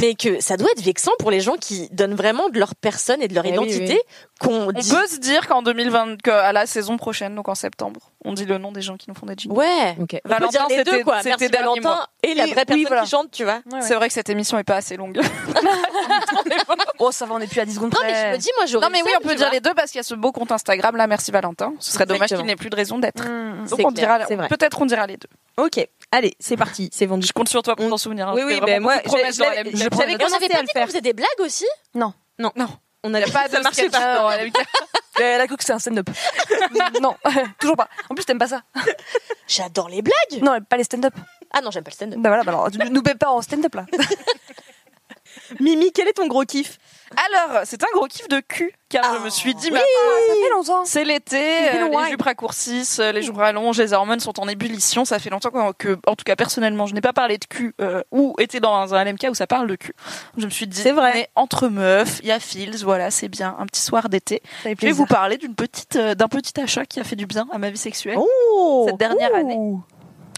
Speaker 4: mais que ça doit être vexant pour les gens qui donnent vraiment de leur personne et de leur
Speaker 1: Eh oui,
Speaker 4: identité qu'on
Speaker 2: On
Speaker 4: dit.
Speaker 2: peut se dire qu'en 2020, qu'à la saison prochaine, donc en septembre, on dit le nom des gens qui nous font des jingles.
Speaker 4: Ouais.
Speaker 1: Ok.
Speaker 4: On peut dire les deux, quoi.
Speaker 2: c'était
Speaker 4: Merci
Speaker 2: dernier mois.
Speaker 4: Valentin et la
Speaker 2: Oui,
Speaker 4: vraie
Speaker 2: oui,
Speaker 4: personne
Speaker 2: voilà.
Speaker 4: qui chante, tu vois.
Speaker 2: C'est vrai que cette émission est pas assez longue.
Speaker 3: Oh, ça va, on est plus à 10 secondes
Speaker 4: Non,
Speaker 3: près.
Speaker 4: mais je me dis, moi, j'aurais
Speaker 2: non mais
Speaker 4: le
Speaker 2: oui,
Speaker 4: seum,
Speaker 2: on peut
Speaker 4: tu
Speaker 2: dire
Speaker 4: vois.
Speaker 2: les deux parce qu'il y a ce beau compte Instagram là, merci Valentin. Ce serait dommage
Speaker 4: Exactement.
Speaker 2: qu'il n'ait plus de raison
Speaker 3: Mm,
Speaker 2: d'être. Donc
Speaker 4: C'est
Speaker 2: on
Speaker 4: clair,
Speaker 2: dira,
Speaker 1: c'est vrai.
Speaker 2: peut-être on dira les deux.
Speaker 1: Ok. Allez, c'est parti. C'est vendu.
Speaker 2: Je compte sur toi pour t'en souvenir. hein.
Speaker 1: Oui,
Speaker 2: Je
Speaker 1: oui,
Speaker 2: fais
Speaker 1: ben
Speaker 2: vraiment
Speaker 1: moi,
Speaker 2: beaucoup de promesses
Speaker 1: je-
Speaker 2: dans
Speaker 1: je-
Speaker 2: la-
Speaker 1: je-
Speaker 2: la-
Speaker 1: j'avais
Speaker 4: Mais on
Speaker 1: commencé
Speaker 4: avait
Speaker 1: à
Speaker 4: pas
Speaker 1: le
Speaker 4: dit qu'on
Speaker 1: faire.
Speaker 4: faisait des blagues aussi
Speaker 1: Non,
Speaker 2: Non.
Speaker 1: on on a pas
Speaker 2: de sketch, non, elle a eu
Speaker 3: Elle a cru que c'était un stand-up. non, toujours pas. En plus, t'aimes pas ça.
Speaker 4: J'adore les blagues.
Speaker 3: Non, pas les stand-up.
Speaker 4: Ah non, j'aime pas le stand-up.
Speaker 3: Bah voilà, bah alors, nous paie pas en stand-up là.
Speaker 1: Mimi, quel est ton gros kiff
Speaker 2: Alors, c'est un gros kiff de cul, car je me suis dit,
Speaker 3: oui,
Speaker 2: bah,
Speaker 3: ça fait longtemps.
Speaker 2: c'est l'été,
Speaker 3: fait
Speaker 2: euh,
Speaker 3: loin.
Speaker 2: les jupes raccourcissent, euh, les jours rallongent, les hormones sont en ébullition. Ça fait longtemps qu'on- que, en tout cas personnellement, je n'ai pas parlé de cul euh, ou été dans un LMK où ça parle de cul. Je me suis dit, c'est vrai. entre meufs, il y a Fils, voilà, c'est bien, un petit soir d'été.
Speaker 3: fait
Speaker 2: Je vais
Speaker 3: plaisir.
Speaker 2: vous parler d'une petite, euh, d'un petit achat qui a fait du bien à ma vie sexuelle cette dernière année.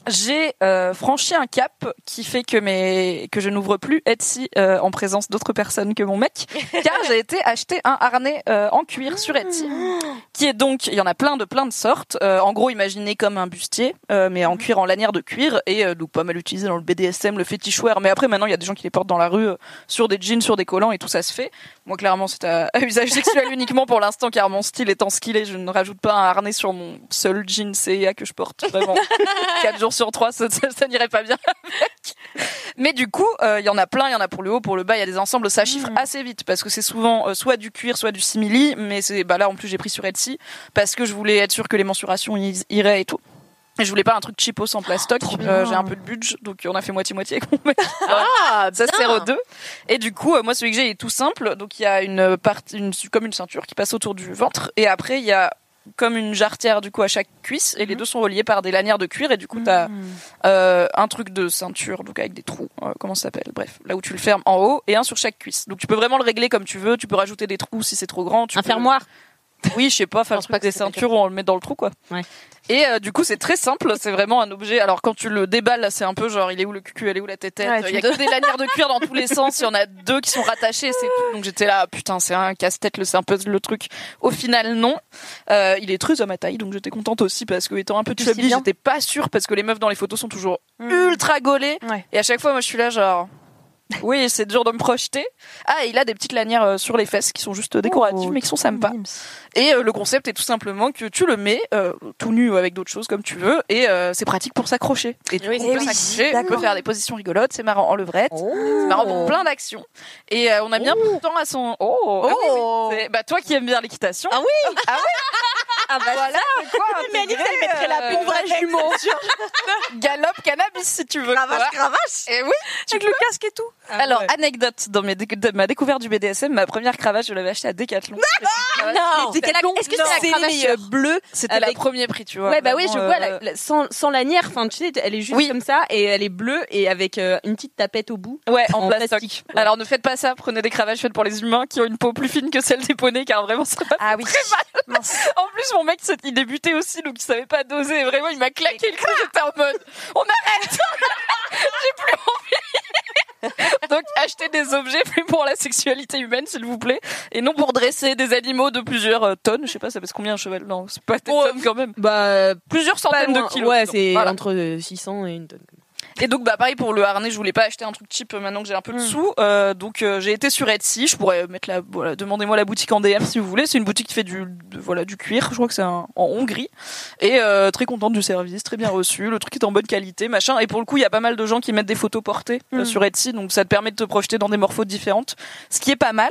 Speaker 2: J'ai euh, franchi un cap qui fait que mes que je n'ouvre plus Etsy euh, en présence d'autres personnes que mon mec, car j'ai été acheter un harnais euh, en cuir sur Etsy, qui est donc il y en a plein de plein de sortes. Euh, en gros, imaginez comme un bustier, euh, mais en cuir en lanière de cuir et euh, donc pas mal utilisé dans le BDSM, le fétichoir. Mais après maintenant, il y a des gens qui les portent dans la rue euh, sur des jeans, sur des collants et tout ça se fait. Moi, clairement, c'est à, à usage sexuel uniquement pour l'instant, car mon style étant skillé, je ne rajoute pas un harnais sur mon seul jean CIA que je porte vraiment 4 jours sur 3, ça, ça- ça n'irait pas bien avec. Mais du coup, euh, il y en a plein, il y en a pour le haut, pour le bas, il y a des ensembles, ça chiffre assez vite, parce que c'est souvent euh, soit du cuir, soit du simili, mais c'est bah là, en plus, j'ai pris sur Etsy, parce que je voulais être sûr que les mensurations ils- iraient et tout. Et je voulais pas un truc cheapo sans plastoc, Euh, j'ai un peu de budget, donc on a fait moitié-moitié avec mon mec. Voilà.
Speaker 4: Ah,
Speaker 2: Ça
Speaker 4: bien.
Speaker 2: sert aux deux. Et du coup, euh, moi, celui que j'ai est tout simple. Donc, il y a une partie, une, comme une ceinture qui passe autour du ventre. Et après, il y a comme une jarretière, du coup, à chaque cuisse. Et les
Speaker 4: Mhm.
Speaker 2: deux sont reliés par des lanières de cuir. Et du coup, t'as
Speaker 4: Hmm.
Speaker 2: euh, un truc de ceinture, donc avec des trous. euh, comment ça s'appelle Bref, là où tu le fermes en haut et un sur chaque cuisse. Donc, tu peux vraiment le régler comme tu veux. Tu peux rajouter des trous si c'est trop grand. Tu
Speaker 4: Un
Speaker 2: peux-
Speaker 4: fermoir.
Speaker 2: oui, je sais pas, faire le
Speaker 4: Je pense
Speaker 2: truc
Speaker 4: pas que
Speaker 2: des
Speaker 4: c'est quelqu'un.
Speaker 2: ceintures où on le met dans le trou, quoi.
Speaker 4: Ouais.
Speaker 2: Et euh, du coup, c'est très simple, c'est vraiment un objet. Alors, quand tu le déballes, là, c'est un peu genre, il est où le cucu, elle est où la tête
Speaker 3: Ouais,
Speaker 2: Il
Speaker 3: tu
Speaker 2: y a que des lanières de cuir dans tous les sens, il y en a deux qui sont rattachées, c'est tout. Donc, j'étais là, putain, c'est un casse-tête, le- c'est un peu le truc. Au final, non. Euh, il est très à ma taille, donc j'étais contente aussi parce que, étant un peu
Speaker 3: Tu sais
Speaker 2: chubby,
Speaker 3: bien. Hmm.
Speaker 2: j'étais pas sûre parce que les meufs dans les photos sont toujours ultra gaulées.
Speaker 3: Ouais.
Speaker 2: Et à chaque fois, moi, je suis là, genre. Oui, c'est dur de me projeter. Ah, et il a des petites lanières euh, sur les fesses qui sont juste décoratives,
Speaker 3: Oh,
Speaker 2: mais qui sont sympas. Et euh, le concept est tout simplement que tu le mets euh, tout nu ou avec d'autres choses comme tu veux et euh, c'est pratique pour s'accrocher. Et tu
Speaker 4: Oui,
Speaker 2: peux
Speaker 4: c'est
Speaker 3: oui,
Speaker 2: s'accrocher, on peut
Speaker 3: d'accord.
Speaker 2: faire des positions rigolotes, c'est marrant en levrette, c'est marrant pour plein d'actions. Et euh, on a bien pris le temps à son... Oh. Oh, ah oui, oui. C'est- Bah toi qui aimes bien l'équitation. Ah oui Ah oui Ah bah voilà quoi, euh,
Speaker 4: Mais Alix, elle mettrait la une vraie jumeau.
Speaker 2: Galop cannabis si tu veux. quoi.
Speaker 3: cravache
Speaker 2: Et oui,
Speaker 3: Avec le casque et tout.
Speaker 2: alors anecdote dans mes déc- de ma découverte du BDSM, ma première cravate je l'avais achetée à Decathlon.
Speaker 4: Ah, Non.
Speaker 2: C'était la-
Speaker 4: Est-ce que c'est la cravache bleue
Speaker 2: C'était
Speaker 4: Avec-
Speaker 2: la premier prix, tu vois.
Speaker 1: Ouais, bah oui, je
Speaker 2: vraiment,
Speaker 1: vois,
Speaker 2: euh,
Speaker 1: la- la- sans, sans lanière, enfin, tu sais, elle est juste
Speaker 2: Oui.
Speaker 1: comme ça, et elle est bleue, et avec euh, une petite tapette au bout.
Speaker 2: Ouais, en,
Speaker 1: En
Speaker 2: plastoc.
Speaker 1: plastique, ouais.
Speaker 2: Alors ne faites pas ça, prenez des cravaches faites pour les humains qui ont une peau plus fine que celle des poneys, car vraiment ça va.
Speaker 3: Ah oui.
Speaker 2: En plus, mon mec, c'est- il débutait aussi, donc il savait pas doser. Et vraiment, il m'a claqué le cou, j'étais en mode On arrête J'ai plus envie Donc achetez des objets plus pour la sexualité humaine, s'il vous plaît, et non pour dresser des animaux de plusieurs euh, tonnes. Je sais pas, ça pèse combien un cheval Non, c'est pas des tonnes quand même.
Speaker 1: Bah,
Speaker 2: Plusieurs centaines de kilos.
Speaker 1: Ouais, c'est
Speaker 2: Voilà.
Speaker 1: entre euh, 600 et une tonne.
Speaker 2: Et donc bah pareil pour le harnais, je voulais pas acheter un truc cheap euh, maintenant que j'ai un peu de sous, euh, donc euh, j'ai été sur Etsy. Je pourrais mettre la, voilà, demandez-moi la boutique en DM si vous voulez. C'est une boutique qui fait du, de- voilà, du cuir. Je crois que c'est un- en Hongrie et euh, très contente du service, très bien reçu. Le truc est en bonne qualité, machin. Et pour le coup, il y a pas mal de gens qui mettent des photos portées euh, sur Etsy, donc ça te permet de te projeter dans des morphos différentes, ce qui est pas mal.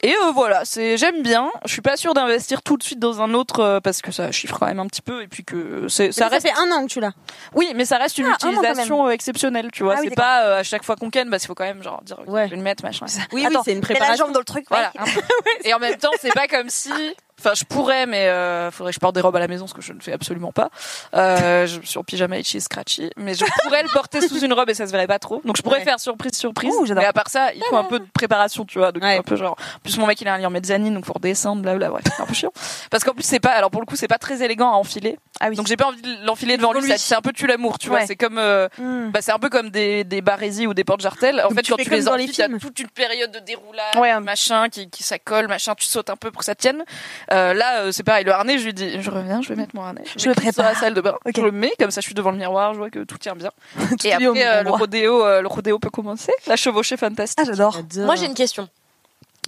Speaker 2: Et euh, voilà, c'est j'aime bien. Je suis pas sûre d'investir tout de suite dans un autre euh, parce que ça chiffre quand même un petit peu et puis que c'est- ça
Speaker 1: Ça,
Speaker 2: reste
Speaker 1: fait un an que tu l'as.
Speaker 2: oui, mais ça reste une
Speaker 3: Ah, un an quand
Speaker 2: utilisation euh, exceptionnelle, tu vois.
Speaker 3: Ah oui,
Speaker 2: c'est pas euh, à chaque fois qu'on ken, parce qu'il faut quand même genre dire, ok,
Speaker 1: Ouais.
Speaker 2: je vais le mettre, machin.
Speaker 1: Oui,
Speaker 3: Attends,
Speaker 1: oui, c'est une
Speaker 3: Mets la
Speaker 1: préparation.
Speaker 3: jambe dans le truc.
Speaker 2: Voilà.
Speaker 3: ouais.
Speaker 2: un peu. Et en même temps, c'est pas comme si. Enfin, je pourrais, mais euh, faudrait que je porte des robes à la maison, ce que je ne fais absolument pas. Euh, je suis en pyjama itchy et scratchy, mais je pourrais le porter sous une robe et ça se verrait pas trop. Donc je pourrais
Speaker 1: Ouais.
Speaker 2: faire surprise, surprise.
Speaker 3: Ouh, j'adore.
Speaker 2: mais à part ça, il faut un peu de préparation, tu vois. Donc
Speaker 1: Ouais.
Speaker 2: un peu genre. En plus mon mec il a un lit en mezzanine, donc faut redescendre, blabla, bref, c'est un peu chiant. Parce qu'en plus c'est pas, alors pour le coup c'est pas très élégant à enfiler.
Speaker 3: Ah oui.
Speaker 2: Donc j'ai pas envie de l'enfiler devant lui. ça- C'est un peu tu l'amour, tu vois.
Speaker 3: Ouais.
Speaker 2: C'est comme. euh,
Speaker 3: Hmm.
Speaker 2: bah, c'est un peu comme des, des barésies ou des portes jartelles. En
Speaker 1: Donc
Speaker 2: fait,
Speaker 1: tu
Speaker 2: quand
Speaker 1: fais
Speaker 2: tu
Speaker 1: comme
Speaker 2: les
Speaker 1: dans les
Speaker 2: enfiles, t'as
Speaker 1: films.
Speaker 2: toute une période de déroulage,
Speaker 3: Ouais, un-
Speaker 2: machin, qui, qui ça colle, machin, tu sautes un peu pour que ça tienne. Euh, là, euh, c'est pareil, le harnais, je lui dis, je reviens, je vais mettre mon harnais.
Speaker 3: Je le
Speaker 2: prépare. la salle de bain.
Speaker 3: Ok.
Speaker 2: Je le mets, comme ça, je suis devant le miroir, je vois que tout tient bien.
Speaker 3: Tout
Speaker 2: Et
Speaker 3: est au
Speaker 2: après, euh, le
Speaker 3: miroir.
Speaker 2: rodéo, euh, le rodéo peut commencer. La chevauchée fantastique.
Speaker 3: Ah, j'adore.
Speaker 4: Moi, j'ai une question.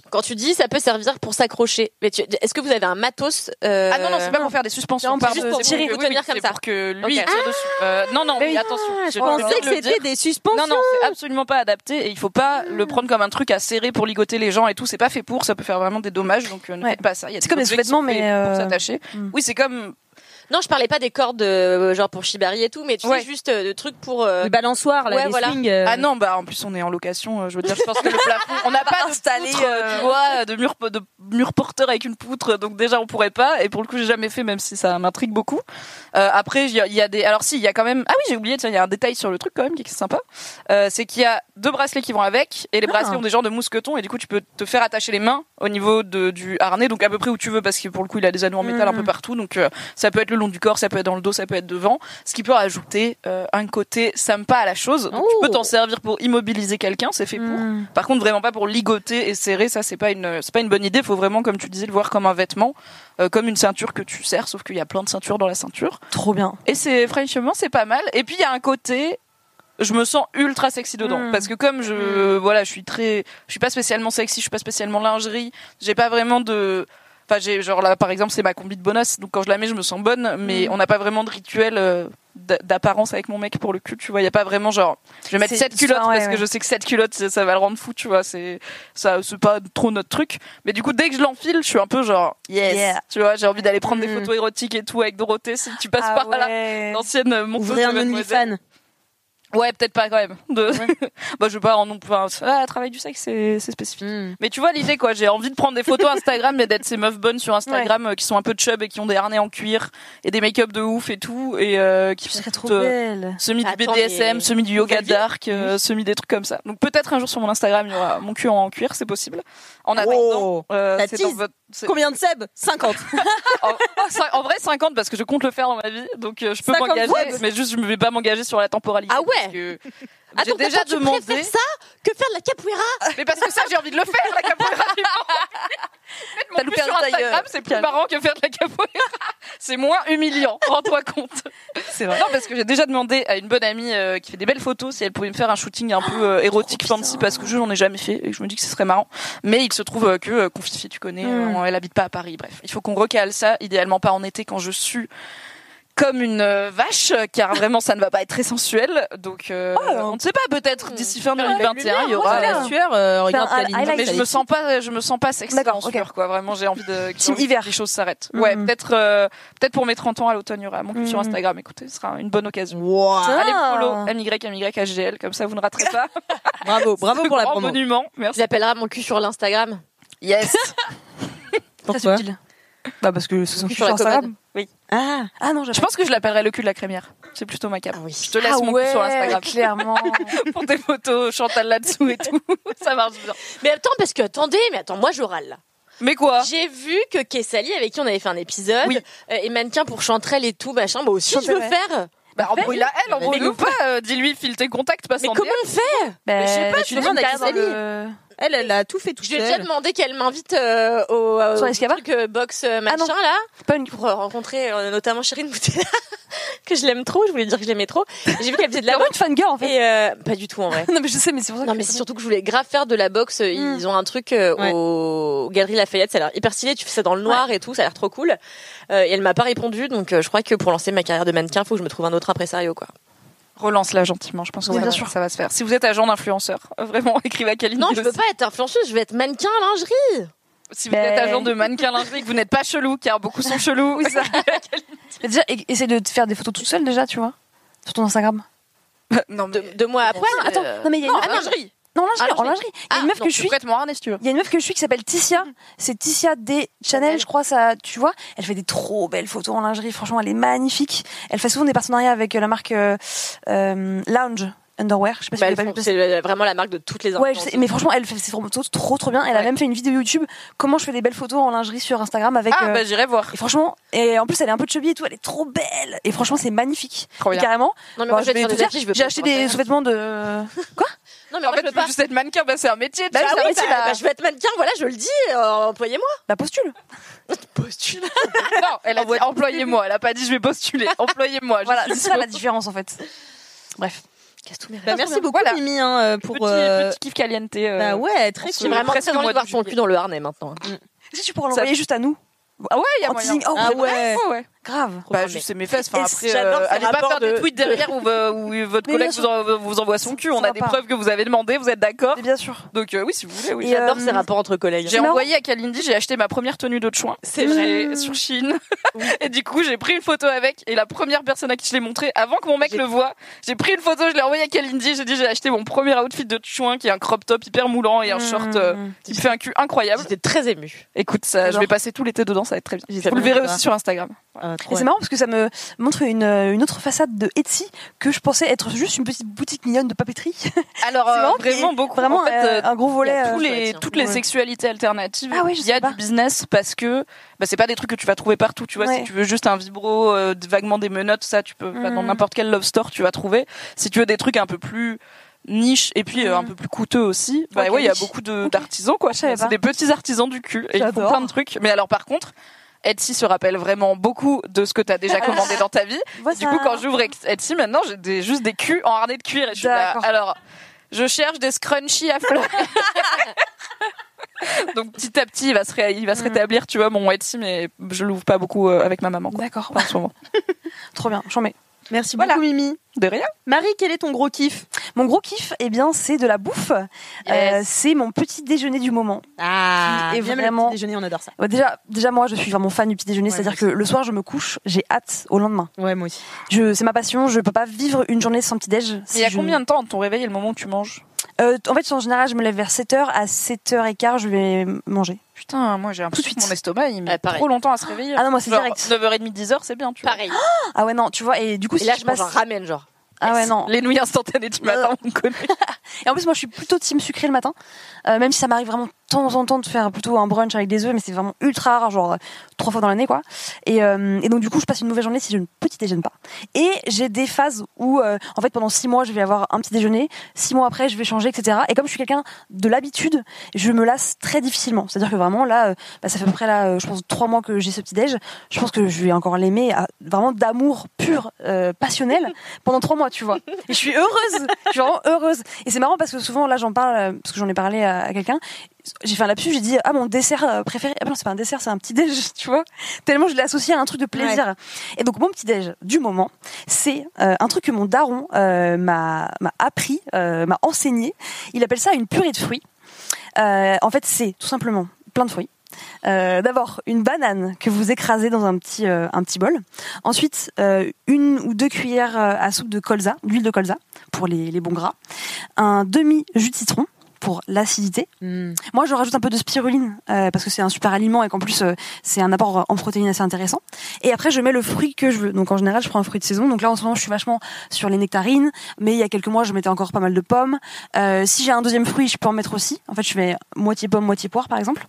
Speaker 4: Quand tu dis ça peut servir pour s'accrocher, mais tu- est-ce que vous avez un matos euh,
Speaker 2: Ah non, non, c'est pas pour faire des suspensions.
Speaker 4: Non,
Speaker 2: pardon,
Speaker 4: juste pour
Speaker 2: c'est
Speaker 4: tirer,
Speaker 2: que-
Speaker 4: pour
Speaker 2: oui,
Speaker 4: tenir
Speaker 2: oui,
Speaker 4: comme
Speaker 2: c'est
Speaker 4: ça.
Speaker 2: Pour que lui
Speaker 4: Ok.
Speaker 2: tire dessus. Euh, non, non,
Speaker 4: Mais
Speaker 2: mais
Speaker 4: oui.
Speaker 2: attention.
Speaker 4: Ah, je
Speaker 3: Oh,
Speaker 2: viens de
Speaker 4: pensais que
Speaker 2: le
Speaker 4: c'était
Speaker 2: dire.
Speaker 4: des suspensions.
Speaker 2: Non, non, c'est absolument pas adapté et il faut
Speaker 3: Ah.
Speaker 2: pas le prendre comme un truc à serrer pour ligoter les gens et tout. C'est pas fait pour, ça peut faire vraiment des dommages, donc euh, ne
Speaker 3: Ouais.
Speaker 2: faites pas ça. Il y a
Speaker 3: C'est
Speaker 2: des
Speaker 3: comme des
Speaker 2: objets qui
Speaker 3: sous-vêtements,
Speaker 2: sont faits
Speaker 3: mais, euh,
Speaker 2: Pour s'attacher. Oui, c'est comme.
Speaker 4: Non, je parlais pas des cordes euh, genre pour Shibari et tout, mais tu sais juste euh, de trucs pour euh,
Speaker 5: Le balançoire, là,
Speaker 4: Ouais,
Speaker 5: les
Speaker 4: voilà.
Speaker 5: swings. euh,
Speaker 2: Ah non, bah en plus on est en location, euh, je veux dire, je pense que le plafond, on n'a pas installé de, poutre, euh, tu vois, de mur, de mur porteur avec une poutre, donc déjà on pourrait pas, et pour le coup j'ai jamais fait, même si ça m'intrigue beaucoup. Euh, après, il y, a- il y a des. Alors si, il y a quand même. Ah oui, j'ai oublié, tiens, il y a un détail sur le truc quand même qui est sympa, Euh, c'est qu'il y a deux bracelets qui vont avec, et les bracelets ont des genres de mousquetons, et du coup tu peux te faire attacher les mains au niveau de, du harnais, donc à peu près où tu veux, parce que pour le coup il a des anneaux en métal un peu partout, donc euh, ça peut être le long du corps, ça peut être dans le dos, ça peut être devant, ce qui peut rajouter euh, un côté sympa à la chose. Donc tu peux t'en servir pour immobiliser quelqu'un, c'est fait pour. Par contre, vraiment pas pour ligoter et serrer, ça c'est pas une c'est pas une bonne idée. Faut vraiment, comme tu disais, le voir comme un vêtement, euh, comme une ceinture que tu serres, sauf qu'il y a plein de ceintures dans la ceinture.
Speaker 3: Trop bien.
Speaker 2: Et c'est franchement c'est pas mal. Et puis il y a un côté je me sens ultra sexy dedans
Speaker 3: Mm.
Speaker 2: parce que comme je voilà, je suis très je suis pas spécialement sexy, je suis pas spécialement lingerie, j'ai pas vraiment de enfin j'ai genre là par exemple, c'est ma combi de bonas, donc quand je la mets, je me sens bonne mais
Speaker 3: Mm.
Speaker 2: on n'a pas vraiment de rituel euh, d'a- d'apparence avec mon mec pour le cul, tu vois, il y a pas vraiment genre je vais mettre
Speaker 3: C'est-
Speaker 2: cette culotte
Speaker 3: enfin, ouais,
Speaker 2: parce
Speaker 3: ouais.
Speaker 2: que je sais que cette culotte ça, ça va le rendre fou, tu vois, c'est ça c'est pas trop notre truc, mais du coup dès que je l'enfile, je suis un peu genre yes,
Speaker 3: Yeah. Mm.
Speaker 2: tu vois, j'ai envie d'aller prendre des photos érotiques et tout avec Dorothée si tu passes
Speaker 3: Ah
Speaker 2: par là
Speaker 3: ouais.
Speaker 2: l'ancienne euh, monteuse
Speaker 3: Ouvrez
Speaker 2: de
Speaker 3: un
Speaker 2: Mademoiselle.
Speaker 3: OnlyFans.
Speaker 2: Ouais, peut-être pas quand même. De... bah, je vais pas en non plus. Ah, travail du sexe, c'est c'est spécifique.
Speaker 1: Hmm.
Speaker 2: Mais tu vois l'idée, quoi. J'ai envie de prendre des photos Instagram et d'être ces meufs bonnes sur Instagram euh, qui sont un peu chub et qui ont des harnais en cuir et des make-up de ouf et tout. Et euh, qui font
Speaker 3: trop
Speaker 2: tout, euh,
Speaker 3: belle.
Speaker 2: Semi du
Speaker 4: Attends,
Speaker 2: BDSM,
Speaker 4: mais
Speaker 2: semi du yoga
Speaker 4: nouvelle vie.
Speaker 2: dark, euh, semi des trucs comme ça. Donc peut-être un jour sur mon Instagram, il y aura mon cul en cuir, c'est possible. En attendant, euh,
Speaker 4: Ça
Speaker 2: c'est dans
Speaker 4: tease.
Speaker 2: votre. c'est-
Speaker 4: Combien de Seb 50.
Speaker 2: en, oh, cin- en vrai, 50 parce que je compte le faire dans ma vie, donc euh, je peux
Speaker 4: 50
Speaker 2: m'engager,
Speaker 4: web.
Speaker 2: mais juste je ne vais pas m'engager sur la temporalité.
Speaker 4: Ah ouais.
Speaker 2: parce que J'ai
Speaker 4: Attends,
Speaker 2: déjà
Speaker 4: Ah, attends, tu
Speaker 2: demandé.
Speaker 4: préfères ça que faire de la capoeira
Speaker 2: Mais parce que ça, j'ai envie de le faire, la capoeira. du coup. Mettre
Speaker 3: T'as
Speaker 2: Mon
Speaker 3: loupé
Speaker 2: cul sur
Speaker 3: un tailleur.
Speaker 2: Instagram, c'est plus
Speaker 3: Calme.
Speaker 2: marrant que faire de la capoeira. C'est moins humiliant, rends-toi compte.
Speaker 3: C'est vrai.
Speaker 2: Non, parce que j'ai déjà demandé à une bonne amie euh, qui fait des belles photos si elle pouvait me faire un shooting un peu euh,
Speaker 3: Oh,
Speaker 2: érotique fancy parce que je n'en ai jamais fait et je me dis que ce serait marrant. Mais il se trouve euh, que euh, Confifi, tu connais,
Speaker 3: Mm.
Speaker 2: euh, elle habite pas à Paris. Bref, il faut qu'on recale ça, idéalement pas en été quand je suis comme une euh, vache, car vraiment ça ne va pas être très sensuel. Donc euh,
Speaker 3: Oh.
Speaker 2: on ne sait pas,
Speaker 3: Hmm.
Speaker 2: peut-être d'ici fin 2021 il y aura.
Speaker 3: lumière.
Speaker 2: euh,
Speaker 1: sueur, euh, regarde
Speaker 3: Enfin,
Speaker 1: Kaline.
Speaker 3: I- I like
Speaker 2: mais je
Speaker 3: ça.
Speaker 2: me sens pas, je me sens pas sexy
Speaker 3: D'accord,
Speaker 2: en
Speaker 3: ok.
Speaker 2: sueur, quoi. Vraiment, j'ai envie de
Speaker 3: Team
Speaker 2: que
Speaker 3: hiver.
Speaker 2: les choses s'arrêtent. Ouais,
Speaker 3: Mhm.
Speaker 2: peut-être, euh, peut-être pour mes 30 ans à l'automne, il y aura mon cul sur
Speaker 3: Mhm.
Speaker 2: Instagram. Écoutez, ce sera une bonne occasion.
Speaker 1: Wow.
Speaker 2: Allez,
Speaker 3: Ah.
Speaker 2: follow MYMYHGL, comme ça vous ne raterez pas.
Speaker 1: Bravo, bravo
Speaker 2: ce
Speaker 1: pour la
Speaker 2: grand
Speaker 1: promo.
Speaker 2: monument. Merci.
Speaker 4: J'appellerai mon cul sur l'Instagram.
Speaker 2: Yes.
Speaker 1: Pourquoi
Speaker 3: subtil.
Speaker 1: Bah parce que ce sont
Speaker 4: Cul sur la commode.
Speaker 3: Ah, ah non, j'ai
Speaker 2: Je pense que je l'appellerai le cul de la crémière. C'est plutôt ma cape.
Speaker 4: Ah oui.
Speaker 2: Je te laisse mon cul sur Instagram
Speaker 3: clairement.
Speaker 2: pour tes photos, Chantal là-dessous et tout. ça marche bien.
Speaker 4: Mais attends, parce que attendez, mais attends, moi je râle. là.
Speaker 2: Mais quoi
Speaker 4: J'ai vu que Kessali, avec qui on avait fait un épisode,
Speaker 2: Oui.
Speaker 4: euh, et mannequin pour Chanterelle et tout, machin, bah aussi je veux faire.
Speaker 2: Bah, embrouille-la elle, embrouille-nous pas. euh, Dis-lui, file tes contacts, passe
Speaker 4: Mais
Speaker 2: en
Speaker 4: comment
Speaker 2: DM.
Speaker 4: on fait
Speaker 3: Ben,
Speaker 4: Je sais pas,
Speaker 3: mais tu
Speaker 4: tu demandes
Speaker 3: demandes
Speaker 4: à
Speaker 3: à
Speaker 4: Kessali.
Speaker 1: Elle, elle a tout fait tout
Speaker 4: Je lui ai
Speaker 1: seul.
Speaker 4: déjà demandé qu'elle m'invite euh, au, euh,
Speaker 3: Sur
Speaker 4: au
Speaker 3: Escabar
Speaker 4: truc euh, box euh, machin
Speaker 3: non.
Speaker 4: là,
Speaker 3: Pas une
Speaker 4: pour euh, rencontrer euh, notamment Chérine Boutella, que je l'aime trop, je voulais dire que je l'aimais trop. J'ai vu qu'elle faisait de la
Speaker 3: T'es vraiment
Speaker 4: boxe
Speaker 3: une fan girl en fait.
Speaker 4: et euh, pas du tout en vrai.
Speaker 3: Non mais je sais, mais c'est pour ça.
Speaker 4: Non mais c'est surtout que je voulais grave faire de la boxe, ils ont un truc euh,
Speaker 1: Ouais.
Speaker 4: au Galerie Lafayette, ça a l'air hyper stylé, tu fais ça dans le noir et tout, ça a l'air trop cool. Euh, et elle m'a pas répondu, donc euh, je crois que pour lancer ma carrière de mannequin, faut que je me trouve un autre impresario quoi.
Speaker 2: Relance-la gentiment, je pense que
Speaker 3: Oui,
Speaker 2: ça,
Speaker 3: bien
Speaker 2: va,
Speaker 3: sûr.
Speaker 2: ça va se faire. Si vous êtes agent d'influenceur, euh, vraiment, écrivez à Kaline.
Speaker 4: Non, je veux pas être influenceuse, je veux être mannequin lingerie.
Speaker 2: Si vous
Speaker 3: Ben.
Speaker 2: êtes agent de mannequin lingerie, que vous n'êtes pas chelou, car beaucoup sont chelous.
Speaker 3: Mais déjà, e- essaie de te faire des photos toute seule déjà, tu vois, sur ton Instagram.
Speaker 2: non, mais...
Speaker 4: De, deux mois après,
Speaker 3: Non, attends, non mais il y a une
Speaker 4: non,
Speaker 3: meuf,
Speaker 4: ah, lingerie.
Speaker 3: non, lingerie,
Speaker 4: ah,
Speaker 3: en
Speaker 4: lingerie.
Speaker 3: lingerie. Il y a
Speaker 4: Ah,
Speaker 3: une meuf
Speaker 4: non, Mm.
Speaker 3: que je suis.
Speaker 2: Prête-moi un estuaire.
Speaker 3: Il y a une meuf que je suis qui s'appelle Ticia. C'est Ticia des Chanel, je crois, ça, tu vois. Elle fait des trop belles photos en lingerie. Franchement, elle est magnifique. Elle fait souvent des partenariats avec euh, la marque euh, euh, Lounge Underwear. Je sais pas si
Speaker 4: Bah,
Speaker 3: vous
Speaker 4: elles
Speaker 3: l'avez pas vu
Speaker 4: font-
Speaker 3: passer.
Speaker 4: c'est euh, vraiment la marque de toutes les
Speaker 3: Ouais, je
Speaker 4: influenceuses.
Speaker 3: sais, mais franchement, elle fait ses photos trop trop bien. Elle a
Speaker 4: Ouais.
Speaker 3: même fait une vidéo YouTube comment je fais des belles photos en lingerie sur Instagram avec.
Speaker 2: Ah,
Speaker 3: euh,
Speaker 2: bah j'irai voir.
Speaker 3: et franchement, et en plus, elle est un peu chubby et tout. Elle est trop belle. Et franchement, c'est magnifique.
Speaker 2: Trop bien.
Speaker 3: Et Carrément.
Speaker 4: Non, mais
Speaker 3: Bon,
Speaker 4: moi,
Speaker 3: je
Speaker 4: je vais
Speaker 3: vais
Speaker 4: être
Speaker 3: te
Speaker 4: sur des
Speaker 3: dire,
Speaker 4: affiches, je veux
Speaker 3: J'ai
Speaker 4: pas
Speaker 3: acheté
Speaker 4: être
Speaker 3: des
Speaker 4: influenceuse.
Speaker 3: sous-vêtements de. Quoi
Speaker 4: Non, mais
Speaker 2: En
Speaker 4: moi,
Speaker 2: fait,
Speaker 4: je veux
Speaker 2: vu
Speaker 4: pas.
Speaker 2: que vous êtes mannequin, bah, c'est un métier.
Speaker 3: Bah
Speaker 2: tu
Speaker 3: oui,
Speaker 2: vois.
Speaker 3: c'est un métier,
Speaker 4: Bah, bah, je veux être mannequin, voilà, je le dis, euh, employez-moi.
Speaker 3: Bah postule.
Speaker 4: Postule.
Speaker 2: Non, elle a dit employez-moi. Elle a pas dit je vais postuler. Employez-moi. je
Speaker 3: Voilà,
Speaker 2: suis
Speaker 3: c'est ça
Speaker 2: dispo.
Speaker 3: la différence en fait. Bref.
Speaker 4: Bah, merci beaucoup, Mimi, hein, euh, pour.
Speaker 2: Petit,
Speaker 4: euh,
Speaker 2: petit kiff caliente. euh,
Speaker 4: Bah ouais, très
Speaker 2: on se
Speaker 4: cool. Vraiment
Speaker 2: presque
Speaker 4: très
Speaker 2: dans
Speaker 4: envie de
Speaker 2: le
Speaker 4: voir
Speaker 2: mois
Speaker 4: ton cul dans le harnais maintenant. hein.
Speaker 3: Si tu pourras l'envoyer juste à nous.
Speaker 2: Ah ouais, il y a
Speaker 3: En
Speaker 2: moyen.
Speaker 3: teasing, oh,
Speaker 4: Ah
Speaker 3: vous êtes-
Speaker 4: ouais.
Speaker 2: ouais, ouais.
Speaker 3: Grave.
Speaker 2: Bah, je sais mes fesses. Enfin,
Speaker 4: Et
Speaker 2: après,
Speaker 4: j'adore
Speaker 2: euh,
Speaker 4: ces
Speaker 2: allez pas
Speaker 4: rapports
Speaker 2: faire de
Speaker 4: de-
Speaker 2: tweet derrière où, vo- où votre
Speaker 3: Mais
Speaker 2: collègue
Speaker 3: bien
Speaker 2: vous, en- vous envoie son cul. On
Speaker 3: ça
Speaker 2: a
Speaker 3: va
Speaker 2: des
Speaker 3: pas.
Speaker 2: preuves que vous avez demandées, vous êtes d'accord
Speaker 3: Bien sûr.
Speaker 2: Donc euh, oui, si vous voulez, oui.
Speaker 3: Et,
Speaker 2: J'adore
Speaker 3: euh,
Speaker 2: ces
Speaker 4: Ces rapports entre collègues.
Speaker 2: J'ai
Speaker 3: Non.
Speaker 2: envoyé à Kalindi, j'ai acheté ma première tenue de chouin. C'est vrai. Sur Chine. et du coup, j'ai pris une photo avec. Et la première personne à qui je l'ai montré, avant que mon mec le voie, j'ai pris une photo, je l'ai envoyée à Kalindi. J'ai dit, j'ai acheté mon premier outfit de chouin qui est un crop top hyper moulant
Speaker 3: Mm,
Speaker 2: et un short euh, qui me fait un cul incroyable.
Speaker 4: Mmh. J'étais très émue.
Speaker 2: Écoute, ça, je
Speaker 3: J'adore.
Speaker 2: vais passer tout l'été dedans, ça va être très bien.
Speaker 4: J'adore.
Speaker 2: Vous le verrez aussi sur Instagram.
Speaker 3: Et c'est
Speaker 4: marrant.
Speaker 3: marrant parce que ça me montre une, euh, une autre façade de Etsy que je pensais être juste une petite boutique mignonne de papeterie.
Speaker 2: Alors,
Speaker 3: C'est
Speaker 2: euh,
Speaker 3: marrant qu'il y
Speaker 2: vraiment
Speaker 3: ait
Speaker 2: beaucoup.
Speaker 3: Vraiment
Speaker 2: en fait, euh,
Speaker 3: euh, un gros volet. euh,
Speaker 2: tous les,
Speaker 4: tiens.
Speaker 2: toutes les
Speaker 3: Ouais.
Speaker 2: sexualités alternatives,
Speaker 3: Ah oui, je
Speaker 2: il y a
Speaker 3: sais pas.
Speaker 2: du business parce que bah, c'est pas des trucs que tu vas trouver partout. Tu vois,
Speaker 3: Ouais.
Speaker 2: si tu veux juste un vibro, euh, vaguement des menottes, ça, tu peux bah,
Speaker 3: Mhm.
Speaker 2: dans n'importe quel love store, tu vas trouver. Si tu veux des trucs un peu plus niche et puis euh, un peu plus coûteux aussi, bah
Speaker 3: Mhm. Ok,
Speaker 2: ouais, il y a
Speaker 3: oui.
Speaker 2: beaucoup de- d'artisans quoi.
Speaker 3: savais
Speaker 2: C'est
Speaker 3: pas.
Speaker 2: des petits artisans du cul et ils font
Speaker 3: J'adore.
Speaker 2: plein de trucs. Mais alors par contre. Etsy se rappelle vraiment beaucoup de ce que t'as déjà commandé dans ta vie.
Speaker 3: Vois ça.
Speaker 2: Du coup, quand j'ouvre Etsy, maintenant, j'ai des- juste des culs en harnais de cuir. Et je suis là,
Speaker 3: D'accord.
Speaker 2: alors, je cherche des scrunchies à fleurs. Donc, petit à petit, il va se, ré- il va se rétablir, tu vois, mon Etsy, mais je l'ouvre pas beaucoup euh, avec ma maman. quoi.
Speaker 3: D'accord.
Speaker 2: Pas en ce moment.
Speaker 3: Trop bien. J'en mets.
Speaker 4: Merci
Speaker 3: Voilà.
Speaker 4: beaucoup, Mimi.
Speaker 2: De rien.
Speaker 4: Marie, quel est ton gros kiff
Speaker 3: Mon gros kiff, eh bien, c'est de la bouffe. Euh, c'est mon petit déjeuner du moment.
Speaker 4: Ah,
Speaker 3: Qui est
Speaker 4: j'aime le
Speaker 3: vraiment-
Speaker 4: petit déjeuner, on adore ça.
Speaker 3: Ouais, Déjà, déjà moi, je suis vraiment fan du petit déjeuner.
Speaker 4: Ouais,
Speaker 3: C'est-à-dire
Speaker 4: moi
Speaker 3: que le soir, je me couche, j'ai hâte au lendemain.
Speaker 4: Ouais, moi aussi.
Speaker 3: Je, c'est ma passion. Je peux pas vivre une journée sans petit déj.
Speaker 2: Mais il y a combien de temps entre ton réveil et le moment où tu manges
Speaker 3: Euh, en fait, en général, je me lève vers 7h. À 7h15, je vais manger.
Speaker 2: Putain, moi, j'ai un peu
Speaker 3: Tout de suite.
Speaker 2: mon estomac, il met
Speaker 4: Ah, pareil.
Speaker 2: trop longtemps à se réveiller.
Speaker 3: Ah non, moi, c'est
Speaker 2: Genre,
Speaker 3: direct.
Speaker 2: 9h30, 10h, c'est bien, tu vois.
Speaker 4: Pareil.
Speaker 3: Ah ouais, non, tu vois, et du coup,
Speaker 4: Et
Speaker 3: si
Speaker 4: là,
Speaker 3: je
Speaker 4: je
Speaker 3: passe...
Speaker 4: mange un ramen, genre.
Speaker 3: Ah ouais, non.
Speaker 2: Les nouilles instantanées du matin, on connaît.
Speaker 3: Et en plus, moi, je suis plutôt team sucré le matin. Euh, même si ça m'arrive vraiment de temps en temps de faire plutôt un brunch avec des œufs, mais c'est vraiment ultra rare, genre euh, trois fois dans l'année, quoi. Et, euh, et donc, du coup, je passe une mauvaise journée si je ne petit déjeune pas. Et j'ai des phases où, euh, en fait, pendant six mois, je vais avoir un petit déjeuner. Six mois après, je vais changer, etc. Et comme je suis quelqu'un de l'habitude, je me lasse très difficilement. C'est-à-dire que vraiment, là, euh, bah, ça fait à peu près, là, euh, je pense, trois mois que j'ai ce petit déj. Je pense que je vais encore l'aimer à- vraiment d'amour pur, euh, passionnel, pendant trois mois, tu vois. Et je suis heureuse, je suis vraiment heureuse. Et c'est marrant parce que souvent, là, j'en parle, euh, parce que j'en ai parlé à, à quelqu'un. J'ai fait un lapsus, j'ai dit, ah, mon dessert euh, préféré. Ah, non, c'est pas un dessert, c'est un petit déj, tu vois. Tellement je l'ai associé à un truc de plaisir. Et donc, mon petit déj du moment, c'est euh, un truc que mon daron euh, m'a m'a appris, euh, m'a enseigné. Il appelle ça une purée de fruits. Euh, en fait, c'est tout simplement plein de fruits. Euh, D'abord, une banane que vous écrasez dans un petit, euh, un petit bol. Ensuite, euh, une ou deux cuillères euh, à soupe de colza, d'huile de colza, pour les, les bons gras. Un demi-jus de citron pour l'acidité. Moi, je rajoute un peu de spiruline euh, parce que c'est un super aliment et qu'en plus euh, c'est un apport en protéines assez intéressant. Et après, je mets le fruit que je veux. Donc en général, je prends un fruit de saison. Donc là, en ce moment, je suis vachement sur les nectarines, mais il y a quelques mois, je mettais encore pas mal de pommes. Euh, si j'ai un deuxième fruit, je peux en mettre aussi. En fait, je mets moitié pomme, moitié poire, par exemple.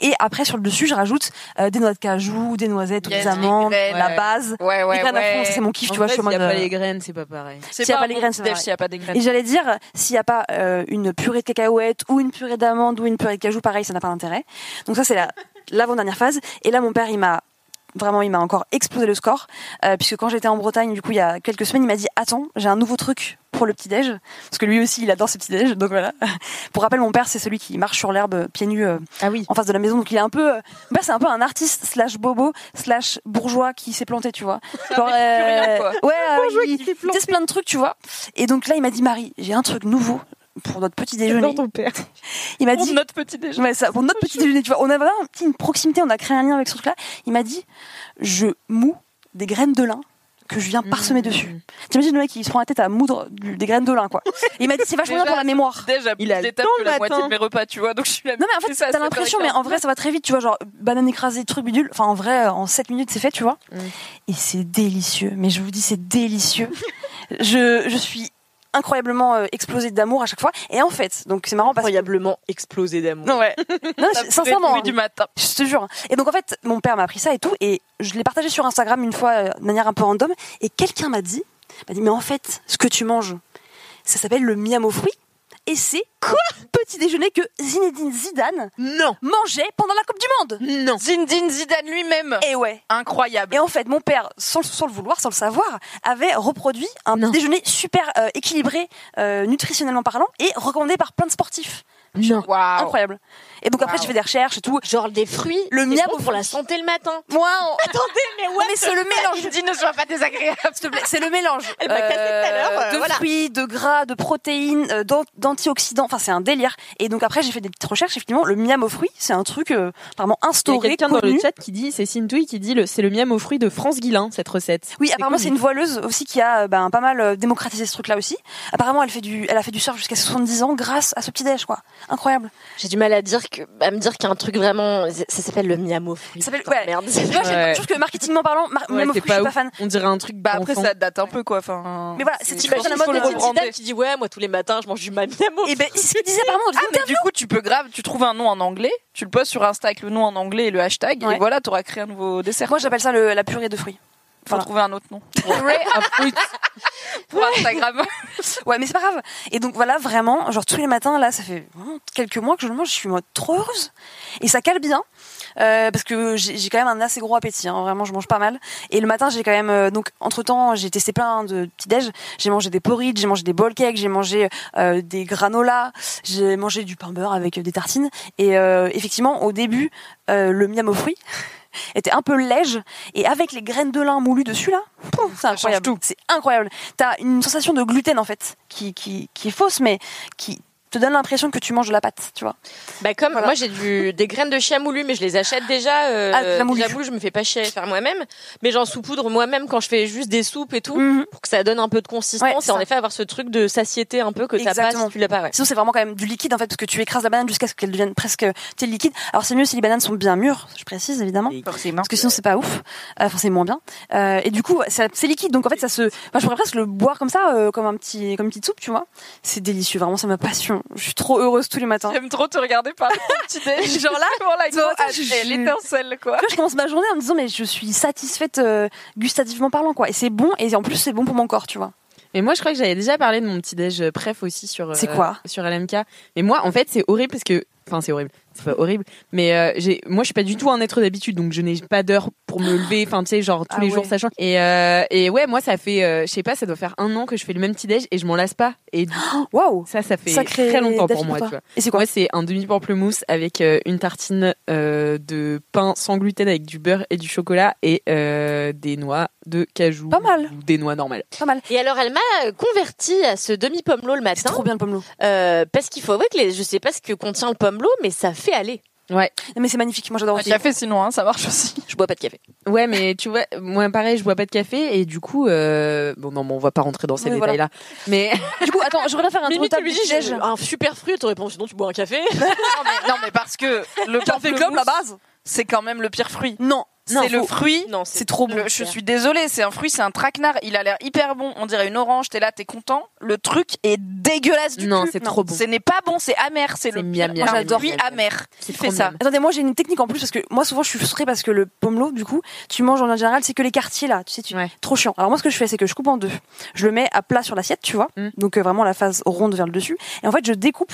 Speaker 3: Et après, sur le dessus, je rajoute euh, des noix de cajou, des noisettes, ou
Speaker 2: Yes,
Speaker 3: des amandes,
Speaker 2: les graines.
Speaker 3: la base.
Speaker 2: Ouais,
Speaker 3: les graines à fond, ça, c'est mon kiff, tu vois, je suis en mode, euh,
Speaker 4: graines, c'est pas pareil.
Speaker 2: C'est
Speaker 3: S'il y a
Speaker 2: pas,
Speaker 3: pas les graines, c'est vrai.
Speaker 2: Il n'y a pas des graines.
Speaker 3: Et j'allais dire, s'il n'y a pas euh, une purée de cacahuètes ou une purée d'amande ou une purée de cajou, pareil, ça n'a pas d'intérêt. Donc ça, c'est la l'avant-dernière phase. Et là, mon père, il m'a vraiment, il m'a encore explosé le score, euh, puisque quand j'étais en Bretagne, du coup, il y a quelques semaines, il m'a dit, attends, j'ai un nouveau truc pour le petit déj, parce que lui aussi, il adore ce petit déj. Donc voilà. pour rappel, mon père, c'est celui qui marche sur l'herbe euh, pieds nus euh,
Speaker 4: Ah oui.
Speaker 3: en face de la maison, donc il est un peu, euh, bah, c'est un peu un artiste slash bobo slash bourgeois qui s'est planté, tu vois. Genre, euh, ouais, euh, il, il teste plein de trucs, tu vois. Et donc là, il m'a dit Marie, j'ai un truc nouveau pour notre petit déjeuner.
Speaker 1: ton père.
Speaker 3: Il m'a
Speaker 2: Pour
Speaker 3: dit
Speaker 2: notre petit déjeuner.
Speaker 3: Ouais, ça, pour notre petit déjeuner, tu vois, on a vraiment un petit- une proximité, on a créé un lien avec ce truc-là. Il m'a dit je moue des graines de lin que je viens parsemer dessus. T'imagines le mec qui se prend la tête à moudre du- des graines de lin, quoi. Et il m'a dit c'est vachement bien
Speaker 2: Déjà,
Speaker 3: pour la mémoire.
Speaker 2: Déjà,
Speaker 1: Il a
Speaker 2: plus
Speaker 1: le
Speaker 2: d'étapes
Speaker 1: temps
Speaker 2: que
Speaker 1: le
Speaker 2: la moitié
Speaker 1: matin.
Speaker 2: de mes repas, tu vois. Donc je suis là.
Speaker 3: Non mais en fait
Speaker 2: c'est ça,
Speaker 3: t'as
Speaker 2: c'est
Speaker 3: l'impression
Speaker 2: pareil.
Speaker 3: mais en vrai ça va très vite tu vois genre banane écrasée truc bidule enfin en vrai euh, en 7 minutes c'est fait tu vois
Speaker 2: Mm.
Speaker 3: et c'est délicieux mais je vous dis c'est délicieux je, je suis incroyablement euh, explosée d'amour à chaque fois et en fait donc c'est marrant parce que
Speaker 4: Incroyablement explosé d'amour.
Speaker 3: non ouais non, mais sincèrement hein.
Speaker 2: Oui, du matin.
Speaker 3: je te jure. Et donc en fait, mon père m'a appris ça et tout, et je l'ai partagé sur Instagram une fois euh, de manière un peu random, et quelqu'un m'a dit, m'a dit, mais en fait, ce que tu manges, ça s'appelle le miam aux fruits, et c'est quoi petit déjeuner que Zinedine Zidane
Speaker 1: non
Speaker 3: mangeait pendant la Coupe du
Speaker 1: Monde non
Speaker 2: Zinedine Zidane lui-même
Speaker 3: et ouais
Speaker 2: incroyable
Speaker 3: et en fait mon père sans, le- sans le vouloir sans le savoir avait reproduit un petit déjeuner super euh, équilibré euh, nutritionnellement parlant et recommandé par plein de sportifs
Speaker 4: Non.
Speaker 3: incroyable et donc après j'ai fait des recherches et tout
Speaker 4: genre des fruits
Speaker 3: le
Speaker 4: C'est
Speaker 3: mien
Speaker 4: bon pour la santé le matin.
Speaker 3: moi
Speaker 4: Attendez, mais ouais.
Speaker 3: Non, mais c'est le mélange.
Speaker 2: Dis ne sois pas désagréable.
Speaker 3: S'il te plaît, c'est le mélange
Speaker 4: Elle m'a cassé tout à l'heure, euh,
Speaker 3: de
Speaker 4: voilà.
Speaker 3: fruits, de gras, de protéines, euh, d'an- d'antioxydants. Enfin, c'est un délire. Et donc après, j'ai fait des petites recherches. Et finalement, le miam aux fruits, c'est un truc euh, apparemment
Speaker 1: Il y a
Speaker 3: instauré,
Speaker 1: quelqu'un dans le
Speaker 3: connu.
Speaker 1: chat qui dit, c'est Sintoui qui dit, le- c'est le miam aux fruits de France Guilin, cette recette.
Speaker 3: Oui, apparemment c'est
Speaker 1: connu.
Speaker 3: une voileuse aussi qui a euh, ben, pas mal euh, démocratisé ce truc-là aussi. Apparemment, elle fait du, elle a fait du surf jusqu'à 70 ans grâce à ce petit déj, quoi. Incroyable.
Speaker 4: J'ai du mal à dire que à me dire qu'il y a un truc vraiment ça s'appelle le miamo.
Speaker 3: Ça s'appelle. Ouais.
Speaker 4: Merde.
Speaker 3: Moi, je-
Speaker 1: Ouais.
Speaker 3: je trouve que marketingement parlant, mar-
Speaker 1: Ouais,
Speaker 3: même au
Speaker 1: c'est
Speaker 3: fruit, je suis
Speaker 1: pas
Speaker 3: pas
Speaker 1: ouf.
Speaker 3: fan.
Speaker 1: On dirait un truc.
Speaker 2: Bah après
Speaker 1: d'enfant.
Speaker 2: ça date un peu quoi. Enfin.
Speaker 3: Mais voilà, c'est
Speaker 2: je
Speaker 3: typique.
Speaker 2: pense
Speaker 4: T'imagines
Speaker 2: qu'il faut le
Speaker 4: la mode des petites dames
Speaker 2: rebrander.
Speaker 4: qui dit ouais moi tous les matins je mange du ma- miamo.
Speaker 3: Et ben, c'est ce qu'il disait apparemment. dans
Speaker 2: Ah
Speaker 3: les
Speaker 2: mais du
Speaker 3: interviews.
Speaker 2: coup tu peux grave, tu trouves un nom en anglais, tu le postes sur Insta avec le nom en anglais et le hashtag
Speaker 3: Ouais.
Speaker 2: et voilà t'auras créé un nouveau
Speaker 1: Ah,
Speaker 2: dessert.
Speaker 3: Moi, j'appelle ça le- la purée de fruits.
Speaker 2: Faut
Speaker 3: voilà.
Speaker 2: trouver un autre nom. pour Instagram.
Speaker 3: Ouais, mais c'est pas grave. Et donc voilà, vraiment, genre tous les matins, là, ça fait vraiment quelques mois que je le mange, je suis moi, trop heureuse. Et ça cale bien, euh, parce que j'ai j'ai quand même un assez gros appétit, hein, vraiment, je mange pas mal. Et le matin, j'ai quand même, euh, donc entre-temps, j'ai testé plein de petits déj. J'ai mangé des porridge, j'ai mangé des bowl cakes, j'ai mangé euh, des granolas, j'ai mangé du pain beurre avec euh, des tartines. Et euh, effectivement, au début, euh, le miam aux fruits était un peu léger et avec les graines de lin moulues dessus là, pouf, c'est incroyable. C'est incroyable. T'as une sensation de gluten en fait qui, qui, qui est fausse mais qui te donne l'impression que tu manges de la pâte, tu vois.
Speaker 4: Bah comme
Speaker 3: Voilà.
Speaker 4: moi j'ai du des graines de chia moulues mais je les achète déjà euh,
Speaker 3: Ah, de la moulue.
Speaker 4: j'avoue, je me fais pas chier à les faire moi-même mais j'en saupoudre moi-même quand je fais juste des soupes et tout
Speaker 3: Mhm.
Speaker 4: pour que ça donne un peu de
Speaker 3: Ouais,
Speaker 4: consistance
Speaker 3: c'est
Speaker 4: et en
Speaker 3: ça.
Speaker 4: effet avoir ce truc de satiété un peu que t'as pas
Speaker 3: Exactement.
Speaker 4: si tu l'as pas ouais.
Speaker 3: Sinon c'est vraiment quand même du liquide en fait parce que tu écrases la banane jusqu'à ce qu'elle devienne presque telle liquide. Alors c'est mieux si les bananes sont bien mûres, je précise évidemment.
Speaker 2: Forcément.
Speaker 3: Parce que sinon c'est pas ouf, Euh, enfin c'est moins bien. Euh, et du coup ça- c'est liquide, donc en fait ça se, enfin, je pourrais presque le boire comme ça, euh, comme un petit, comme une petite soupe, tu vois. C'est délicieux, vraiment c'est ma passion. Je suis trop heureuse tous les matins.
Speaker 2: J'aime trop te regarder par petit déj. Genre là, bon, là, ils
Speaker 3: Non,
Speaker 2: ont
Speaker 3: ça,
Speaker 2: hâte.
Speaker 3: je-
Speaker 2: Eh, l'étincelle quoi.
Speaker 3: Tu vois, je commence ma journée en me disant mais je suis satisfaite euh, gustativement parlant quoi et c'est bon et en plus c'est bon pour mon corps tu vois
Speaker 1: Mais moi, je crois que j'avais déjà parlé de mon petit déj euh, préf aussi sur euh,
Speaker 3: C'est quoi
Speaker 1: sur LMK. Mais moi, en fait, c'est horrible parce que enfin, c'est horrible. C'est pas horrible, mais euh, j'ai moi, je suis pas du tout un être d'habitude, donc je n'ai pas d'heure pour me lever. Enfin, tu sais, genre tous
Speaker 3: Ah
Speaker 1: les
Speaker 3: ouais.
Speaker 1: jours, ça change. Et euh, et ouais, moi, ça fait, euh, je sais pas, ça doit faire un an que je fais le même petit déj et je m'en lasse pas. Et du coup,
Speaker 3: waouh
Speaker 1: ça, ça fait
Speaker 3: Sacré
Speaker 1: très longtemps pour
Speaker 3: David
Speaker 1: moi.
Speaker 3: pour
Speaker 1: Tu
Speaker 3: toi.
Speaker 1: vois.
Speaker 3: et c'est quoi
Speaker 1: Moi, c'est un demi pamplemousse avec euh, une tartine euh, de pain sans gluten avec du beurre et du chocolat et euh, des noix de cajou.
Speaker 3: Pas mal.
Speaker 1: Ou des noix normales.
Speaker 4: Et alors elle m'a converti à ce demi pomelo le
Speaker 3: c'est
Speaker 4: matin
Speaker 3: trop bien le pomelo
Speaker 4: euh, parce qu'il faut avouer que les, je sais pas ce que contient le pomelo mais ça fait aller.
Speaker 3: Non, mais c'est magnifique moi
Speaker 1: Ah,
Speaker 3: j'adore
Speaker 2: Un
Speaker 3: aussi
Speaker 2: café sinon, hein, ça marche aussi.
Speaker 4: Je bois pas de café.
Speaker 1: Ouais, mais tu vois, moi pareil, je bois pas de café et du coup, euh... bon non, mais on va pas rentrer dans ces
Speaker 3: Oui,
Speaker 1: détails-là. Mais
Speaker 3: du coup attends je voudrais faire un tour de
Speaker 4: Limite, tu
Speaker 3: table
Speaker 4: lui
Speaker 3: du
Speaker 4: dis,
Speaker 3: petit-déj.
Speaker 1: hein.
Speaker 4: je- un super fruit, tu réponds sinon tu bois un café.
Speaker 2: non, mais, Ah, non, mais parce que le pamplemousse,
Speaker 3: base
Speaker 2: c'est quand même le pire fruit.
Speaker 3: non
Speaker 2: C'est le fruit.
Speaker 4: non,
Speaker 3: c'est trop bon
Speaker 2: le- je suis désolée, c'est un fruit, c'est un traquenard. Il a l'air hyper bon. On dirait une orange. T'es là, t'es content. Le truc est dégueulasse du
Speaker 1: non,
Speaker 2: cul.
Speaker 1: c'est trop bon.
Speaker 2: Ce n'est pas bon, c'est amer. C'est
Speaker 1: C'est
Speaker 2: le
Speaker 1: miam,
Speaker 2: pire.
Speaker 1: miam,
Speaker 2: Moi, j'adore
Speaker 1: miam,
Speaker 2: fruit
Speaker 1: miam,
Speaker 2: amer.
Speaker 1: C'est
Speaker 2: Qui
Speaker 1: trop
Speaker 2: fait ça
Speaker 1: miam.
Speaker 3: Attendez, moi j'ai une technique en plus parce que moi souvent je suis frustrée parce que le pomelo, du coup, tu manges en général, c'est que les quartiers là, tu sais, tu...
Speaker 1: Ouais.
Speaker 3: trop chiant. Alors moi ce que je fais, c'est que je coupe en deux. Je le mets à plat sur l'assiette, tu vois,
Speaker 1: Mm.
Speaker 3: donc euh, vraiment la face ronde vers le dessus. Et en fait, je découpe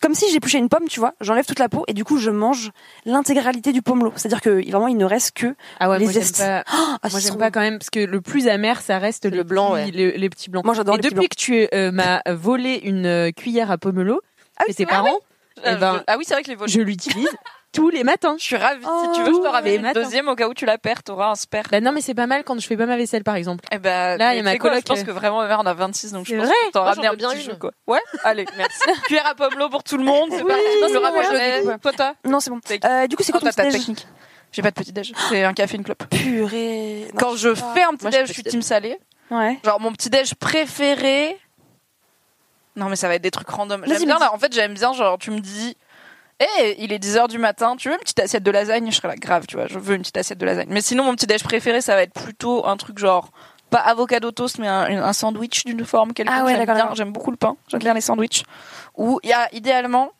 Speaker 3: comme si j'épluchais une pomme, tu vois. J'enlève toute la peau et du coup, je mange l'intégralité du pomelo. C'est-à-dire que vraiment, il ne reste que.
Speaker 1: Ah ouais,
Speaker 3: Les
Speaker 1: moi j'aime
Speaker 3: zestes.
Speaker 1: pas.
Speaker 3: Ah,
Speaker 1: moi
Speaker 3: c'est
Speaker 1: j'aime
Speaker 3: trop
Speaker 1: pas
Speaker 3: bon.
Speaker 1: quand même parce que le plus amer, ça reste
Speaker 4: Le
Speaker 1: les
Speaker 4: blanc,
Speaker 1: petits-
Speaker 4: ouais.
Speaker 1: les, les petits blancs.
Speaker 3: Moi, j'adore
Speaker 1: Et
Speaker 3: les petits
Speaker 1: depuis que tu euh, m'as volé une euh, cuillère à pomelo
Speaker 3: Ah oui,
Speaker 1: chez tes parents, eh ben,
Speaker 2: Ah oui, c'est vrai que les vols.
Speaker 1: je l'utilise tous les matins.
Speaker 2: Je suis ravie.
Speaker 3: Oh,
Speaker 2: si tu veux, je te
Speaker 3: mais
Speaker 2: ramène une
Speaker 1: maintenant.
Speaker 2: deuxième au cas où tu la perds. T'auras un spare.
Speaker 1: Bah non, mais c'est pas mal quand je fais pas ma vaisselle par exemple.
Speaker 2: Eh ben,
Speaker 1: Là, il y a
Speaker 2: mais tu
Speaker 1: ma
Speaker 2: sais quoi,
Speaker 1: coloc,
Speaker 2: Je pense
Speaker 1: euh,
Speaker 2: que vraiment, Mère, on a 26, donc je
Speaker 1: C'est
Speaker 2: pense
Speaker 1: vrai
Speaker 2: que t'en
Speaker 4: Moi, j'en
Speaker 2: ramener un
Speaker 4: veux bien
Speaker 2: petit
Speaker 4: une.
Speaker 2: jeu, quoi. Ouais, allez, merci. Cuillère à pomelo pour tout le monde, c'est parti. Non,
Speaker 3: c'est
Speaker 2: le rapport,
Speaker 3: bon,
Speaker 2: je
Speaker 3: je
Speaker 2: le découpe. Toi, toi
Speaker 3: Non, c'est bon.
Speaker 2: C'est-
Speaker 3: Euh, du coup, c'est quoi
Speaker 2: Ah, t'as
Speaker 3: ton
Speaker 2: ta
Speaker 3: petit-déj
Speaker 2: technique. J'ai pas de petit-déj. C'est un café, une clope.
Speaker 3: Purée. Non,
Speaker 2: Quand je
Speaker 3: sais pas.
Speaker 2: fais un
Speaker 4: Moi, je
Speaker 2: petit-déj, je
Speaker 4: peux
Speaker 2: suis
Speaker 4: te-
Speaker 2: team salé.
Speaker 3: Ouais.
Speaker 2: Genre, mon petit-déj préféré. Non, mais ça va être des trucs random.
Speaker 3: Vas-y,
Speaker 2: J'aime bien,
Speaker 3: vas-y.
Speaker 2: là, en fait, j'aime bien, genre, tu me dis. Eh, il est 10h du matin, tu veux une petite assiette de lasagne Je serais là, grave, tu vois, je veux une petite assiette de lasagne. Mais sinon, mon petit déj préféré, ça va être plutôt un truc genre, pas avocado toast, mais un, un sandwich d'une forme quelconque.
Speaker 3: Ah ouais,
Speaker 2: J'aime
Speaker 3: d'accord,
Speaker 2: bien,
Speaker 3: d'accord. Mm.
Speaker 2: J'aime beaucoup le pain, j'aime bien les sandwichs. Ou, il y a idéalement,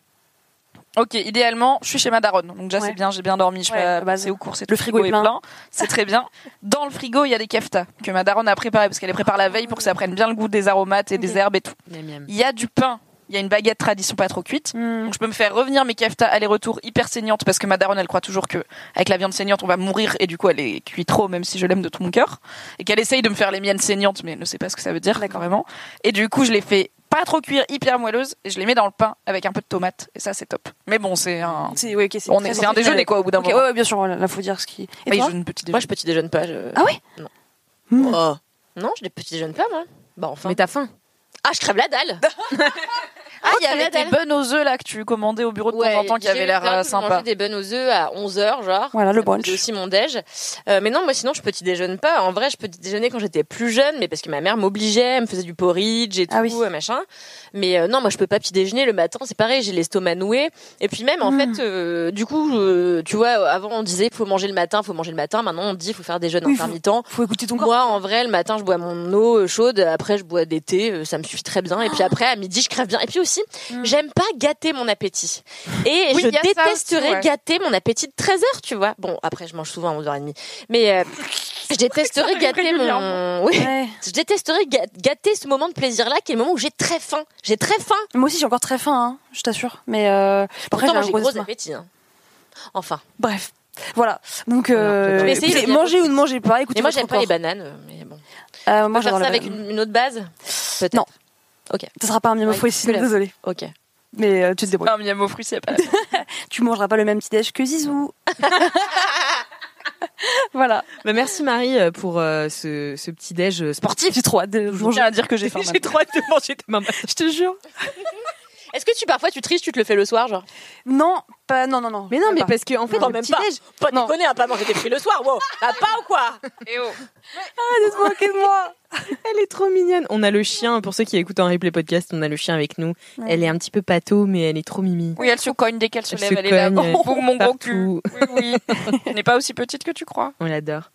Speaker 2: ok, idéalement, je suis chez ma daronne, donc déjà
Speaker 3: Ouais.
Speaker 2: c'est bien, j'ai bien dormi, je
Speaker 3: Ouais,
Speaker 2: fais
Speaker 3: de base.
Speaker 2: passer aux courses et
Speaker 3: Le
Speaker 2: tout,
Speaker 3: frigo est plein.
Speaker 2: c'est très bien. Dans le frigo, il y a des keftas que ma daronne a préparé parce qu'elle les prépare la veille pour que ça prenne bien le goût des aromates et des
Speaker 3: Ok.
Speaker 2: herbes et tout.
Speaker 1: Miam, miam.
Speaker 2: Il y a du pain il y a une baguette tradition pas trop cuite.
Speaker 10: Hmm.
Speaker 2: Donc je peux me faire revenir mes keftas aller-retour hyper saignantes parce que ma daronne elle croit toujours que avec la viande saignante on va mourir et du coup elle est cuite trop même si je l'aime de tout mon cœur et qu'elle essaye de me faire les miennes saignantes mais elle ne sait pas ce que ça veut dire là vraiment. Et du coup je les fais pas trop cuire hyper moelleuses et je les mets dans le pain avec un peu de tomate et ça c'est top. Mais bon c'est un
Speaker 10: C'est ouais, ok,
Speaker 2: on
Speaker 10: très
Speaker 2: est, c'est un
Speaker 10: sensationnel.
Speaker 2: déjeuner quoi au bout d'un
Speaker 10: Ok,
Speaker 2: moment. Bah,
Speaker 10: Ouais, ouais, bien sûr, là, faut dire ce qui.
Speaker 2: Mais
Speaker 10: toi
Speaker 2: je ne petit déjeuner.
Speaker 4: Moi, je petit déjeune pas.
Speaker 10: Ah oui
Speaker 4: Non.
Speaker 2: Hmm.
Speaker 4: Oh. Non, je ne petit déjeune pas, moi. Bah, enfin. Mais t'as faim. Ah, je crève la dalle.
Speaker 2: Ah, il y
Speaker 4: Oh,
Speaker 2: avait
Speaker 4: Nadal.
Speaker 2: des bonnes aux œufs là que tu commandais au bureau de temps en temps qui
Speaker 4: j'ai
Speaker 2: avaient l'air
Speaker 4: grave
Speaker 2: euh,
Speaker 4: mangé
Speaker 2: sympa.
Speaker 4: des bonnes aux œufs à 11h, genre.
Speaker 10: Voilà, le
Speaker 4: Ça me faisait
Speaker 10: brunch.
Speaker 4: aussi mon déj. Euh, mais non, moi, sinon, je petit déjeune pas. En vrai, je petit déjeuner quand j'étais plus jeune, mais parce que ma mère m'obligeait, elle me faisait du porridge et tout, euh, machin. Mais euh, non, moi, je peux pas petit déjeuner le matin, c'est pareil, j'ai l'estomac noué. Et puis même, en fait, euh, du coup, euh, tu vois, avant, on disait, faut manger le matin, faut manger le matin. Maintenant, on dit, faut faire des jeûnes
Speaker 3: Oui, faut-
Speaker 4: intermittents.
Speaker 3: Faut écouter ton
Speaker 4: Moi, en vrai, le matin, je bois mon eau euh, chaude. Après, je bois des thés. euh, Ça me suffit très bien. Et
Speaker 2: Ah.
Speaker 4: puis après, à midi, je crève bien. Et puis aussi, j'aime pas gâter mon appétit.
Speaker 2: Mm.
Speaker 4: Et
Speaker 2: Oui,
Speaker 4: je
Speaker 2: il y a ça
Speaker 4: détesterais
Speaker 2: aussi, ouais.
Speaker 4: gâter mon appétit de 13 heures, tu vois. Bon, après, je mange souvent à 11h30. Mais euh, je détesterais gâter
Speaker 2: hein.
Speaker 4: mon... Oui. Je détesterais ga- gâter ce moment de plaisir-là, qui est le moment où j'ai très faim. J'ai très faim.
Speaker 10: Moi aussi j'ai encore très faim, hein, je t'assure. Mais euh, après,
Speaker 4: Pourtant, moi,
Speaker 10: un
Speaker 4: j'ai
Speaker 10: gros
Speaker 4: gros
Speaker 10: estomac.
Speaker 4: appétit. hein. Enfin.
Speaker 10: Bref, voilà. Donc, euh,
Speaker 4: Je vais essayer
Speaker 10: écoutez,
Speaker 4: de-
Speaker 10: mangez ou ne mangez pas. Écoutez
Speaker 4: Mais moi,
Speaker 10: votre
Speaker 4: j'aime pas
Speaker 10: corps.
Speaker 4: les bananes. euh, Mais bon.
Speaker 10: Euh,
Speaker 4: On
Speaker 10: moi,
Speaker 4: peut faire
Speaker 10: j'adore
Speaker 4: ça
Speaker 10: les
Speaker 4: avec
Speaker 10: bananes.
Speaker 4: une, une autre base
Speaker 10: Non,
Speaker 4: Ok.
Speaker 10: ça sera pas un miam au
Speaker 4: Ouais,
Speaker 10: fruit, sinon,
Speaker 4: que la-
Speaker 10: désolé.
Speaker 4: Ok.
Speaker 10: Mais euh, tu te débrouilles.
Speaker 2: Un miam au fruit, c'est pas.
Speaker 10: tu mangeras pas le même petit déj que Zizou. voilà.
Speaker 1: Bah, merci Marie euh, pour euh, ce, ce petit déj euh, sportif.
Speaker 10: J'ai trop hâte de manger.
Speaker 1: à dire que j'ai faim. j'ai trop hâte de manger demain. Je te jure.
Speaker 4: Est-ce que tu parfois tu triches, tu te le fais le soir, genre
Speaker 10: Non, pas non non non.
Speaker 1: Mais non, mais parce que en fait,
Speaker 4: Quand
Speaker 1: le
Speaker 4: même
Speaker 1: petit
Speaker 4: pas.
Speaker 1: déj.
Speaker 4: Pas déconner à pas manger des fruits le soir, wow. T'as pas ou quoi
Speaker 10: Arrête de te moquer de moi.
Speaker 1: Elle est trop mignonne. On a le chien. Pour ceux qui écoutent en replay podcast, on a le chien avec nous. Elle est un petit peu pâteau, mais elle est trop mimi.
Speaker 2: Oui, elle se cogne dès qu'elle se
Speaker 1: Elle
Speaker 2: lève,
Speaker 1: se
Speaker 2: elle est là.
Speaker 1: cogne,
Speaker 2: Oh, oh, mon gros cul.
Speaker 1: partout.
Speaker 2: Oui, oui. Elle n'est pas aussi petite que tu crois.
Speaker 1: On l'adore.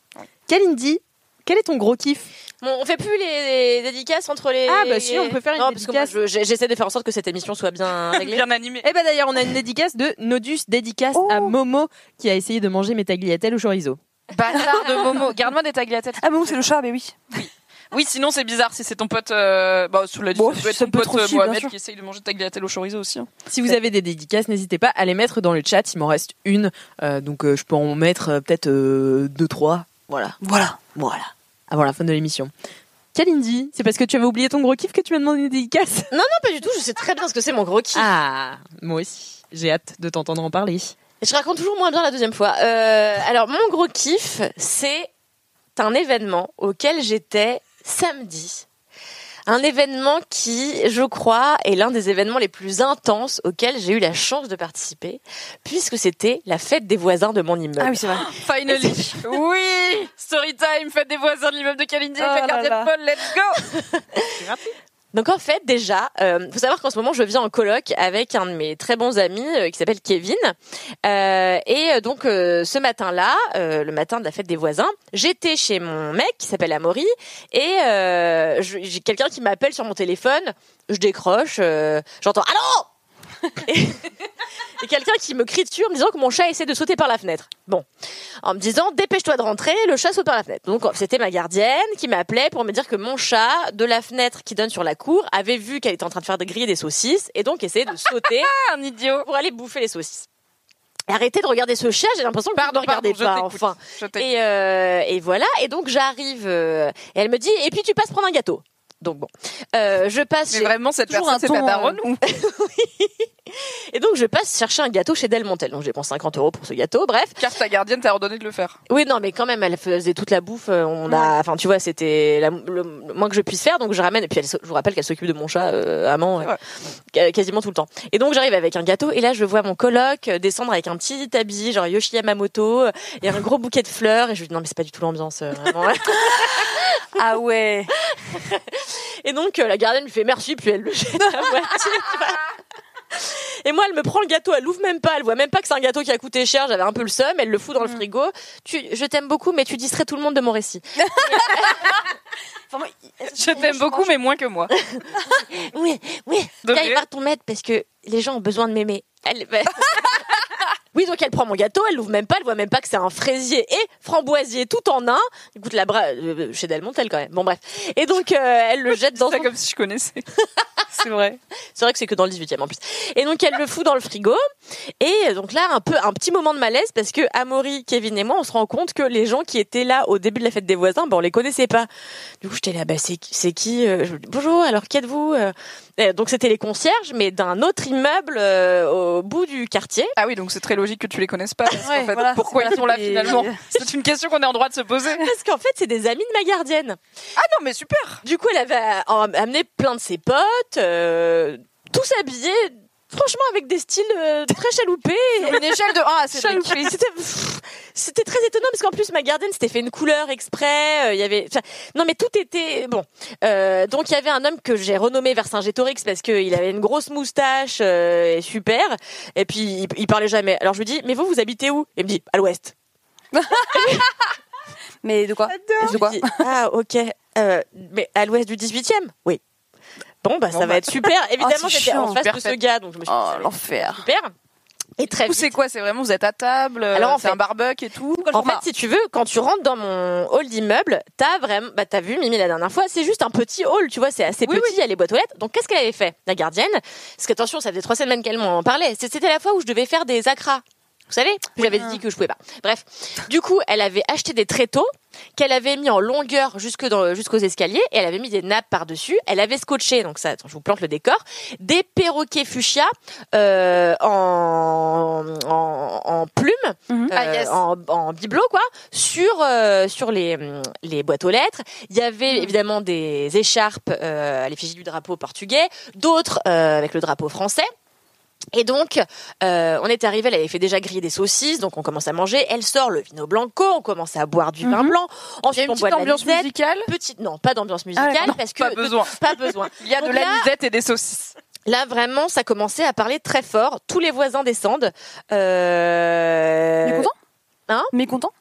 Speaker 1: Kalindi, quel est ton gros kiff
Speaker 4: Bon, on fait plus les, les dédicaces entre les.
Speaker 1: Ah, bah si, on peut faire une
Speaker 4: non, parce que moi, je- j'ai- j'essaie de faire en sorte que cette émission soit bien réglée.
Speaker 2: Bien animée.
Speaker 1: Eh ben d'ailleurs, on a une dédicace de Nodus, dédicace à Momo qui a essayé de manger mes tagliatelles au chorizo.
Speaker 2: Bâtard de Momo. Garde-moi des tagliatelles.
Speaker 10: Ah bon, c'est le chat, mais oui.
Speaker 2: Oui, sinon c'est bizarre si c'est ton pote. euh, Bah, sous la
Speaker 10: Bon,
Speaker 2: ça peut être
Speaker 10: ça
Speaker 2: ton
Speaker 10: peut
Speaker 2: pote
Speaker 10: être aussi,
Speaker 2: euh,
Speaker 10: bien
Speaker 2: Mohamed
Speaker 10: sûr.
Speaker 2: qui essaye de manger des tagliatelles au chorizo aussi. hein.
Speaker 1: Si vous avez des dédicaces, n'hésitez pas à les mettre dans le chat. Il m'en reste une, euh, donc euh, je peux en mettre euh, peut-être euh, deux, trois. Voilà,
Speaker 10: Voilà.
Speaker 1: voilà. Avant la fin de l'émission. Kalindi, c'est parce que tu avais oublié ton gros kiff que tu m'as demandé une dédicace
Speaker 4: Non, non, pas du tout. Je sais très bien ce que c'est mon gros kiff.
Speaker 1: Ah, moi aussi. J'ai hâte de t'entendre en parler.
Speaker 4: Et Je raconte toujours moins bien la deuxième fois. Euh, alors, mon gros kiff, c'est un événement auquel j'étais samedi. Un événement qui, je crois, est l'un des événements les plus intenses auxquels j'ai eu la chance de participer, puisque c'était la fête des voisins de mon immeuble.
Speaker 10: Ah oui, c'est vrai.
Speaker 2: Finally. oui. Story time. Faites des voisins de l'immeuble de Kalindi.
Speaker 10: Oh
Speaker 2: faites
Speaker 10: là
Speaker 2: gardien
Speaker 10: là.
Speaker 2: de Paul. Let's go.
Speaker 4: Donc en fait déjà, euh, faut savoir qu'en ce moment je vis en coloc avec un de mes très bons amis euh, qui s'appelle Kevin. Euh, et euh, donc euh, ce matin-là, euh, le matin de la fête des voisins, j'étais chez mon mec qui s'appelle Amaury et euh, je- j'ai quelqu'un qui m'appelle sur mon téléphone. Je décroche, euh, j'entends allô et, et quelqu'un qui me crie dessus en me disant que mon chat essaie de sauter par la fenêtre. Bon, en me disant dépêche-toi de rentrer, le chat saute par la fenêtre. Donc c'était ma gardienne qui m'appelait pour me dire que mon chat de la fenêtre qui donne sur la cour avait vu qu'elle était en train de faire de griller des saucisses et donc essayait de sauter
Speaker 2: Ah, Un idiot.
Speaker 4: pour aller bouffer les saucisses. Arrêtez de regarder ce chat, j'ai l'impression que
Speaker 2: Pardon,
Speaker 4: vous ne
Speaker 2: pardon.
Speaker 4: regardez
Speaker 2: Je
Speaker 4: pas
Speaker 2: t'écoute.
Speaker 4: enfin.
Speaker 2: Je t'écoute.
Speaker 4: Et, euh, et voilà, et donc j'arrive euh, et elle me dit et puis tu passes prendre un gâteau. Donc bon, Euh, je passe
Speaker 2: Mais
Speaker 4: chez-
Speaker 2: vraiment, cette
Speaker 4: toujours
Speaker 2: personne,
Speaker 4: un
Speaker 2: c'est ta
Speaker 4: ton, euh,
Speaker 2: daronne ou
Speaker 4: et donc je passe chercher un gâteau chez Delmontel. Donc je dépense 50 euros pour ce gâteau. Bref,
Speaker 2: Car ta gardienne t'a ordonné de le faire.
Speaker 4: Oui, non, mais quand même, elle faisait toute la bouffe. euh, On a, enfin, tu vois, c'était la- le, le moins que je puisse faire, donc je ramène. Et puis, elle se- je vous rappelle qu'elle s'occupe de mon chat, euh, amant, euh, qu- quasiment tout le temps. Et donc, j'arrive avec un gâteau, et là, je vois mon coloc euh, descendre avec un petit tabi, genre Yoshi Yamamoto, euh, et un gros bouquet de fleurs. Et je lui dis non, mais c'est pas du tout l'ambiance. euh, vraiment.
Speaker 10: Ah ouais.
Speaker 4: et donc, euh, la gardienne lui fait merci, puis elle le jette à moitié, tu vois. Et moi, elle me prend le gâteau, elle l'ouvre même pas, elle voit même pas que c'est un gâteau qui a coûté cher, j'avais un peu le seum, elle le fout dans le frigo. Tu, je t'aime beaucoup, mais tu distrais tout le monde de mon récit.
Speaker 10: Enfin, moi,
Speaker 2: Je t'aime beaucoup, mais moins que moi.
Speaker 4: Oui, oui.
Speaker 2: Donc,
Speaker 4: Là, il va ton maître parce que les gens ont besoin de m'aimer. Elle- bah. Oui, donc elle prend mon gâteau, elle l'ouvre même pas, elle voit même pas que c'est un fraisier et framboisier tout en un. Écoute, la bra... euh, chez Delmontel quand même. Bon bref. Et donc euh, elle le jette dans ça comme si je connaissais. c'est vrai. C'est vrai que c'est que dans le 18e en plus. Et donc elle le fout dans le frigo et euh, donc là un peu un petit moment de malaise parce que Amaury, Kevin et moi, on se rend compte que les gens qui étaient là au début de la fête des voisins, ben on les connaissait pas. Du coup, j'étais là bah c'est c'est qui euh, je- Bonjour, alors qui êtes-vous Euh, euh, donc c'était les concierges, mais d'un autre immeuble euh, au bout du quartier. Ah oui, donc c'est très logique que tu les connaisses pas.
Speaker 2: qu'en fait, pourquoi ils sont là, finalement
Speaker 4: C'est une question qu'on est en droit de se poser.
Speaker 2: Ah
Speaker 4: Parce qu'en fait, c'est des amis de ma gardienne. Ah non, mais super Du coup, elle avait euh, amené plein de ses potes, euh, tous habillés, franchement, avec des styles euh, très chaloupés.
Speaker 2: Sur une échelle de 1 à Cédric.
Speaker 4: Chaloupés. C'était pff, c'était très étonnant, parce qu'en plus, ma gardienne s'était fait une couleur exprès. euh, Il y avait... enfin, Non, mais tout était... Bon. Euh, donc, il y avait un homme que j'ai renommé Vercingétorix, parce qu'il avait une grosse moustache, euh, et super. Et puis, il, il parlait jamais. Alors, je lui dis, mais vous, vous habitez où Il me dit, à l'ouest. Mais de quoi De quoi Ah, ok. Euh, mais à l'ouest du 18 e Oui. Bon, bah, ça va être super. Évidemment, j'étais en face de ce gars, donc je me suis dit,
Speaker 2: Oh, l'enfer.
Speaker 4: Super. Et très
Speaker 2: C'est quoi C'est vraiment, vous êtes à table,
Speaker 4: Alors,
Speaker 2: Alors,
Speaker 4: en
Speaker 2: c'est
Speaker 4: fait-
Speaker 2: un barbecue et tout.
Speaker 4: en fait, si tu veux, quand tu rentres dans mon hall d'immeuble, t'as vraiment, bah t'as vu Mimi la dernière fois, c'est juste un petit hall, tu vois, c'est assez petit, il y a les boîtes aux lettres. Donc qu'est-ce qu'elle avait fait, la gardienne Parce que attention, ça faisait trois semaines qu'elle m'en parlait. C'est- C'était la fois où je devais faire des acras. Vous savez, j'avais dit que je pouvais pas. Bref, du coup, elle avait acheté des tréteaux qu'elle avait mis en longueur jusque dans, jusqu'aux escaliers et elle avait mis des nappes par-dessus. Elle avait scotché, donc ça, attends, je vous plante le décor, des perroquets fuchsia euh, en, en, en plumes, euh,
Speaker 2: Ah, yes.
Speaker 4: en, en bibelot, quoi, sur, euh, sur les, hum, les boîtes aux lettres. Il y avait évidemment des écharpes euh, à l'effigie du drapeau portugais, d'autres euh, avec le drapeau français. Et donc, euh, on est arrivé, elle avait fait déjà griller des saucisses, donc on commence à manger. Elle sort le vino blanco, on commence à boire du
Speaker 2: Mhm.
Speaker 4: vin blanc. Ensuite,
Speaker 2: une
Speaker 4: on
Speaker 2: petite
Speaker 4: boit de la
Speaker 2: ambiance
Speaker 4: musette. Petite, non, pas d'ambiance musicale,
Speaker 2: Ah, non,
Speaker 4: parce que
Speaker 2: pas besoin.
Speaker 4: Pas besoin.
Speaker 2: Il y a de
Speaker 4: Donc
Speaker 2: la
Speaker 4: là-
Speaker 2: lisette et des saucisses.
Speaker 4: Là, vraiment, ça commençait à parler très fort. Tous les voisins descendent. Euh...
Speaker 10: Mécontents
Speaker 4: Hein
Speaker 10: Mécontents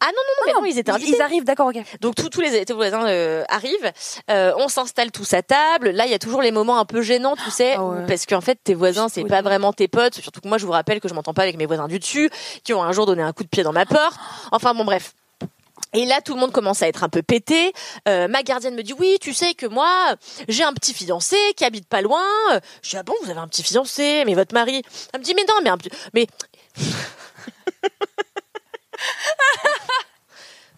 Speaker 4: Ah non, non, non, mais non, ils étaient
Speaker 10: ils-
Speaker 4: invités.
Speaker 10: ils arrivent,
Speaker 4: d'accord, ok. Donc, tous- tous les tous les voisins euh, arrivent. Euh, on s'installe tous à table. Là, il y a toujours les moments un peu gênants, tu sais, où- parce qu'en fait, tes voisins, c'est pas vraiment tes potes. Surtout que moi, je vous rappelle que je m'entends pas avec mes voisins du dessus, qui ont un jour donné un coup de pied dans ma porte. Enfin, bon, bref. Et là, tout le monde commence à être un peu pété. Euh, ma gardienne me dit oui, tu sais que moi, j'ai un petit fiancé qui habite pas loin. Je dis ah bon, vous avez un petit fiancé, mais votre mari. Elle me dit mais non, mais un petit- mais.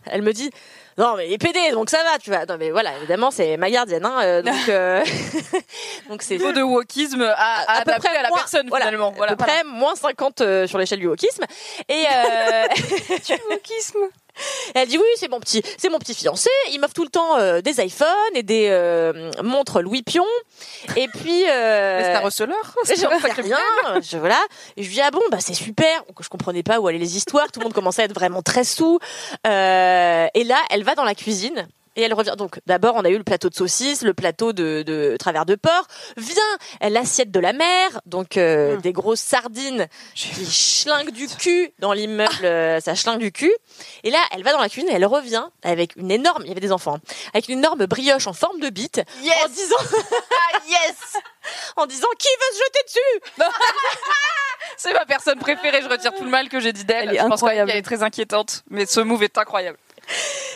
Speaker 4: Elle me dit non mais il est pédé, donc ça va, tu vois. Non mais voilà, évidemment c'est ma gardienne, hein, euh, donc euh, donc c'est
Speaker 2: Niveau de wokisme à, à,
Speaker 4: à peu
Speaker 2: adapter
Speaker 4: près
Speaker 2: à la
Speaker 4: moins-
Speaker 2: personne
Speaker 4: voilà,
Speaker 2: finalement. Voilà.
Speaker 4: à peu près moins 50 euh, sur l'échelle du wokisme. Et euh... wokisme. Elle dit oui, c'est mon petit, c'est mon petit fiancé. Il m'offre tout le temps euh, des iPhones et des euh, montres Louis Pion. Et puis. Euh...
Speaker 2: Mais c'est un receleur.
Speaker 4: J'en sais rien. Je, voilà. Et je dis ah bon bah c'est super. Donc, je comprenais pas où allaient les histoires. Tout le monde commençait à être vraiment très sous. Euh, et là, elle va dans la cuisine. Et elle revient. Donc, d'abord, on a eu le plateau de saucisses, le plateau de, de travers de porc. Vient l'assiette de la mer. Donc, euh, des grosses sardines qui schlinguent du cul dans l'immeuble. euh, Ça schlingue du cul. Et là, elle va dans la cuisine et elle revient avec une énorme, il y avait des enfants, hein, avec une énorme brioche en forme de bite. En disant, yes! En disant, qui veut se jeter dessus?
Speaker 2: C'est ma personne préférée, je retire tout le mal que j'ai dit d'elle. Je pense quand même qu'elle est très inquiétante, mais ce move est incroyable.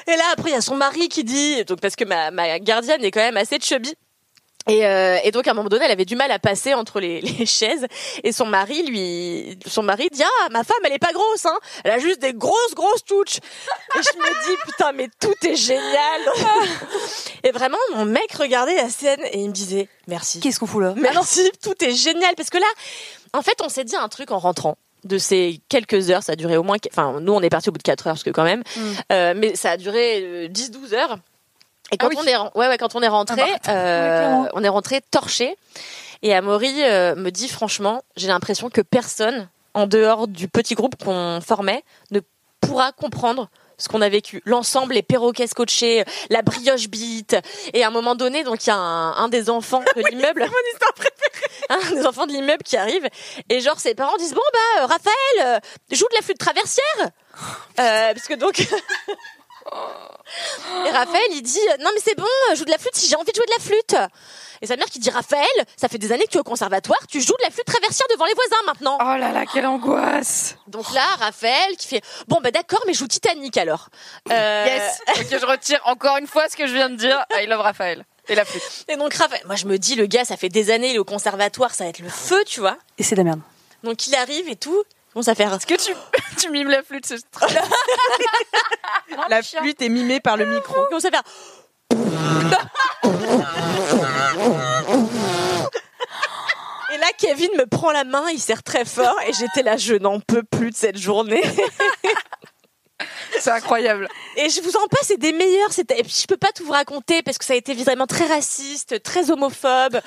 Speaker 4: Et là, après, il y a son mari qui dit, donc parce que ma, ma gardienne est quand même assez chubby. Et, euh, et donc à un moment donné, elle avait du mal à passer entre les, les chaises. Et son mari lui, son mari dit ah ma femme elle est pas grosse hein, elle a juste des grosses grosses touches. Et je me dis putain mais tout est génial. et vraiment mon mec regardait la scène et il me disait merci. Qu'est-ce qu'on fout là Merci, tout est génial parce que là, en fait, on s'est dit un truc en rentrant de ces quelques heures, ça a duré au moins, enfin nous on est parti au bout de 4 heures parce que quand même, euh, mais ça a duré euh, 10-12 heures. Et quand on est, ren- ouais, ouais, quand on est rentré, euh, on est rentré torché. Et Amaury euh, me dit franchement, j'ai l'impression que personne en dehors du petit groupe qu'on formait ne pourra comprendre ce qu'on a vécu. L'ensemble, les perroquets scotchés, la brioche bite. Et à un moment donné, donc il y a un, un des enfants de l'immeuble. Un des enfants de l'immeuble qui arrive. Et genre, ses parents disent, bon,
Speaker 2: Oh,
Speaker 4: bah, euh, Raphaël, euh, joue de la flûte traversière. Euh, parce que donc, Et Raphaël, il dit euh, Non, mais c'est bon, je joue de la flûte si j'ai envie de jouer de la flûte. Et sa mère qui dit Raphaël, ça fait des années que tu es au conservatoire, tu joues de la flûte traversière devant les voisins maintenant.
Speaker 2: Oh là là, quelle angoisse
Speaker 4: Donc là, Raphaël qui fait Bon, bah d'accord, mais je joue Titanic alors. Euh,
Speaker 2: Yes Ok, je retire encore une fois ce que je viens de dire. I love Raphaël. Et la flûte.
Speaker 4: Et donc Raphaël, moi je me dis Le gars, ça fait des années, il est au conservatoire, ça va être le feu, tu vois.
Speaker 3: Et c'est de la merde.
Speaker 4: Donc il arrive et tout. Bon, ça fait Est-ce que tu,
Speaker 2: tu mimes la flûte, c'est
Speaker 1: La flûte est mimée par le
Speaker 4: Ah.
Speaker 1: micro.
Speaker 4: Comment ça faire Et là, Kevin me prend la main, il serre très fort, et j'étais là, je n'en peux plus de cette journée.
Speaker 2: C'est incroyable.
Speaker 4: Et je vous en passe, c'est des meilleurs. c'était- Et puis, je peux pas tout vous raconter parce que ça a été vraiment très raciste, très homophobe.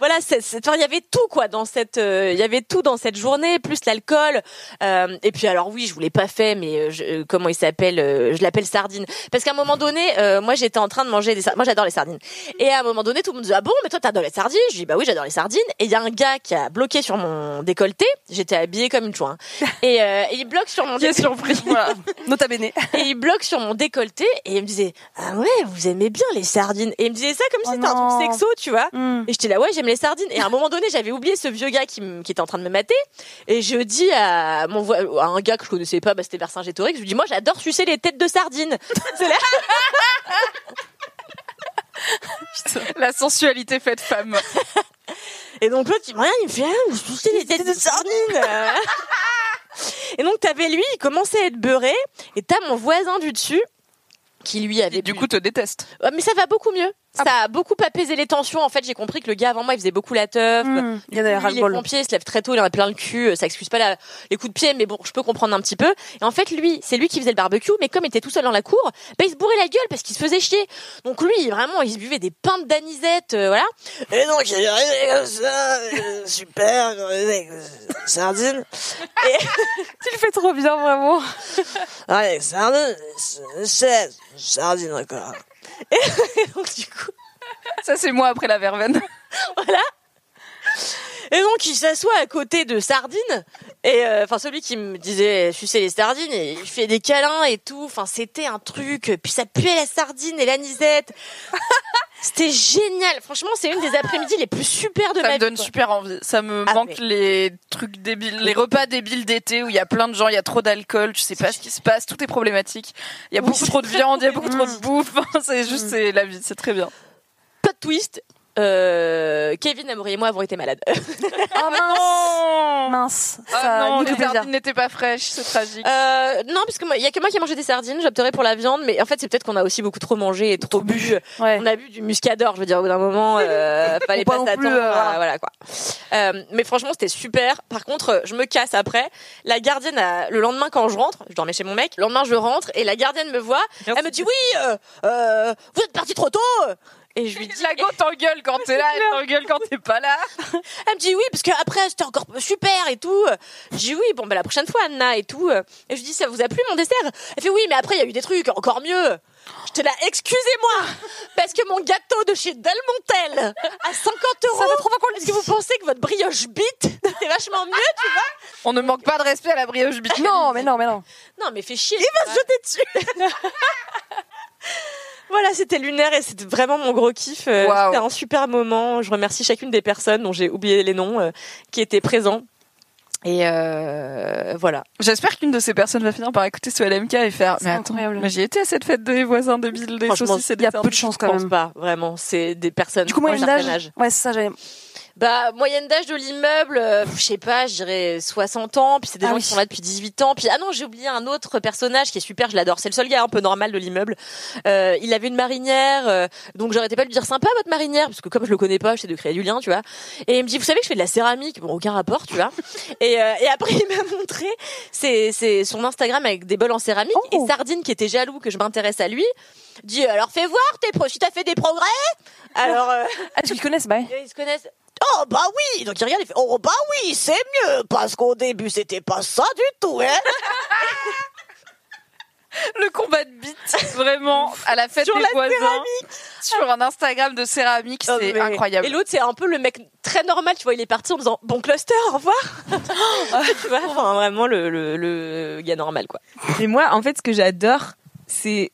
Speaker 4: Voilà, c'est- c'est- enfin, il y avait tout quoi dans cette, euh, il y avait tout dans cette journée, plus l'alcool. Euh, et puis alors oui, je vous l'ai pas fait, mais euh, je- euh, comment il s'appelle euh, Je l'appelle sardine parce qu'à un moment donné, euh, moi j'étais en train de manger des, sardines. moi j'adore les sardines. Et à un moment donné, tout le monde dit ah bon, mais toi t'adores les sardines Je dis bah oui, j'adore les sardines. Et il y a un gars qui a bloqué sur mon décolleté. J'étais habillée comme une chouin. Et, euh, et il bloque sur mon décolleté.
Speaker 3: Nota bene.
Speaker 4: Et il bloque sur mon décolleté et il me disait Ah ouais, vous aimez bien les sardines. Et il me disait ça comme si c'était un
Speaker 3: Oh
Speaker 4: truc sexo, tu vois. Et j'étais là Ouais, j'aime les sardines. Et à un moment donné, j'avais oublié ce vieux gars qui, me- qui était en train de me mater. Et je dis à, mon, vo- à un gars que je connaissais pas, bah, c'était Vercingétorix, je lui dis Moi, j'adore sucer les têtes de sardines. C'est là.
Speaker 2: La sensualité faite femme.
Speaker 4: Et donc l'autre, il me regarde, il me fait ah, vous sucez les têtes de sardines. et donc t'avais lui, il commençait à être beurré, et t'as mon voisin du dessus qui lui avait.
Speaker 2: Du coup, te déteste.
Speaker 4: Ouais, mais ça va beaucoup mieux. ça a beaucoup apaisé les tensions. En fait, j'ai compris que le gars avant moi, il faisait beaucoup la teuf.
Speaker 3: Mmh, il y en
Speaker 4: Du
Speaker 3: avait
Speaker 4: coup, lui,
Speaker 3: ras-le-bol.
Speaker 4: les pompiers, il se lève très tôt, il en a plein le cul. euh, Ça excuse pas la- les coups de pied, mais bon, je peux comprendre un petit peu. Et en fait, lui, c'est lui qui faisait le barbecue, mais comme il était tout seul dans la cour, bah, il se bourrait la gueule parce qu'il se faisait chier. Donc lui, vraiment, il se buvait des pintes d'anisette, euh, voilà. Et donc, il arrivait comme ça, euh, super, euh, sardine.
Speaker 2: Tu le fais trop bien, vraiment.
Speaker 4: Allez, sardine, chaise, sardine encore. Et donc, du coup,
Speaker 2: Ça, c'est moi après la verveine.
Speaker 4: voilà. Et donc il s'assoit à côté de Sardine, et euh, enfin celui qui me disait sucer les sardines, et il fait des câlins et tout. Enfin c'était un truc. Puis ça puait la sardine et l'anisette. c'était génial. Franchement c'est une des après-midi les plus super de
Speaker 2: Ça
Speaker 4: ma
Speaker 2: me
Speaker 4: vie.
Speaker 2: donne
Speaker 4: quoi.
Speaker 2: super envie. Ça me
Speaker 4: Ah,
Speaker 2: manque
Speaker 4: mais-
Speaker 2: les trucs débiles, les repas débiles d'été où il y a plein de gens, il y a trop d'alcool, tu sais pas ce qui se passe, tout est problématique. Il y a beaucoup trop de viande, il y a beaucoup trop de bouffe. Enfin, c'est juste, c'est la vie, c'est très bien.
Speaker 4: Plot twist. euh, Kevin, Amaury et moi avons été malades.
Speaker 2: Ah non
Speaker 3: Mince.
Speaker 2: Ah
Speaker 3: Ça
Speaker 2: non,
Speaker 3: nique
Speaker 2: les
Speaker 3: le plaisir.
Speaker 2: sardines n'étaient pas fraîches, c'est tragique.
Speaker 4: Euh, non, parce que moi, il y a que moi qui ai mangé des sardines. J'opterais pour la viande, mais en fait, c'est peut-être qu'on a aussi beaucoup trop mangé et trop bu.
Speaker 3: Ouais.
Speaker 4: On a bu du muscador. Je veux dire, au bout d'un moment, euh, fallait
Speaker 3: Faut pas
Speaker 4: pas
Speaker 3: non
Speaker 4: s'attendre.
Speaker 3: plus, euh,
Speaker 4: à- voilà quoi. Euh, mais franchement, c'était super. Par contre, je me casse après. La gardienne, a- le lendemain quand je rentre, je dormais chez mon mec. Le lendemain, je rentre et la gardienne me voit. Elle me dit oui, euh, euh, vous êtes parti trop tôt. Et je lui dis
Speaker 2: La Ah, go t'engueule quand t'es là, elle t'engueule quand t'es pas là.
Speaker 4: elle me dit oui, parce qu'après, c'était encore super et tout. Je dis oui, bon, bah, la prochaine fois, Anna et tout. Et je dis, ça vous a plu mon dessert Elle fait oui, mais après, il y a eu des trucs encore mieux. J'étais là, excusez-moi, parce que mon gâteau de chez Delmontel à 50 euros. Est-ce que vous pensez que votre brioche bite, c'était vachement mieux, tu vois
Speaker 2: On ne manque pas de respect à la brioche bite.
Speaker 3: Non, mais non, mais non.
Speaker 4: Non, mais fais chier. Il va se jeter dessus. Voilà, c'était lunaire et c'était vraiment mon gros kiff. Euh,
Speaker 2: Waouh.
Speaker 4: C'était un super moment. Je remercie chacune des personnes dont j'ai oublié les noms euh, qui étaient présents. Et euh, voilà.
Speaker 2: J'espère qu'une de ces personnes va finir par écouter ce LMK et faire. Mais attends,
Speaker 3: incroyable.
Speaker 2: mais j'y étais à cette fête des voisins débiles, des
Speaker 4: Franchement,
Speaker 2: saucisses et
Speaker 3: Il
Speaker 2: des
Speaker 3: y a peu de
Speaker 2: sardines.
Speaker 3: chance
Speaker 4: Je
Speaker 3: quand
Speaker 4: pense
Speaker 3: même.
Speaker 4: pas vraiment. C'est des personnes.
Speaker 3: Du coup,
Speaker 4: d'un
Speaker 3: moyenne
Speaker 4: certain
Speaker 3: d'âge.
Speaker 4: âge.
Speaker 3: Ouais, c'est ça, j'avais.
Speaker 4: Bah moyenne d'âge de l'immeuble, euh, je sais pas, je dirais 60 ans. Puis c'est des
Speaker 3: Ah
Speaker 4: gens
Speaker 3: oui.
Speaker 4: qui sont là depuis 18 ans. Puis ah non, j'ai oublié un autre personnage qui est super, je l'adore. C'est le seul gars un peu normal de l'immeuble. Euh, il avait une marinière, euh, donc j'arrêtais pas de lui dire sympa votre marinière, parce que comme je le connais pas, j'essaie de créer du lien, tu vois. Et il me dit vous savez que je fais de la céramique, bon aucun rapport, tu vois. et, euh, et après il m'a montré c'est c'est son Instagram avec des bols en céramique
Speaker 3: Oh.
Speaker 4: et Sardine qui était jaloux que je m'intéresse à lui dit alors fais voir tes pro si t'as fait des progrès. Alors euh,
Speaker 3: Ah, tu qu'ils connaissent, bah ouais.
Speaker 4: et Ils se connaissent. Oh bah oui Donc il regarde, il fait Oh bah oui, c'est mieux Parce qu'au début, c'était pas ça du tout, hein
Speaker 2: Le combat de bites, vraiment, à la fête
Speaker 4: Sur
Speaker 2: des
Speaker 4: la
Speaker 2: voisins. Sur un Instagram de céramique,
Speaker 4: Oh,
Speaker 2: c'est
Speaker 4: mais-
Speaker 2: incroyable.
Speaker 4: Et l'autre, c'est un peu le mec très normal, tu vois, il est parti en disant Bon cluster, au revoir Tu vois, enfin, vraiment le, le, le gars normal, quoi.
Speaker 1: Et moi, en fait, ce que j'adore, c'est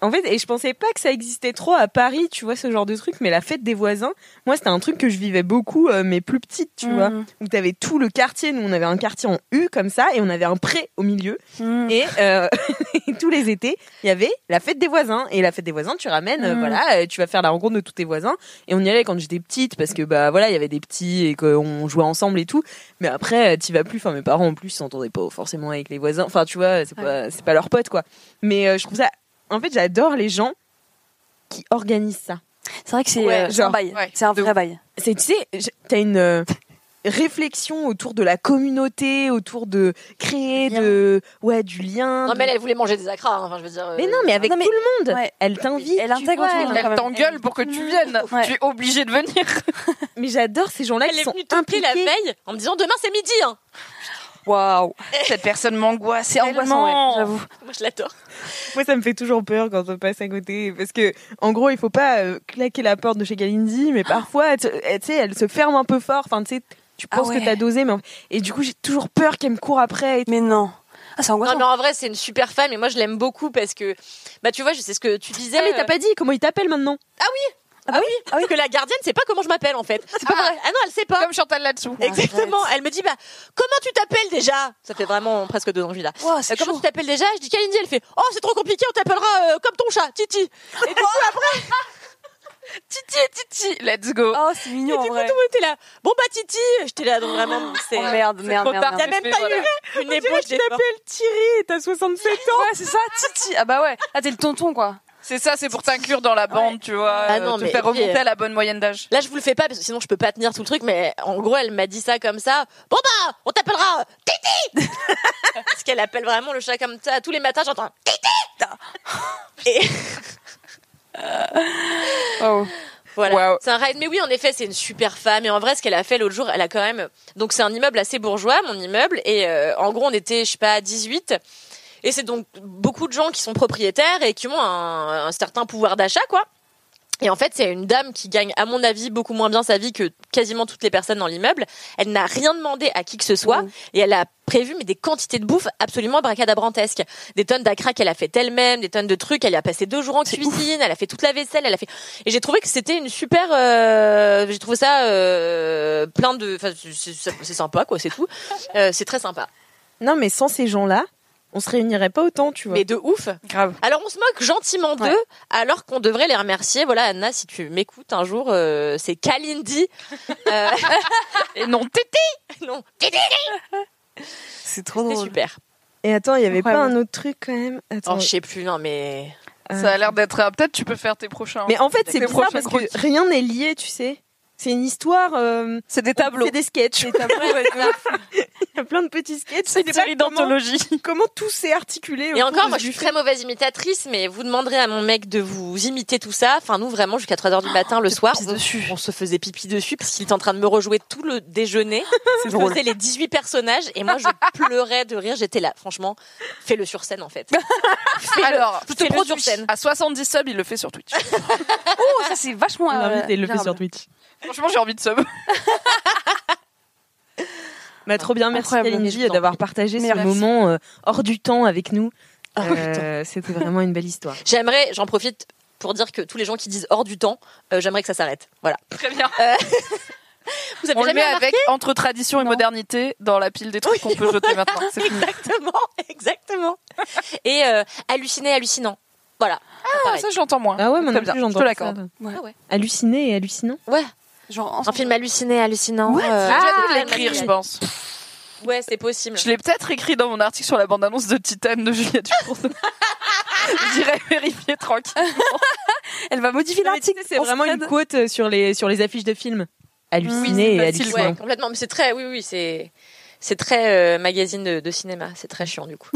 Speaker 1: En fait, et je pensais pas que ça existait trop à Paris, tu vois, ce genre de truc, mais la fête des voisins, moi, c'était un truc que je vivais beaucoup, euh, mais plus petite, tu
Speaker 4: Mhm.
Speaker 1: vois, où t'avais tout le quartier. Nous, on avait un quartier en U comme ça, et on avait un pré au milieu.
Speaker 4: Mm.
Speaker 1: Et, euh, et tous les étés, il y avait la fête des voisins. Et la fête des voisins, tu ramènes, euh,
Speaker 4: Mhm.
Speaker 1: voilà, euh, tu vas faire la rencontre de tous tes voisins. Et on y allait quand j'étais petite, parce que, bah, voilà, il y avait des petits et qu'on jouait ensemble et tout. Mais après, euh, t'y vas plus. Enfin, mes parents, en plus, ils s'entendaient pas forcément avec les voisins. Enfin, tu vois, c'est pas, c'est pas leur pote, quoi. Mais euh, je trouve ça en fait, j'adore les gens qui organisent ça.
Speaker 10: C'est vrai que c'est, euh, c'est un bail.
Speaker 1: C'est un vrai bail. C'est, tu sais, je- t'as une euh, réflexion autour de la communauté, autour de créer de, ouais, du lien.
Speaker 4: Non,
Speaker 1: de-
Speaker 4: mais elle, elle voulait manger des acras. hein, Enfin, je veux dire. euh,
Speaker 1: Mais non, mais avec tout le monde.
Speaker 4: Ouais.
Speaker 1: Elle t'invite.
Speaker 4: Elle intègre tout le monde, quand
Speaker 2: Elle
Speaker 4: même.
Speaker 2: t'engueule pour que tu viennes. Tu es obligé de venir.
Speaker 1: mais j'adore ces gens-là
Speaker 4: Elle est venue toquer la veille en me disant demain c'est midi. Hein.
Speaker 2: Waouh. Cette personne m'angoisse. C'est angoissant, ouais, j'avoue.
Speaker 4: Moi, je l'adore.
Speaker 1: Moi, ça me fait toujours peur quand on passe à côté. Parce que, en gros, il faut pas euh, claquer la porte de chez Kalindi, mais parfois, tu eh, tu sais, elle se ferme un peu fort. Enfin, tu sais, tu
Speaker 4: Ah
Speaker 1: penses
Speaker 4: ouais.
Speaker 1: que t'as dosé, mais. en- Et du coup, j'ai toujours peur qu'elle me court après.
Speaker 10: Mais non. Ah, c'est
Speaker 4: Non, mais en vrai, c'est une super femme et moi, je l'aime beaucoup parce que, bah, tu vois, je sais ce que tu disais.
Speaker 1: Ah, mais t'as
Speaker 4: euh,
Speaker 1: pas dit comment il t'appelle maintenant
Speaker 4: Ah oui
Speaker 1: bah
Speaker 4: ah, oui, parce que la gardienne sait pas comment je m'appelle en fait. C'est pas vrai. Ah non, elle sait pas. Comme
Speaker 2: Chantal là-dessous.
Speaker 4: Exactement. Elle me dit bah comment tu t'appelles déjà Ça fait vraiment presque deux ans que je vis là. Euh, comment tu t'appelles déjà Je dis Kalindi. Elle fait oh c'est trop compliqué. On t'appellera euh, comme ton chat Titi. Et du coup après
Speaker 2: Titi et Titi, let's go.
Speaker 3: Ah.
Speaker 10: Oh, c'est mignon.
Speaker 4: Et du coup, tout le monde était là. Bon, bah, Titi, j'étais là, donc vraiment. C'est
Speaker 10: Oh, merde,
Speaker 4: c'est
Speaker 10: merde,
Speaker 4: trop
Speaker 10: merde,
Speaker 4: tard.
Speaker 10: merde.
Speaker 4: T'as même pas
Speaker 10: Voilà.
Speaker 4: eu une
Speaker 10: On dirait
Speaker 4: ébauche
Speaker 10: que tu
Speaker 4: d'effort.
Speaker 10: t'appelles
Speaker 1: Thierry et t'as 67 ans.
Speaker 10: Ouais, c'est ça, Titi. Ah bah ouais. Ah, t'es le tonton, quoi.
Speaker 2: C'est ça, c'est pour t'inclure dans la bande, tu vois.
Speaker 4: Ah
Speaker 2: euh,
Speaker 4: non,
Speaker 2: te
Speaker 4: mais-
Speaker 2: faire remonter
Speaker 4: et-
Speaker 2: à la bonne moyenne d'âge.
Speaker 4: Là, je vous le fais pas parce que sinon je peux pas tenir tout le truc, mais en gros, elle m'a dit ça comme ça. Bon bah, on t'appellera Titi Parce qu'elle appelle vraiment le chat comme ça. Tous les matins, j'entends Titi Et. Voilà. C'est un ride. Mais oui, en effet, c'est une super femme. Et en vrai, ce qu'elle a fait l'autre jour, elle a quand même. Donc, c'est un immeuble assez bourgeois, mon immeuble. Et euh, en gros, on était, je sais pas, 18. Et c'est donc beaucoup de gens qui sont propriétaires et qui ont un, un certain pouvoir d'achat, quoi. Et en fait, c'est une dame qui gagne, à mon avis, beaucoup moins bien sa vie que quasiment toutes les personnes dans l'immeuble. Elle n'a rien demandé à qui que ce soit et elle a prévu mais des quantités de bouffe absolument bracadabrantesques. Des tonnes d'acra qu'elle a fait elle-même, des tonnes de trucs. Elle y a passé deux jours en cuisine, elle a fait toute la vaisselle, elle a fait. Et j'ai trouvé que c'était une super. euh, J'ai trouvé ça euh, plein de. Enfin, c'est- c'est c'est sympa quoi, c'est tout. Euh, c'est très sympa.
Speaker 1: Non, mais sans ces gens-là, on se réunirait pas autant, tu vois.
Speaker 4: Mais de ouf.
Speaker 2: Grave.
Speaker 4: Alors on se moque gentiment d'eux, alors qu'on devrait les remercier. Voilà, Anna, si tu m'écoutes un jour, euh, c'est Kalindi. Euh,
Speaker 2: Et non, Tété
Speaker 4: Non, Tété
Speaker 10: C'est trop
Speaker 4: drôle. super.
Speaker 1: Et attends, il y avait pas
Speaker 4: Incroyable.
Speaker 1: un autre truc quand même. Attends.
Speaker 4: Oh, je sais plus, non, mais.
Speaker 2: Ça a l'air d'être. euh, Peut-être tu peux faire tes prochains.
Speaker 1: Mais en fait, c'est
Speaker 2: Tes
Speaker 1: bizarre
Speaker 2: prochains
Speaker 1: parce
Speaker 2: croquis.
Speaker 1: que rien n'est lié, tu sais. C'est une histoire. euh,
Speaker 2: c'est des tableaux.
Speaker 1: C'est des sketchs. Il y a plein de petits sketchs. C'est une série d'anthologie. Comment tout s'est articulé
Speaker 4: Et
Speaker 1: autour
Speaker 4: encore,
Speaker 1: de
Speaker 4: moi,
Speaker 1: ce
Speaker 4: je suis
Speaker 1: buffet.
Speaker 4: très mauvaise imitatrice, mais vous demanderez à mon mec de vous imiter tout ça. Enfin, nous, vraiment, jusqu'à 3 heures du matin, le soir, on, on se faisait pipi dessus parce qu'il était en train de me rejouer tout le déjeuner.
Speaker 10: C'est
Speaker 4: Je
Speaker 10: drôle.
Speaker 4: faisais les 18 personnages et moi, je pleurais de rire. J'étais là, franchement, fais-le sur scène, en fait. Fais-le.
Speaker 2: Alors, je te
Speaker 4: Fais-le sur
Speaker 2: produis.
Speaker 4: scène.
Speaker 2: À 70 subs, il le fait sur Twitch.
Speaker 10: Oh, ça, c'est vachement.
Speaker 1: On l'invite et il le fait
Speaker 10: gérable.
Speaker 1: sur Twitch.
Speaker 2: Franchement, j'ai envie de sub.
Speaker 1: Bah, trop bien, merci
Speaker 2: Incroyable.
Speaker 1: Kalindi d'avoir partagé ce
Speaker 2: Merci.
Speaker 1: moment euh, hors du temps avec nous. Euh, C'était vraiment une belle histoire.
Speaker 4: J'aimerais, j'en profite pour dire que tous les gens qui disent hors du temps, euh, j'aimerais que ça s'arrête. Voilà.
Speaker 2: Très bien.
Speaker 4: Vous avez
Speaker 2: Euh, On le
Speaker 4: jamais
Speaker 2: met
Speaker 4: remarqué
Speaker 2: avec entre tradition et modernité dans la pile des trucs qu'on peut jeter maintenant. C'est fini.
Speaker 4: Exactement, exactement. Et euh, halluciné, hallucinant. Voilà.
Speaker 2: Ah, ça, je l'entends moins.
Speaker 1: Ah ouais, moi non
Speaker 2: Très bien.
Speaker 1: plus,
Speaker 2: Je
Speaker 1: j'entends
Speaker 2: te
Speaker 1: pas
Speaker 2: l'accorde.
Speaker 1: ça. Halluciné et hallucinant.
Speaker 4: Ouais.
Speaker 10: Genre,
Speaker 1: Ah.
Speaker 4: un film halluciné, hallucinant.
Speaker 2: J'ai
Speaker 4: euh,
Speaker 2: déjà dû
Speaker 4: ah,
Speaker 2: l'écrire,
Speaker 4: mais-
Speaker 2: je pense.
Speaker 4: Ouais, c'est possible.
Speaker 2: Je l'ai peut-être écrit dans mon article sur la bande-annonce de Titane de Julia Ducournau. J'irai vérifier tranquille.
Speaker 10: Elle va modifier
Speaker 1: l'article. C'est vraiment une quote euh, sur les, sur les affiches de films. Halluciné
Speaker 4: Oui,
Speaker 1: et
Speaker 4: c'est facile,
Speaker 1: hallucinant.
Speaker 4: ouais, complètement. Mais c'est très, oui, oui, c'est. C'est très euh, magazine de, de cinéma, c'est très chiant du coup.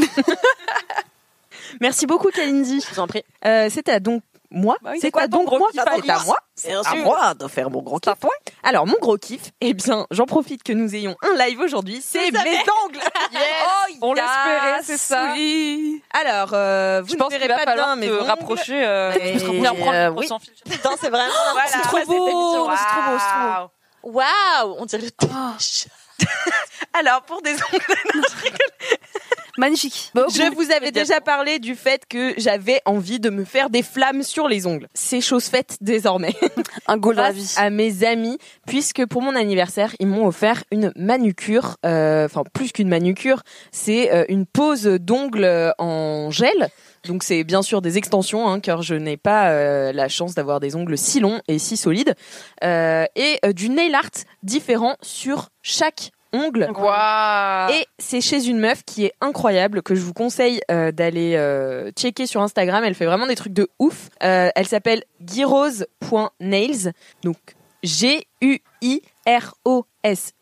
Speaker 1: Merci beaucoup, Kalindi.
Speaker 4: Je vous en prie.
Speaker 1: Euh, C'était à donc moi.
Speaker 4: oui,
Speaker 1: c'est
Speaker 4: c'est quoi
Speaker 1: à
Speaker 4: ton
Speaker 1: donc
Speaker 4: gros
Speaker 1: moi.
Speaker 4: kiff,
Speaker 1: C'est à
Speaker 4: Alice
Speaker 1: moi.
Speaker 4: Bien
Speaker 1: C'est à
Speaker 4: sûr.
Speaker 1: moi de faire mon gros kiff. Alors, mon gros kiff, eh bien, j'en profite que nous ayons un live aujourd'hui. C'est
Speaker 4: savais.
Speaker 1: mes ongles. On l'espérait, c'est ça. Alors, euh, vous
Speaker 2: Je
Speaker 1: ne
Speaker 2: pense
Speaker 1: verrez
Speaker 2: qu'il va
Speaker 1: pas bien
Speaker 2: falloir
Speaker 1: mes
Speaker 2: te
Speaker 1: ongles.
Speaker 2: rapprocher. euh,
Speaker 1: Et,
Speaker 2: tu te rapproches,
Speaker 1: euh,
Speaker 2: prends le micro
Speaker 1: oui.
Speaker 2: sans fil.
Speaker 4: Putain, c'est vraiment
Speaker 2: Voilà,
Speaker 4: trop
Speaker 2: cette émission.
Speaker 4: beau, c'est trop beau, c'est trop
Speaker 2: Waouh.
Speaker 4: Waouh, on dirait le
Speaker 1: Alors, pour des ongles.
Speaker 3: Magnifique.
Speaker 1: Je vous avais déjà parlé du fait que j'avais envie de me faire des flammes sur les ongles. C'est chose faite désormais.
Speaker 10: Un goal
Speaker 1: de la vie. À mes amis, puisque pour mon anniversaire, ils m'ont offert une manucure, euh, enfin plus qu'une manucure, c'est euh, une pose d'ongles euh, en gel. Donc c'est bien sûr des extensions, hein, car je n'ai pas euh, la chance d'avoir des ongles si longs et si solides, Euh, et euh, du nail art différent sur chaque ongle.
Speaker 10: Ah.
Speaker 1: Et c'est chez une meuf qui est incroyable, que je vous conseille euh, d'aller euh, checker sur Instagram. Elle fait vraiment des trucs de ouf. Euh, elle s'appelle guirose.nails. Donc G-U-I-R-O-S-E.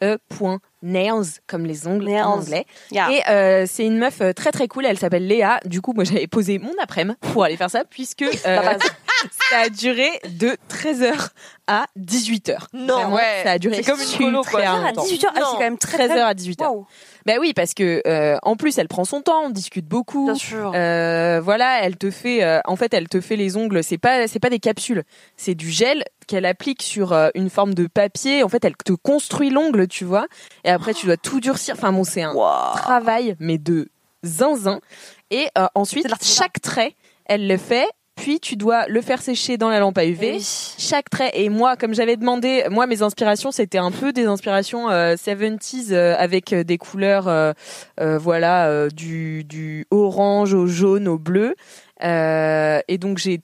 Speaker 1: E point Nails, comme les ongles
Speaker 10: Nails.
Speaker 1: en anglais.
Speaker 10: Yeah.
Speaker 1: Et euh, c'est une meuf euh, très très cool, elle s'appelle Léa. Du coup, moi j'avais posé mon après-midi pour aller faire ça, puisque euh, ça a duré de 13h à 18h.
Speaker 10: Non.
Speaker 1: Vraiment,
Speaker 10: Ouais.
Speaker 1: ça a duré
Speaker 10: C'est comme une
Speaker 1: super
Speaker 10: colo, quoi. 13h à
Speaker 1: longtemps.
Speaker 10: 18h, ah, c'est quand même très,
Speaker 1: 13h
Speaker 10: très-
Speaker 1: à 18h. Ben oui, parce que euh, en plus elle prend son temps, on discute beaucoup. Bien
Speaker 10: sûr.
Speaker 1: voilà, elle te fait, euh, en fait, elle te fait les ongles. C'est pas, c'est pas des capsules, c'est du gel qu'elle applique sur euh, une forme de papier. En fait, elle te construit l'ongle, tu vois. Et après, tu dois tout durcir. Enfin, bon, c'est un travail, mais de zinzin. Et euh, ensuite, chaque trait, elle le fait. Puis tu dois le faire sécher dans la lampe à UV. Chaque trait. Et moi, comme j'avais demandé, moi mes inspirations c'était un peu des inspirations euh, 70s euh, avec euh, des couleurs, euh, euh, voilà, euh, du, du orange au jaune au bleu. Euh, et donc j'ai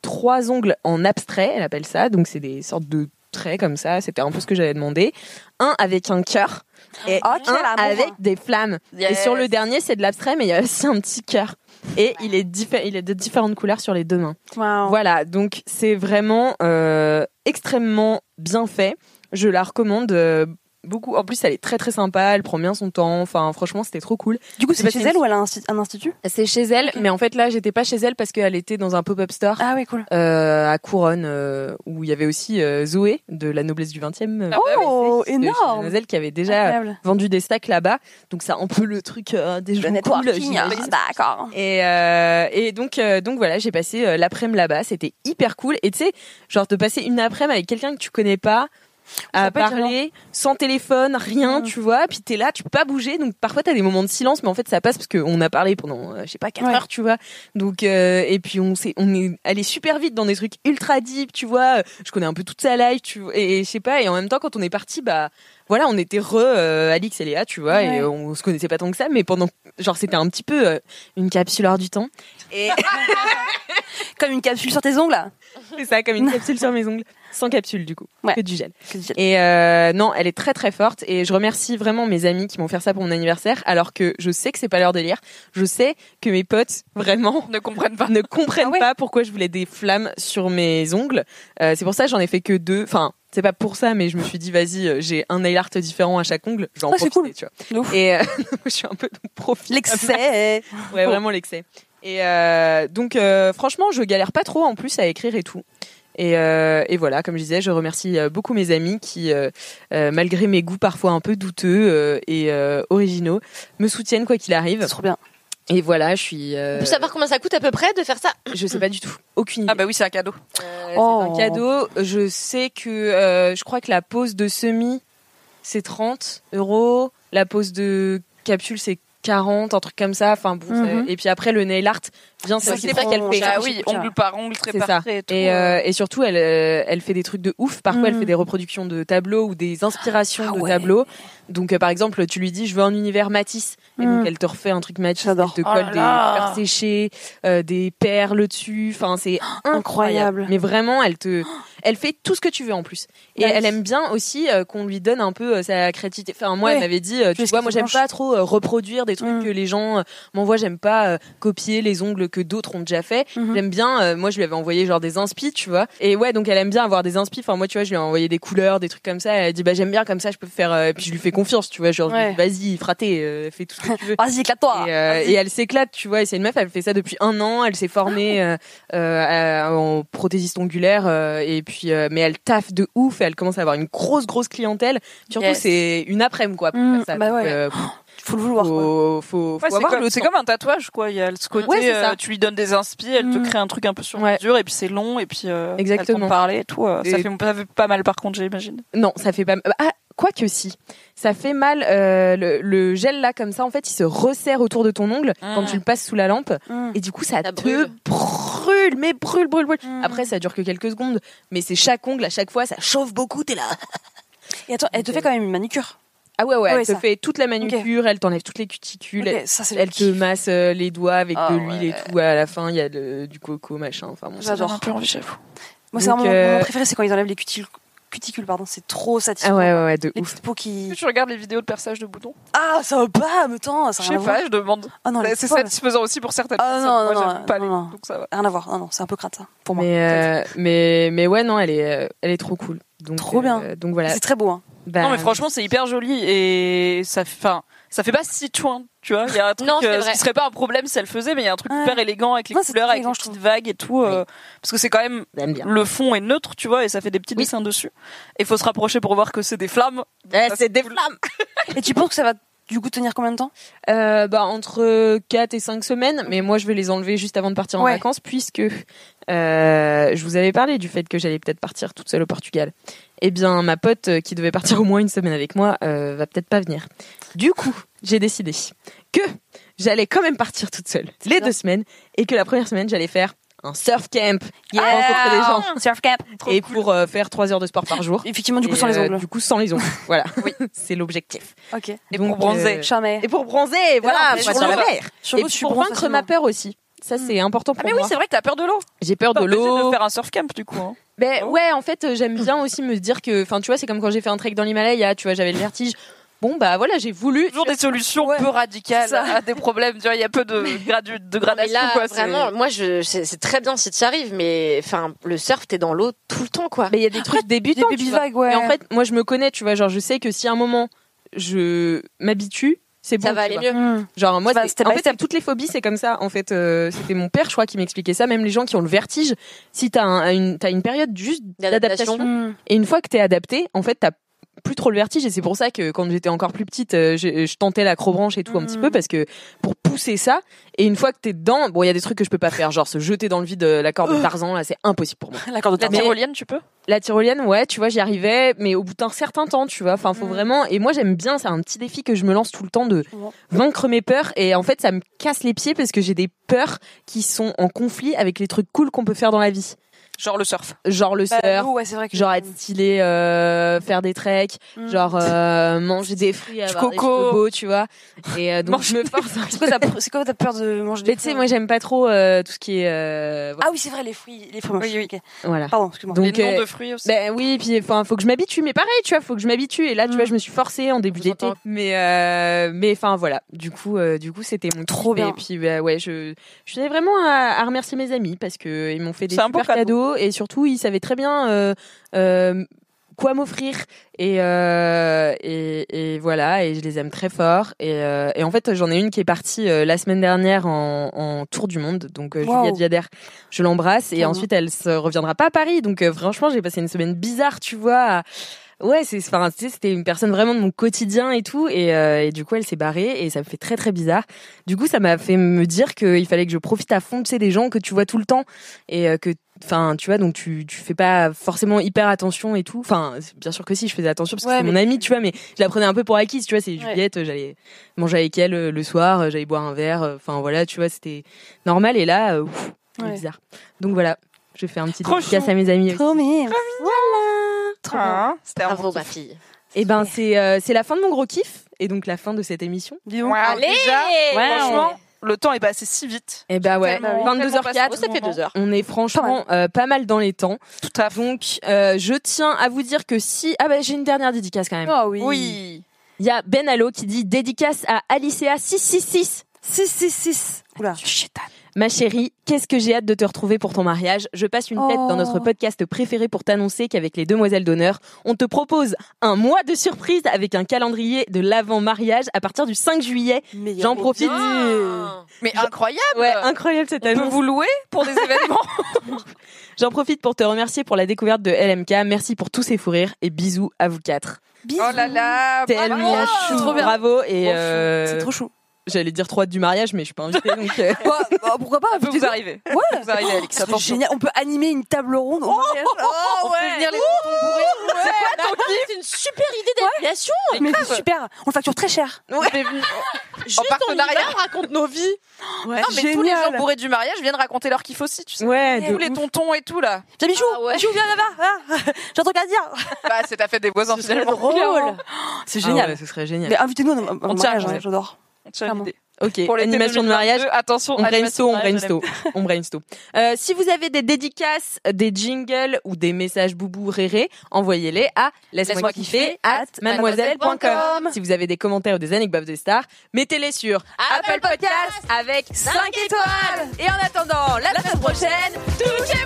Speaker 1: trois ongles en abstrait, elle appelle ça. Donc c'est des sortes de traits comme ça. C'était un peu ce que j'avais demandé. Un avec un cœur et
Speaker 10: Oh, quel
Speaker 1: un
Speaker 10: amour.
Speaker 1: avec des flammes. Et
Speaker 10: Yes.
Speaker 1: sur le dernier, c'est de l'abstrait, mais il y a aussi un petit cœur. Et il est, diffé- il est de différentes couleurs sur les deux mains. Voilà, donc c'est vraiment euh, extrêmement bien fait. Je la recommande euh, beaucoup. En plus, elle est très très sympa, elle prend bien son temps. Enfin, franchement, c'était trop cool.
Speaker 10: Du coup, c'est chez elle ou elle a un, site- un institut
Speaker 1: C'est chez elle, mais en fait là, j'étais pas chez elle parce qu'elle était dans un pop-up store
Speaker 10: ah, oui, cool.
Speaker 1: à Couronne euh, où il y avait aussi euh, Zoé de la noblesse du 20e. euh,
Speaker 10: Oh,
Speaker 1: de chez
Speaker 10: énorme.
Speaker 1: Mademoiselle qui avait déjà
Speaker 10: Incroyable.
Speaker 1: vendu des stacks là-bas. Donc ça un peu le truc euh, des gens cool,
Speaker 10: networking,
Speaker 1: j'imagine.
Speaker 10: hein. D'accord.
Speaker 1: Et, euh, et donc, euh, donc voilà, j'ai passé euh, l'après-midi là-bas. C'était hyper cool. Et tu sais, genre de passer une après-midi avec quelqu'un que tu connais pas, à
Speaker 10: peut être
Speaker 1: parler, sans téléphone, rien, tu vois. Puis t'es là, tu peux pas bouger. Donc parfois t'as des moments de silence, mais en fait ça passe parce qu'on a parlé pendant, euh, je sais pas, 4 heures, tu vois. Donc euh, et puis on s'est, on est allé super vite dans des trucs ultra deep, tu vois. Je connais un peu toute sa life, tu vois. Et, et je sais pas. Et en même temps, quand on est parti, bah voilà, on était re euh, Alix et Léa, tu vois,
Speaker 10: Ouais.
Speaker 1: et on se connaissait pas tant que ça, mais pendant, genre, c'était un petit peu euh, une capsule hors du temps. Et
Speaker 10: comme une capsule sur tes ongles.
Speaker 1: C'est ça, comme une capsule sur mes ongles. Sans capsule, du coup.
Speaker 10: Ouais.
Speaker 1: Que du gel. Et euh, non, elle est très très forte et je remercie vraiment mes amis qui m'ont fait ça pour mon anniversaire alors que je sais que c'est pas leur délire. Je sais que mes potes vraiment ne comprennent pas ne
Speaker 10: Ah
Speaker 1: comprennent pas pourquoi je voulais des flammes sur mes ongles. Euh, c'est pour ça que j'en ai fait que deux. Enfin, c'est pas pour ça mais je me suis dit vas-y, euh, j'ai un nail art différent à chaque ongle, j'en
Speaker 10: Ouais, c'est
Speaker 1: tu vois. Et euh, je suis un peu profite. Ah,
Speaker 10: L'excès.
Speaker 1: Ouais, vraiment l'excès. Et euh, donc, euh, franchement, je galère pas trop en plus à écrire et tout. Et, euh, et voilà, comme je disais, je remercie euh, beaucoup mes amis qui, euh, euh, malgré mes goûts parfois un peu douteux euh, et euh, originaux, me soutiennent quoi qu'il arrive. C'est
Speaker 10: trop bien.
Speaker 1: Et voilà, je suis. euh,
Speaker 4: On peut savoir combien ça coûte à peu près de faire ça
Speaker 1: Je sais pas du tout. Aucune idée. Oh.
Speaker 4: Ah bah oui, c'est un cadeau.
Speaker 1: c'est
Speaker 10: Oh.
Speaker 1: un cadeau. Je sais que euh, je crois que la pose de semi, c'est 30 euros. La pose de capsule, c'est 40, un truc comme ça. Enfin, bon, ça-
Speaker 2: Mhm.
Speaker 1: Et puis après, le nail art, bien c'est aussi
Speaker 2: pas
Speaker 1: ça qu'elle fait.
Speaker 2: Ah oui, ongle
Speaker 1: hein.
Speaker 2: par ongle, trait
Speaker 1: C'est
Speaker 2: par
Speaker 1: ça.
Speaker 2: trait. tout,
Speaker 1: Et,
Speaker 2: euh.
Speaker 1: euh, et surtout, elle, euh, elle fait des trucs de ouf. Parfois,
Speaker 10: Mm.
Speaker 1: elle
Speaker 2: Mhm.
Speaker 1: fait des reproductions de tableaux ou des inspirations
Speaker 10: Ah
Speaker 1: de tableaux. Donc, euh, par exemple, tu lui dis, je veux un univers Matisse. Et
Speaker 10: Mhm.
Speaker 1: donc, elle te refait un truc Matisse. Elle te
Speaker 10: Oh
Speaker 1: colle
Speaker 10: là
Speaker 1: des
Speaker 10: là.
Speaker 1: fleurs séchées, euh, des perles dessus. Enfin, c'est incroyable. Mais vraiment, elle te, elle fait tout ce que tu veux en plus. Et
Speaker 10: Nice.
Speaker 1: elle aime bien aussi euh, qu'on lui donne un peu euh, sa créativité. Enfin, moi, elle
Speaker 10: Ouais.
Speaker 1: m'avait dit, euh, tu vois, moi, j'aime pas trop euh, reproduire des trucs
Speaker 10: Mm.
Speaker 1: que les gens euh, m'envoient. J'aime pas euh, copier les ongles que d'autres ont déjà fait.
Speaker 2: Mhm.
Speaker 1: J'aime bien, euh, moi, je lui avais envoyé genre des inspi, tu vois. Et ouais, donc elle aime bien avoir des inspi. Enfin, moi, tu vois, je lui ai envoyé des couleurs, des trucs comme ça. Elle a dit, bah, j'aime bien comme ça, je peux faire. euh, Et puis, je lui fais confiance, tu vois. Genre, je lui dis, vas-y, fraté, euh, fais tout ce que tu veux.
Speaker 10: vas-y,
Speaker 2: Ah,
Speaker 10: éclate-toi.
Speaker 1: Et, euh, et elle s'éclate, tu vois. Et c'est une meuf, elle fait ça depuis un an. Elle s'est formée
Speaker 2: Ah
Speaker 1: euh, euh, à- en prothésiste ongulaire, euh, et puis euh, mais elle taffe de ouf. Et elle commence à avoir une grosse grosse clientèle. Surtout,
Speaker 2: Yes.
Speaker 1: c'est une après-midi quoi. Pour
Speaker 2: Mm,
Speaker 1: faire ça.
Speaker 2: bah
Speaker 1: Donc, euh,
Speaker 2: ouais.
Speaker 1: faut le vouloir. Faut, faut,
Speaker 2: Ouais, c'est
Speaker 1: avoir
Speaker 2: comme-
Speaker 1: le
Speaker 2: c'est
Speaker 1: temps.
Speaker 2: comme un tatouage, quoi. Il y a ce côté,
Speaker 1: Ouais, c'est ça. Mm.
Speaker 2: euh, tu lui donnes des inspi, elle te crée un truc un peu sur mesure, et puis c'est long, et puis euh, t'as le temps de
Speaker 1: Exactement.
Speaker 2: parler, et tout. euh, Ça
Speaker 1: Et- Mm.
Speaker 2: fait, ça fait pas mal, par contre, j'imagine.
Speaker 1: Non, ça fait pas. Ah, Quoique si, ça fait mal euh, le, le gel là comme ça. En fait, il se resserre autour de ton ongle
Speaker 10: Ah.
Speaker 1: quand tu le passes sous la lampe et du coup ça, te brûle. mais brûle, brûle, brûle.
Speaker 10: Ah.
Speaker 1: Après, ça dure que quelques secondes, mais c'est chaque ongle à chaque fois, ça chauffe beaucoup. T'es là.
Speaker 10: Et attends, elle te fait quand même une manicure.
Speaker 1: Ah ouais, ouais,
Speaker 10: Ah ouais,
Speaker 1: elle te
Speaker 10: ça.
Speaker 1: fait toute la manucure, elle t'enlève toutes les cuticules,
Speaker 10: Ok,
Speaker 1: elle,
Speaker 10: ça, c'est
Speaker 1: elle te masse euh, les doigts avec
Speaker 10: Ah
Speaker 1: de l'huile et tout. À la fin, il y a de- du coco, machin. Enfin, bon,
Speaker 10: J'adore.
Speaker 1: ça donne j'avoue.
Speaker 10: Moi, c'est
Speaker 1: Donc,
Speaker 10: vraiment mon-
Speaker 1: euh,
Speaker 10: mon préféré, c'est quand ils enlèvent les cuticules. cuticules, pardon, c'est trop
Speaker 1: Ah
Speaker 10: satisfaisant.
Speaker 1: ouais, ouais, ouais, de
Speaker 10: Les
Speaker 1: ouf.
Speaker 10: petites peaux qui.
Speaker 2: Tu regardes les vidéos de perçage de boutons
Speaker 10: Ah, ça va pas, mais attends,
Speaker 2: Je
Speaker 10: ça a
Speaker 2: sais
Speaker 10: rien à voir.
Speaker 2: pas, je demande.
Speaker 10: Ah
Speaker 1: Bah,
Speaker 10: non, elle est
Speaker 2: c'est
Speaker 10: folle.
Speaker 2: satisfaisant aussi pour certaines
Speaker 10: Ah
Speaker 2: personnes.
Speaker 10: non,
Speaker 2: Moi,
Speaker 10: non,
Speaker 2: j'aime
Speaker 10: non,
Speaker 2: pas
Speaker 10: non,
Speaker 2: les-
Speaker 10: non.
Speaker 2: donc ça va.
Speaker 10: Rien à voir, non, non, c'est un peu crade ça. Pour moi.
Speaker 1: Mais, euh, mais, mais ouais, non, elle est, euh, elle est trop cool. Donc,
Speaker 10: Trop
Speaker 1: euh,
Speaker 10: bien.
Speaker 1: donc voilà.
Speaker 10: C'est très beau, hein.
Speaker 1: Bah,
Speaker 2: non mais franchement c'est hyper joli et ça fait, enfin, ça fait pas si chouin, tu vois. Il y a un truc
Speaker 4: Non, c'est
Speaker 2: euh, ce
Speaker 4: vrai.
Speaker 2: qui serait pas un problème si elle le faisait, mais il y a un truc hyper élégant avec les
Speaker 10: Non, c'est
Speaker 2: couleurs,
Speaker 10: très
Speaker 2: avec les petites vagues et tout, euh, parce que c'est quand même le fond est neutre, tu vois, et ça fait des petits dessins dessus. Et faut se rapprocher pour voir que c'est des flammes.
Speaker 1: Eh, c'est des flammes.
Speaker 10: Et tu penses que ça va du coup tenir combien de temps
Speaker 1: Euh, bah, entre 4 et 5 semaines, mais moi je vais les enlever juste avant de partir en
Speaker 10: Ouais.
Speaker 1: vacances, puisque euh, je vous avais parlé du fait que j'allais peut-être partir toute seule au Portugal. Eh bien, ma pote euh, qui devait partir au moins une semaine avec moi euh, va peut-être pas venir. Du coup, j'ai décidé que j'allais quand même partir toute seule les deux semaines et que la première semaine j'allais faire un surf camp,
Speaker 10: Ah,
Speaker 2: Ah,
Speaker 1: rencontrer des gens.
Speaker 10: Surf camp.
Speaker 1: et pour euh, faire 3 heures de sport par jour.
Speaker 10: Effectivement, du coup,
Speaker 1: Et,
Speaker 10: sans les
Speaker 1: euh,
Speaker 10: ongles.
Speaker 1: du coup, sans les ongles. voilà. C'est l'objectif.
Speaker 10: Ok. Euh,
Speaker 1: Et pour bronzer.
Speaker 10: Jamais.
Speaker 1: euh, Et pour bronzer, voilà,
Speaker 10: mais
Speaker 1: pour
Speaker 10: sur
Speaker 1: la
Speaker 10: l'eau,
Speaker 1: mer.
Speaker 10: sur
Speaker 1: Et
Speaker 10: l'eau, tu
Speaker 1: pour
Speaker 10: bronzes
Speaker 1: vaincre
Speaker 10: facilement.
Speaker 1: ma peur aussi. Ça, c'est important pour
Speaker 2: Ah mais oui
Speaker 1: moi.
Speaker 2: c'est vrai que t'as peur de l'eau.
Speaker 1: J'ai peur
Speaker 2: Pas
Speaker 1: de
Speaker 2: obligé
Speaker 1: l'eau.
Speaker 2: De faire un surf camp du coup. hein.
Speaker 1: Ben ouais, en fait, euh, j'aime bien aussi me dire que, enfin, tu vois, c'est comme quand j'ai fait un trek dans l'Himalaya, tu vois, j'avais le vertige. Bon, bah voilà, j'ai voulu.
Speaker 2: Toujours des solutions peu radicales à des problèmes. Tu vois, il y a peu de, gradu- de
Speaker 4: Mais
Speaker 2: gradation.
Speaker 4: là,
Speaker 2: quoi, c'est-
Speaker 4: vraiment, moi, je, c'est c'est très bien si tu y arrives, mais enfin, le surf, t'es dans l'eau tout le temps, quoi.
Speaker 1: Mais il y a des trucs débutants.
Speaker 10: des
Speaker 1: tu vois.
Speaker 10: baby vagues, ouais.
Speaker 1: Et en fait, moi, je me connais, tu vois, genre, je sais que si à un moment je m'habitue, c'est bon.
Speaker 4: Ça va
Speaker 1: tu
Speaker 4: aller
Speaker 1: vois.
Speaker 4: mieux.
Speaker 10: Mm,
Speaker 1: Genre moi,
Speaker 10: Ça va
Speaker 1: c'est-
Speaker 10: step
Speaker 1: en
Speaker 10: by
Speaker 1: fait,
Speaker 10: step.
Speaker 1: c'est toutes les phobies, c'est comme ça. En fait, euh, c'était mon père, je crois, qui m'expliquait ça. Même les gens qui ont le vertige, si t'as un- une, t'as une période juste
Speaker 4: D'adaptation.
Speaker 10: mm.
Speaker 1: d'adaptation, et une fois que t'es adapté, en fait, t'as plus trop le vertige. Et c'est pour ça que quand j'étais encore plus petite, euh, je, je tentais l'acrobranche et tout un petit
Speaker 2: Mm.
Speaker 1: peu parce que pour pousser ça. Et une fois que t'es dedans, bon, il y a des trucs que je peux pas faire, genre se jeter dans le vide, euh, la corde de Tarzan, là, c'est impossible pour moi.
Speaker 10: La corde de
Speaker 2: Oh. La
Speaker 1: Mais-
Speaker 2: tyrolienne, tu peux
Speaker 1: La tyrolienne, ouais, tu vois, j'y arrivais, mais au bout d'un certain temps, tu vois.
Speaker 2: Mm.
Speaker 1: Enfin, faut vraiment. Et moi, j'aime bien, c'est un petit défi que je me lance tout le temps de
Speaker 10: comprends.
Speaker 1: vaincre mes peurs. Et en fait, ça me casse les pieds parce que j'ai des peurs qui sont en conflit avec les trucs cool qu'on peut faire dans la vie.
Speaker 2: Genre le surf.
Speaker 1: Genre le
Speaker 10: Bah,
Speaker 1: surf,
Speaker 10: l'eau, ouais, c'est vrai que.
Speaker 1: genre être stylé, euh, faire des treks,
Speaker 10: Mm.
Speaker 1: genre euh, manger des fruits, avoir des
Speaker 2: coco.
Speaker 1: cheveux beaux, tu vois. Et euh, donc,
Speaker 2: Mange
Speaker 1: je me force. un
Speaker 10: C'est
Speaker 1: peu.
Speaker 10: quoi ta- c'est quoi ta peur de manger des
Speaker 1: Mais tu sais, moi, j'aime pas trop euh, tout ce qui est. euh,
Speaker 10: Ah oui, c'est vrai, les fruits, les fruits moches.
Speaker 2: Oui, oui.
Speaker 10: ok.
Speaker 1: Voilà.
Speaker 10: Pardon, excuse-moi.
Speaker 1: Donc,
Speaker 2: les noms
Speaker 1: euh,
Speaker 2: de fruits aussi.
Speaker 1: Ben oui, puis enfin faut que je m'habitue, mais pareil, tu vois, faut que je m'habitue. Et là, tu vois, Mm. je me suis forcée en début d'été, mais euh, mais enfin voilà. Du coup, euh, du coup, c'était mon trop
Speaker 10: bien.
Speaker 1: Et puis bah, ouais, je je tenais vraiment à, à remercier mes amis parce que euh, ils m'ont fait des
Speaker 2: C'est un
Speaker 1: super
Speaker 2: beau
Speaker 1: cadeaux et surtout ils savaient très bien euh, euh, quoi m'offrir et, euh, et et voilà et je les aime très fort et euh, et en fait j'en ai une qui est partie euh, la semaine dernière en, en tour du monde donc euh,
Speaker 10: Wow.
Speaker 1: Juliette Viader je l'embrasse et
Speaker 10: Clairement.
Speaker 1: ensuite elle se reviendra pas à Paris. Donc euh, franchement, j'ai passé une semaine bizarre, tu vois. à- Ouais, c'est enfin, tu sais, c'était une personne vraiment de mon quotidien et tout et, euh, et du coup, elle s'est barrée et ça me fait très très bizarre. Du coup, ça m'a fait me dire qu'il fallait que je profite à fond, tu sais, des gens que tu vois tout le temps et euh, que enfin, tu vois, donc tu tu fais pas forcément hyper attention et tout. Enfin, c'est- bien sûr que si, je faisais attention parce que
Speaker 10: Ouais,
Speaker 1: c'est mon
Speaker 10: mais-
Speaker 1: amie, tu vois, mais je la prenais un peu pour acquise, tu vois, c'est
Speaker 10: Ouais.
Speaker 1: Juliette, euh, j'allais manger avec elle euh, le soir, euh, j'allais boire un verre, euh, enfin voilà, tu vois, c'était normal et là euh, ouf, c'est
Speaker 10: Ouais.
Speaker 1: bizarre. Donc voilà, je fais un petit
Speaker 2: Trop
Speaker 1: dédicace
Speaker 2: chou.
Speaker 1: à mes amis. aussi.
Speaker 10: Trop mignon. Trop bien.
Speaker 2: Ah, C'était un
Speaker 4: Bravo, ma fille.
Speaker 1: Et ben c'est euh, c'est la fin de mon gros kiff et donc la fin de cette émission.
Speaker 10: Dis donc.
Speaker 2: Wow, déjà,
Speaker 1: Ouais.
Speaker 2: franchement, le temps est passé si vite.
Speaker 1: Et ben ouais,
Speaker 2: Tellement, tellement
Speaker 1: 22h04,
Speaker 2: passé de moments.
Speaker 1: On est franchement euh, pas mal dans les temps.
Speaker 2: Tout à fait.
Speaker 1: Donc euh, je tiens à vous dire que si ah ben j'ai une dernière dédicace quand même.
Speaker 10: Oh oui.
Speaker 2: Oui.
Speaker 1: Il y a Ben Allo qui dit dédicace à Alicia 666.
Speaker 10: 6, 6, 6. Oula.
Speaker 1: Ah, Ma chérie, qu'est-ce que j'ai hâte de te retrouver pour ton mariage. Je passe une tête
Speaker 10: Oh.
Speaker 1: dans notre podcast préféré pour t'annoncer qu'avec les demoiselles d'honneur, on te propose un mois de surprise avec un calendrier de l'avant-mariage à partir du 5 juillet.
Speaker 10: Meilleur
Speaker 1: J'en profite.
Speaker 4: Oh.
Speaker 2: Mais incroyable.
Speaker 1: Ouais, incroyable cette
Speaker 2: On peut
Speaker 1: annonce.
Speaker 2: vous louer pour des événements.
Speaker 1: J'en profite pour te remercier pour la découverte de LMK. Merci pour tous ces fous rires et bisous à vous quatre.
Speaker 10: Bisous.
Speaker 2: oh là là.
Speaker 1: Tellement
Speaker 2: bravo.
Speaker 1: chou. Bravo et
Speaker 10: Trop chou.
Speaker 1: euh,
Speaker 10: C'est trop chou.
Speaker 1: J'allais dire 3 du mariage, mais je suis pas invitée. Donc, euh,
Speaker 3: pourquoi pas
Speaker 2: peut vous arriver.
Speaker 3: Ouais.
Speaker 2: Ça peut vous arriver, Alix,
Speaker 3: Oh, ce serait
Speaker 2: attention. Oh,
Speaker 3: génial. On peut animer une table ronde. au mariage.
Speaker 2: On peut venir les tontons bourrés. C'est quoi ton kiff
Speaker 4: C'est une super idée d'animation.
Speaker 3: Mais c'est super. On le facture très cher.
Speaker 2: On est venu-
Speaker 4: Juste
Speaker 2: En partenariat.
Speaker 4: on y va, on raconte nos vies.
Speaker 3: Ouais,
Speaker 2: Non, mais tous les gens bourrés du mariage viennent raconter leur kiff aussi, tu sais.
Speaker 1: Ouais, de
Speaker 2: Tous les
Speaker 1: ouf.
Speaker 2: tontons et tout, là.
Speaker 3: Tiens, Michou,
Speaker 4: Ah ouais.
Speaker 3: Michou, viens là-bas. ah. J'ai un truc à dire.
Speaker 2: Bah, c'est ta fête des voisins, finalement.
Speaker 3: Drôle. C'est
Speaker 1: ah
Speaker 3: génial.
Speaker 1: ouais, ce serait génial.
Speaker 3: Mais invitez-nous à un- à un
Speaker 2: tient,
Speaker 3: mariage,
Speaker 2: ouais.
Speaker 3: hein, j'adore.
Speaker 2: On tient
Speaker 3: Clairement.
Speaker 2: l'idée.
Speaker 1: Ok,
Speaker 2: Pour l'été
Speaker 1: animation de
Speaker 2: 2022,
Speaker 1: mariage.
Speaker 2: Attention,
Speaker 1: On
Speaker 2: animation
Speaker 1: brainstorm, on
Speaker 2: de mariage,
Speaker 1: brainstorm, on brainstorm. Euh, si vous avez des dédicaces, des jingles ou des messages boubou réré, envoyez-les à laisse-moi kiffer at mademoiselle.com. Si vous avez des commentaires ou des anecdotes des stars, mettez-les sur Apple Podcast avec 5 étoiles. Et en attendant, la semaine prochaine, touchez-vous